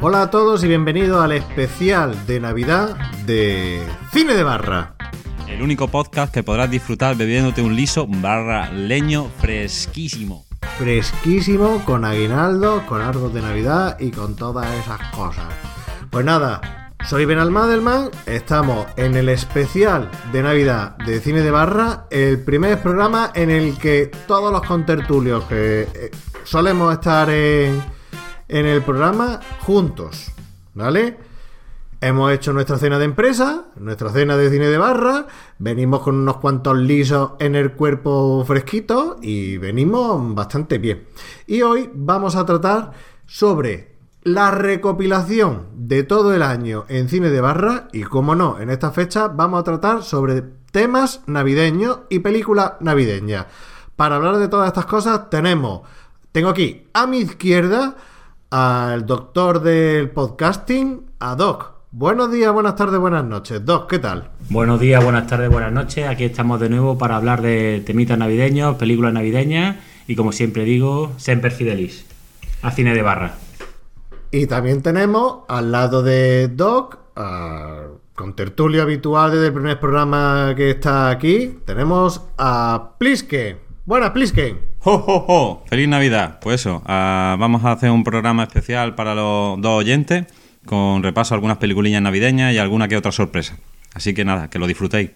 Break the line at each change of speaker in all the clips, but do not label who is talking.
Hola a todos y bienvenidos al especial de Navidad de Cine de Barra.
El único podcast que podrás disfrutar bebiéndote un liso barra leño fresquísimo.
Fresquísimo, con aguinaldo, con árbol de Navidad y con todas esas cosas. Pues nada, soy Benalmadelman, estamos en el especial de Navidad de Cine de Barra, el primer programa en el que todos los contertulios que eh, solemos estar en, en el programa juntos, ¿vale? Hemos hecho nuestra cena de empresa, nuestra cena de cine de barra, venimos con unos cuantos lisos en el cuerpo fresquito y venimos bastante bien. Y hoy vamos a tratar sobre la recopilación de todo el año en cine de barra y como no, en esta fecha vamos a tratar sobre temas navideños y películas navideñas. Para hablar de todas estas cosas tenemos, tengo aquí a mi izquierda al doctor del podcasting, a Doc. Buenos días, buenas tardes, buenas noches. Doc, ¿qué tal?
Buenos días, buenas tardes, buenas noches. Aquí estamos de nuevo para hablar de temitas navideños, películas navideñas y como siempre digo, Semper Fidelis, a cine de barra.
Y también tenemos al lado de Doc, al contertulio habitual desde el primer programa que está aquí, tenemos a Pliske. Buenas, Pliske.
¡Jo, jo, jo! ¡Feliz Navidad! Pues eso, ah, vamos a hacer un programa especial para los dos oyentes con repaso a algunas peliculillas navideñas y alguna que otra sorpresa. Así que nada, que lo disfrutéis.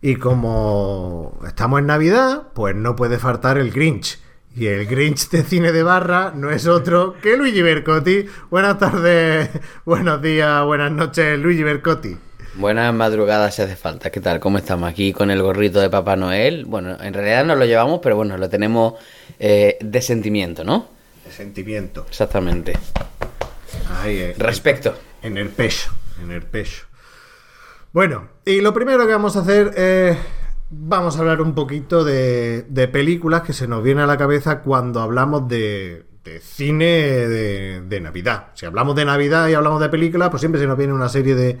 Y como estamos en Navidad, pues no puede faltar el Grinch. Y el Grinch de cine de barra no es otro que Luigi Bercotti. Buenas tardes, buenos días, buenas noches, Luigi Bercotti.
Buenas madrugadas si hace falta. ¿Qué tal? ¿Cómo estamos? Aquí con el gorrito de Papá Noel. Bueno, en realidad no lo llevamos, pero bueno, lo tenemos eh, de sentimiento, ¿no?
De sentimiento.
Exactamente.
Ahí, eh,
Respecto.
En el pecho, en el pecho. Bueno, y lo primero que vamos a hacer es... Vamos a hablar un poquito de, de películas que se nos viene a la cabeza cuando hablamos de, de cine de, de Navidad. Si hablamos de Navidad y hablamos de películas, pues siempre se nos viene una serie de,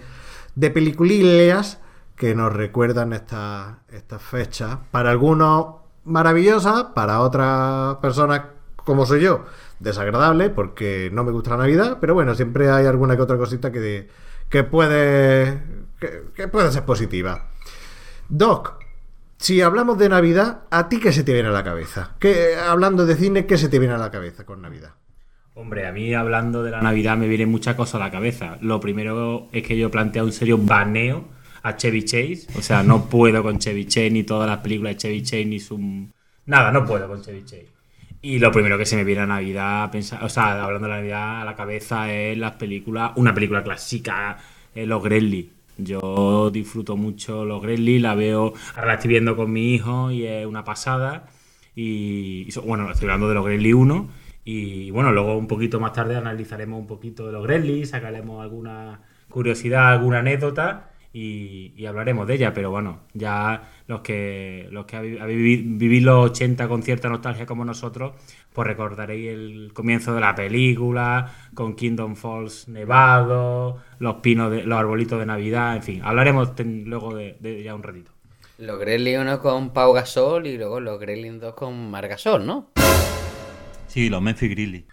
de peliculillas que nos recuerdan estas estas fechas. Para algunos maravillosas, para otras personas como soy yo, desagradable porque no me gusta la Navidad, pero bueno, siempre hay alguna que otra cosita que, que puede que, que puede ser positiva. Doc, si hablamos de Navidad, ¿a ti qué se te viene a la cabeza? ¿Qué, hablando de cine, ¿qué se te viene a la cabeza con Navidad?
Hombre, a mí hablando de la Navidad me vienen muchas cosas a la cabeza. Lo primero es que yo he planteado un serio baneo a Chevy Chase. O sea, no puedo con Chevy Chase, ni todas las películas de Chevy Chase, ni su... Nada, no puedo con Chevy Chase. Y lo primero que se me viene a Navidad, a pensar, o sea, hablando de la Navidad a la cabeza es las películas, una película clásica, eh, Los Gremlins. Yo disfruto mucho Los Gremlins, la veo, ahora la estoy viendo con mi hijo y es una pasada. Y, y so- bueno, estoy hablando de Los Gremlins 1 y bueno, luego un poquito más tarde analizaremos un poquito de Los Gremlins, sacaremos alguna curiosidad, alguna anécdota y, y hablaremos de ella, pero bueno, ya los que los que habéis habéis vivi- vivís los 80 con cierta nostalgia como nosotros, pues recordaréis el comienzo de la película, con Kingdom Falls nevado, los pinos de, los arbolitos de Navidad, en fin, hablaremos ten- luego de, de ya un ratito.
Los Gremlins 1 con Pau Gasol y luego los Gremlins 2 con Margasol, ¿no?
Sí, los Memphis Grizzlies.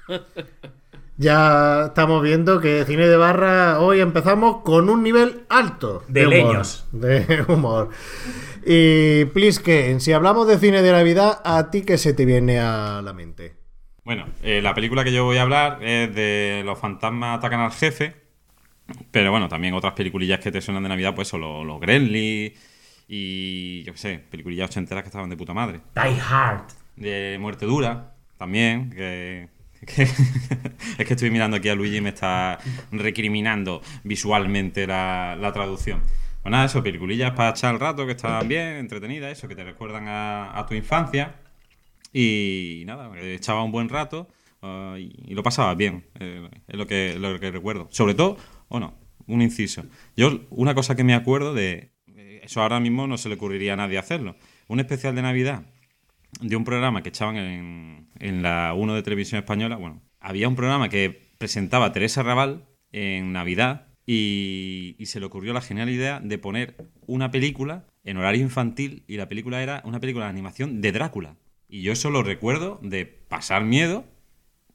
Ya estamos viendo que cine de barra hoy empezamos con un nivel alto
De
humor,
leños.
de humor. Y Plisken, si hablamos de cine de Navidad, ¿a ti qué se te viene a la mente?
Bueno, eh, la película que yo voy a hablar es de Los fantasmas atacan al jefe, pero bueno, también otras peliculillas que te suenan de Navidad, pues son los, los Gremlins y yo qué sé, peliculillas ochenteras que estaban de puta madre.
Die Hard.
De Muerte Dura, también, que... que- es que estoy mirando aquí a Luigi y me está recriminando visualmente la, la traducción.
Pues nada, eso, peliculillas para echar el rato, que están bien, entretenidas, eso, que te recuerdan a, a tu infancia. Y nada, echaba un buen rato eh, y, y lo pasaba bien, eh, es lo que, lo que recuerdo. Sobre todo, o no, un inciso. Yo, una cosa que me acuerdo de. eh, Eso ahora mismo no se le ocurriría a nadie hacerlo. Un especial de Navidad de un programa que echaban en, en la 1 de Televisión Española. Bueno, había un programa que presentaba Teresa Raval en Navidad y, y se le ocurrió la genial idea de poner una película en horario infantil y la película era una película de animación de Drácula. Y yo eso lo recuerdo de pasar miedo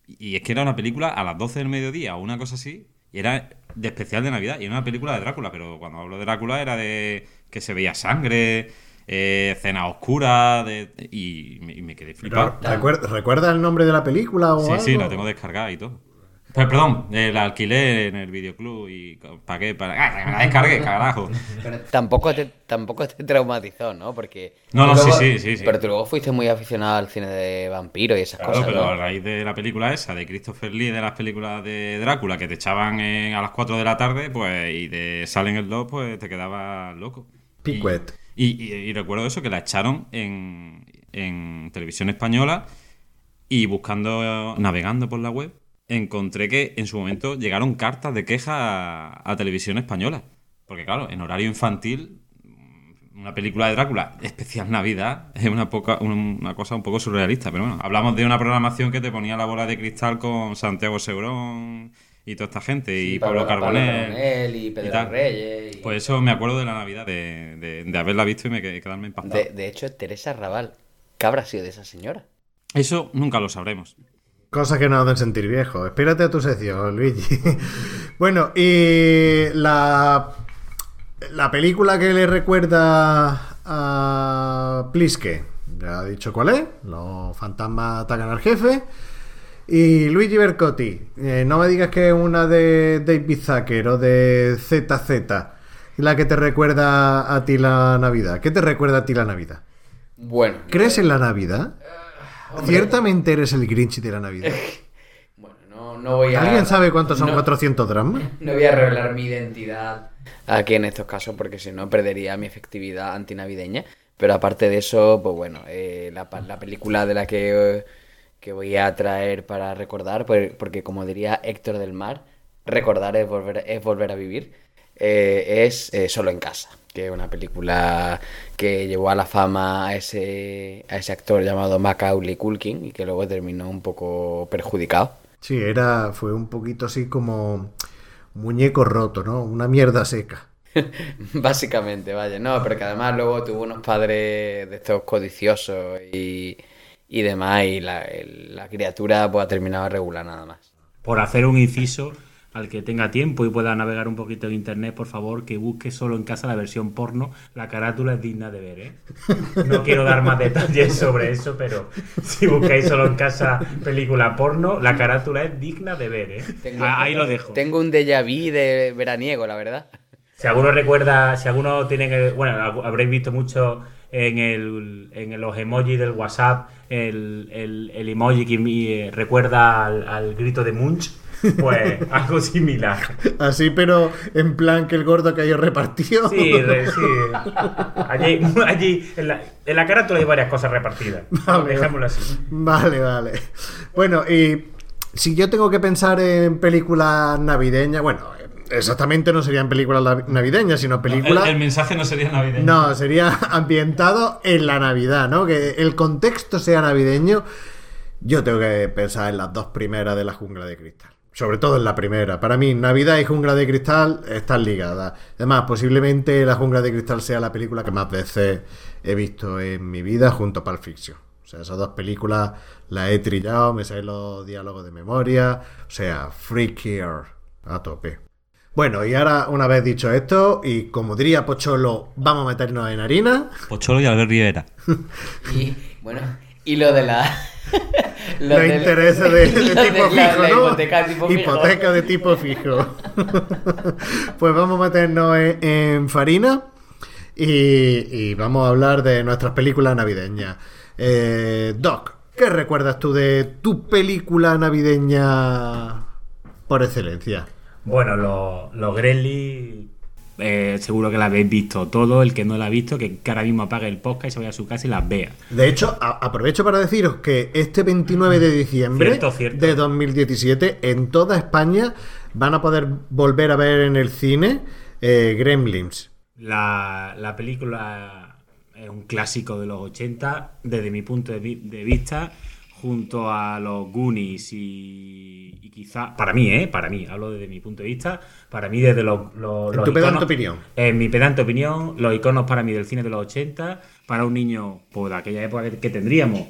y es que era una película a las 12 del mediodía o una cosa así. Y era de especial de Navidad. Y era una película de Drácula. Pero cuando hablo de Drácula era de que se veía sangre, eh, escena oscura. De, y, me, y me quedé flipado.
¿Recuer- ¿Recuerda el nombre de la película o algo?
sí, sí, la tengo descargada y todo. Pues, perdón, eh, la alquilé en el videoclub y co- pagué para. ¡Ah, me la descargué, carajo!
Pero tampoco te, tampoco te traumatizó, ¿no? Porque.
No,
tú
no, sí,
luego-
sí, sí, sí.
Pero tú luego fuiste muy aficionado al cine de vampiros y esas
Claro,
cosas.
pero
¿no?
a raíz de la película esa, de Christopher Lee, de las películas de Drácula que te echaban en- a las 4 de la tarde, pues, y de Salen el 2, pues te quedabas loco.
Piquet.
Y, y- y recuerdo eso, que la echaron en, en televisión española y buscando, navegando por la web, encontré que en su momento llegaron cartas de queja a, a televisión española. Porque claro, en horario infantil, mm, una película de Drácula, especial Navidad, es una, poca, un- una cosa un poco surrealista. Pero bueno, hablamos de una programación que te ponía la bola de cristal con Santiago Sebrón y toda esta gente, y Pablo, Carbonell
y Pedro
tal.
Reyes. y-
pues eso me acuerdo de la Navidad, de, de- de haberla visto y me que- quedarme impactado.
de, de hecho, Teresa Raval. ¿Qué habrá sido de esa señora?
Eso nunca lo sabremos.
Cosas que nos hacen sentir viejos. Espérate a tu sección, Luigi. bueno, y la, la película que le recuerda a Pliske. Ya he dicho cuál es. Los fantasmas atacan al jefe. Y Luigi Bercotti. eh, no me digas que es una de David Zucker o de ZZ. La que te recuerda a ti la Navidad. ¿Qué te recuerda a ti la Navidad?
Bueno.
¿Crees en la Navidad? Ciertamente eres el Grinch de la Navidad.
Bueno, no, no voy a.
ah,
¿Alguien sabe cuántos son
no-
400 dramas?
No voy a revelar mi identidad aquí en estos casos porque si no perdería mi efectividad antinavideña. Pero aparte de eso, pues bueno, eh, la, pa- la película de la que, eh, que voy a traer para recordar, pues, porque como diría Héctor del Mar, recordar es volver, es volver a vivir, eh, es eh, Solo en casa, que es una película que llevó a la fama a ese, a ese actor llamado Macaulay Culkin y que luego terminó un poco perjudicado.
Sí, era, fue un poquito así como muñeco roto, ¿no? Una mierda seca.
Básicamente, vaya, no, pero que además luego tuvo unos padres de estos codiciosos y, y demás, y la, el- la criatura pues ha terminado regular nada más.
Por hacer un inciso, al que tenga tiempo y pueda navegar un poquito en internet, por favor, que busque solo en casa la versión porno. La carátula es digna de ver, ¿eh? No quiero dar más detalles sobre eso, pero si buscáis solo en casa película porno, la carátula es digna de ver, ¿eh? Ah, Ahí lo dejo.
Tengo un déjà vu de veraniego, la verdad.
Si alguno recuerda, si alguno tiene que. Bueno, algu- habréis visto mucho en, el, en los emojis del WhatsApp el, el, el emoji que mi- eh, recuerda al, al grito de Munch, pues algo similar.
Así, pero en plan que el gordo que yo repartió.
Sí, re- sí. Allí, allí en, la, en la carátula hay varias cosas repartidas.
Vale.
Dejémoslo así.
Vale, vale. Bueno, y si yo tengo que pensar en películas navideñas, bueno, exactamente no serían películas nav- navideñas, sino
El,
películas...
el mensaje no sería navideño.
No, sería ambientado en la Navidad, ¿no? Que el contexto sea navideño. Yo tengo que pensar en las dos primeras de la jungla de cristal. Sobre todo en la primera. Para mí, Navidad y jungla de cristal están ligadas. Además, posiblemente la jungla de cristal sea la película que más veces he visto en mi vida junto a Pulp Fiction. O sea, esas dos películas las he trillado, me sé los diálogos de memoria. O sea, freakier a tope. Bueno, y ahora, una vez dicho esto, y como diría Pocholo, vamos a meternos en harina.
Pocholo y Albert Rivera.
Y bueno, y lo de la.
Los
del-
intereses de, de
lo
tipo
la-
fijo,
la
¿no?
hipoteca de tipo fijo.
Hipoteca de tipo fijo. pues vamos a meternos en, en farina y, y vamos a hablar de nuestras películas navideñas. Eh, Doc, ¿qué recuerdas tú de tu película navideña por excelencia?
Bueno, los los Gremlins eh, seguro que la habéis visto todo. El que no la ha visto, que que ahora mismo apague el podcast y se vaya a su casa y las vea.
De hecho, a- aprovecho para deciros que este 29 de diciembre
Cierto, cierto.
de 2017 en toda España van a poder volver a ver en el cine eh, Gremlins.
La, la película es un clásico de los 80, desde mi punto de, vi- de vista, junto a los Goonies y, y quizá, para mí, ¿eh? Para mí, hablo desde mi punto de vista, para mí desde los... los-
En
los
tu pedante
iconos-
opinión.
En mi pedante opinión, los iconos para mí del cine de los 80, para un niño, pues de aquella época que, que tendríamos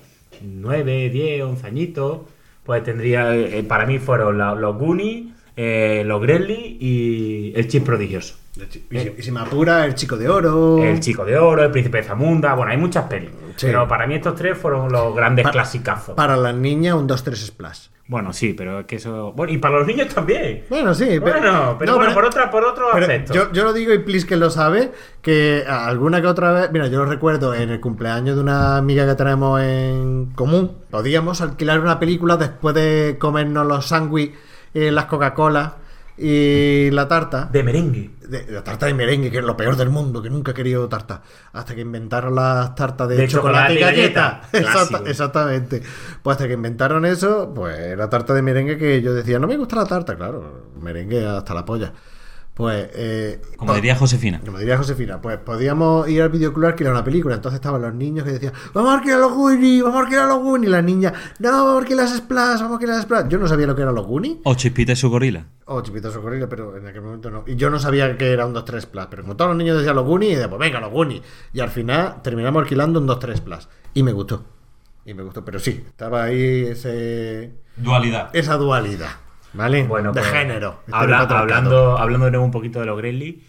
9, 10, 11 añitos, pues tendría, eh, para mí fueron la- los Goonies, eh, los Gremlins y el Chip Prodigioso.
Y si, y si me apura, El Chico de Oro.
El Chico de Oro, El Príncipe de Zamunda, bueno, hay muchas pelis.
Sí.
Pero para mí estos tres fueron los grandes
Pa-
clasicazos.
Para las niñas, un 2-3 Splash.
bueno, sí, pero es que eso. Bueno, y para los niños también.
Bueno, sí, pero,
Bueno, pero
no,
bueno, por otra- por otro
pero
aspecto.
Yo, yo lo digo y please que lo sabe, que alguna que otra vez, mira, yo lo recuerdo en el cumpleaños de una amiga que tenemos en común, podíamos alquilar una película después de comernos los sándwiches, las Coca-Cola y la tarta.
De merengue.
De- la tarta de merengue, que es lo peor del mundo, que nunca he querido tarta. Hasta que inventaron las tartas de,
De chocolate
chocolate, y
y
galleta.
galleta.
Exacta-
Clásico.
exactamente. Pues hasta que inventaron eso, pues la tarta de merengue que yo decía, no me gusta la tarta, claro, merengue hasta la polla. Pues. eh,
Como
pues-
diría Josefina.
como diría Josefina, pues podíamos ir al videoclub a alquilar una película. Entonces estaban los niños que decían, vamos a alquilar los Goonies, vamos a alquilar los Goonies. Las niñas, no, vamos a alquilar las Splash, vamos a alquilar las Splash. Yo no sabía lo que eran los Goonies.
O Chispita y su gorila.
O Chipitas o Gorila, pero en aquel momento no. Y yo no sabía que era un 2-3 Plus, pero como todos los niños decían los Goonies, y decía, pues venga, los Goonies. Y al final terminamos alquilando un 2-3 Plus. Y me gustó. Y me gustó, pero sí, estaba ahí ese,
Dualidad.
esa dualidad, ¿vale?
Bueno,
de
pues,
género.
habla-
Este
hablando, hablando de nuevo un poquito de los Gremlins,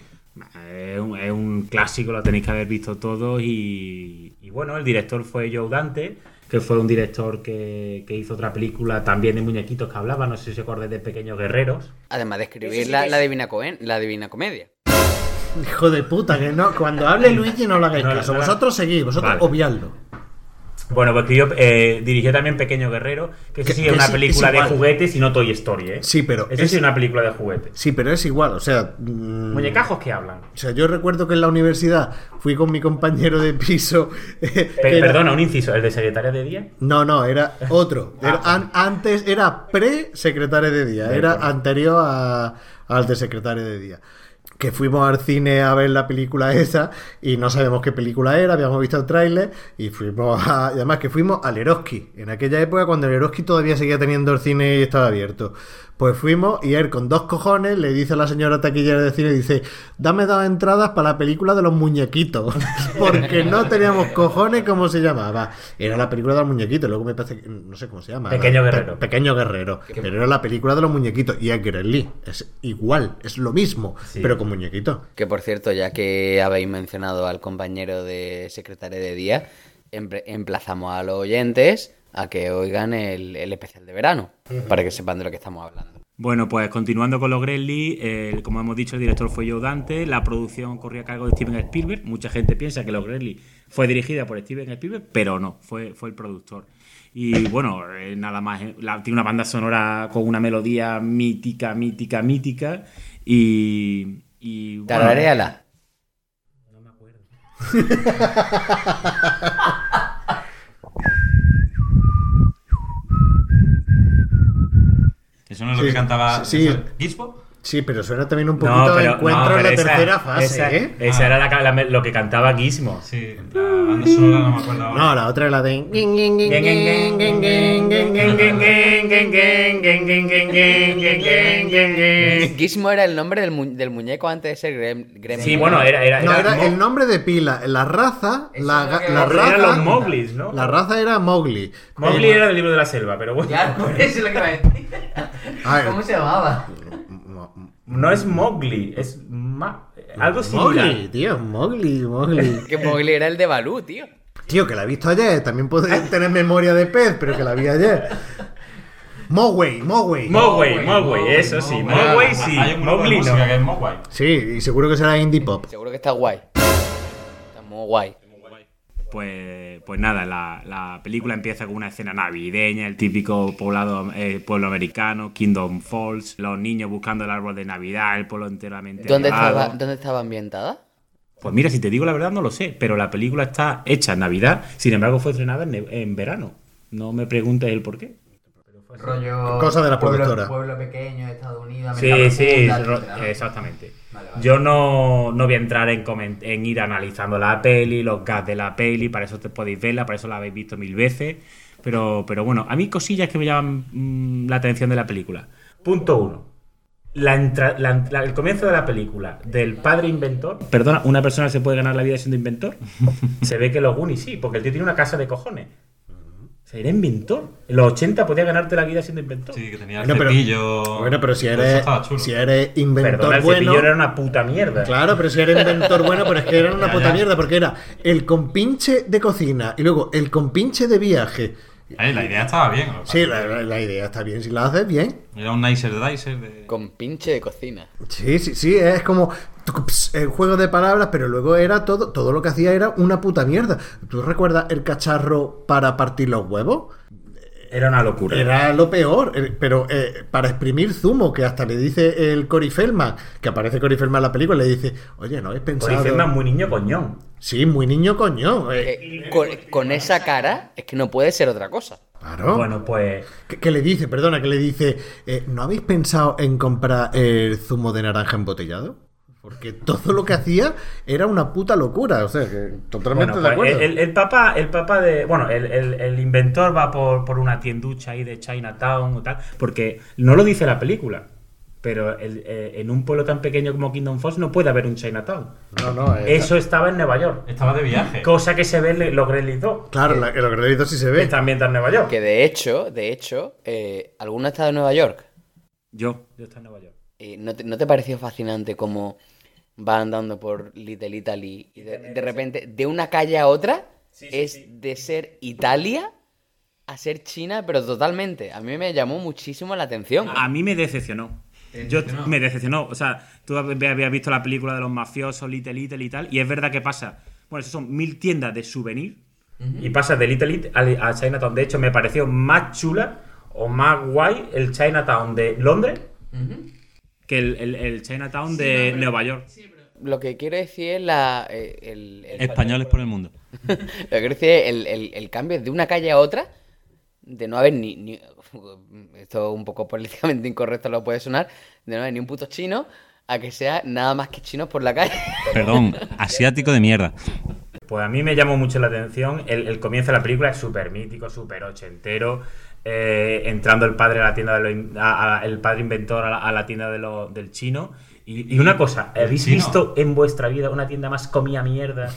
es un, es un clásico, lo tenéis que haber visto todos. Y, y bueno, el director fue Joe Dante, que fue un director que, que hizo otra película también de muñequitos que hablaba, no sé si os acordáis de Pequeños Guerreros.
Además de escribir la, la Divina Coen- la Divina Comedia.
Hijo de puta, que no. Cuando hable Luigi no lo hagáis
No,
caso.
no, no.
vosotros seguís, vosotros
Vale.
obviadlo.
Bueno, pues escribió, eh, dirigió también Pequeño Guerrero, que
Que-
eso sí
que
es una
sí,
película
es
de
igual.
juguetes y no Toy Story, ¿eh?
Sí, pero
Eso
es-
sí es una película de juguetes.
Sí, pero es igual, o sea. mm,
Muñecajos que hablan.
O sea, yo recuerdo que en la universidad fui con mi compañero de piso. eh,
Pe-
que era-
perdona, un inciso, el de Secretaria de Día.
No, no, era otro. Era
Ah.
an- antes era pre-secretario de día,
De
era
acuerdo.
anterior a- al de secretario de día. Que fuimos al cine a ver la película esa y no sabemos qué película era, habíamos visto el tráiler y fuimos a- y además que fuimos al Eroski, en aquella época cuando el Eroski todavía seguía teniendo el cine y estaba abierto. Pues fuimos y él con dos cojones le dice a la señora taquillera de cine, dice, dame dos entradas para la película de los muñequitos, porque no teníamos cojones cómo se llamaba. Era la película de los muñequitos, luego me parece, que- no sé cómo se llama.
Pequeño
Pe-
Guerrero.
Pequeño Guerrero. Pero era la película de los muñequitos y es Gremlin, es igual, es lo mismo,
Sí.
pero con muñequitos.
Que por cierto, ya que habéis mencionado al compañero de secretario de día, empre- emplazamos a los oyentes a que oigan el, el especial de verano, para que sepan de lo que estamos hablando.
Bueno, pues continuando con los Gremlins, eh, como hemos dicho, el director fue Joe Dante, la producción corría a cargo de Steven Spielberg. Mucha gente piensa que los Gremlins fue dirigida por Steven Spielberg, pero no, fue, fue el productor. Y bueno, eh, nada más, eh, la- tiene una banda sonora con una melodía mítica, mítica, mítica. Y. y bueno,
Tararéala.
Eso no es
Sí,
lo que cantaba.
sí, sí.
¿eso es ¿Gizpo?
Sí, pero suena también un
No,
poquito de
pero-
encuentro
no,
en
pero
la
esa-
tercera fase,
esa-
¿eh?
Esa era la ca- la me- lo que cantaba Gizmo.
Sí, la banda sonora Ah, no me acuerdo ahora.
No, la otra es la de...
Gizmo era el nombre del, mu- del muñeco antes de ser Grem- Gremlin.
Sí, bueno, era. era,
No,
era
era
Mo-
el nombre de pila, la raza, la, ga- la
Pero eran los
raza,
Mowglis, ¿no?
la raza era Mowgli. Eh,
Mowgli era del libro de la selva, pero bueno.
Ya, por eso es lo que me
A ver.
¿Cómo se llamaba?
Mo-
No es Mowgli, es ma- algo similar.
Mowgli, tío, Mowgli, Mowgli.
Que Mowgli era el de Balú, tío.
Tío, que la he visto ayer, también puede tener memoria de pez, pero que la vi ayer. Mowgli, Mowgli.
Mowgli,
Mowgli, Mowgli, eso sí.
Mowgli.
Mowgli sí,
Hay un grupo de
Mowgli no.
música que es Mogwai.
sí, y seguro que será indie pop.
Seguro que está guay. Está muy guay.
Pues, pues nada, la, la película empieza con una escena navideña, el típico poblado, eh, pueblo americano, Kingdom Falls, los niños buscando el árbol de Navidad, el pueblo enteramente.
¿Dónde
nevado.
estaba, ¿Dónde estaba ambientada?
Pues mira, si te digo la verdad, no lo sé, pero la película está hecha en Navidad, sin embargo, fue estrenada en, ne- en verano. No me preguntes el por qué.
Rollo.
Cosa de la
Pues pueblo-
productora. eh,
Pueblo, pequeño, Estados Unidos,
Sí,
América
sí,
profunda,
ro-
etcétera, ¿no?
exactamente.
Vale, vale.
Yo no, no voy a entrar en, comen- en ir analizando la peli, los gas de la peli, para eso te podéis verla, para eso la habéis visto mil veces. Pero, pero bueno, a mí cosillas que me llaman mm, la atención de la película. Punto uno. La entra- la en- la- el comienzo de la película del padre inventor. Perdona, ¿una persona se puede ganar la vida siendo inventor? se ve que los Goonies sí, porque el tío tiene una casa de cojones. O sea, era inventor. En los 80 podía ganarte la vida siendo inventor.
Sí, que tenía el
Bueno, pero,
cepillo.
bueno, pero si
Eso
eres,
estaba chulo.
si eres inventor
Perdona, el
bueno.
cepillo era una puta mierda.
Claro, pero si era inventor bueno, pero es que era una
Ya,
puta
ya.
mierda, porque era el compinche de cocina y luego el compinche de viaje.
Eh, la idea estaba bien. lo que
Sí,
pasa.
la, la- la idea está bien, si la haces bien.
Era un nicer dicer de.
Con pinche de cocina.
Sí, sí, sí, es como tucups, el juego de palabras, pero luego era todo, todo lo que hacía era una puta mierda. ¿Tú recuerdas el cacharro para partir los huevos?
Era una locura.
Era lo peor, eh, pero eh, para exprimir zumo, que hasta le dice el Cory Feldman, que aparece Cory Feldman en la película, le dice, oye, no habéis pensado...
Orifema es muy niño coñón.
Sí, muy niño coño. eh,
Eh, con, con esa cara es que no puede ser otra cosa.
claro.
Bueno, pues
Que, que le dice, perdona, que le dice, eh, ¿no habéis pensado en comprar el zumo de naranja embotellado? Porque todo lo que hacía era una puta locura, o sea, que totalmente
bueno,
de
pues,
acuerdo.
el, el papá, el papá de. Bueno, el, el- el inventor va por, por una tienducha ahí de Chinatown o tal. Porque no lo dice la película. Pero el- eh, en un pueblo tan pequeño como Kingdom Falls no puede haber un Chinatown.
No, no, eh,
Eso estaba en Nueva York.
Estaba de viaje.
Cosa que se ve en los Gremlins 2.
Claro, la- lo que le he dicho sí se
que
ve.
está ambientada en Nueva York.
Que de hecho, de hecho, eh, ¿alguno ha estado en Nueva York?
Yo. Yo estoy en Nueva York.
Eh, ¿no, te, ¿No te pareció fascinante cómo va andando por Little Italy y de, de repente de una calle a otra
Sí, sí,
es
sí.
de ser Italia a ser China, pero totalmente? A mí me llamó muchísimo la atención.
A mí me decepcionó. Yo me decepcionó. O sea, tú hab- habías visto la película de los mafiosos, Little Little y tal, y es verdad que pasa. Bueno, eso son mil tiendas de souvenir y pasa de Little Little a, a Chinatown. De hecho, me pareció más chula o más guay el Chinatown de Londres que el, el- el Chinatown de Nueva York.
Lo que quiero decir es la, eh, el, el-
Españoles por el mundo.
Lo que quiero decir es el, el- el cambio de una calle a otra, de no haber ni, ni- Esto un poco políticamente incorrecto lo puede sonar, de no haber ni un puto chino, a que sea nada más que chinos por la calle.
Perdón, asiático de mierda.
Pues a mí me llamó mucho la atención. El, el comienzo de la película es súper mítico, súper ochentero. Eh, entrando el padre a la tienda de los in- a- a- el padre inventor a la, a la tienda de lo- del chino. Y, y una cosa, ¿habéis
chino?
visto en vuestra vida una tienda más comida mierda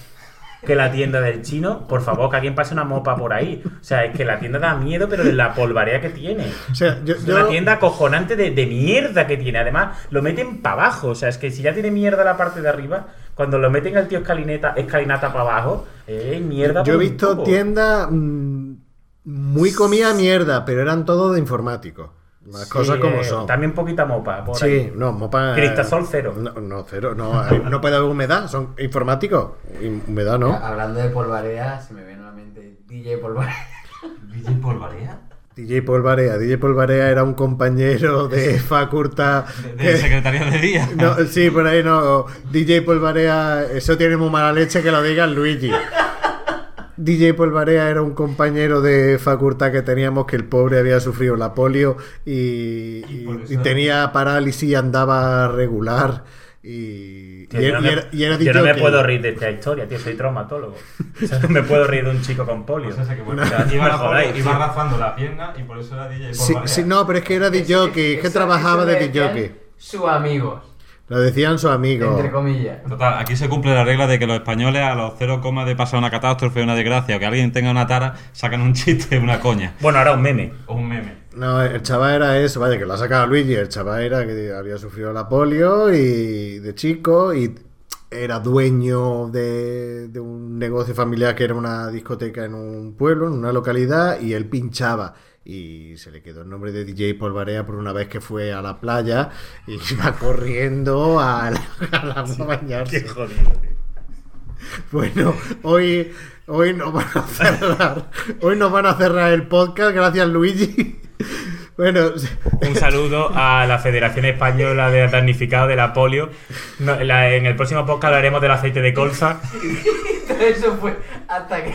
que la tienda del chino? Por favor, que alguien pase una mopa por ahí. O sea, es que la tienda da miedo, pero de la polvarea que tiene.
O sea, yo,
Es
yo-
una tienda acojonante de, de mierda que tiene. Además, lo meten para abajo. O sea, es que si ya tiene mierda la parte de arriba, cuando lo meten al tío escalineta, escalinata para abajo, eh, mierda.
yo he
por un
visto
tubo.
tiendas mm, muy comida mierda, pero eran todo de informático. Las
Sí,
cosas como
eh,
son.
También poquita mopa. Por
Sí,
ahí.
no, Mm, Mopa.
Cristasol cero.
No, no, cero. No, hay- no puede haber humedad, son informáticos. Hum- Humedad no.
Hablando de polvareda, se me viene a la mente DJ Polvareda.
¿DJ Polvarea?
DJ Polvarea. DJ Polvarea era un compañero de facultad.
Del secretario de día.
No, sí, por ahí no. DJ Polvarea, eso tiene muy mala leche que lo diga Luigi. DJ Polvarea era un compañero de facultad que teníamos que el pobre había sufrido la polio y, y-
por eso-
y tenía parálisis y andaba regular. Y,
Tío,
y
yo no
era-
me-
y era- y era
yo no me
DJ.
puedo reír de esta historia, tío. Soy traumatólogo. O sea, no me puedo reír de un chico con polio.
O sea, Pues que bueno,
O sea,
iba,
me jodáis,
arrastrando- iba
tío.
arrastrando la pierna y por eso era DJ
Sí,
Polvarea.
sí, no, pero es que era DJ, jockey, que
Eso-
trabajaba
eso
de
le
DJ.
decían
jockey.
Sus amigos,
Lo decían sus amigos.
entre comillas.
Total, aquí se cumple la regla de que los españoles a los 0, de pasar una catástrofe, una desgracia o que alguien tenga una tara, sacan un chiste, una coña
Bueno, ahora un meme.
o un meme.
No, el chaval era eso, vaya, que lo ha sacado Luigi. El chaval era que había sufrido la polio y de chico y era dueño de, de un negocio familiar que era una discoteca en un pueblo, en una localidad, y él pinchaba. Y se le quedó el nombre de DJ Polvarea por una vez que fue a la playa y iba corriendo a la, a la- a bañarse.
Qué jodido, tío.
Bueno, hoy, hoy nos van a cerrar. Hoy nos van a cerrar el podcast. Gracias, Luigi. Bueno,
Un saludo a la Federación Española de Damnificados de la Polio. No, la- en el próximo podcast hablaremos del aceite de colza.
Todo eso fue hasta que.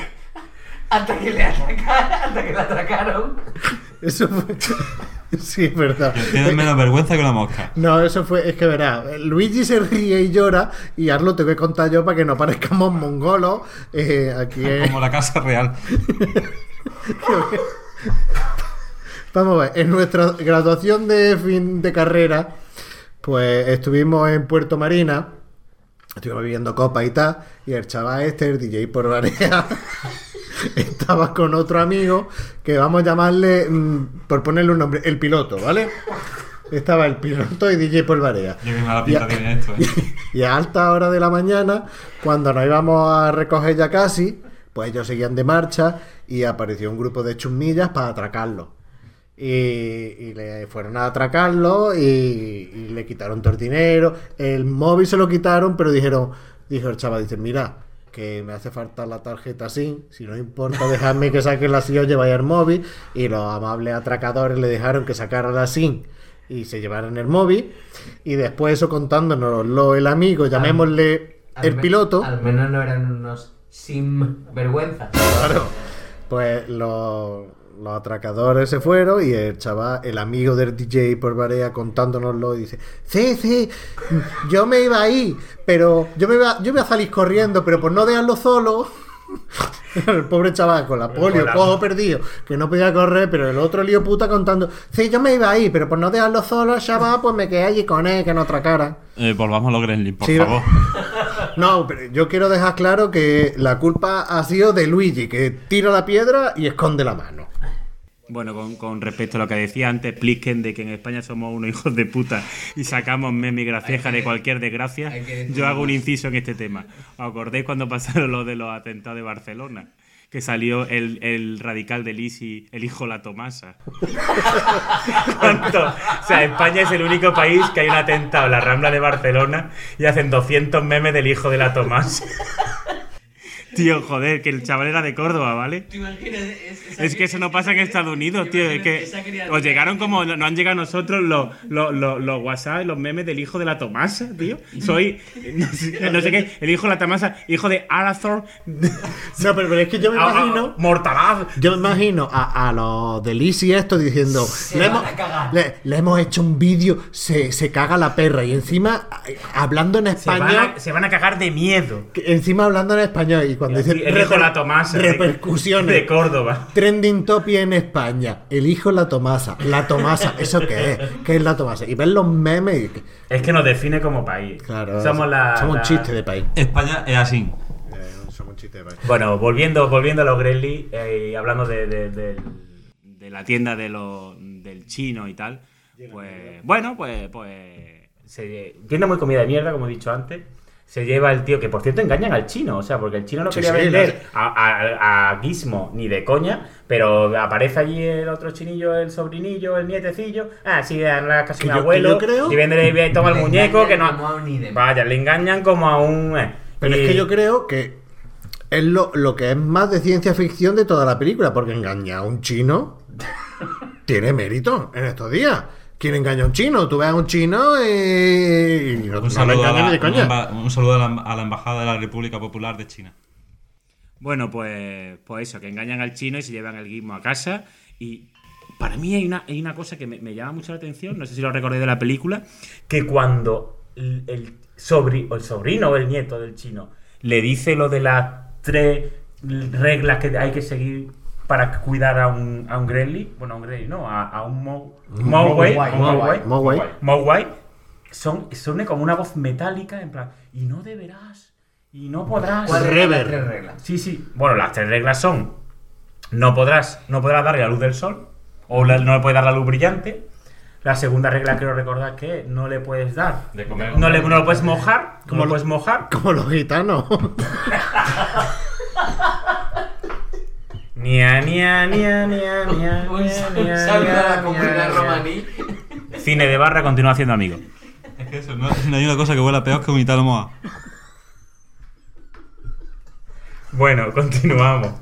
Hasta que le atracaron. Hasta que le atracaron.
eso fue. Sí, es verdad.
Tienes menos vergüenza que una mosca.
No, eso fue, es que verá, Luigi se ríe y llora y ahora lo tengo que contar yo para que no parezcamos mongolos eh, aquí en-
Como la casa real.
Vamos a ver, en nuestra graduación de fin de carrera, pues estuvimos en Puerto Marina, estuvimos viviendo copa y tal, y el chaval este, el DJ por Barea, estaba con otro amigo que vamos a llamarle, mm, por ponerle un nombre, el piloto, ¿vale? Estaba el piloto y DJ por Barea.
Yo qué mala pinta
Ya.
tiene esto, ¿eh?
Y a alta hora de la mañana, cuando nos íbamos a recoger ya casi, pues ellos seguían de marcha y apareció un grupo de chumillas para atracarlo. Y, y le fueron a atracarlo y, y le quitaron todo el dinero. El móvil se lo quitaron, pero dijeron, dijo el chaval, dice, mira, que me hace falta la tarjeta SIM, si no importa, dejadme que saque la SIM o lleváis el móvil. Y los amables atracadores le dejaron que sacara la SIM y se llevaran el móvil. Y después eso contándonoslo el amigo, llamémosle
Al
el
me-
piloto.
Al menos no eran unos sin vergüenza.
Claro. Pues lo- los atracadores se fueron y el chaval, el amigo del DJ por Barea contándonoslo y dice, sí, sí, yo me iba ahí, pero yo me iba, yo me iba a salir corriendo, pero por no dejarlo solo. El pobre chaval con la polio,
con la-
cojo perdido, que no podía correr, pero el otro lío puta contando, sí, yo me iba ahí, pero por no dejarlo solo, chaval, pues me quedé allí con él, que no atracara.
Eh, volvamos a los Gremlins, por
Sí,
favor.
No, pero yo quiero dejar claro que la culpa ha sido de Luigi, que tira la piedra y esconde la mano.
Bueno, con, con respecto a lo que decía antes, expliquen de que en España somos unos hijos de puta y sacamos memes graciejas de cualquier desgracia.
hay que decir
Yo hago un
más.
inciso en este tema. ¿Os acordáis cuando pasaron lo de los atentados de Barcelona? Que salió el, el radical del ISI, el hijo La Tomasa. ¿Cuánto? O sea, España es el único país que hay un atentado en la Rambla de Barcelona y hacen 200 memes del hijo de La Tomasa. Tío, joder, que el chaval era de Córdoba, ¿vale? Es que eso no pasa en Estados Unidos, tío. Es que os llegaron como no han llegado a nosotros los, los, los, los WhatsApp, los memes del hijo de la Tomasa, tío. Soy, no sé, no sé qué, el hijo de la Tomasa, hijo de Arathor.
No, pero, pero es que yo me
Ah, ah,
imagino.
Mortalaz.
Yo me imagino a, a los de Lizzy esto diciendo. Le hemos,
van a cagar".
le- le hemos hecho un vídeo, se, se caga la perra. Y encima, ay, hablando en
Se van,
español.
a, se van a cagar de miedo.
que- Encima hablando en español. Y cuando
El
dicen.
hijo de la
reper-
Tomasa. de-
Repercusiones.
De Córdoba.
Trending topic en España. El hijo la Tomasa. La Tomasa. ¿Eso qué es? ¿Qué es la Tomasa? Y ven los memes. y-
Es que nos define como país.
Claro.
somos la.
somos un
la-
chiste de país. Eh,
España es así.
somos un chiste de país.
Bueno, volviendo, volviendo a los Gremlins eh, y hablando de, de- de- de la tienda de lo- del chino y tal, pues bueno, pues, pues se, tienda muy comida de mierda, como he dicho antes. Se lleva el tío, que por cierto engañan al chino, o sea, porque el chino no
Sí,
quería
sí,
vender a, a, a Gizmo ni de coña, pero aparece allí el otro chinillo, el sobrinillo, el nietecillo. Ah, sí, era casi
Que
un
yo- que
abuelo.
yo creo-
Y vende y toma el
Le
muñeco, que no.
engañan como a un idem.
Vaya, le engañan como a un. eh,
Pero
y-
es que yo creo que es lo, lo que es más de ciencia ficción de toda la película, porque engañar a un chino tiene mérito en estos días. ¿Quién engaña a un chino? Tú ves a un chino eh, y no,
Un
no lo
saludo, a,
engañas
la,
ni de coña.
un emba- un saludo a la- em- a la Embajada de la República Popular de China.
Bueno, pues, pues eso, que engañan al chino y se llevan el guismo a casa. Y para mí hay una, hay una cosa que me, me llama mucho la atención, no sé si lo recordé de la película, que cuando el, el sobri- o el sobrino o el nieto del chino le dice lo de las tres reglas que hay que seguir para cuidar a un, a un gremlin, bueno, a un gremlin, no, a, a un mo- Mm. mogwai,
mogwai,
mogwai,
mogwai.
Mogwai son, son como una voz metálica, en plan, y no deberás, y no podrás.
¿Cuál regla?
Rever.
Tres reglas.
Sí, sí. Bueno, las tres reglas son: no podrás, no podrás darle la luz del sol, o la- no le puedes dar la luz brillante. La segunda regla quiero recordar que es, no le puedes dar,
De comer.
no le no lo puedes mojar,
Como
como
lo-
lo puedes mojar,
Como los gitanos.
Nia, nia, nia, nia, nia,
Un
nia, nia,
saludo a la
nia,
comunidad
nia.
romaní.
Cine de barra continúa haciendo amigos.
Es que eso, no, no hay una cosa que huela peor que vomitar moa.
Bueno, continuamos.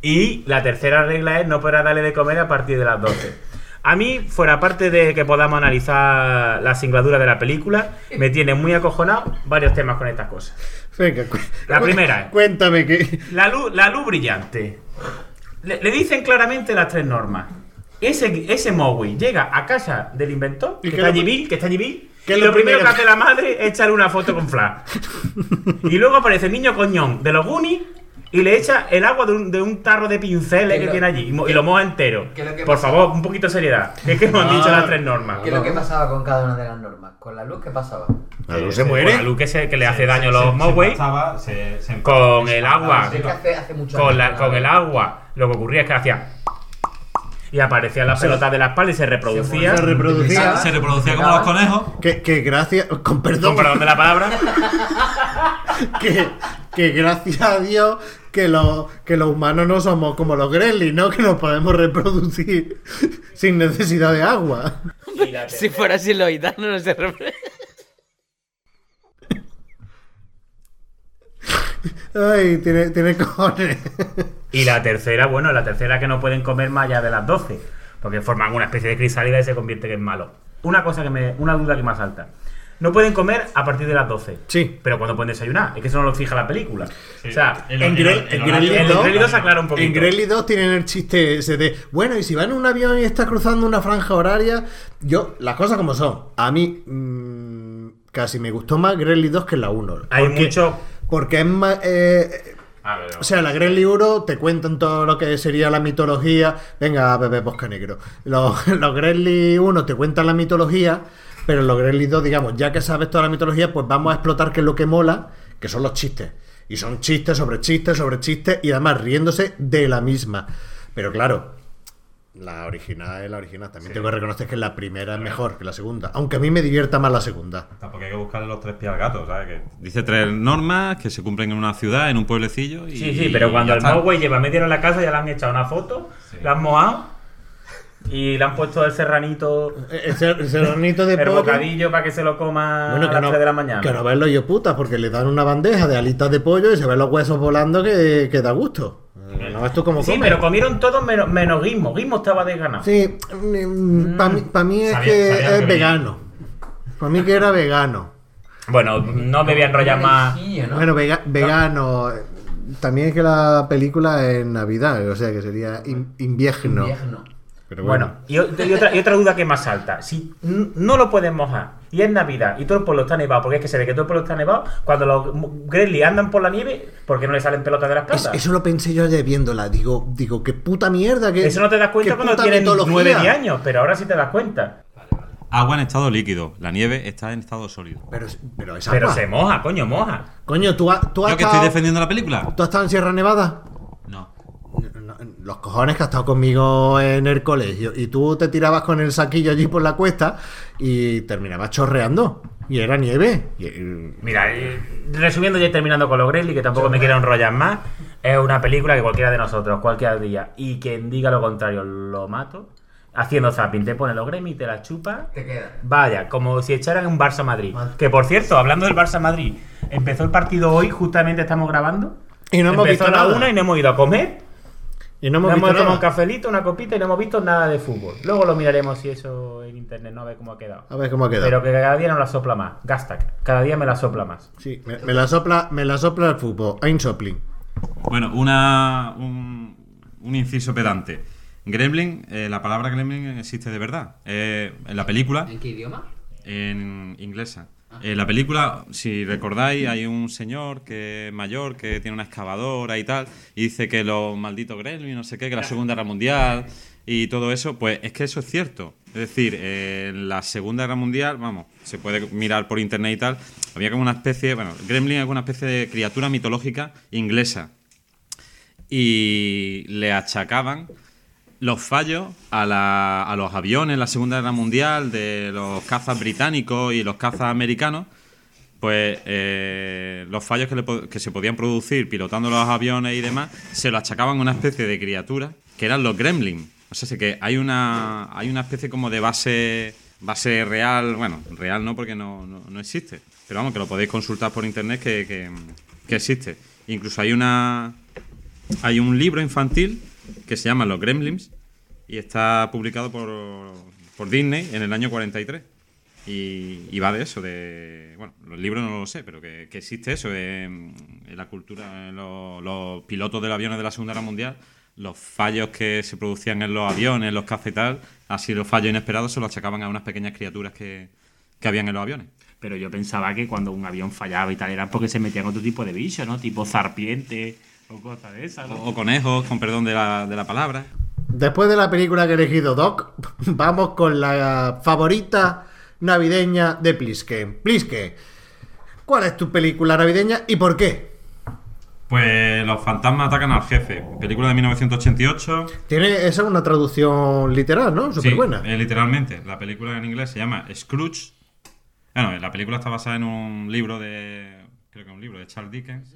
Y la tercera regla es no podrás darle de comer a partir de las 12. A mí, fuera parte de que podamos analizar la singladura de la película, me tiene muy acojonado varios temas con estas cosas.
Venga, cu-
La
cu-
primera. eh.
Cuéntame que.
La luz, la luz brillante. Le, le dicen claramente las tres normas. Ese, ese Mowi llega a casa del inventor, que
¿Y qué
está
lo-
allí Bill, que está allí Bill,
qué
y
es lo
lo primero que
primero?
hace la madre es echarle una foto con Flash. Y luego aparece el niño coñón de los Goonies y le echa el agua de un, de un tarro de pinceles
Que
que
lo-
tiene allí y mo- y lo moja entero.
que lo que
Por
pasa-
favor, un poquito de seriedad. que Es que hemos
No,
dicho las tres normas.
¿Qué es lo que pasaba con cada una de las normas? ¿Con la luz qué pasaba?
La luz
Eh,
se
Con la
muere.
luz que, se- que le hace daño a los Mogwai. Con el agua.
Sé Ah, que hace, hace mucho
con, la-
daño,
con
¿no?
el agua, lo que ocurría es que hacía. Y aparecían las pelotas de la espalda y se reproducía.
Se reproducía.
Se
Se reproducía como los conejos.
Que, que gracias. Con
Con
perdón.
perdón de la palabra.
Que, que gracias a Dios que, lo, que los humanos no somos como los gremlins, ¿no? Que nos podemos reproducir sin necesidad de agua.
Y la Si fuera así lo gitano no se repre-
Ay, tiene, tiene cojones.
Y la tercera, bueno, la tercera que no pueden comer más allá de las 12. Porque forman una especie de crisálida y se convierte en malo. Una cosa que me. Una duda que me asalta. No pueden comer a partir de las 12.
Sí.
Pero cuando pueden desayunar. Es que eso no lo fija la película. O sea,
El-
en
el-
Grey-
el
en
horario-
Grey
en
Lilo-
los créditos se aclara un poquito.
En Gremlins 2 tienen el chiste ese de, bueno, y si va en un avión y está cruzando una franja horaria, yo, las cosas como son, a mí mm, casi me gustó más Gremlins 2 que la 1.
Hay mucho.
Porque es más... eh,
A ver,
o sea, la Gremlins 1 te cuentan todo lo que sería la mitología. Venga, bebé bosque negro. Los, los Gremlins 1 te cuentan la mitología, pero los Gremlins 2, digamos, ya que sabes toda la mitología, pues vamos a explotar que es lo que mola, que son los chistes. Y son chistes sobre chistes sobre chistes y además riéndose de la misma. Pero claro, la original es la original. También tengo que reconocer que la primera es mejor que la segunda. Aunque a mí me divierta más la segunda.
Tampoco hay que buscarle los tres pies al gato, ¿sabes? Que dice tres normas que se cumplen en una ciudad, en un pueblecillo. Y
Sí, sí, pero cuando
ya
el
está.
Mogwai lleva media hora en la casa ya le han echado una foto, le han mojado y le han puesto el serranito,
Eh, El, cer- el serranito de
el
pollo.
bocadillo para que se lo coma
Bueno,
a
que
las
no,
3 de la mañana.
que no ven los putas porque le dan una bandeja de alitas de pollo y se ven los huesos volando que, que da gusto. Eh, No ves tú cómo
sí,
comen.
pero comieron todos menos, menos Gizmo. Gizmo estaba desganado.
Sí, para mí, pa' mí es
Mm. Sabía-
que
sabía
es
que venía.
vegano. Para mí que era vegano.
Bueno, no me voy a enrollar más.
Conejillo, ¿no?
Bueno, vega- vegano. eh, También es que la película es Navidad, o sea que sería in- invierno.
Invierno.
Pero
Bueno, y, o- y otra, y otra duda que más salta. Si n- no lo pueden mojar y es Navidad y todo el pueblo está nevado, porque es que se ve que todo el pueblo está nevado, cuando los Gremlins andan por la nieve, ¿por qué no le salen pelotas de las
Es-
patas?
eso lo pensé yo ayer viéndola. Digo, digo, qué puta mierda. Que,
Eso no te das cuenta
qué
cuando
puta
tienes
mitología.
9 10 años, pero ahora sí te das cuenta.
Agua en estado líquido, la nieve está en estado sólido.
Pero, es- pero es
Pero
agua.
se moja, coño, moja.
Coño, tú, ha- tú has
¿Yo que estoy
estado-
defendiendo la película?
¿Tú has estado en Sierra Nevada?
No.
No, Los cojones que has estado conmigo en el colegio y tú te tirabas con el saquillo allí por la cuesta y terminabas chorreando y era nieve. Y- y-
Mira, eh, resumiendo y terminando con los Gremlins, que tampoco me quiero enrollar más, es una película que cualquiera de nosotros, cualquier día, y quien diga lo contrario, lo mato, haciendo zapping, te pone los Gremlins, te la chupa,
Te queda.
Vaya, como si echaran un Barça Madrid. Que por cierto, hablando del Barça Madrid, empezó el partido hoy, justamente estamos grabando.
Y no hemos
Empezó
visto
a la
nada.
una y no hemos ido a comer.
y no
No
hemos
hemos,
visto
tomado un
nada.
cafelito, una copita y no hemos visto nada de fútbol. Luego lo miraremos si eso en internet no a ver cómo ha quedado.
A ver cómo ha quedado.
Pero que cada día no la sopla más. Gastag, cada día me la sopla más.
Sí, me, me la sopla, me la sopla el fútbol. Ein Sopling.
Bueno, una, un, un inciso pedante. Gremlin, eh, la palabra gremlin existe de verdad. Eh, en la película,
¿En qué idioma?
en inglesa. En Eh, la película, si recordáis, hay un señor que mayor que tiene una excavadora y tal, y dice que los malditos gremlins, no sé qué, que la Segunda Guerra Mundial y todo eso, pues es que eso es cierto. Es decir, eh, en la Segunda Guerra Mundial, vamos, se puede mirar por internet y tal, había como una especie, bueno, gremlin es una especie de criatura mitológica inglesa y le achacaban los fallos a, la- a los aviones en la Segunda Guerra Mundial de los cazas británicos y los cazas americanos, pues eh, los fallos que, le po- que se podían producir pilotando los aviones y demás, se lo achacaban a una especie de criatura que eran los gremlin. O sea, sé que hay una, hay una especie como de base, base real, bueno, real no porque no, no- no existe, pero vamos, que lo podéis consultar por internet que, que- que existe. Incluso hay una. Hay un libro infantil que se llama Los Gremlins y está publicado por, por Disney en el año 43. Y, y va de eso, de. Bueno, los libros no lo sé, pero que, que existe eso, de, mm, en la cultura, en los, los pilotos del avión de la Segunda Guerra Mundial, los fallos que se producían en los aviones, en los cafetal, así los fallos inesperados se los achacaban a unas pequeñas criaturas que, que habían en los aviones.
Pero yo pensaba que cuando un avión fallaba y tal era porque se metían otro tipo de bichos, ¿no? Tipo zarpiente o cosas de esas,
O,
¿no?
o conejos, con perdón de la, de la palabra.
Después de la película que he elegido Doc, vamos con la favorita navideña de Pliske. Pliske, ¿cuál es tu película navideña y por qué?
Pues Los fantasmas atacan al jefe, película de 1988.
Tiene esa es una traducción literal, ¿no? Súper buena.
Sí, eh, literalmente. La película en inglés se llama Scrooge. Bueno, la película está basada en un libro de. Creo que un libro de Charles Dickens.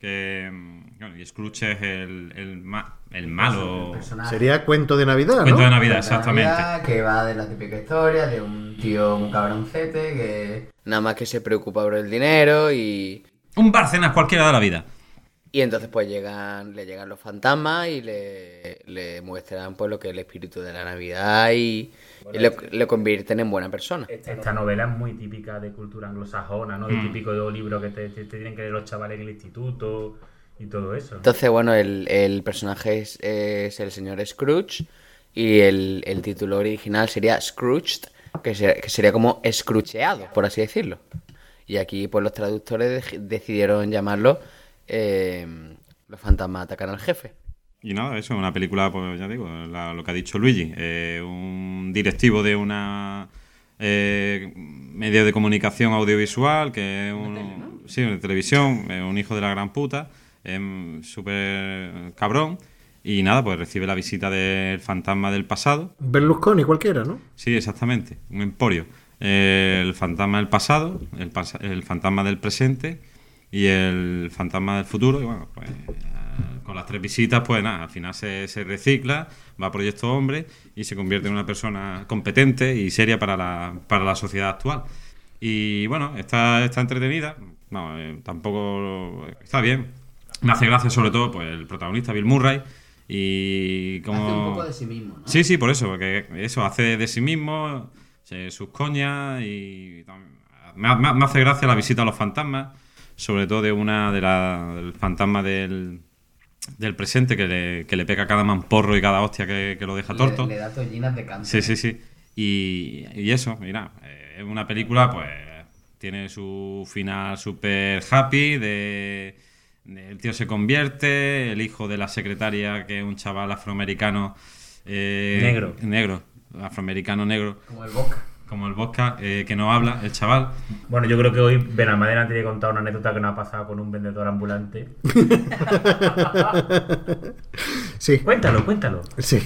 Que. mm, Bueno, y Scrooge es el, el, ma- el malo.
Sería cuento de Navidad,
Cuento de
¿no?
Navidad,
Cuento de
exactamente.
Navidad, Que va de la típica historia de un tío, un cabroncete, que.
Nada más que se preocupa por el dinero y.
Un Barcenas cualquiera de la vida.
Y entonces pues llegan, le llegan los fantasmas y le, le muestran pues lo que es el espíritu de la Navidad y, y le,
este
le convierten en buena persona.
Esta, esta novela es muy típica de cultura anglosajona, ¿no?
Hmm.
De típico libro que te, te- te tienen que leer los chavales en el instituto y todo eso. ¿no?
Entonces, bueno, el, el personaje es, es el señor Scrooge y el, el título original sería Scrooged, que, se- que sería como escrucheado, por así decirlo. Y aquí, pues los traductores dej- decidieron llamarlo eh, Los fantasmas atacan al jefe.
Y nada, eso, una película, pues ya digo, la- lo que ha dicho Luigi, eh, un directivo de una eh, medio de comunicación audiovisual, que es un, sí, de televisión, eh, un hijo de la gran puta, em, súper cabrón, y nada, pues recibe la visita del fantasma del pasado,
Berlusconi cualquiera, ¿no?
Sí, exactamente, un emporio. Eh, el fantasma del pasado, el, pas- el fantasma del presente y el fantasma del futuro. Y bueno, pues ah, con las tres visitas, pues nada, al final se, se recicla, va a Proyecto Hombre y se convierte en una persona competente y seria para la, para la sociedad actual. Y bueno, está, está entretenida, no, eh, tampoco está bien. Me hace gracia sobre todo pues, el protagonista, Bill Murray, y como...
Hace un poco de sí mismo, ¿no?
Sí, sí, por eso, porque eso hace de, de sí mismo se- sus coñas y tam- me, ha- me ha- me hace gracia la visita a los fantasmas, sobre todo de una de la, del fantasma del, del presente que le, que le pega cada mamporro y cada hostia que, que lo deja torto.
Le, le da tollinas de cáncer.
Sí, sí, sí. Y, y eso, mira, eh, es una película, pues, tiene su final super happy, de, de el tío se convierte, el hijo de la secretaria, que es un chaval afroamericano... eh,
Negro.
Negro, afroamericano negro,
Como el boca.
como el Bosca, eh, que no habla, el chaval.
Bueno, yo creo que hoy Benalmádena tiene que contar una anécdota que nos ha pasado con un vendedor ambulante.
Sí,
cuéntalo, cuéntalo.
sí.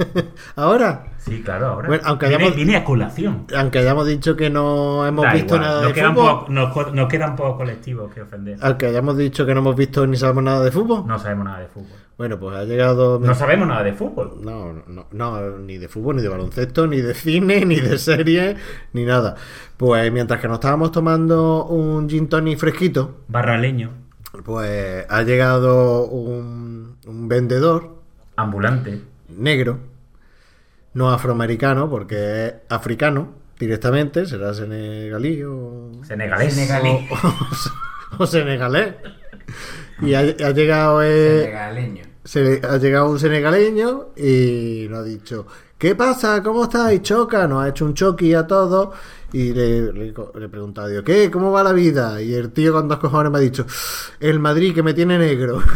Ahora,
Sí, claro, ahora.
Bueno, aunque
viene,
hayamos-
viene a colación.
aunque hayamos dicho que no hemos
Da
visto
igual,
nada
nos,
de
quedan
fútbol,
pocos- nos co- nos quedan pocos colectivos que ofender.
aunque hayamos dicho que no hemos visto ni sabemos nada de fútbol,
No sabemos nada de fútbol.
bueno, pues ha llegado... mi-
No sabemos nada de fútbol.
No, no, no, ni de fútbol, ni de baloncesto, ni de cine, ni de series, ni nada. Pues mientras que nos estábamos tomando un gin tonic fresquito,
Barraleño,
pues ha llegado un, un vendedor
ambulante.
negro, no afroamericano, porque es africano directamente, será senegalí o,
Senegalés.
Senegalí.
o- o senegalés. Y ha, ha llegado... eh,
Senegaleño.
Se le- ha llegado un senegaleño y nos ha dicho, ¿qué pasa? ¿Cómo estáis? Choca, nos ha hecho un choqui a todos y le, le, co- le he preguntado, digo, ¿qué? ¿Cómo va la vida? Y el tío con dos cojones me ha dicho, el Madrid que me tiene negro.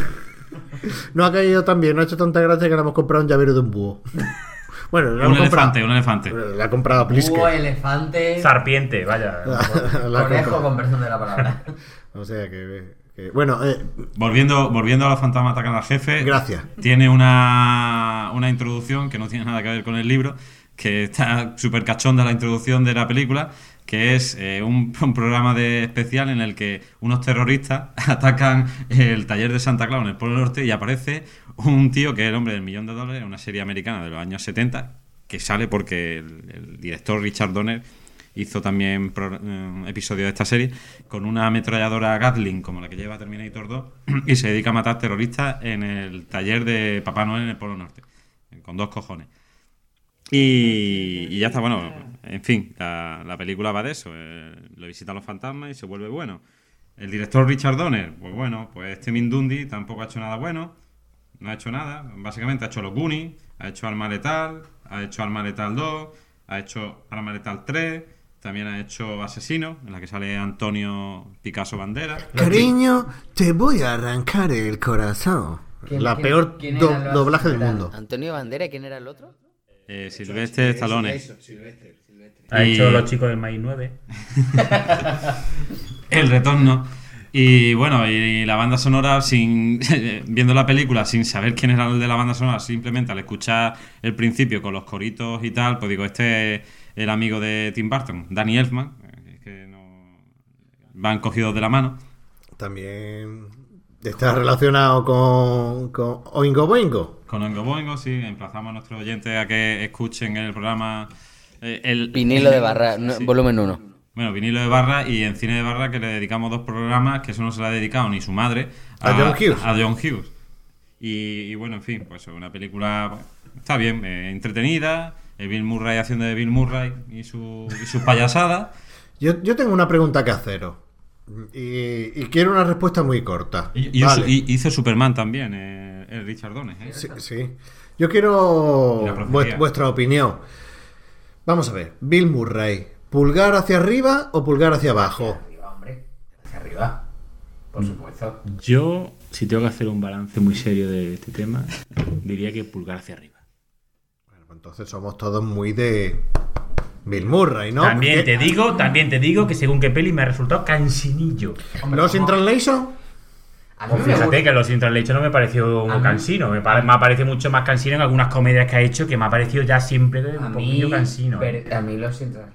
no ha caído tan bien, no ha hecho tanta gracia que le hemos comprado un llavero de un búho. bueno, le
un
hemos comprado-
elefante, un elefante.
Le ha comprado a Pliske.
Búho, elefante.
Este. Sarpiente, vaya.
Le ha
Conejo,
comprado.
con perdón de la palabra.
O sea que... que- bueno, eh,
Volviendo, volviendo a los fantasmas atacan al jefe.
Gracias.
Tiene una, una introducción que no tiene nada que ver con el libro, que está súper cachonda la introducción de la película, que es eh, un, un programa de especial en el que unos terroristas atacan el taller de Santa Claus en el Polo Norte y aparece un tío que es el hombre del millón de dólares, una serie americana de los años 70, que sale porque el, el director Richard Donner hizo también pro- eh, episodio de esta serie, con una ametralladora Gatling, como la que lleva Terminator 2, y se dedica a matar terroristas en el taller de Papá Noel en el Polo Norte, con dos cojones. Y, y ya está, bueno, en fin, la, la película va de eso, eh, lo visitan los fantasmas y se vuelve bueno. El director Richard Donner, pues bueno, pues Tim Dundi tampoco ha hecho nada bueno, no ha hecho nada, básicamente ha hecho los Goonies, ha hecho Arma Letal, ha hecho Arma Letal 2, ha hecho Arma Letal 3, también ha hecho Asesino, en la que sale Antonio Picasso Bandera.
Cariño, te voy a arrancar el corazón.
¿Quién-
la
quién-
peor
quién
do-
eran los-
doblaje del
eran-
mundo.
Antonio Bandera, ¿quién era el otro?
Eh, Silvestre Stallone.
Ha
Y-
hecho los chicos del Maíz 9.
El retorno. Y bueno, y la banda sonora, sin viendo la película, sin saber quién era el de la banda sonora, simplemente al escuchar el principio con los coritos y tal, pues digo, este es el amigo de Tim Burton, Danny Elfman, eh, es que no... van cogidos de la mano.
También está relacionado con, con Oingo Boingo.
Con Oingo Boingo, sí, emplazamos a nuestros oyentes a que escuchen el programa... eh, el
Vinilo de barra, no,
Sí.
volumen 1.
Bueno, vinilo de barra y en cine de barra que le dedicamos dos programas que eso no se le ha dedicado ni su madre
A John Hughes.
a John Hughes. Y, y bueno, en fin, pues una película bueno, está bien, eh, entretenida, eh, Bill Murray haciendo de Bill Murray y su, y su payasada.
Yo, yo tengo una pregunta que haceros. Y, y quiero una respuesta muy corta.
Y, y
Vale.
hizo- y hizo Superman también, eh, el Richard Donner. ¿eh?
Sí, sí. Yo quiero
La profecía.
vuest- vuestra opinión. Vamos a ver, Bill Murray, ¿pulgar hacia arriba o pulgar hacia abajo?
Arriba, hombre. Hacia arriba. Por supuesto.
Yo, si tengo que hacer un balance muy serio de este tema, diría que pulgar hacia arriba.
Bueno, pues entonces somos todos muy de Bill Murray, ¿no?
también
Porque-
te digo, también te digo que según qué peli me ha resultado cansinillo.
¿Los in Translation?
A mí
Pues
me gusta.
fíjate que los Intralecho no me pareció
A mí-
cansino, me, pare- me ha parecido mucho más cansino en algunas comedias que ha hecho que me ha parecido ya siempre
A
un
mí,
poquillo cansino. ¿eh?
per- a mí los intran-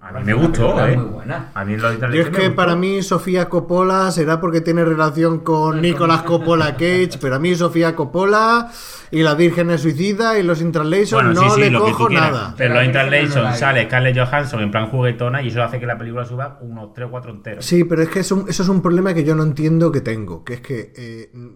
A mí me gustó,
película
¿eh?
Muy buena.
A mí los
Yo
Intralecho
es
me
que
gustó.
para mí Sofía Coppola será porque tiene relación con Nicolas Coppola Cage, pero a mí Sofía Coppola y la Virgen es suicida y los in Translation
Bueno,
no
sí, sí,
le
lo que tú
cojo
quieras.
nada.
Pero
Pero
los
la película no la
Intralecho
vi.
sale Scarlett Johansson en plan juguetona y eso hace que la película suba unos 3 o 4 enteros.
Sí, pero es que es un- eso es un problema que yo no entiendo que tengo, que es que eh, no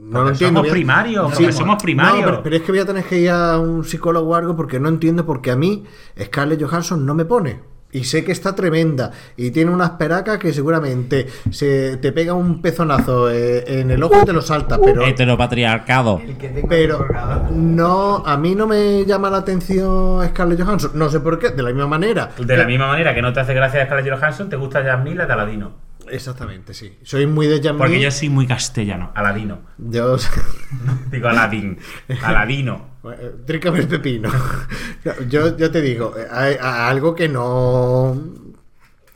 lo
Porque
entiendo.
somos
voy a-
primarios, porque somos primarios.
No, pero, pero es que voy a tener que ir a un psicólogo o algo porque no entiendo porque a mí Scarlett Johansson no me pone. Y sé que está tremenda y tiene unas peracas que seguramente se te pega un pezonazo eh, en el ojo y te lo salta, pero
Heteropatriarcado.
El que tengo
pero
colgado.
no a mí no me llama la atención Scarlett Johansson, no sé por qué, de la misma manera.
De la misma manera que no te hace gracia Scarlett Johansson, te gusta Jasmine la de Aladino.
Exactamente, sí. Soy muy de Jan
Porque
Mee.
yo soy muy castellano. Aladino.
Yo-
Digo Aladín. Aladino.
Bueno, eh, Trícame el pepino. No, Yo, yo te digo, eh, hay- a- algo que no.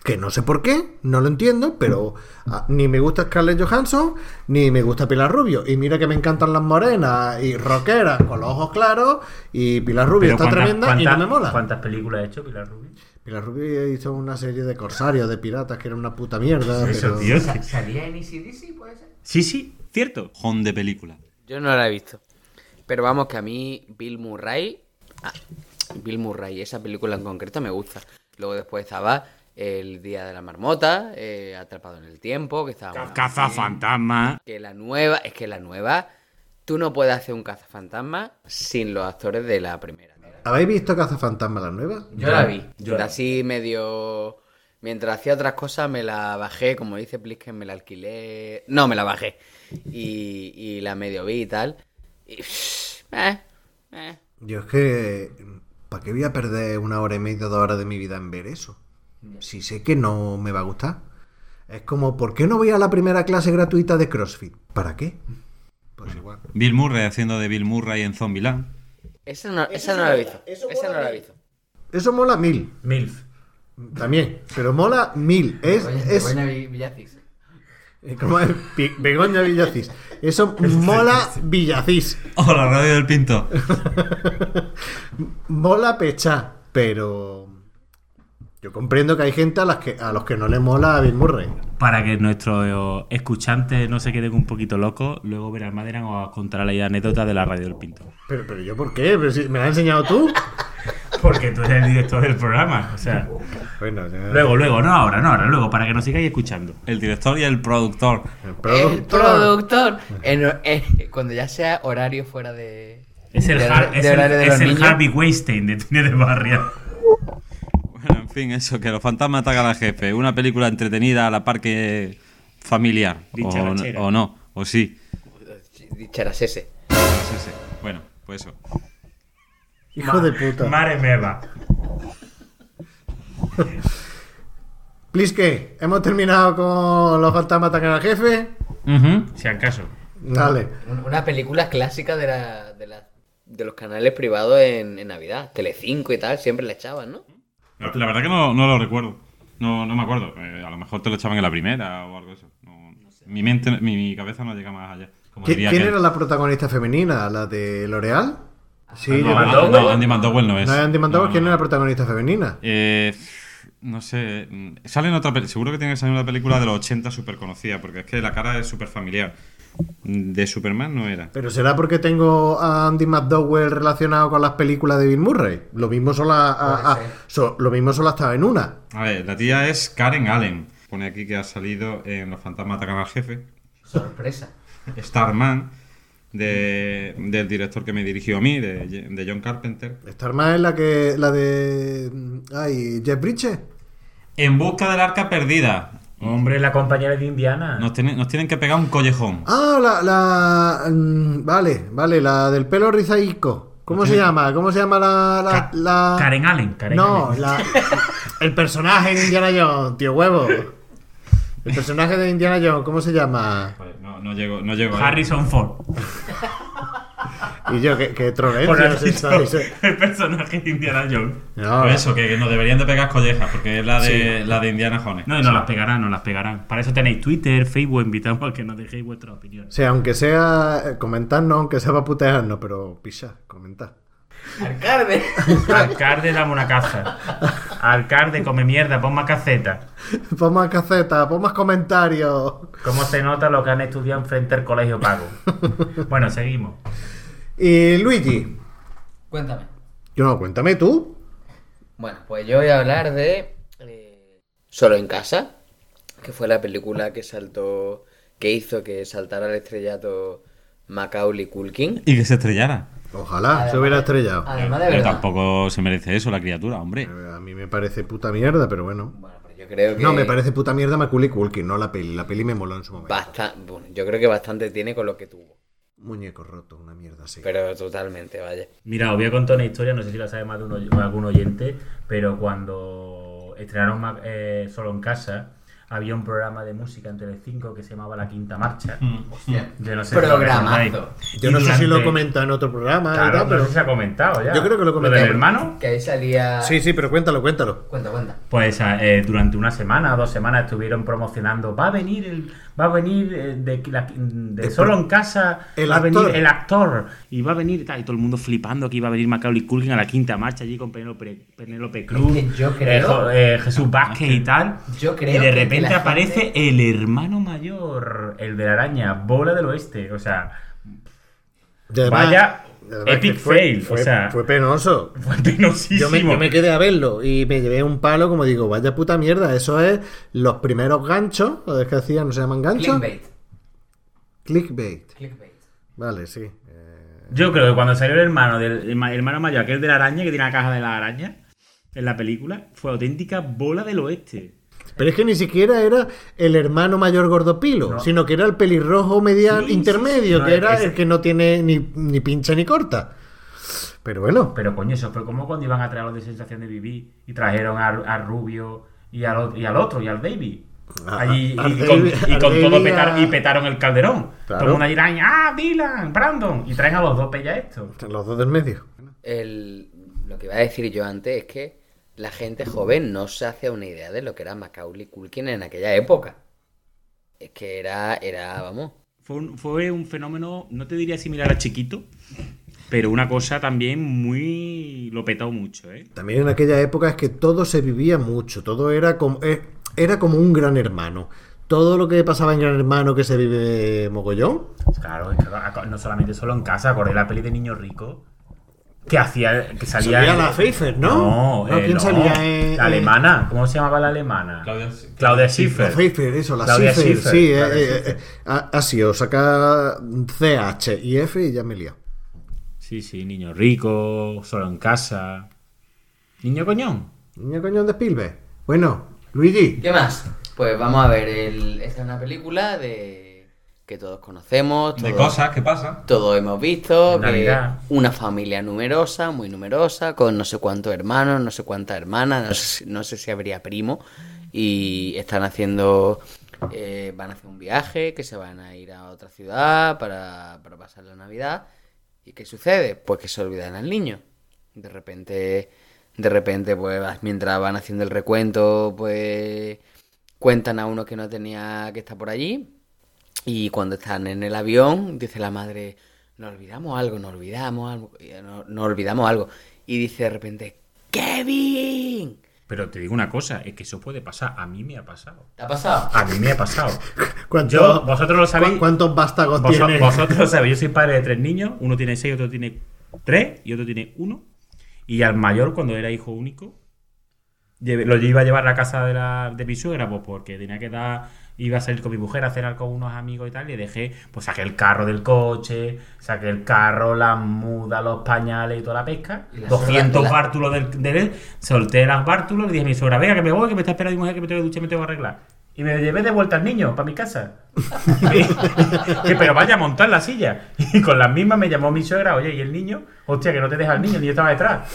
que no sé por qué, no lo entiendo, pero ah, ni me gusta Scarlett Johansson, ni me gusta Pilar Rubio. Y mira que me encantan las morenas y rockeras con los ojos claros, y Pilar Rubio
Pero
está
¿cuántas-
tremenda y
cuántas-
no me mola.
¿Cuántas películas ha hecho Pilar Rubio?
Pilar Rubio hizo una serie de corsarios, de piratas, que era una puta mierda. pero-
Sa- ¿Salía en E ECDC, puede ser?
Sí, sí, cierto.
Jón de película.
Yo no la he visto. Pero vamos, que a mí Bill Murray. ah, Bill Murray, esa película en concreto me gusta. Luego después estaba El Día de la Marmota, eh, Atrapado en el Tiempo, que estaba.
Cazafantasma.
Que la nueva, es que la nueva, tú no puedes hacer un cazafantasma sin los actores de la primera.
¿Habéis visto Cazafantasma la nueva?
Yo la vi.
Yo la-
Así medio. Mientras hacía otras cosas me la bajé, como dice Plisken, me la alquilé. No, me la bajé. Y, y la medio vi y tal. Y. eh, eh.
Yo es que. ¿Para qué voy a perder una hora y media, dos horas de mi vida en ver eso? Si sé que no me va a gustar. Es como, ¿por qué no voy a la primera clase gratuita de CrossFit? ¿Para qué? Pues igual.
Bill Murray haciendo de Bill Murray en Zombieland.
Esa no, esa no la he visto. Esa no la he visto.
Eso mola mil,
MILF.
también. Pero mola mil. Es.
Begoña-
es
Begoña Vi- Villacís.
¿Cómo es? Pi- Begoña Villacís. Eso mola Villacís.
¡Oh, la radio del Pinto!
Mola pechá, pero. Yo comprendo que hay gente a, las que, a los que no les mola Bill Murray.
Para que nuestros escuchantes no se queden un poquito locos, luego Verán Madera os contará la anécdota de la radio del Pinto.
Pero, pero yo, ¿por qué? Pero si ¿Me la has enseñado tú?
Porque tú eres el director del programa, o sea.
Bueno, ya-
Luego, luego, no ahora, no ahora, luego, para que nos sigáis escuchando.
El director y el productor.
El
El
productor.
productor. En- en- cuando ya sea horario fuera de.
Es el,
de-
Har-
de
es el-
horario de
es
los
el
niños.
Harvey Weinstein de Cine de Barrio.
Eh, Bueno, en fin, eso, que los fantasmas atacan al jefe. Una película entretenida a la par que familiar. O,
Dicharachera.
o no, o sí.
Dicharas ese.
Sí, sí. Bueno, pues eso.
Hijo de puta.
Mare meva.
Pliske, hemos terminado con los fantasmas atacan al jefe.
Si acaso.
Dale.
Un- Una película clásica de, la, de, la- de los canales privados en, en Navidad. Telecinco y tal, siempre la echaban, ¿no?
La, la verdad que no, no lo recuerdo. No, no me acuerdo. Eh, a lo mejor te lo echaban en la primera o algo de eso. No- Mi mente, mi, mi cabeza no llega más allá. Como
¿Qui-
diría
¿Quién
aquel.
era la protagonista femenina? ¿La de L'Oreal? Sí, yo
No,
creo-
no, no, Andy McDowell no es.
No, Andy Mandaba,
No,
¿quién
no.
era la protagonista femenina?
Eh, no sé. mm, Sale en otra peli- Seguro que tiene que salir una película de los 80 súper conocida, porque es que la cara es súper familiar. Mm, De Superman no era.
Pero será porque tengo a Andy McDowell relacionado con las películas de Bill Murray. Lo mismo solo, ha- ha- ha-
Puede ser.
so- lo mismo solo ha estado en una.
A ver, la tía es Karen Allen. Pone aquí que ha salido en Los Fantasmas Atacan al Jefe.
Sorpresa.
Starman, de- del director que me dirigió a mí, de, de John Carpenter.
Starman es la que. la de. mm, Ay, Jeff Bridges.
En busca del arca perdida.
Hombre, la compañera de Indiana.
Nos, tiene- nos tienen que pegar un collejón.
Ah, la. la mm, vale, vale, la del pelo rizaico. ¿Cómo se llama? ¿Cómo se llama la. la,
Ca-
la-
Karen Allen, Karen
No,
Allen.
la, el personaje de Indiana Jones, tío huevo. El personaje de Indiana Jones, ¿cómo se llama?
Joder, No, no llego, no llego. ahí.
Harrison Ford.
Y yo, que, que
Por
trolencias
así
estáis, eh.
el personaje de Indiana Jones.
No,
Pues eso, que, que nos deberían de pegar collejas, porque es la de, la de Indiana Jones.
No, y no las pegarán, no las pegarán. Para eso tenéis Twitter, Facebook, invitamos a que nos dejéis vuestras
O
opiniones.
sea, aunque sea eh, comentarnos, aunque sea para putearnos, pero pisa, comentar.
Alcalde.
Alcalde, dame una caza. Alcalde, come mierda, pon más caseta.
Pon más cacetas, pon más comentarios.
¿Cómo se nota lo que han estudiado enfrente del colegio pago? Bueno, seguimos.
Y Luigi,
Cuéntame.
yo no, cuéntame tú.
Bueno, pues yo voy a hablar de eh, Solo en casa, que fue la película que saltó, que hizo que saltara al estrellato Macaulay Culkin.
Y que se estrellara.
Ojalá se hubiera estrellado.
Además de
Pero
verdad.
tampoco se merece eso la criatura, hombre.
A mí me parece puta mierda, pero bueno.
Bueno, pero yo creo que
No, me parece puta mierda Macaulay Culkin, no la peli. La peli me moló en su momento.
basta- bueno, yo creo que bastante tiene con lo que tuvo.
Muñeco roto, una mierda así.
Pero totalmente, vaya.
Mira, os voy a contar una historia, no sé si la sabe más de un oy- algún oyente, pero cuando estrenaron Ma- eh, Solo en Casa, había un programa de música en Telecinco que se llamaba La Quinta Marcha. Yo no sé si lo recordáis.
Programazo.
Yo
Y
no sé si lo he
durante-
comentado en otro programa, y
Claro,
tal,
no
pero...
sé si se ha comentado ya.
Yo creo que lo he comentado.
del hermano?
Que ahí salía.
Sí, sí, pero cuéntalo, cuéntalo.
Cuenta, cuenta.
Pues eh, durante una semana, dos semanas estuvieron promocionando. Va a venir el, va a venir eh, de, la- de
El
solo
pro-
en casa.
el
va a venir
actor.
el actor y va a venir tal, y todo el mundo flipando que iba a venir Macaulay Culkin a la quinta marcha allí con Penélope, Penélope Cruz,
Es que yo
eh,
creo-
Jo- eh, Jesús Vázquez y tal.
Yo creo
y
que
de
la
repente
gente-
aparece el hermano mayor, el de la araña, bola del oeste, o sea,
Y además-
Vaya
y además
epic
que fue-
fail, o
fue-
sea-
Fue penoso.
fue penosísimo.
Yo me, yo me quedé a verlo y me llevé un palo, como digo, vaya puta mierda. Eso es los primeros ganchos, o es que hacían, no se llaman ganchos.
Clickbait.
Clickbait.
Clickbait.
Vale, sí. Eh,
Yo creo que cuando salió el hermano del el ma- hermano mayor, aquel de la araña, que tiene la caja de la araña, en la película, fue auténtica bola del oeste.
Pero es que ni siquiera era el hermano mayor gordopilo,
No.
sino que era el pelirrojo medial
Sí, sí,
intermedio,
sí, no,
que era
es-
el que no tiene ni, ni pincha ni corta. Pero bueno,
Pero coño, eso fue como cuando iban a traer a los de sensación de vivir y trajeron a, a Rubio y al, o- y al otro, y al David.
A-
Allí, y,
Ah, al
con,
Davey-
y
al
con
Davey
todo
a-
petaron, y petaron el calderón.
Claro.
Todo el mundo allí, ¡ah, Dylan! ¡Brandon! Y traen a los dos pella esto.
los dos del medio.
El- lo que iba a decir yo antes es que la gente joven no se hace una idea de lo que era Macaulay Culkin en aquella época. Es que era, era, vamos.
Fue un, fue un fenómeno, no te diría similar a Chiquito, pero una cosa también muy... lo petó mucho, ¿eh?
También en aquella época es que todo se vivía mucho, todo era como, eh, era como un gran hermano. Todo lo que pasaba en Gran Hermano que se vive mogollón,
Claro, es que no solamente solo en casa, acordé la peli de Niño Rico. que hacía que salía
Salía la Pfeiffer, ¿no?
no,
No,
eh,
¿quién
no.
salía, eh,
la
eh?
alemana cómo se llamaba la alemana
Claudia-
Claudia
La
Schiffer
Pfeiffer, eso, la
Claudia
Schiffer,
Schiffer,
sí, eh,
Claudia
eh,
Schiffer.
eh, ha, ha sido saca CH y F y ya me he liado.
sí sí niño rico solo en casa niño coñón
Niño coñón de Spielberg. Bueno, Luigi,
¿Qué más? Pues vamos a ver, el- esta es una película de que todos conocemos,
De
todos-
cosas que pasan.
Todos hemos visto que
Navidad.
una familia numerosa, muy numerosa, con no sé cuántos hermanos, no sé cuántas hermanas, no sé, si- no sé si habría primo, y están haciendo, eh, van a hacer un viaje, que se van a ir a otra ciudad para, para pasar la Navidad. ¿Y qué sucede? Pues que se olvidan al niño. De repente, de repente, pues mientras van haciendo el recuento, pues cuentan a uno que no tenía que estar por allí, y cuando están en el avión, dice la madre, nos olvidamos algo, nos olvidamos algo, y, eh, no- nos olvidamos algo. Y dice de repente, ¡Kevin!
pero te digo una cosa es que eso puede pasar a mí me ha pasado
¿Te ha pasado?
a mí me ha pasado
¿cuánto-
yo vosotros lo sabéis
¿cu- ¿cuántos vástagos
Vos-
tienes?
Vosotros lo sabéis, yo soy padre de tres niños, uno tiene seis, otro tiene tres y otro tiene uno. Y al mayor, cuando era hijo único, lleve- lo iba a llevar a la casa de, la, de mi suegra, pues porque tenía que dar, iba a salir con mi mujer a cenar con unos amigos y tal, y dejé, pues saqué el carro del coche, saqué el carro, las mudas, los pañales y toda la pesca,
Y la
200
suegra- la-
bártulos del, del- solté las bártulos, le dije a mi suegra, venga que me voy, que me está esperando mi mujer, que me tengo que duchar, me tengo que arreglar. Y me llevé de vuelta al niño, para mi casa. Que, pero vaya a montar la silla. Y con las mismas me llamó mi suegra, oye, y el niño, hostia, que no te deja el niño, el niño estaba detrás.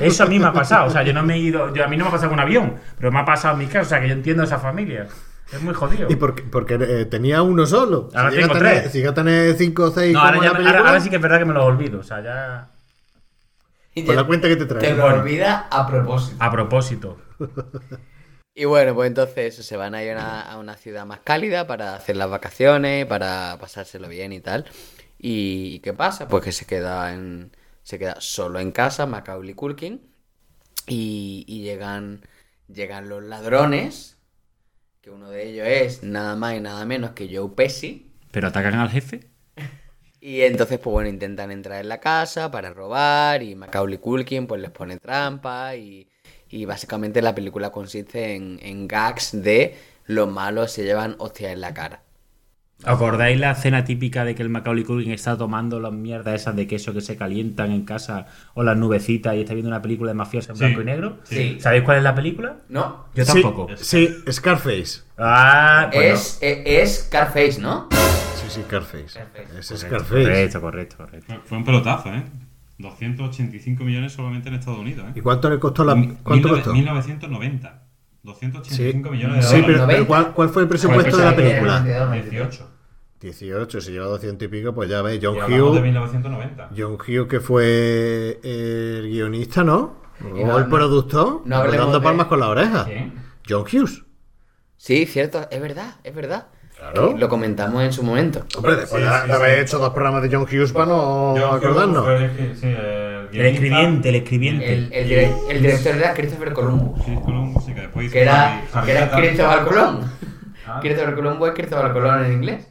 Eso a mí me ha pasado, o sea, yo no me he ido, yo, a mí no me ha pasado con un avión, pero me ha pasado en mi casa, o sea, que yo entiendo a esa familia. Es muy jodido.
Y porque, porque eh, tenía uno solo.
Ahora
si llega
tengo
a tener,
tres.
Si llega a tener cinco o seis
No,
como
ahora, ya-
en la
ahora-
película,
ahora sí que es verdad que me los olvido, o sea, ya
Y
con
ya-
la cuenta que te
Te
trae.
lo olvida a propósito.
a propósito.
Y bueno, pues entonces eso, se van a ir a una, a una ciudad más cálida para hacer las vacaciones, para pasárselo bien y tal. ¿Y, qué pasa? Pues que se queda en, se queda solo en casa, Macaulay Culkin, y, y llegan, llegan los ladrones, que uno de ellos es nada más y nada menos que Joe Pesci.
¿Pero atacan al jefe?
Y entonces, pues bueno, intentan entrar en la casa para robar y Macaulay Culkin pues les pone trampa y, y básicamente la película consiste en, en gags de los malos se llevan hostias en la cara.
¿Acordáis la cena típica de que el Macaulay Culkin está tomando las mierdas esas de queso que se calientan en casa o las nubecitas y está viendo una película de mafiosos en
Sí.
blanco y negro?
Sí.
¿Sabéis cuál es la película?
¿No?
Yo
Sí,
tampoco.
Sí, Scarface.
Ah, bueno.
Es, e- es, Carface, ¿no?
Sí, sí, Scarface.
Scarface.
Es Scarface.
Correcto, correcto, correcto.
Fue- Fue un pelotazo, ¿eh? 285 millones solamente en Estados Unidos,
¿Y
¿eh?
cuánto le costó la.?
Mil-
¿Cuánto
mil-
costó?
1990. 285 millones de
Sí,
dólares.
pero, pero
90.
¿cuál, cuál fue el presupuesto
Pues,
de la
sí,
película?
18.
18, si lleva 200 y pico, pues ya ves,
Y
John
hablamos de
Hughes.
1990.
John Hughes, que fue eh, el guionista, ¿no? O
no-
el productor,
no hablemos
dando
de-
palmas con la oreja.
¿Quién?
John Hughes.
Sí, cierto, es verdad, es verdad.
Claro.
Eh, Lo comentamos en su momento.
Hombre, después de, de haber hecho dos programas de John Hughes para no
John Hughes
acordarnos.
fue el que- sí, el
El escribiente, el escribiente.
El, el direc- el director era Christopher Columbus,
Chris Columbus, y que después hizo
que era,
Javier
que era
Tarantino.
Cristóbal Colón.
Ah.
Christopher Columbus es Cristóbal Colón en inglés.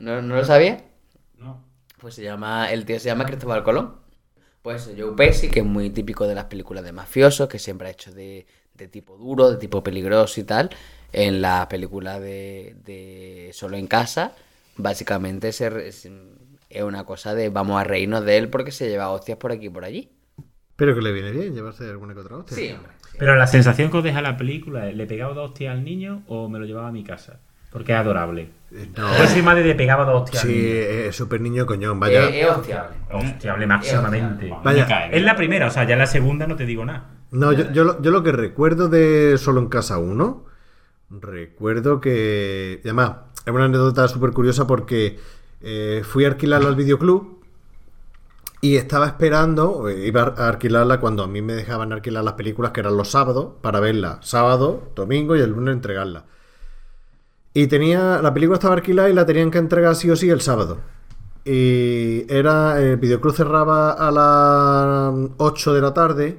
¿No, no lo sabía?
No.
Pues se llama, el tío se llama Cristóbal Colón. Pues Joe Pesci, que es muy típico de las películas de mafiosos, que siempre ha hecho de, de tipo duro, de tipo peligroso y tal. En la película de, de Solo en Casa, básicamente se re- es es una cosa de vamos a reírnos de él porque se lleva hostias por aquí y por allí.
Pero que le viene bien llevarse alguna que otra hostia.
Sí, hombre. sí.
Pero la sensación que os deja la película es, ¿le pegaba dos hostias al niño o me lo llevaba a mi casa? Porque es adorable.
Eh, No.
Yo soy madre de pegaba dos hostias al
Sí,
niño.
eh, super niño coñón, vaya.
Eh, eh, hostia, vale.
Hostiable máximamente.
Vaya.
Me cae bien.
Es la primera, o sea, ya en la segunda no te digo nada.
No,
eh.
yo, yo, lo, yo lo que recuerdo de Solo en Casa 1, recuerdo que. y además, es una anécdota súper curiosa porque eh, fui a alquilarla al videoclub y estaba esperando, eh, iba a alquilarla cuando a mí me dejaban alquilar las películas, que eran los sábados, para verla sábado, domingo y el lunes entregarla. Y tenía. La película estaba alquilada y la tenían que entregar sí o sí el sábado. Y era. El videoclub cerraba a las 8 de la tarde.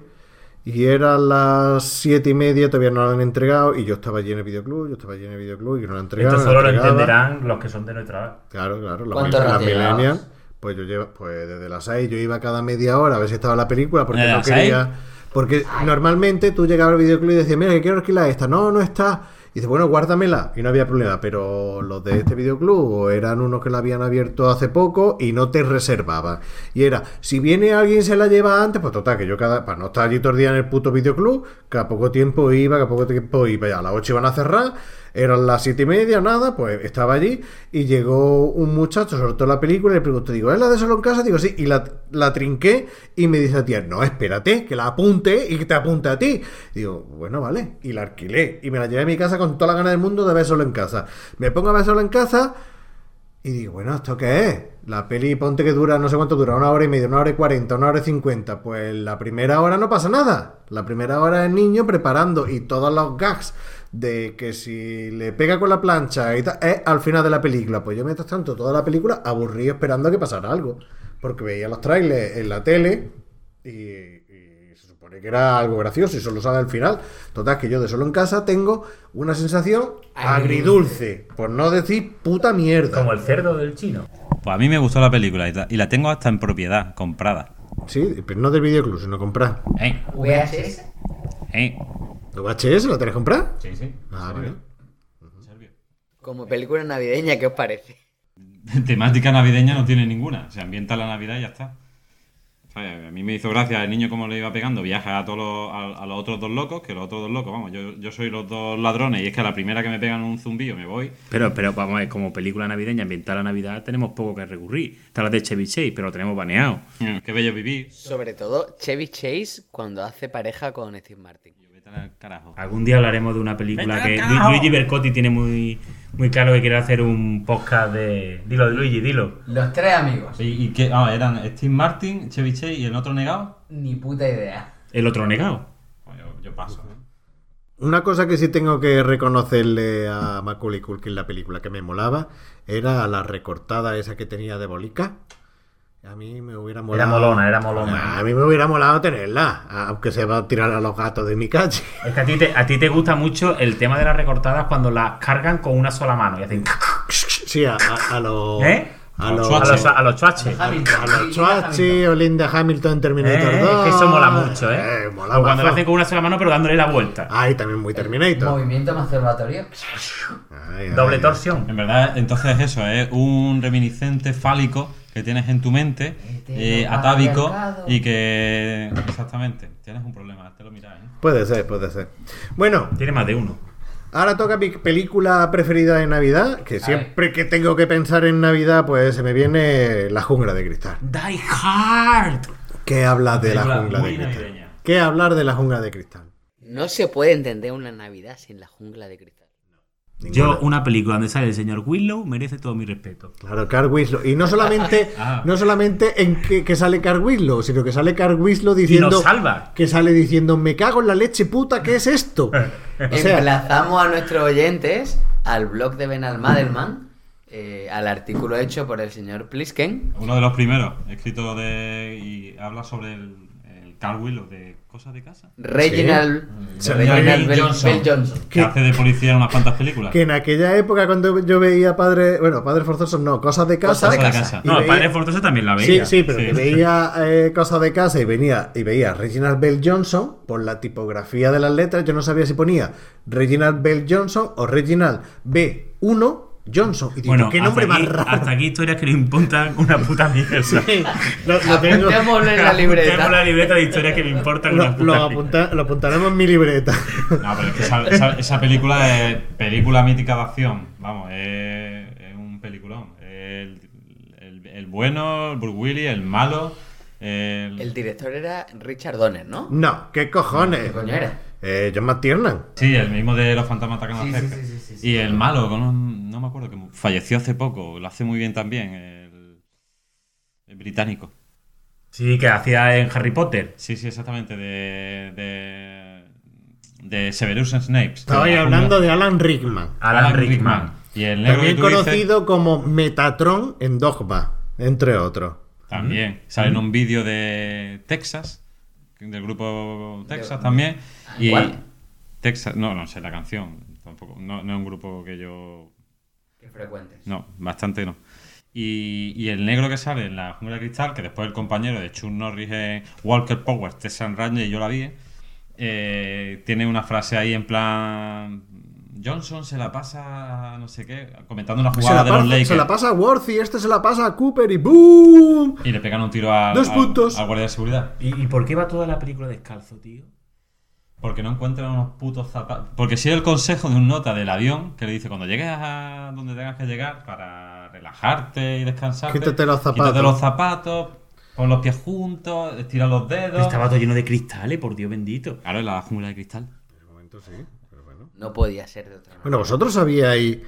Y era las 7 y media, todavía no la han entregado. Y yo estaba allí en el videoclub, yo estaba allí en el videoclub y no la entregaban.
Esto
no la
solo lo
entregaban.
entenderán los que son de nuestra edad.
Claro, claro,
¿Cuánto
las, las
rato llevabas?
millennials. Pues yo llevo, pues desde las 6 yo iba cada media hora a ver si estaba la película porque
¿Desde
no
las seis?
quería. Porque normalmente tú llegabas al videoclub y decías, mira, que quiero alquilar esta. No, no está. Y dices, bueno, guárdamela. Y no había problema. Pero los de este videoclub eran unos que la habían abierto hace poco y no te reservaban. Y era, si viene alguien se la lleva antes, pues total, que yo cada. Para no estar allí todo el día en el puto videoclub, que a poco tiempo iba, que a poco tiempo iba. Ya a las 8 iban a cerrar. Eran las siete y media, nada, pues estaba allí y llegó un muchacho, soltó la película y le preguntó, digo, ¿es la de solo en casa? Digo, sí, y la, la trinqué y me dice la tía, no, espérate, que la apunte y que te apunte a ti. Digo, bueno, vale, y la alquilé y me la llevé a mi casa con toda la gana del mundo de ver solo en casa. Me pongo a ver solo en casa y digo, bueno, ¿esto qué es? La peli, ponte que dura, no sé cuánto dura, una hora y media, una hora y cuarenta, una hora y cincuenta. Pues la primera hora no pasa nada. La primera hora es niño preparando y todos los gags de que si le pega con la plancha y tal, es al final de la película. Pues yo mientras tanto, toda la película aburrido esperando a que pasara algo. Porque veía los trailers en la tele y, y se supone que era algo gracioso y solo sale al final. Total, que yo de solo en casa tengo una sensación agridulce. Por no decir puta mierda.
Como el cerdo del chino.
Pues a mí me gustó la película y, ta- y la tengo hasta en propiedad, comprada.
Sí, pero no del videoclub, sino comprar.
Eh,
¿VHS?
eh.
¿Lo VHS lo tenés comprar?
Sí, sí.
Ah, vale.
Como película navideña, ¿qué os parece?
Temática navideña no tiene ninguna. Se ambienta la Navidad y ya está. ¿Sabes? A mí me hizo gracia el niño como le iba pegando. Viaja a todos los, a, a los otros dos locos, que los otros dos locos, vamos, yo, yo soy los dos ladrones y es que a la primera que me pegan un zumbido me voy.
Pero, pero vamos a ver, como película navideña ambientada a la Navidad, tenemos poco que recurrir. Está la de Chevy Chase, pero lo tenemos baneado.
Mm, Qué bello vivir.
Sobre todo Chevy Chase cuando hace pareja con Steve Martin.
Yo, vete al carajo.
Algún día hablaremos de una película que Lu- Luigi Bercotti tiene muy, muy claro que quiere hacer un podcast de. Dilo, Luigi, dilo.
Los tres amigos.
¿Y, y qué? Ah, eran Steve Martin, Chevy Chase y el otro negado.
Ni puta idea.
El otro negado.
Pues Yo, yo paso.
Una cosa que sí tengo que reconocerle a Macaulay Culkin la película que me molaba era la recortada esa que tenía de bolica. A mí me hubiera molado. Ah,
molona, era molona.
A mí me hubiera molado tenerla, aunque se va a tirar a los gatos de mi calle.
Es que a ti, te, a ti te gusta mucho el tema de las recortadas cuando las cargan con una sola mano y hacen.
Sí, a, a- a los.
¿Eh?
A los.
A los, a los chuaches.
Hamilton.
A los
sí,
Schwarzenegger, o Linda Hamilton Terminator
Eh,
2.
es que eso mola mucho, ¿eh?
Eh, mola
O cuando lo
mazo.
hacen con una sola mano pero dándole la vuelta.
Ay, también muy
Hamilton.
Terminator.
Movimiento masturbatorio.
Ay, ay,
Doble
ay.
torsión.
En verdad, entonces eso, es un reminiscente fálico que tienes en tu mente, eh, atávico,
Heteropatriarcado.
y que... Exactamente, tienes un problema, te lo miras, ¿eh?
Puede ser, puede ser. Bueno,
Tiene más de uno.
Ahora toca mi película preferida de Navidad, que siempre que tengo que pensar en Navidad, pues se me viene La jungla de cristal.
Die Hard.
¿Qué hablas de La
Película
jungla de
muy
cristal?
navideña.
¿Qué hablar de La jungla de cristal?
No se puede entender una Navidad sin la jungla de cristal.
Yo,
Ninguna.
una película donde sale el señor Willow merece todo mi respeto.
Claro, Carl Winslow. Y no solamente,
Ah.
no solamente en que, que sale Carl Winslow, sino que sale Carl Winslow diciendo...
Y nos salva.
Que sale diciendo, me cago en la leche puta, ¿qué es esto? O sea,
Emplazamos a nuestros oyentes al blog de Benalmadelman, eh, al artículo hecho por el señor Plisken.
Uno de los primeros, escrito de. y habla sobre el, el Carl Willow de cosas de casa.
Reginald,
Sí.
Reginald
Señor
Bell
Johnson.
Bell Johnson.
Que hace de policía en unas cuantas películas.
que en aquella época cuando yo veía padres... Bueno, padres forzosos no, cosas de casa.
Cosas de
Cosas
casa.
Y
No, el
veía-
padre Fortosa también la
Sí,
veía.
sí, pero que
Sí.
veía eh, cosas de casa y venía y veía Reginald Bell Johnson por la tipografía de las letras. Yo no sabía si ponía Reginald Bell Johnson o Reginald B1 Johnson. Y digo,
Bueno,
qué nombre
hasta,
más
aquí,
raro.
hasta aquí historias que no importan una puta mierda.
Lo, lo tengo-
Apuntémoslo en la
Tengo
libreta.
la libreta de historias que me importan
lo-
una puta
lo
mierda.
apunta- lo apuntaremos en mi libreta.
No, pero es que esa, esa- esa película es película mítica de acción. Vamos, es, es un peliculón. El, el- el bueno, el Bruce Willis, el malo. El,
El director era Richard Donner, ¿no?
No, qué cojones.
¿Qué coño era?
Eh, John McTiernan.
Sí, el mismo de Los Fantasmas Atacan a
Sí,
la
sí,
Cerca.
sí, sí, sí, sí.
Y el malo, con un- no me acuerdo, que falleció hace poco, lo hace muy bien también, el- el británico.
Sí, que hacía en Harry Potter.
Sí, sí, exactamente. De. de. de Severus Snape.
Estaba hablando de Alan Rickman.
Alan, Rickman.
Y el negro
También
que tú dices,
conocido como Metatron en Dogma, entre otros.
también. Sale en un vídeo de Texas. Del grupo Texas también. Y.
¿Cuál?
Texas. No, no sé, la canción. Tampoco. No, no es un grupo que yo.
Qué frecuentes.
No, bastante no. Y, y el negro que sale en la jungla de cristal, que después el compañero de Chuck Norris es Walker Powers, Texan Ranger y yo la vi, eh, tiene una frase ahí en plan. Johnson se la pasa, a no sé qué, comentando una
Se la,
jugada de los
pasa,
Lakers.
se la pasa a Worthy, este se la pasa a Cooper y ¡boom!
Y le pegan un tiro al,
Dos
al-
puntos.
al guardia de seguridad.
¿Y, y por qué va toda la película descalzo, tío?
Porque no encuentran unos putos zapatos. Porque si el consejo de un nota del avión que le dice cuando llegues a donde tengas que llegar para relajarte y descansar.
Quítate los zapatos.
Quítate los zapatos, pon los pies juntos, estira los dedos.
Estaba todo lleno de cristales, por Dios bendito.
Claro, en la jungla de cristal.
No podía ser de otra manera.
Bueno, vosotros sabíais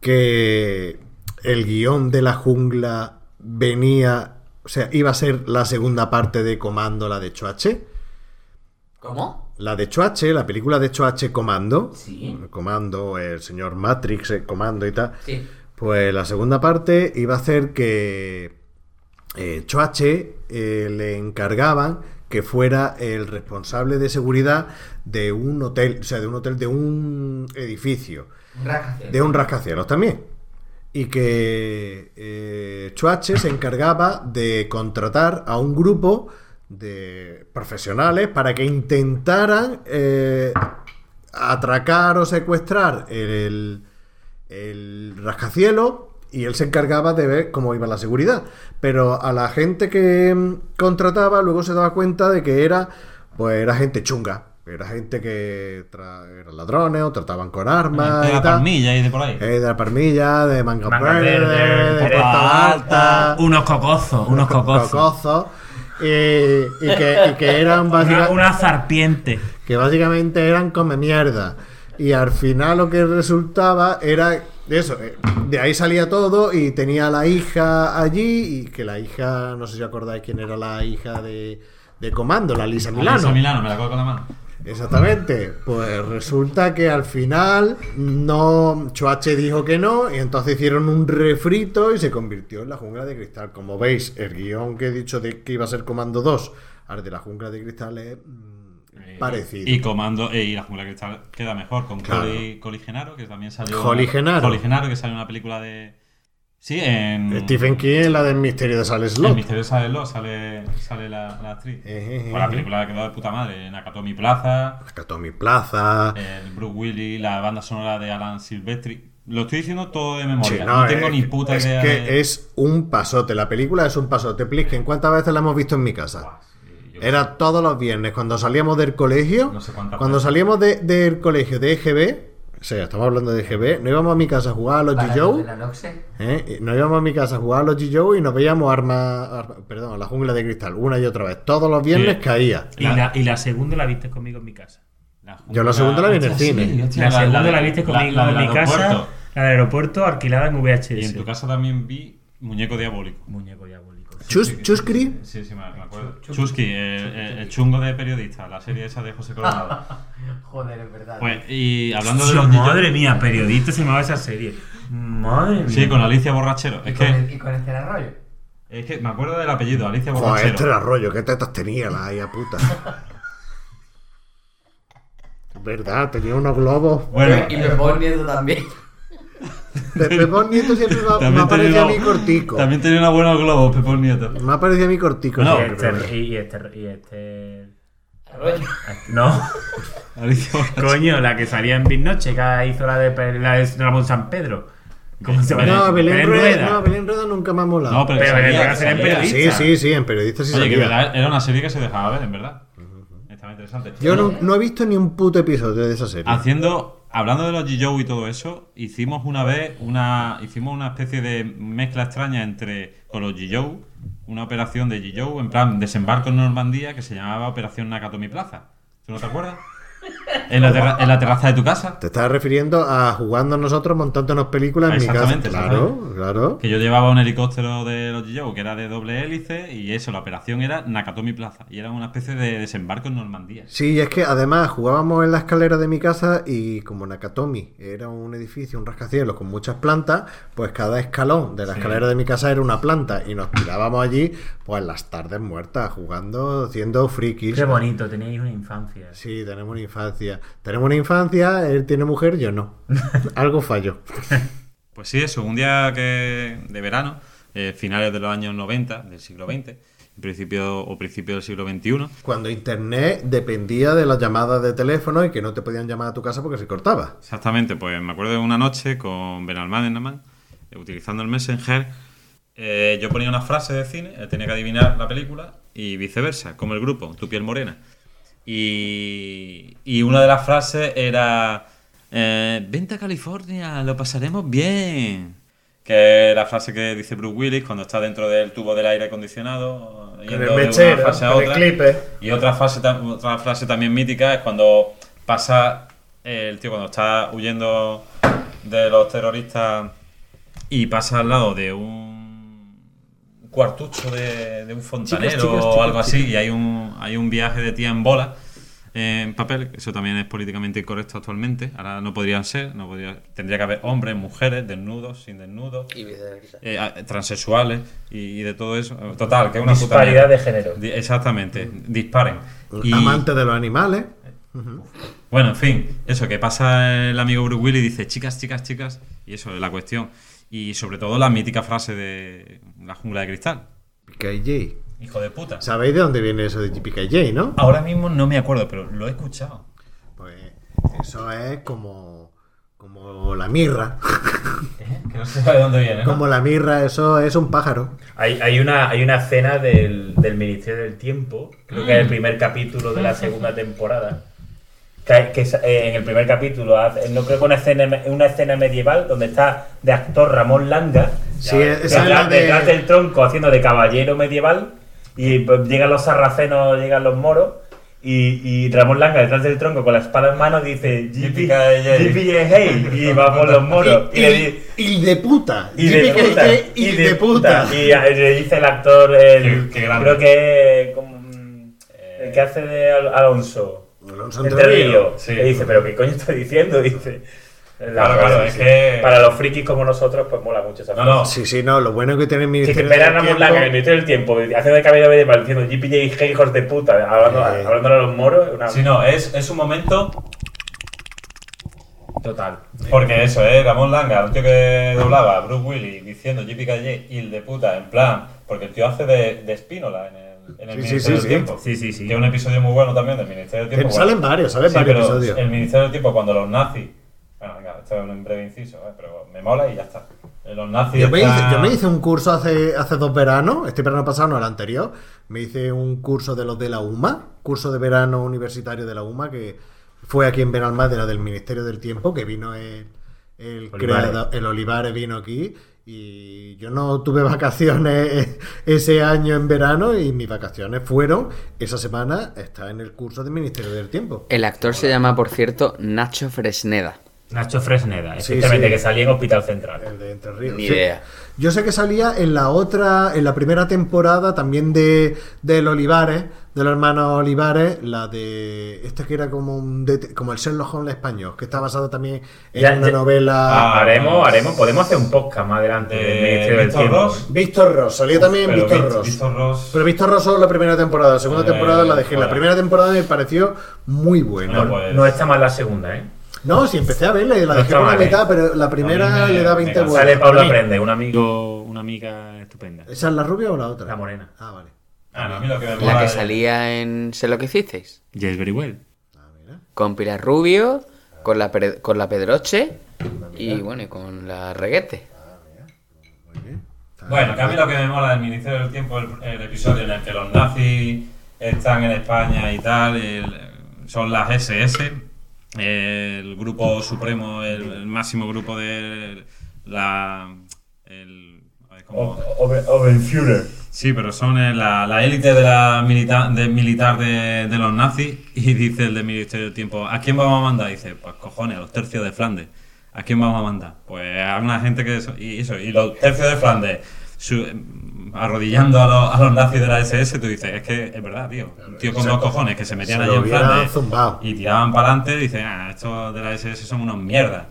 que el guión de la jungla venía, o sea, iba a ser la segunda parte de Comando, la de Choache.
¿Cómo?
La de Choache, la película de Choache Comando.
Sí.
Comando, el señor Matrix, eh, Comando y tal.
Sí.
Pues la segunda parte iba a hacer que eh, Choache eh, le encargaban que fuera el responsable de seguridad de un hotel, o sea, de un hotel, de un edificio,
Rácate.
de un rascacielos también. Y que eh, Choache se encargaba de contratar a un grupo de profesionales para que intentaran eh, atracar o secuestrar el, el rascacielos y él se encargaba de ver cómo iba la seguridad. Pero a la gente que mm, contrataba luego se daba cuenta de que era, pues era gente chunga. Era gente que tra- eran ladrones o trataban con armas.
de
y
la
tal.
palmilla y de por ahí.
Eh, de la parmilla, de manga,
Manga
verde,
verde,
de
copa
costa alta,
Unos cocozos, unos cocozos.
cocozos, eh, y, que, y que eran
Una,
básicamente...
una zarpiente.
que básicamente eran come mierda. Y al final lo que resultaba era eso, eh, de ahí salía todo y tenía a la hija allí y que la hija, no sé si acordáis quién era la hija de, de Comando, la Lisa Milano.
Alisa Milano, me la cojo con la mano.
Exactamente, pues resulta que al final no, Choache dijo que no y entonces hicieron un refrito y se convirtió en la jungla de cristal. Como veis, el guión que he dicho de que iba a ser Comando 2 al de la jungla de cristal es
Eh,
mm, parecido.
Y comando, eh, y la jungla de cristal queda mejor con
Claro.
Coli, Coli Genaro, que también salió.
Coli Genaro.
Coli Genaro, que salió en una película de. Sí, en.
Stephen King es la del misterio de Sales
El
Lot.
misterio sale Lo, sale, sale la, la actriz.
Eh, eh,
Pues la
eh.
película quedó de puta madre. Nakatomi Plaza,
Nakatomi Plaza.
el Bruce Willis, la banda sonora de Alan Silvestri. Lo estoy diciendo todo de
Sí,
memoria.
no,
no, tengo
es-
ni puta
es
idea.
que
de-
es un pasote. La película es un pasote. Plisken, ¿cuántas veces la hemos visto en mi casa? Era todos los viernes, cuando salíamos del colegio.
No sé cuántas
cuando
veces.
salíamos de- del colegio de EGB, o sea, estamos hablando de EGB, no íbamos a mi casa a jugar a los
Para
G-Joe.
lo de la Noxe.
¿eh? Y Nos íbamos a mi casa a jugar a los G-Joe y nos veíamos armas, arma- perdón, a la jungla de cristal, una y otra vez. Todos los viernes
Sí.
caía.
Y la, y la segunda la viste conmigo en mi casa.
La
Yo la segunda la vi en el
Hostia,
cine.
sí, hostia,
La, segunda la,
de-
viste Este conmigo
la- la
en mi
del
casa.
aeropuerto.
La del aeropuerto alquilada en VHS.
Y en tu casa también vi Muñeco Diabólico.
Muñeco diabólico.
Chus, Chuscri,
Sí, sí, me me acuerdo. Chusky, el, el- el chungo de periodista, la serie esa de José Coronado.
Joder, es verdad.
Pues, y hablando de
Hostia,
los
madre
niños-
mía, periodista se llamaba esa serie. Madre mía.
Sí, con Alicia Borrachero.
¿Y,
Es
con
que,
el- y con este arroyo.
es que me acuerdo del apellido, Alicia
Joder, este
Borrachero.
era rollo, qué tetas tenía la hija puta. Es Verdad, tenía unos globos.
Bueno,
y los Bonnieto también.
De Pepón Nieto siempre me, me
También
aparecía
tenía
a mí
una-
cortico.
También tenía una buena globo, Pepón Nieto.
Me aparecía a mí cortico.
No,
Y
siempre, pero
este. Y este, y este...
Ah,
Arroyo.
No,
Alicia Borrachero.
coño, la que salía en Big Noche, que hizo la de, Pe- la de Ramón San Pedro. ¿Cómo se llama?
bueno. No, Belén, Rueda,
Rueda.
no, Belén Rueda nunca me ha molado.
No, pero,
Pero
salía-
Belén Rueda sería en
salía.
periodista.
Sí, sí, sí, en periodistas sí
Oye, que
salía.
verdad, era una serie que se dejaba ver, en verdad. Estaba interesante.
Yo no, no he visto ni un puto episodio de esa serie.
Ah, Haciendo, hablando de los G-Joe y todo eso, hicimos una vez una, hicimos una especie de mezcla extraña entre con los G-Joe, una operación de G-Joe, en plan desembarco en Normandía que se llamaba Operación Nakatomi Plaza. ¿Tú no te acuerdas? En la, terra- en la terraza de tu casa.
Te estás refiriendo a jugando nosotros montándonos películas en mi casa.
Exactamente,
Claro,
exactamente.
claro.
Que yo llevaba un helicóptero de los G-Joe que era de doble hélice y eso, la operación era Nakatomi Plaza y era una especie de desembarco en Normandía.
Sí, es que además jugábamos en la escalera de mi casa y como Nakatomi era un edificio, un rascacielos con muchas plantas, pues cada escalón de la escalera de mi casa era una planta y nos tirábamos allí pues las tardes muertas jugando, haciendo frikis.
Qué bonito, teníais una infancia.
Sí, tenemos una infancia. Tenemos una infancia, él tiene mujer, yo no. Algo falló.
Pues sí, eso, un día que de verano, eh, finales de los años 90, del siglo XX, principio, o principio del siglo XXI,
Cuando internet dependía de las llamadas de teléfono y que no te podían llamar a tu casa porque se cortaba.
Exactamente, pues me acuerdo de una noche con Benalmán en eh, utilizando el Messenger, eh, yo ponía una frase de cine, él tenía que adivinar la película y viceversa, como el grupo, Tu piel morena. Y, y una de las frases era, eh, vente a California, lo pasaremos bien. Que es la frase que dice Bruce Willis cuando está dentro del tubo del aire acondicionado.
Con
yendo
el
de una
mechero,
fase a
con el
otra.
clipe.
Y otra frase, tam- otra frase también mítica es cuando pasa eh, el tío, cuando está huyendo de los terroristas y pasa al lado de un cuartucho de, de un fontanero
Chicos, chicos,
o
chicos,
algo así
chicos.
y hay un, hay un viaje de tía en bola eh, en papel, eso también es políticamente incorrecto actualmente, ahora no podrían ser, no podría, tendría que haber hombres, mujeres, desnudos, sin desnudos,
Y viceversa.
eh, a- transexuales y, y de todo eso. Total, que es una puta
Disparidad
mierda.
de género.
Di- Exactamente,
Mm.
disparen.
Pues
Y-
Amante de los animales.
bueno, en fin, eso, que pasa el amigo Bruce Willis y dice, chicas, chicas, chicas, y eso es la cuestión. Y sobre todo la mítica frase de la jungla de cristal.
PKJ.
Hijo de puta.
¿Sabéis de dónde viene eso de PKJ, no?
Ahora mismo no me acuerdo, pero lo he escuchado.
Pues eso es como, como la mirra.
Que no sé de dónde viene.
Como la mirra, eso es un pájaro.
Hay, hay una, hay una escena del, del Ministerio del Tiempo, creo
Mm.
que es el primer capítulo de
Ah,
la segunda temporada. Que, que es, eh, en el primer capítulo, hace- no creo que una escena, me- una escena medieval donde está de actor Ramón Langa,
Sí,
ya,
esa es
detrás,
la de-
detrás del tronco haciendo de caballero medieval, y pues, llegan los sarracenos, llegan los moros. Y, y Ramón Langa detrás del tronco con la espada en mano dice
Yippee-ki-yay.
hey y vamos los moros y, le di-
y de puta.
y de
PKJ
puta.
y de puta.
Y a- le dice el actor, el,
Qué- qué grande.
creo que como, mm, el que hace de Al- Alonso,
Alonso
el
Entre Ríos.
Río,
sí.
le dice, pero ¿qué coño estoy diciendo? Dice, la-
Claro, claro,
sí,
es
sí.
que-
Para los frikis como nosotros, pues mola mucho esa
No, no.
Sí, sí, no, lo bueno que tiene el
Que
Ministerio
espera
del
Ramón
Tiempo-
Langa, que el Ministerio del Tiempo, haciendo de cabello de mal, diciendo GPJ, hey, hijos de puta, hablando,
Eh.
hablándole a los moros, una...
Si no, es, es un momento...
Total.
Porque eso, ¿eh? Ramón Langa, un tío que doblaba, Bruce Willis, diciendo JPKJ, il de puta, en plan... Porque el tío hace de, de espínola en el, en el
Sí, sí,
Ministerio
sí,
del
sí.
Tiempo.
Sí, sí, sí.
Tiene un episodio muy bueno también del Ministerio del Tiempo.
Eh, salen
Bueno,
varios, salen
Sí,
varios
pero
episodios.
El Ministerio del Tiempo, cuando los nazis. Bueno, venga, esto es un breve inciso, ¿eh? pero me mola y ya está. Eh, Los nazis.
Yo me, hice,
están-
yo me hice un curso hace, hace dos veranos, este verano pasado, no el anterior, me hice un curso de los de la UMA, curso de verano universitario de la UMA, que fue aquí en Benalmádena del Ministerio del Tiempo, que vino el, el
Olivares.
creador, el Olivares vino aquí, y yo no tuve vacaciones ese año en verano, y mis vacaciones fueron esa semana, está en el curso del Ministerio del Tiempo.
El actor se llama, por cierto, Nacho Fresneda.
Nacho Fresneda,
Sí,
exactamente,
sí.
que salía en Hospital Central.
El de Entre Ríos.
Ni
Sí.
idea.
Yo sé que salía en la otra, en la primera temporada también de del Olivares, de los hermanos Olivares, la de esta que era como un det- como el Sherlock Holmes español, que está basado también en
Ya,
una
ya-
novela.
Ah,
haremos, haremos, podemos hacer un podcast más adelante del
Eh,
Ministerio del
Víctor
Tiempo.
Ross.
Víctor Ross, salía también
Pero
Víctor
Víctor-
Ross.
Víctor Ross-
Pero Víctor Ross solo la primera temporada, la segunda
Eh,
temporada la dejé. La
joder.
primera temporada me pareció muy buena.
No,
No,
pues-
No está mal la segunda, ¿eh?
si empecé a verla y
No
la dejé
está
por la
mal, eh.
mitad, pero la primera
me-
le da
me
20
cansé.
vueltas.
Sale Pablo
Para mí.
Aprende, un amigo, una amiga estupenda.
¿Esa es la rubia o la otra?
La morena.
Ah, vale.
Ah, no, a mí lo que me mola
La que
es-
salía en Sé lo que hicisteis.
Yes, very well.
Ah, mira.
Con Pilar Rubio, con la, Pere- con la Pedroche y bueno, y con la Reguete.
Muy bien. Está-
Bueno, que a mí lo que me mola del Ministerio del Tiempo el, el episodio en el que los nazis están en España y tal, el- son las SS, el grupo supremo, el, el máximo grupo de la. El, a ver, ¿cómo?
Obenführer.
Sí, pero son eh, la, la élite de la milita- de militar de, de los nazis y dice el del Ministerio del Tiempo, ¿a quién vamos a mandar? Dice, pues cojones, a los tercios de Flandes. ¿A quién vamos a mandar? Pues a una gente que... eso- y eso, y los tercios de Flandes su- arrodillando a los, a los nazis de la SS, tú dices, es que es verdad, tío. Un tío con dos cojones que se metían
se
allí
lo
en
hubieran
Flandes
zumbado.
y tiraban para adelante, dicen, ah, estos de la SS son unos mierdas.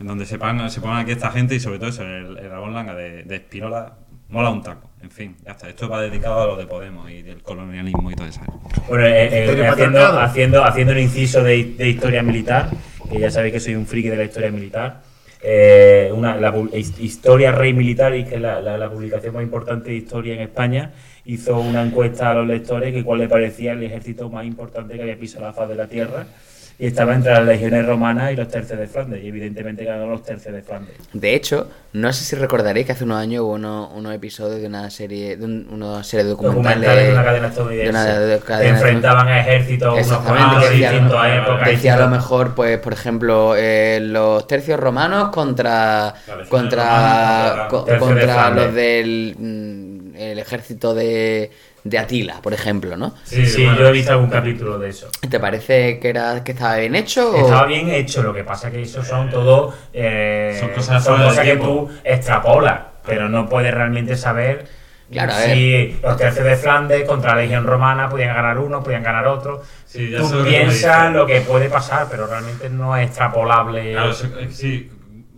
En donde se pongan, se pongan aquí esta gente y sobre todo eso, el, el Ramón Langa de, de Espinola mola un taco. En fin, ya está. Esto va dedicado a lo de Podemos y del colonialismo y todo eso.
Bueno, eh, eh,
Historia
haciendo,
patriarcado.
haciendo, haciendo un inciso de, de historia militar, que ya sabéis que soy un friki de la historia militar. eh, una, la pu- his- Historia Rey Militaris, que es la, la- la publicación más importante de historia en España, hizo una encuesta a los lectores que cuál le parecía el ejército más importante que había pisado la faz de la Tierra. Y estaba entre las legiones romanas y los tercios de Flandes. Y evidentemente ganaron los tercios de Flandes.
De hecho, no sé si recordaréis que hace unos años hubo uno- unos episodios de una serie, de un- una serie de documentales,
Documentales de una cadena estadounidense.
de una- de- de-
Que
cadena-
enfrentaban a ejércitos unos
Exactamente,
cuantos,
decía,
distintas épocas.
decía a lo
distintos-
mejor, pues, por ejemplo, eh, los tercios romanos contra
La legión
contra
romana,
co-
tercio de
contra
Flandes.
los del mm, el ejército de, de Atila, por ejemplo, ¿no?
Sí, sí,
bueno.
yo he visto algún capítulo de eso.
¿Te parece que era que estaba bien hecho?
Oh.
o-
Estaba bien hecho, lo que pasa que eso son todo. eh,
Son cosas
son
fuera del
cosas que
tiempo.
tú extrapolas, pero no puedes realmente saber
Claro, a
si los tercios de Flandes contra la legión romana podían ganar uno, podían ganar otro.
Sí, ya sé
tú
lo que
piensas
me dices.
lo que puede pasar, pero realmente no es extrapolable.
Claro, sí, eh, sí,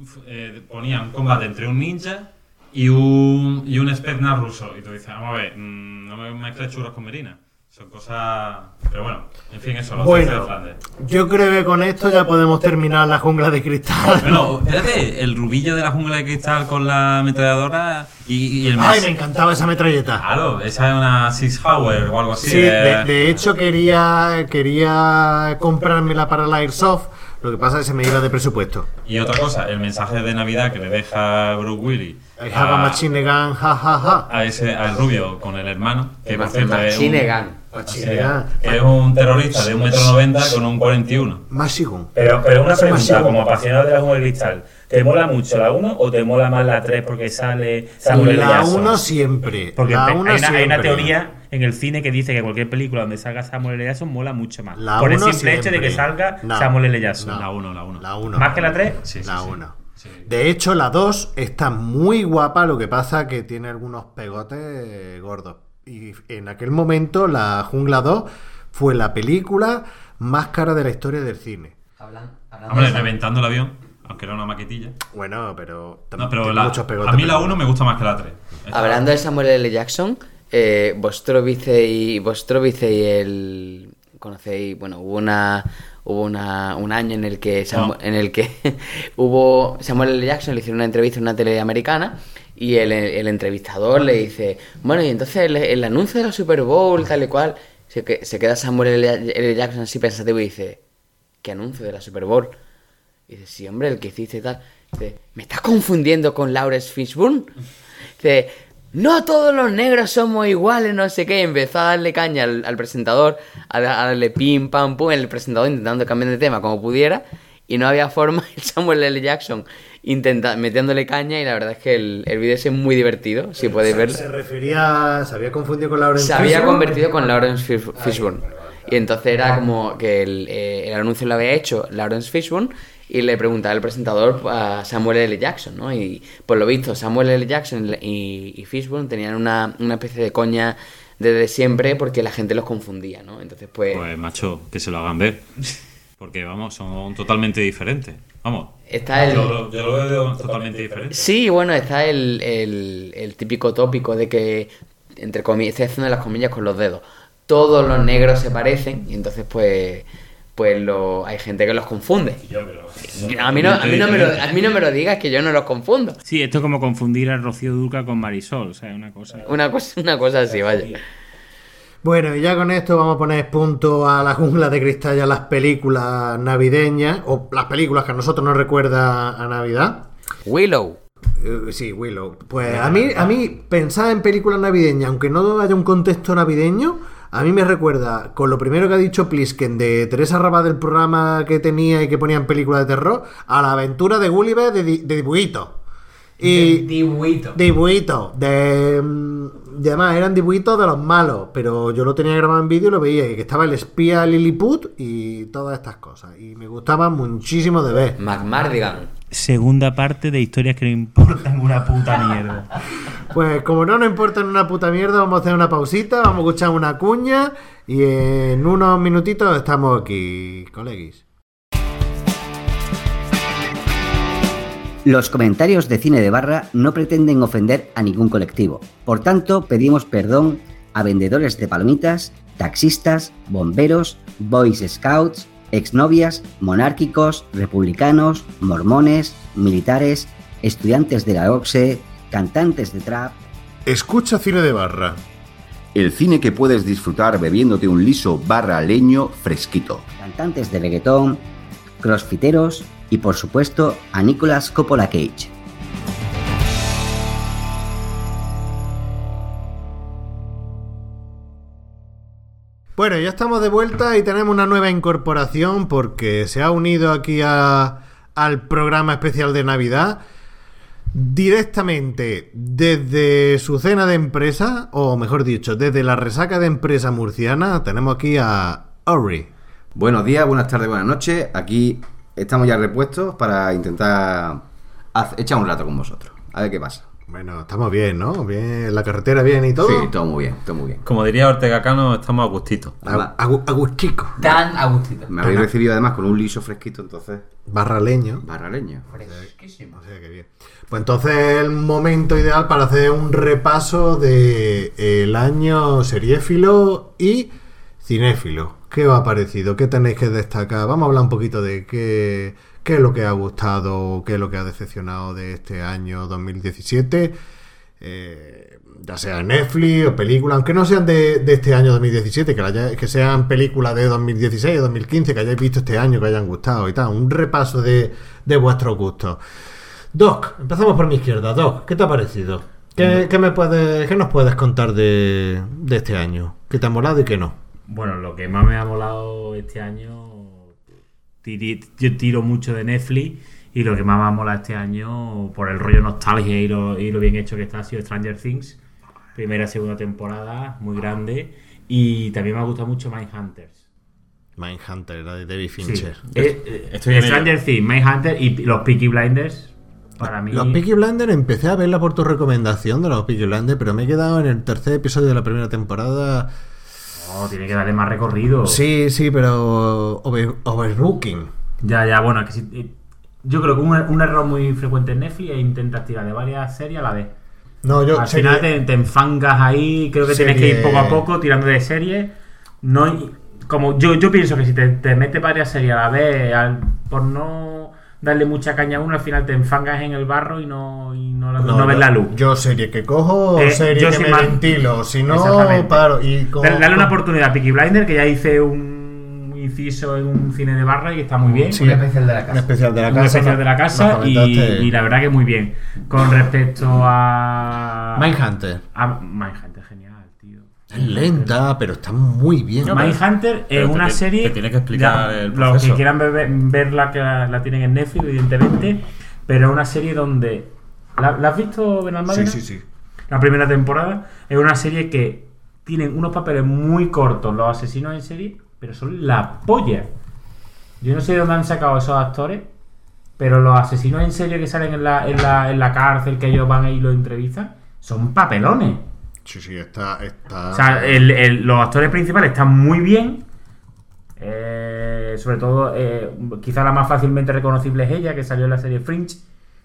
f- eh, ponía un combate entre un ninja y un, y un Spetsnaz ruso. Y tú dices, vamos a ver, mm, no me mezcles churros con merina. Son cosas. Pero bueno, en fin, eso, los tercios de
Bueno,
Flandes.
yo creo que con esto ya podemos terminar la jungla de cristal.
Bueno, fíjate, el rubillo de la jungla de cristal con la ametralladora y, y el
Ay,
mes-
me encantaba esa metralleta.
Claro, esa es una Six Hour o algo así.
Sí,
eh.
de, de hecho quería, quería comprármela para la Airsoft, lo que pasa es que se me iba de presupuesto.
Y otra cosa, el mensaje de Navidad que le deja Bruce Willis
I have a
a,
machine gun, ja, ja, ja.
a ese, al rubio con el hermano, que por cierto es un,
Machine Gun.
Machine gun.
es un terrorista de 1,90m con un 41.
Machine gun.
Pero, pero una
Eso me
pregunta,
llama.
como apasionado de la jungla de cristal, ¿te mola mucho la 1 o te mola más la 3 porque sale Samuel L.
La
Jackson?
1 siempre.
Porque
la
hay
uno
una, hay una
siempre.
teoría en el cine que dice que cualquier película donde salga Samuel L. Jackson mola mucho más.
La
por el
uno
simple hecho de
siempre.
que salga
No,
Samuel L. Jackson.
no.
La 1, la 1.
La 1.
¿Más que la 3?
Sí, sí,
la
sí.
1.
Sí.
De hecho, la 2 está muy guapa, lo que pasa que tiene algunos pegotes eh, gordos. Y en aquel momento, la Jungla 2 fue la película más cara de la historia del cine.
Hablan- hablando
Hombre,
de Sam-
reventando el avión, aunque era una maquetilla.
Bueno, pero
No,
también
pero
tiene
la-
muchos pegotes.
a mí la
pero
1 me gusta más que la 3.
Hablando de Samuel L. Jackson, eh, vosotros visteis, vosotros visteis el, conocéis, bueno, hubo una, hubo una, un año en el que, Samu-
No.
en el que hubo Samuel L. Jackson le hicieron una entrevista en una tele americana y el, el entrevistador le dice, bueno, y entonces el, el anuncio de la Super Bowl, tal y cual, se, que- se queda Samuel L. L. Jackson así pensativo y dice, ¿qué anuncio de la Super Bowl? Y dice, sí, hombre, el que hiciste y tal. Dice, ¿me estás confundiendo con Lawrence Fishburne? Dice, no todos los negros somos iguales, no sé qué. Y empezó a darle caña al, al presentador, a, da- a darle pim, pam, pum, el presentador intentando cambiar de tema como pudiera. Y no había forma, el Samuel L. Jackson intenta, metiéndole caña y la verdad es que el, el vídeo ese es muy divertido, si podéis
se-
verlo
Se refería, se había confundido con la
se había convertido con Lawrence Fish- Fishburne. Y entonces era como que el, eh, el anuncio lo había hecho Lawrence Fishburne y le preguntaba el presentador a Samuel L. Jackson, ¿no? Y por lo visto Samuel L. Jackson y, y Fishburne tenían una, una especie de coña desde siempre porque la gente los confundía, ¿no? Entonces pues...
Pues macho, que se lo hagan ver. Porque vamos, son totalmente diferentes. Vamos.
Está el-
yo, lo- yo lo veo totalmente diferente.
Sí, bueno, está el, el- el típico tópico de que, entre comillas, estoy haciendo las comillas con los dedos. Todos los negros se parecen y entonces pues pues lo, hay gente que los confunde. A mí no, a mí no, me, lo, a mí no me lo digas que yo no los confundo.
Sí, esto es como confundir a Rocío Duca con Marisol, o sea, una cosa.
Una cosa, una cosa así, vaya.
Bueno, y ya con esto vamos a poner punto a la jungla de cristal y a las películas navideñas, o las películas que a nosotros nos recuerda a Navidad.
Willow.
Eh, sí, Willow. Pues a mí, a mí pensar en películas navideñas, aunque no haya un contexto navideño, a mí me recuerda con lo primero que ha dicho Plisken de Teresa Rabá del programa que tenía y que ponían películas de terror, a la aventura de Gulliver de, di- de dibujitos.
de
Y
Dibuito.
dibujitos, de... mm, y además, eran dibujitos de los malos, pero yo lo tenía grabado en vídeo y lo veía, y que estaba el espía Lilliput y todas estas cosas. Y me gustaba muchísimo de ver.
McMardigan.
Segunda parte de historias que no importan una puta mierda.
Pues como no nos importa en una puta mierda, vamos a hacer una pausita, vamos a escuchar una cuña y en unos minutitos estamos aquí, coleguis.
Los comentarios de Cine de Barra no pretenden ofender a ningún colectivo. Por tanto, pedimos perdón a vendedores de palomitas, taxistas, bomberos, Boy Scouts, exnovias, monárquicos, republicanos, mormones, militares, estudiantes de la OCSE, cantantes de trap.
Escucha cine de barra.
El cine que puedes disfrutar bebiéndote un liso barra leño fresquito.
cantantes de reggaetón, crossfiteros y por supuesto a Nicolas Coppola Cage.
Bueno, ya estamos de vuelta y tenemos una nueva incorporación porque se ha unido aquí a- al programa especial de Navidad directamente desde su cena de empresa, o mejor dicho, desde la resaca de empresa murciana, tenemos aquí a Ori.
Buenos días, buenas tardes, buenas noches. Aquí estamos ya repuestos para intentar haz- echar un rato con vosotros. A ver qué pasa.
Bueno, estamos bien, ¿no? Bien, la carretera bien y todo.
Sí, todo muy bien, todo muy bien.
Como diría Ortega Cano, estamos a gustito.
A- a- a gustico.
Tan
Ah,
agustito.
Me habéis recibido además con un liso fresquito, entonces,
Barraleño.
barra leño.
Fresquísimo.
O sea, que bien. Pues entonces el momento ideal para hacer un repaso de eh, el año seriéfilo y cinéfilo. ¿Qué os ha parecido? ¿Qué tenéis que destacar? Vamos a hablar un poquito de qué, qué es lo que ha gustado, qué es lo que ha decepcionado de este año 2017. eh, ya sea Netflix o películas, aunque no sean de, de este año 2017, que, la haya- que sean películas de 2016 o 2015 que hayáis visto este año, que hayan gustado y tal. Un repaso de, de vuestros gustos. Doc, empezamos por mi izquierda. Doc, ¿qué te ha parecido? ¿Qué, qué me puedes, qué nos puedes contar de, de este año? ¿Qué te ha molado y qué no?
Bueno, lo que más me ha molado este año, tiri- yo tiro mucho de Netflix y lo que más me ha molado este año, por el rollo nostalgia y lo, y lo bien hecho que está, ha sido Stranger Things, primera, segunda temporada,
Ah.
muy grande, y también me ha gustado mucho Mindhunters.
Mindhunter, la de David
Sí.
Fincher.
Eh, eh,
Estoy en ello.
Stranger Things, Mindhunter y los Peaky Blinders, para mí...
Los Peaky Blinders empecé a verla por tu recomendación de los Peaky Blinders, pero me he quedado en el tercer episodio de la primera temporada.
No, Oh, tiene que darle más recorrido.
Sí, sí, pero over- overbooking.
Ya, ya, bueno, es que si- eh, yo creo que un, er, un error muy frecuente en Netflix es intentar tirar de varias series a la vez.
No, yo
Al
serie-
final te, te enfangas ahí, creo que tienes que
Serie-
ir poco a poco tirando de series. No, y- como yo, yo pienso que si te, te metes varias series a la vez, al- por no darle mucha caña a uno, al final te enfangas en el barro y no, y no, la- no ves
yo-
la luz.
Yo serie que cojo,
Eh,
serie
yo
que
soy
me
más-
ventilo, si no
Exactamente.
paro y con-
Dale, dale una
con-
oportunidad a Peaky Blinder, que ya hice un inciso en un cine de barra y está muy bien.
Sí.
Un especial de la
un
casa.
especial de la
un
casa.
especial de la
nos-
casa
nos
y,
comentaste-
y la verdad que muy bien. Con respecto a.
Mindhunter.
a Ah, Mindhunter, genial, tío.
Es lenta, pero está muy bien.
Mindhunter es
pero te
una
ti-
serie.
te tiene que explicar el
Los que
proceso.
quieran bebe- verla, que la, la tienen en Netflix, evidentemente. Pero es una serie donde. ¿La, la has visto, Benalmádena?
sí.
La primera temporada. Es una serie que tienen unos papeles muy cortos los asesinos en serie, pero son la polla. Yo no sé de dónde han sacado esos actores, pero los asesinos en serie que salen en la, en la, en la cárcel, que ellos van ahí y los entrevistan, son papelones.
Sí, sí, está. está...
O sea, el- el- los actores principales están muy bien. Eh, sobre todo, eh, quizá la más fácilmente reconocible es ella, que salió en la serie Fringe.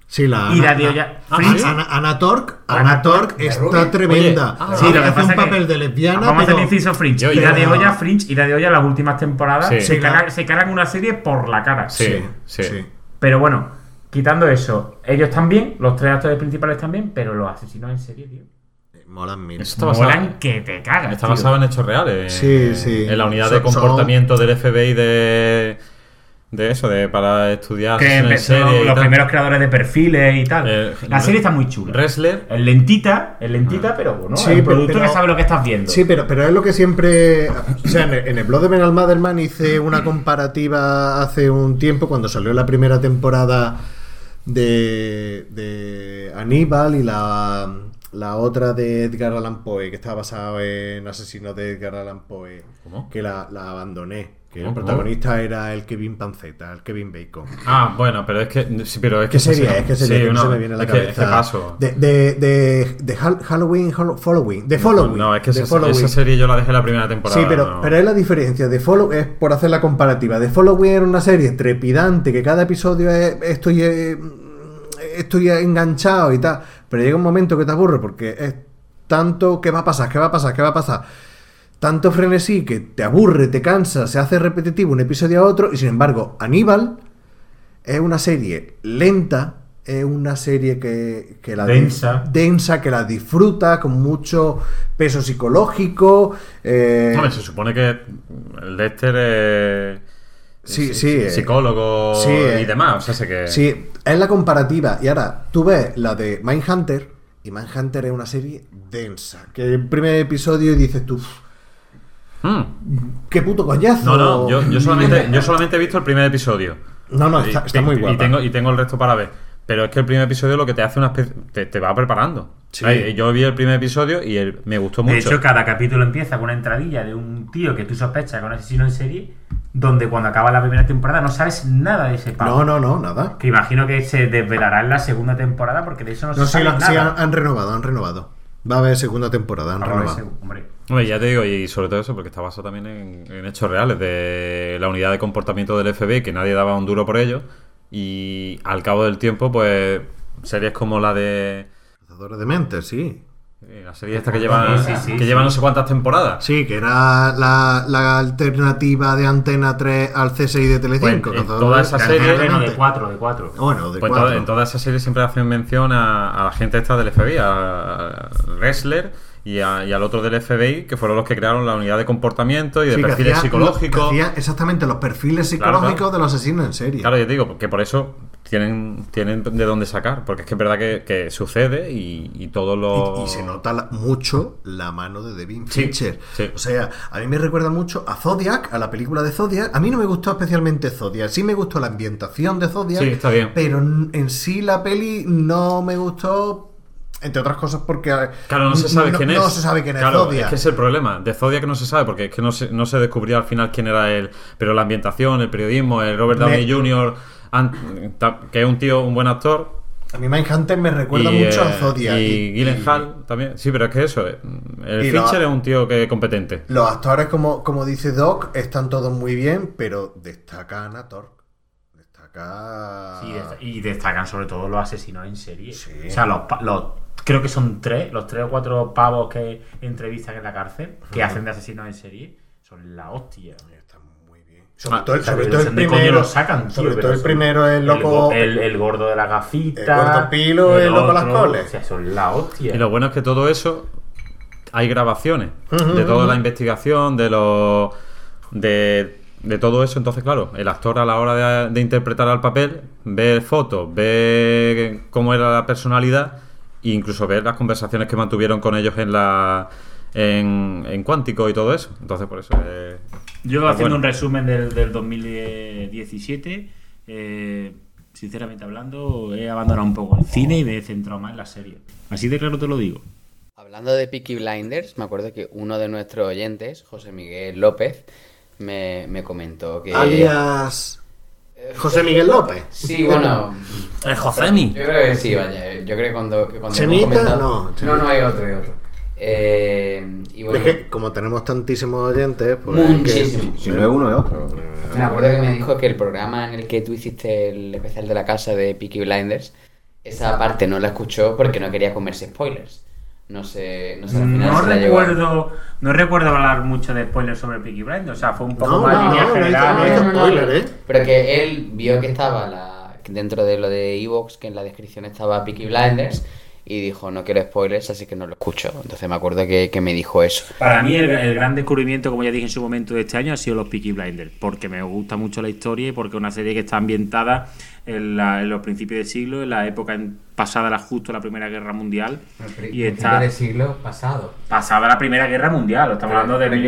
Sí, la.
y
Ana-
la de olla-
Ah,
Fringe.
Ana, Ana Tork.
Ana
Ana Tork
de
está
rubia.
tremenda.
Oye,
Sí,
ah,
sí,
lo que
hace un
pasa es que-
papel de lesbiana.
Vamos
pero-
a hacer el inciso Fringe.
Yo-
y la
yo-
de olla Fringe y la de olla las últimas temporadas
Sí.
se,
Sí,
cargan,
claro.
se cargan una serie por la cara.
Sí, sí.
Pero bueno, quitando eso, ellos también, los tres actores principales también, pero los asesinos en serie, tío.
Molan mil.
Eso está basado,
Molan que te cagas.
está
tío.
basado en hechos reales.
Sí,
eh,
sí.
En la unidad
Son-
de comportamiento del FBI de. De eso, de para estudiar.
que
asesinos en
empezó
Ah, serie y
los
tal.
primeros creadores de perfiles y tal.
Eh,
la serie está muy chula.
Wrestler. Ah.
Es lentita, es lentita, pero bueno,
Sí,
es un
pero-
producto
pero-
que sabe lo que estás viendo.
Sí, pero, pero es lo que siempre. O sea, en el, en el blog de Benal Maderman hice una comparativa hace un tiempo cuando salió la primera temporada de, de Aníbal y la, la otra de Edgar Allan Poe, que estaba basada en Asesinos de Edgar Allan Poe,
¿Cómo?
que la, la abandoné. Que el
¿Cómo?
protagonista era el Kevin Panceta, el Kevin Bacon.
Ah, bueno, pero es que. Sí, pero es que
¿Qué sería?
sí,
Es que sería
sí,
que no
no,
se me viene a la
es que-
cabeza.
es que paso.
De, de, de, de Hal- Halloween, Hall- Following. De Following.
No, es que
de
esa,
Following.
esa serie yo la dejé la primera temporada.
Sí, pero,
no.
pero es la diferencia. De Follow es por hacer la comparativa. De Following era una serie trepidante, que cada episodio es, estoy, eh, estoy enganchado y tal. Pero llega un momento que te aburre porque es tanto que va a pasar, que va a pasar, que va a pasar. tanto frenesí que te aburre, te cansa, se hace repetitivo un episodio a otro, y sin embargo, Aníbal es una serie lenta, es una serie que, que la
Densa.
densa, que la disfruta, con mucho peso psicológico. eh,
Hombre, se supone que el Dexter es.
Sí,
es-
sí,
es
eh.
Psicólogo
Sí,
y
eh.
demás. O sea, sé que.
Sí, es la comparativa. Y ahora, tú ves la de Mindhunter, y Mindhunter es una serie densa. Que el primer episodio dices tú,
Mm.
qué puto coñazo.
No, no, yo, yo solamente, yo solamente he visto el primer episodio.
No, no, está,
Y-
está
y-
muy
Y
guapa.
tengo, y tengo el resto para ver. Pero es que el primer episodio lo que te hace una especie. Te, te va preparando.
Sí.
Ay, Yo vi el primer episodio y el- me gustó
De
mucho.
hecho, cada capítulo empieza con una entradilla de un tío que tú sospechas que es un asesino en serie, donde cuando acaba la primera temporada no sabes nada de ese pavo.
No, no, no, nada.
Que imagino que se desvelará en la segunda temporada porque de eso no,
No,
se
sí,
sabe
la-
nada.
sí,
ah,
han, han renovado, han renovado. Va a haber segunda temporada, han
Vamos a ver,
renovado.
hombre.
Hombre, ya te digo, y sobre todo eso, porque está basado también en, en hechos reales de la unidad de comportamiento del FBI, que nadie daba un duro por ello, y al cabo del tiempo, pues series como la de...
Cazadores de mentes, sí.
eh, La serie esta que lleva,
Sí, sí, sí,
que
sí.
lleva no sé cuántas temporadas.
Sí, que era la, la alternativa de Antena 3 al C6 de Telecinco.
Pues, en
Cazadores
toda
de-
esa
de
serie-
Antena
Bueno, de
Mentes.
cuatro, de cuatro.
Bueno, de
Pues en
cuatro.
toda- en todas esas series siempre hacen mención a, a la gente esta del FBI, a Wrestler y, a- y al otro del FBI, que fueron los que crearon la unidad de comportamiento y de
Sí, que
perfiles
hacía-
psicológicos.
que hacía exactamente los perfiles
Claro,
psicológicos
claro.
de los asesinos en serie.
Claro, yo te digo, que por eso tienen, tienen de dónde sacar, porque es que es verdad que, que sucede y, y todos los...
Y, y se nota la- mucho la mano de Devin
Sí,
Fincher.
sí.
O sea, a mí me recuerda mucho a Zodiac, a la película de Zodiac. A mí no me gustó especialmente Zodiac. Sí me gustó la ambientación de Zodiac.
Sí, está bien.
Pero n- en sí la peli no me gustó. Entre otras cosas porque...
Claro, no se sabe quién es.
No se sabe quién es
Claro,
Zodiac.
Es que es el problema. De Zodiac no se sabe, porque es que no se, no se descubrió al final quién era él. Pero la ambientación, el periodismo, el Robert Downey
Me-
Jr., an- ta- que es un tío, un buen actor.
A mí Mindhunter me recuerda
y,
mucho
eh,
a Zodiac.
Y,
Y-
Gyllenhaal también. Sí, pero es que eso. eh, El
Y lo-
Fincher es un tío que competente.
Los actores, como, como dice Doc, están todos muy bien, pero destaca Anna Tork. Destaca...
Sí, dest- y destacan sobre todo los asesinos en serie.
Ah. Sí.
O sea, los, pa- los- creo que son tres, los tres o cuatro pavos que entrevistan en la cárcel, que hacen de asesinos en serie, son la hostia.
Está muy bien. Sobre
Ah,
todo el,
O sea,
sobre
que
todo el
dicen, "¿De coño
primero.
lo sacan, tío?".
sobre
Pero
todo el
son-
primero, el loco.
go- El, el gordo de la gafita.
el gordo pilo, el loco las coles.
O sea, son la hostia.
Y lo bueno es que todo eso hay grabaciones de toda la investigación, de los de, de todo eso. Entonces, claro, el actor a la hora de, de interpretar al papel ve fotos, ve cómo era la personalidad e incluso ve las conversaciones que mantuvieron con ellos en la en, en Cuántico y todo eso. Entonces, por eso eh,
Yo
Pues bueno.
haciendo un resumen del, del 2017, eh, sinceramente hablando, he abandonado un poco el cine y me he centrado más en la serie. Así de claro te lo digo.
Hablando de Peaky Blinders, me acuerdo que uno de nuestros oyentes, José Miguel López, me, me comentó que...
Alias. José Miguel López.
Sí, bueno,
el Josemi.
yo creo que sí, vaya. Yo creo que cuando... que cuando
¿Semita?
hemos comentado-
No,
no,
semita.
no, hay otro, hay otro. Eh, y bueno,
Es que, como tenemos tantísimos oyentes, pues.
Muchísimo.
Si no es uno, es otro.
Me acuerdo que me dijo que el programa en el que tú hiciste el especial de la casa de Peaky Blinders, esa parte no la escuchó porque no quería comerse spoilers. No sé, no sé al final
No
si la llegó a-
recuerdo, no recuerdo hablar mucho de spoilers sobre Peaky Blinders, o sea, fue un poco
No,
más
no,
línea
no, no,
general.
no, no, no. spoiler, ¿eh?
Pero que él vio que estaba la, que dentro de lo de Evox, que en la descripción estaba Peaky Blinders, y dijo, no quiero spoilers, así que no lo escucho. Entonces me acuerdo que, que me dijo eso.
Para mí el, el gran descubrimiento, como ya dije en su momento de este año, ha sido los Peaky Blinders, porque me gusta mucho la historia y porque es una serie que está ambientada en, la- en los principios del siglo, en la época en- pasada la justo la Primera Guerra Mundial y está
siglo pasado.
pasada la Primera Guerra Mundial, estamos
Pero-
hablando de
pero que-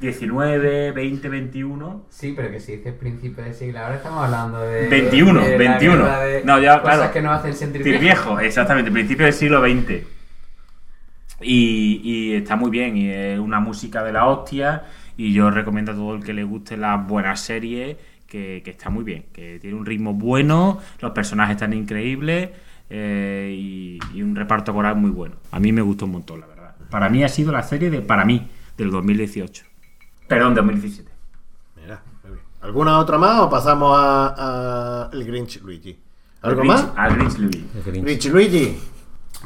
1919, 20, 21.
Sí, pero que si dices principio de siglo, ahora estamos hablando de...
21, de la 21. guerra de No, ya, cosas claro. que
nos hacen sentir
Tir viejo, exactamente, principio del siglo XX. Y, y está muy bien, y es una música de la hostia. Y yo recomiendo a todo el que le guste las buenas series, que, que está muy bien, que tiene un ritmo bueno, los personajes están increíbles eh, y, y un reparto coral muy bueno. A mí me gustó un montón, la verdad. Para mí ha sido la serie de, para mí, del 2018. Perdón, 2017.
Mira, muy bien. ¿Alguna otra más o pasamos a, a el Grinch Luigi? ¿Algo
Al Grinch-
más?
Al Grinch Luigi.
Grinch Luigi.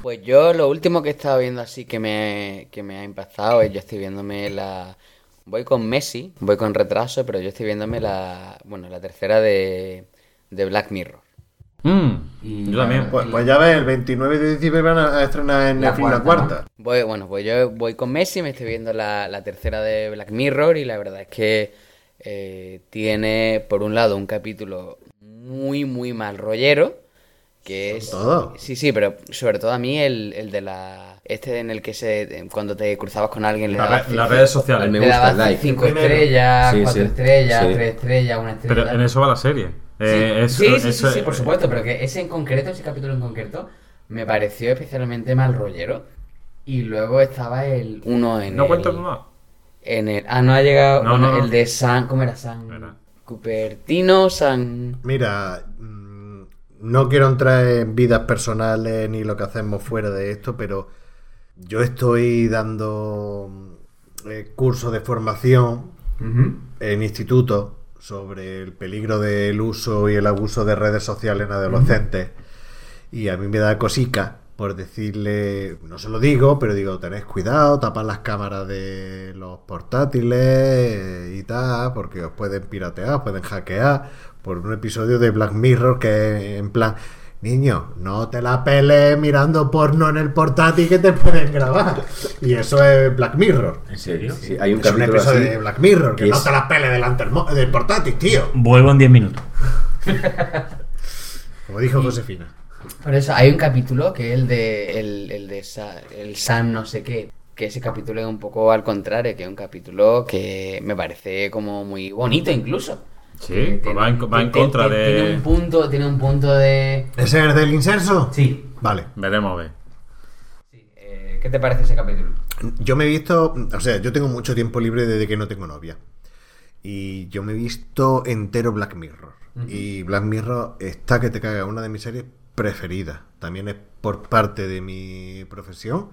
Pues yo lo último que he estado viendo así que me, que me ha impactado es yo estoy viéndome la... Voy con Messi, voy con retraso, pero yo estoy viéndome la, bueno, la tercera de, de Black Mirror.
Mm, yo también.
Pues, pues ya ves, el 29 de diciembre van a a estrenar en
La
Netflix la
cuarta, ¿no?
cuarta.
Voy, bueno, pues yo voy con Messi, me estoy viendo la, la tercera de Black Mirror y la verdad es que eh, tiene, por un lado, un capítulo muy, muy mal rollero, que es...
todo.
Sí, sí, pero sobre todo a mí el, el de la... Este en el que se, cuando te cruzabas con alguien le
La
dabas
re- las
cinco-
redes sociales.
Me
le
gusta,
dabas
like.
cinco
Primero.
estrellas,
Sí,
cuatro
sí,
estrellas,
sí.
tres estrellas, una estrella.
Pero en eso va la serie. Eh, eso-
sí, sí,
eso
sí, sí,
es-
por supuesto, pero que ese en concreto, ese capítulo en concreto, me pareció especialmente mal rollero. Y luego estaba el uno en
No
el,
cuento más.
en el ah no ha llegado
No,
bueno,
no, no.
el de San cómo era San
Era.
Cupertino San
Mira, mm, no quiero entrar en vidas personales ni lo que hacemos fuera de esto, pero yo estoy dando mm, eh, cursos de formación en institutos sobre el peligro del uso y el abuso de redes sociales en adolescentes. Y a mí me da cosica por decirle, no se lo digo, pero digo, tened cuidado, tapad las cámaras de los portátiles eh, y tal, porque os pueden piratear, os pueden hackear, por un episodio de Black Mirror que es en plan, niño, no te la pelees mirando porno en el portátil que te pueden grabar. Y eso es Black Mirror.
¿En
serio?
Sí, hay un
Es un
capítulo
episodio
así.
de Black Mirror, que
que
no
es-
te la pele delante del, mo- del portátil, tío.
Vuelvo en 10 minutos.
Como dijo Josefina.
por eso hay un capítulo que es el de el, el de Sa- el San no sé qué que ese capítulo es un poco al contrario que es un capítulo que me parece como muy bonito incluso
Sí, pues va en, va
Tiene-
en contra
tiene- tiene un
de.
punto tiene un punto de
¿Ese es del inserso?
Sí.
Vale.
Veremos, a ver.
Sí, eh, qué te parece ese capítulo
Yo me he visto, o sea, yo tengo mucho tiempo libre desde que no tengo novia. Y yo me he visto entero Black Mirror. Y Black Mirror está que te caga, una de mis series preferidas. También es por parte de mi profesión.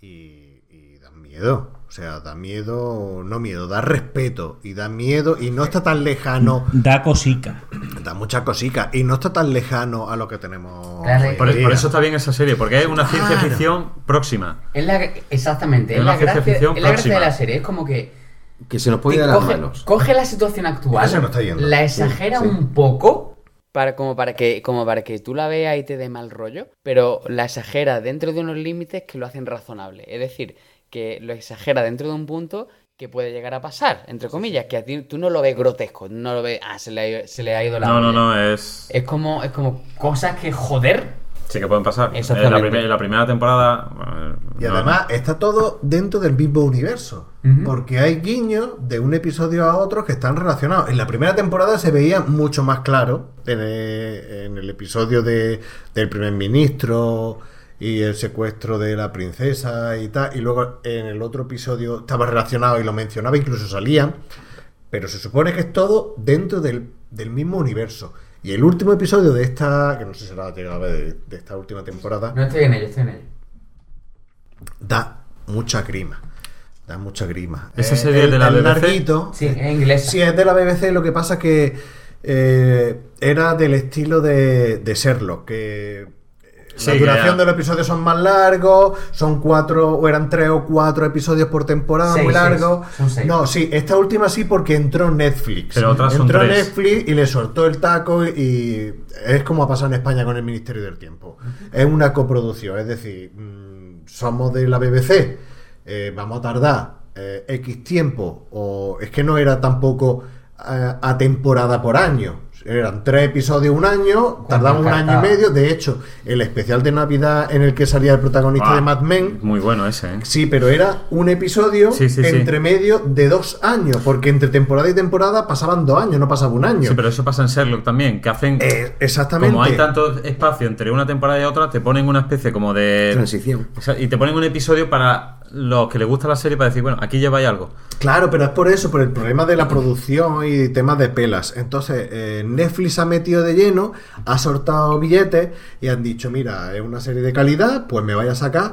Y, y da miedo. O sea, da miedo, no miedo, da respeto. Y da miedo y no está tan lejano,
Da cosica.
da muchas cositas. Y no está tan lejano a lo que tenemos.
Claro, eh,
hoy
Por,
en
por
día.
eso está bien esa serie, porque es una ciencia
Claro.
ficción próxima.
es la exactamente es
Es
la,
la ciencia
gracia,
ficción
es la gracia de
próxima.
la serie es como que
Que se nos puede
Te
ir de las
coge,
manos.
coge la situación actual,
Eso no está yendo.
la exagera
Sí, sí.
un poco. Para, como, para que, como para que tú la veas y te dé mal rollo, pero la exagera dentro de unos límites que lo hacen razonable. Es decir, que lo exagera dentro de un punto que puede llegar a pasar, entre comillas, que a ti tú no lo ves grotesco, no lo ves, ah, se le ha ido, se le ha ido la
No, no,
olla".
no, es.
Es como, es como cosas que joder.
Sí que pueden pasar. En la,
Exactamente.
primer- en la primera temporada. bueno,
Y
no,
además está todo dentro del mismo universo. Porque hay guiños de un episodio a otro que están relacionados. En la primera temporada se veía mucho más claro en eh, en el, episodio de, del primer ministro y el secuestro de la princesa y tal. Y luego en el otro episodio estaba relacionado y lo mencionaba, incluso salían. Pero se supone que es todo dentro del, del mismo universo. Y el último episodio de esta, que no sé si será llegado a ver, de, de esta última temporada
No estoy en ello, estoy en ello.
da mucha grima. Da mucha grima.
¿Esa
Eh,
serie es de la
el
BBC?
larguito-
Sí, en inglés.
Sí, es de la BBC. Lo que pasa es que eh, era del estilo de, de Sherlock, que. eh,
Sí,
la
que
duración
ya-
de los episodios son más largos, son cuatro, o eran tres o cuatro episodios por temporada,
Seis,
muy
seis,
largos.
son seis.
No, sí, esta última sí porque entró Netflix.
Pero otras son
entró
tres.
Netflix y le soltó el taco y es como ha pasado en España con el Ministerio del Tiempo. Es una coproducción, es decir, mm, somos de la BBC, eh, vamos a tardar eh, X tiempo, o es que no era tampoco eh, a temporada por año.
pues,
Eran tres episodios un año, tardamos un año y
encantaba.
medio. De hecho, el especial de Navidad en el que salía el protagonista
Ah,
de Mad Men,
Muy bueno ese, ¿eh?
Sí, pero era un episodio
Sí, sí, sí.
entre medio de dos años, porque entre temporada y temporada pasaban dos años, no pasaba un año.
Sí, pero eso pasa en Sherlock también, que hacen.
Eh, exactamente.
Como hay tanto espacio entre una temporada y otra, te ponen una especie como de.
Transición.
O sea, y te ponen un episodio para los que les gusta la serie para decir, bueno, aquí lleváis algo.
Claro, pero es por eso, por el problema de la producción y temas de pelas. Entonces, eh, Netflix ha metido de lleno, ha soltado billetes y han dicho, mira, es una serie de calidad, pues me vaya a sacar,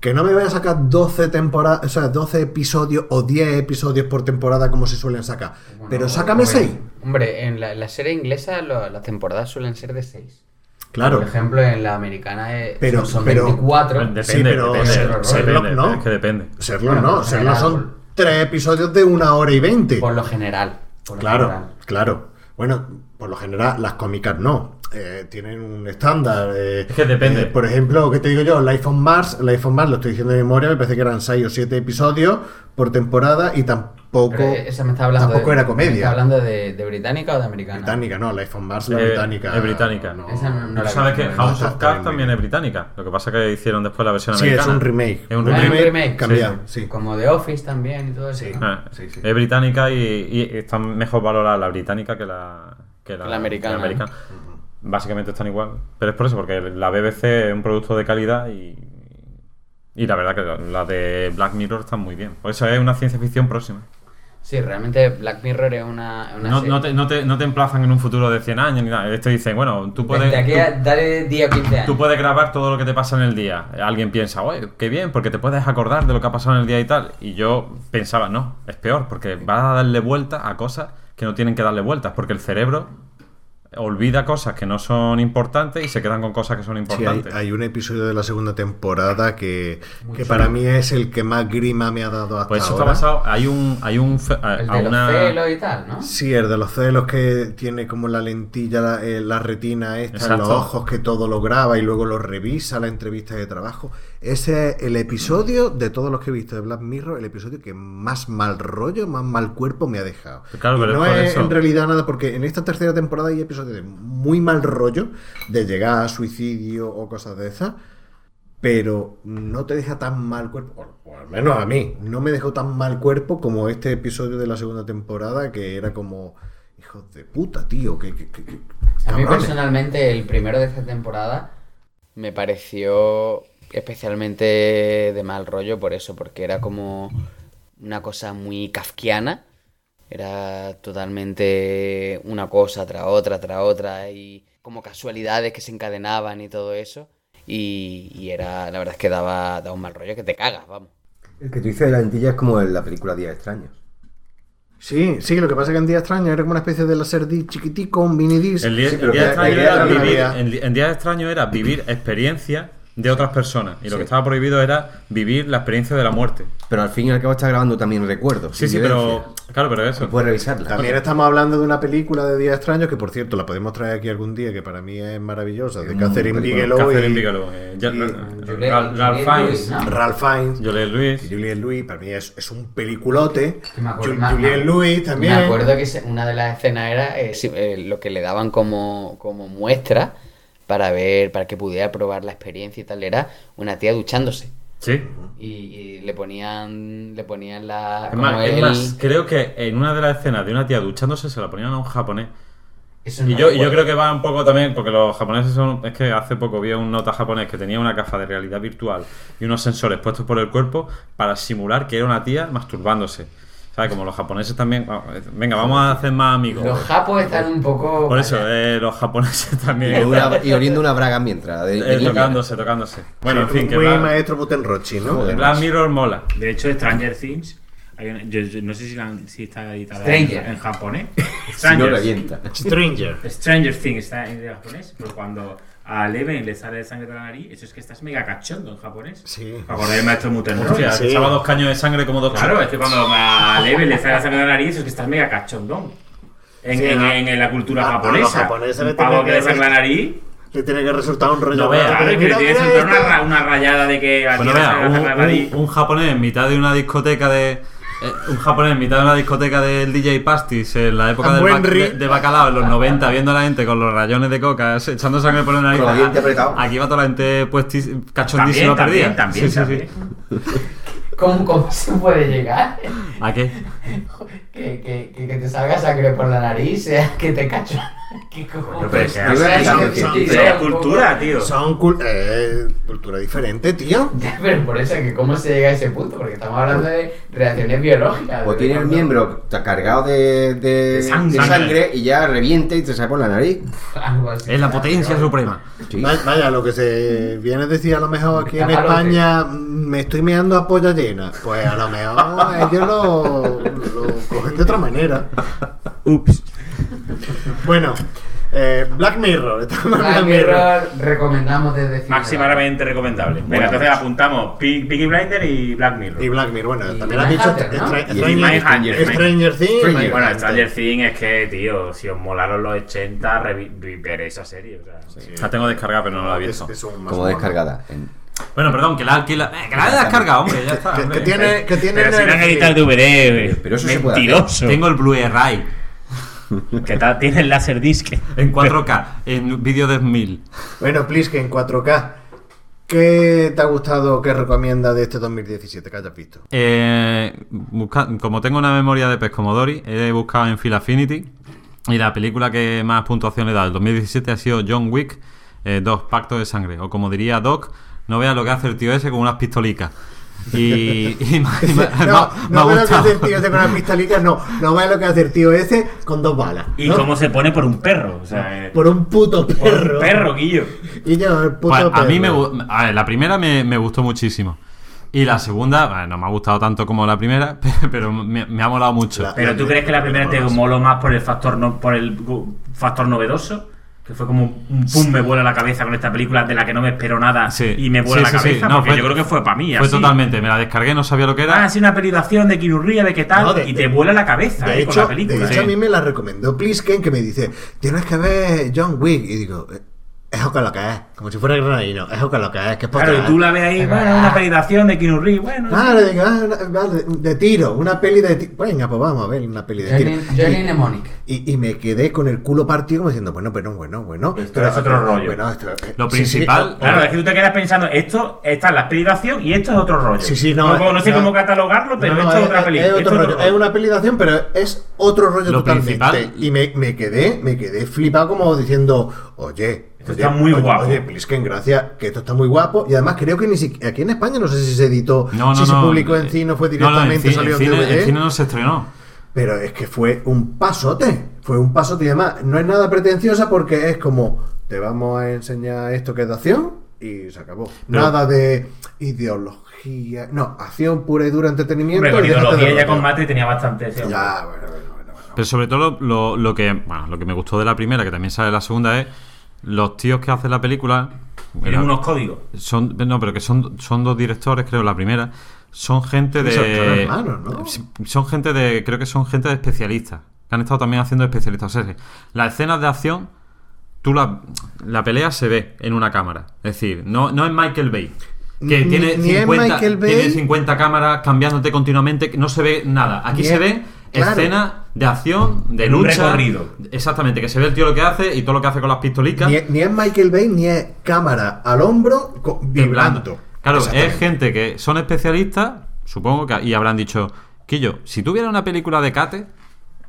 que no me vaya a sacar 12 temporadas, o sea, 12 episodios o 10 episodios por temporada como se suelen sacar.
Bueno,
pero sácame
hombre,
6.
Hombre, en la, la serie inglesa lo- las temporadas suelen ser de seis.
Claro.
Por ejemplo, en la americana es-
Pero-
son
pero-
24.
Depende,
Sí, pero
depende,
Sherlock-
depende,
Sherlock no.
Es que depende.
Serlo
Bueno,
no,
pues,
Serlo son
general.
tres episodios de una hora y veinte.
Por lo general. por lo
Claro,
general.
claro. Bueno, por lo general las cómicas no. Eh, tienen un estándar. eh,
Es que depende.
eh, por ejemplo, ¿qué te digo yo? Life on Mars, Life on Mars, lo estoy diciendo de memoria, me parece que eran seis o siete episodios por temporada y tampoco,
Pero esa me está hablando
tampoco
de,
era
¿Me está
comedia.
hablando de, de británica o de americana?
Británica, no, Life on Mars, la
Eh,
británica.
es británica.
Esa no, no
Tú
la
sabes
vi.
que House
no,
of
no,
Cards
no,
también
no.
es británica. Lo que pasa es que hicieron después la versión
Sí, es
americana.
un remake.
Es un
Ah,
remake.
remake.
cambiado, sí.
Sí. Como de Office también y todo eso.
Sí.
¿no?
Ah,
Sí, sí.
Es británica y, y está mejor valorada la británica que la, que la,
Que la americana.
que la Básicamente están igual. Pero es por eso, porque la BBC es un producto de calidad y, y la verdad que la- las de Black Mirror están muy bien. Por eso es una ciencia ficción próxima.
Sí, realmente Black Mirror es una, una
No,
serie.
no te, no te- no te emplazan en un futuro de 100 años ni nada. Esto dicen, bueno, tú puedes...
Desde aquí
tú-
a- dale 10 o 15 años.
Tú puedes grabar todo lo que te pasa en el día. Alguien piensa, oye, qué bien, porque te puedes acordar de lo que ha pasado en el día y tal. Y yo pensaba, no, es peor, porque vas a darle vueltas a cosas que no tienen que darle vueltas, porque el cerebro olvida cosas que no son importantes y se quedan con cosas que son
Sí, hay,
importantes.
hay un episodio de la segunda temporada que, que para mí es el que más grima me ha dado hasta
Pues eso
ahora.
está basado, hay un, hay un fe- a,
El
a
de
una-
los celos y tal, ¿no?
Sí, el de los celos que tiene como la lentilla, la, eh, la retina esta, en
Exacto.
los ojos, que todo lo graba y luego lo revisa la entrevista de trabajo. Ese es el episodio de todos los que he visto de Black Mirror, el episodio que más mal rollo, más mal cuerpo me ha dejado.
Claro,
Y
pero
no
es por
es
eso.
en realidad nada, porque en esta tercera temporada hay episodios de muy mal rollo, de llegar a suicidio o cosas de esas. Pero no te deja tan mal cuerpo, o, o al menos a mí, no me dejó tan mal cuerpo como este episodio de la segunda temporada que era como, hijos de puta, tío, que... que- que- que-
A mí
cabrones".
personalmente el primero de esta temporada me pareció especialmente de mal rollo por eso, porque era como una cosa muy kafkiana, era totalmente una cosa tras otra, tras otra, y como casualidades que se encadenaban y todo eso, y, y era, la verdad es que daba, daba un mal rollo que te cagas, vamos.
El que tú dices de la lentilla es como en la película Días Extraños.
Sí, sí, lo que pasa es que en Día Extraño era como una especie de láser disc chiquitico, un minidisc.
El día,
Sí,
el
pero
día
que-
extraño
que-
era
que-
vivir,
que-
en, en día extraño era vivir experiencia de otras personas. Y lo que estaba prohibido era vivir la experiencia de la muerte.
Pero al fin y al cabo está grabando también recuerdos.
Sí, sí, pero. Claro, pero eso.
Puedes revisarla.
También estamos hablando de una película de Días Extraños que, por cierto, la podemos traer aquí algún día, que para mí es maravillosa, de
Mm,
Catherine
película.
Bigelow
Catherine
y
Bigelow, eh, ya-
y-
Juliette-
Ralph-
Juliette Lewis,
Ralph Fiennes,
¿no?
Ralph Fiennes.
Juliette Lewis.
Julian Louis para mí es, es un peliculote.
Que me acuerdo-
Ju-
me-
Juliette
me-
Lewis también.
Me acuerdo que se- una de las escenas era eh, sí, eh, lo que le daban como, como muestra para ver, para que pudiera probar la experiencia y tal, era una tía duchándose.
Sí.
Y, y le ponían, le ponían la.
Es
como
más, es
el-
más, creo que en una de las escenas de una tía duchándose se la ponían a un japonés.
eso
Y
no
yo, y yo
recuerdo.
creo que va un poco también, porque los japoneses son. Es que hace poco vi a un nota japonés que tenía una caja de realidad virtual y unos sensores puestos por el cuerpo para simular que era una tía masturbándose. ¿Sabes? Como los japoneses también. vamos, eh, Venga, vamos a hacer más amigos.
Los japos están un poco.
Por eso, eh, los japoneses
Y,
también.
una- y oliendo una braga mientras. de- de
eh,
niña.
tocándose, tocándose. Bueno, en fin, que
Muy
Black,
maestro Butenrochi, ¿no?
Joder.
Black Mirror mola.
De hecho, Stranger Things. hay una- yo, yo no sé si, la han- si está editada en,
Stranger.
en japonés.
Si no
Stranger.
revienta.
Stranger.
Stranger Things está en japonés, pero cuando a Eleven le sale sangre de la nariz, eso es que estás mega cachondo en japonés.
Sí.
Me acordé del maestro Mutenroy.
Hostia,
Sí.
echaba dos caños de sangre como dos
Claro, es que cuando a Leve le sale la sangre de la nariz, es que estás mega cachondón. En,
Sí,
en,
¿no?
en- en la cultura
A- a los
japonesa.
japoneses le
un pavo
tienen
que
que
le sale la nariz.
Le tiene que resultar un rollo.
No Pues veas,
Pero
Claro, es que le
mira,
tienes
mira este.
que soltar una,
esto.
ra- una rayada de que a ti
Bueno,
le
vea,
sale la
un,
sangre de la nariz.
un- un japonés en mitad de una discoteca de. eh, un japonés en mitad de una discoteca del DJ Pastis en la época
A
del
buen
bac-
ri-
de, de bacalao, en los 90, viendo a la gente con los rayones de coca, se- echando sangre por la nariz.
Con los dientes apretados.
Aquí va toda la gente puestis, cachondísima
También, también,
perdida.
también,
Sí, sí, sí.
también.
¿Cómo, cómo se puede llegar?
¿A qué?
que, que, que, que te salga sangre por la nariz, sea que te cacho. ¿Qué cojones?
pero es que
O sea,
es
eso-
algo científico.
eso es
Pero es
un poco-
cultura, tío.
Son cul- eh, cultura diferente, tío.
Ya, pero por eso, que cómo se llega a ese punto, porque estamos hablando de reacciones biológicas.
O
de
tiene el
cuando-
miembro ta- cargado de, de- de sangre.
sangre.
y ya revienta y te sale por la nariz.
Algo así.
Es la potencia suprema.
Sí.
Va- Vaya, lo que se viene a decir a lo mejor aquí en
Camarote.
España, mm, me estoy meando a polla llena. Pues a lo mejor ellos lo, lo cogen de otra manera. Ups. Bueno, Eh, Black Mirror. estamos en
Black Mirror recomendamos desde
Máximamente recomendable. Venga,
Bueno. pues.
entonces apuntamos Pe- Peaky Blinder y Black Mirror.
Y Black Mirror, bueno,
Y
también has dicho
Mindhunter, ¿no?
Stra-
Y
Stranger,
Mindhunter,
Stranger Things.
Stranger.
Mindhunter.
bueno, Stranger Things es que, tío, si os molaron los 80, revi- vi- veréis esa serie. O sea,
La tengo descargada, pero no la he
Es-
visto.
es un más
Como
o menos.
descargada. En-
Bueno, perdón, que la alquila. eh, que la he descargado, hombre, ya está.
Que,
hombre.
que tiene, que tiene
Pero si van a
Netflix.
editar DVD,
Pero eso se puede hacer.
mentiroso.
Tengo el Blu-ray
Que tal tiene el laser disc.
en 4K, en vídeo de 1000.
Bueno, please, que en 4K. ¿Qué te ha gustado, qué recomienda de este 2017 que hayas visto?
Eh, busca- como tengo una memoria de pez como Dory, he buscado en Phil Affinity y la película que más puntuación le da del 2017 ha sido John Wick, eh, Dos Pactos de Sangre. O como diría Doc, no veas lo que hace el tío ese con unas pistolicas. Y, y me, me- me-
No,
Ah, me
no
ha
ve lo que hace el
gustado.
tío ese con las pistolitas, no. No ve lo que hace el tío ese con dos balas.
Y
¿no?
cómo se pone por un perro. O sea, eh,
Por un puto
por un
perro.
perro, Guillo.
Y yo, el puto
Pues, a
perro.
mí me gu- a ver, la primera me, me gustó muchísimo. Y la segunda, bueno, no me ha gustado tanto como la primera, pero me, me ha molado mucho.
La-
Pero tú crees que la primera te moló más por el factor no, por el gu- factor novedoso, que fue como un pum me vuela la cabeza con esta película de la que no me espero nada
Sí.
y me vuela
Sí,
la
sí, sí.
cabeza,
No,
porque
fue-
yo creo que fue para mí.
Fue
así.
totalmente, me la descargué, no sabía lo que era.
Ah, sí, una pelidación de quirurría, de qué tal,
No, de-
y te vuela la cabeza
De
eh, con
hecho,
la película.
de hecho,
eh.
a mí me la recomendó Plisken que me dice, tienes que ver John Wick. Y digo, "Eh, es oca lo que es, como si fuera granadino, es oca lo que es, que es
Claro, y
podcast".
tú la ves ahí, bueno, una pelidación de Kinurri, bueno.
Claro, digo, "Ah, na- vale, de tiro, una peli de tiro. Venga, pues vamos a ver una peli de tiro.
Johnny, Johnny
Y-
Mnemonic.
Y, y me quedé con el culo partido como diciendo, bueno, bueno, bueno, bueno.
Esto es otro rollo.
Bueno, esto- eh,
Lo
sí,
principal-
sí, o-
Claro, es que tú te quedas pensando, esto está en la pelidación y esto es otro rollo.
Sí, sí, no,
No, no sé
no.
cómo catalogarlo, pero
no, no,
esto es, otra película.
es
esto
otro rollo. Es
rollo.
una peli de acción, pero es otro rollo
Lo
totalmente.
principal-
Y me, me quedé, me quedé flipado como diciendo, oye,
Esto
oye,
está muy
oye,
guapo.
Oye, Plisken, gracias, que esto está muy guapo. Y además creo que ni siquiera aquí en España no sé si se editó,
No, no,
si se
no. Eh,
publicó en cine, fue
No, no, en
directamente
cine-
salió
en
en
cine,
DVD.
en cine no se estrenó.
Pero es que fue un pasote. Fue un pasote. Y además, no es nada pretenciosa porque es como, te vamos a enseñar esto que es de acción y se acabó.
Pero-
nada de ideología. No, acción pura y dura, entretenimiento.
Hombre, con
y déjate de
ideología ya
rollo.
con mate tenía bastante. ese hombre.
Ya, bueno, bueno, bueno. bueno.
Pero sobre todo lo, lo- lo que bueno, lo que me gustó de la primera, que también sale en la segunda, es los tíos que hacen la película.
Tienen unos códigos.
son, no, pero que son, son dos directores, creo, la primera. Son
este
gente de.
Son todos hermanos, ¿no?
Son gente de. Creo que son gente de especialistas. Que han estado también haciendo especialistas. O sea, las escenas de acción, tú la, la pelea se ve en una cámara. Es decir, no, no es Michael Bay. Que
Ni-
tiene,
ni es
50,
Michael Bay.
tiene 50 cámaras cambiándote continuamente, que no se ve nada. Aquí
Ni
se
es-
ven
claro.
escenas de acción, de
En un
lucha.
recorrido.
Exactamente, que se ve el tío lo que hace y todo lo que hace con las pistolicas.
Ni, ni es Michael Bay, ni es cámara al hombro co- vibrando.
Claro, es
Exactamente.
gente que son especialistas, supongo que y habrán dicho, Quillo, si tuviera una película de Kate,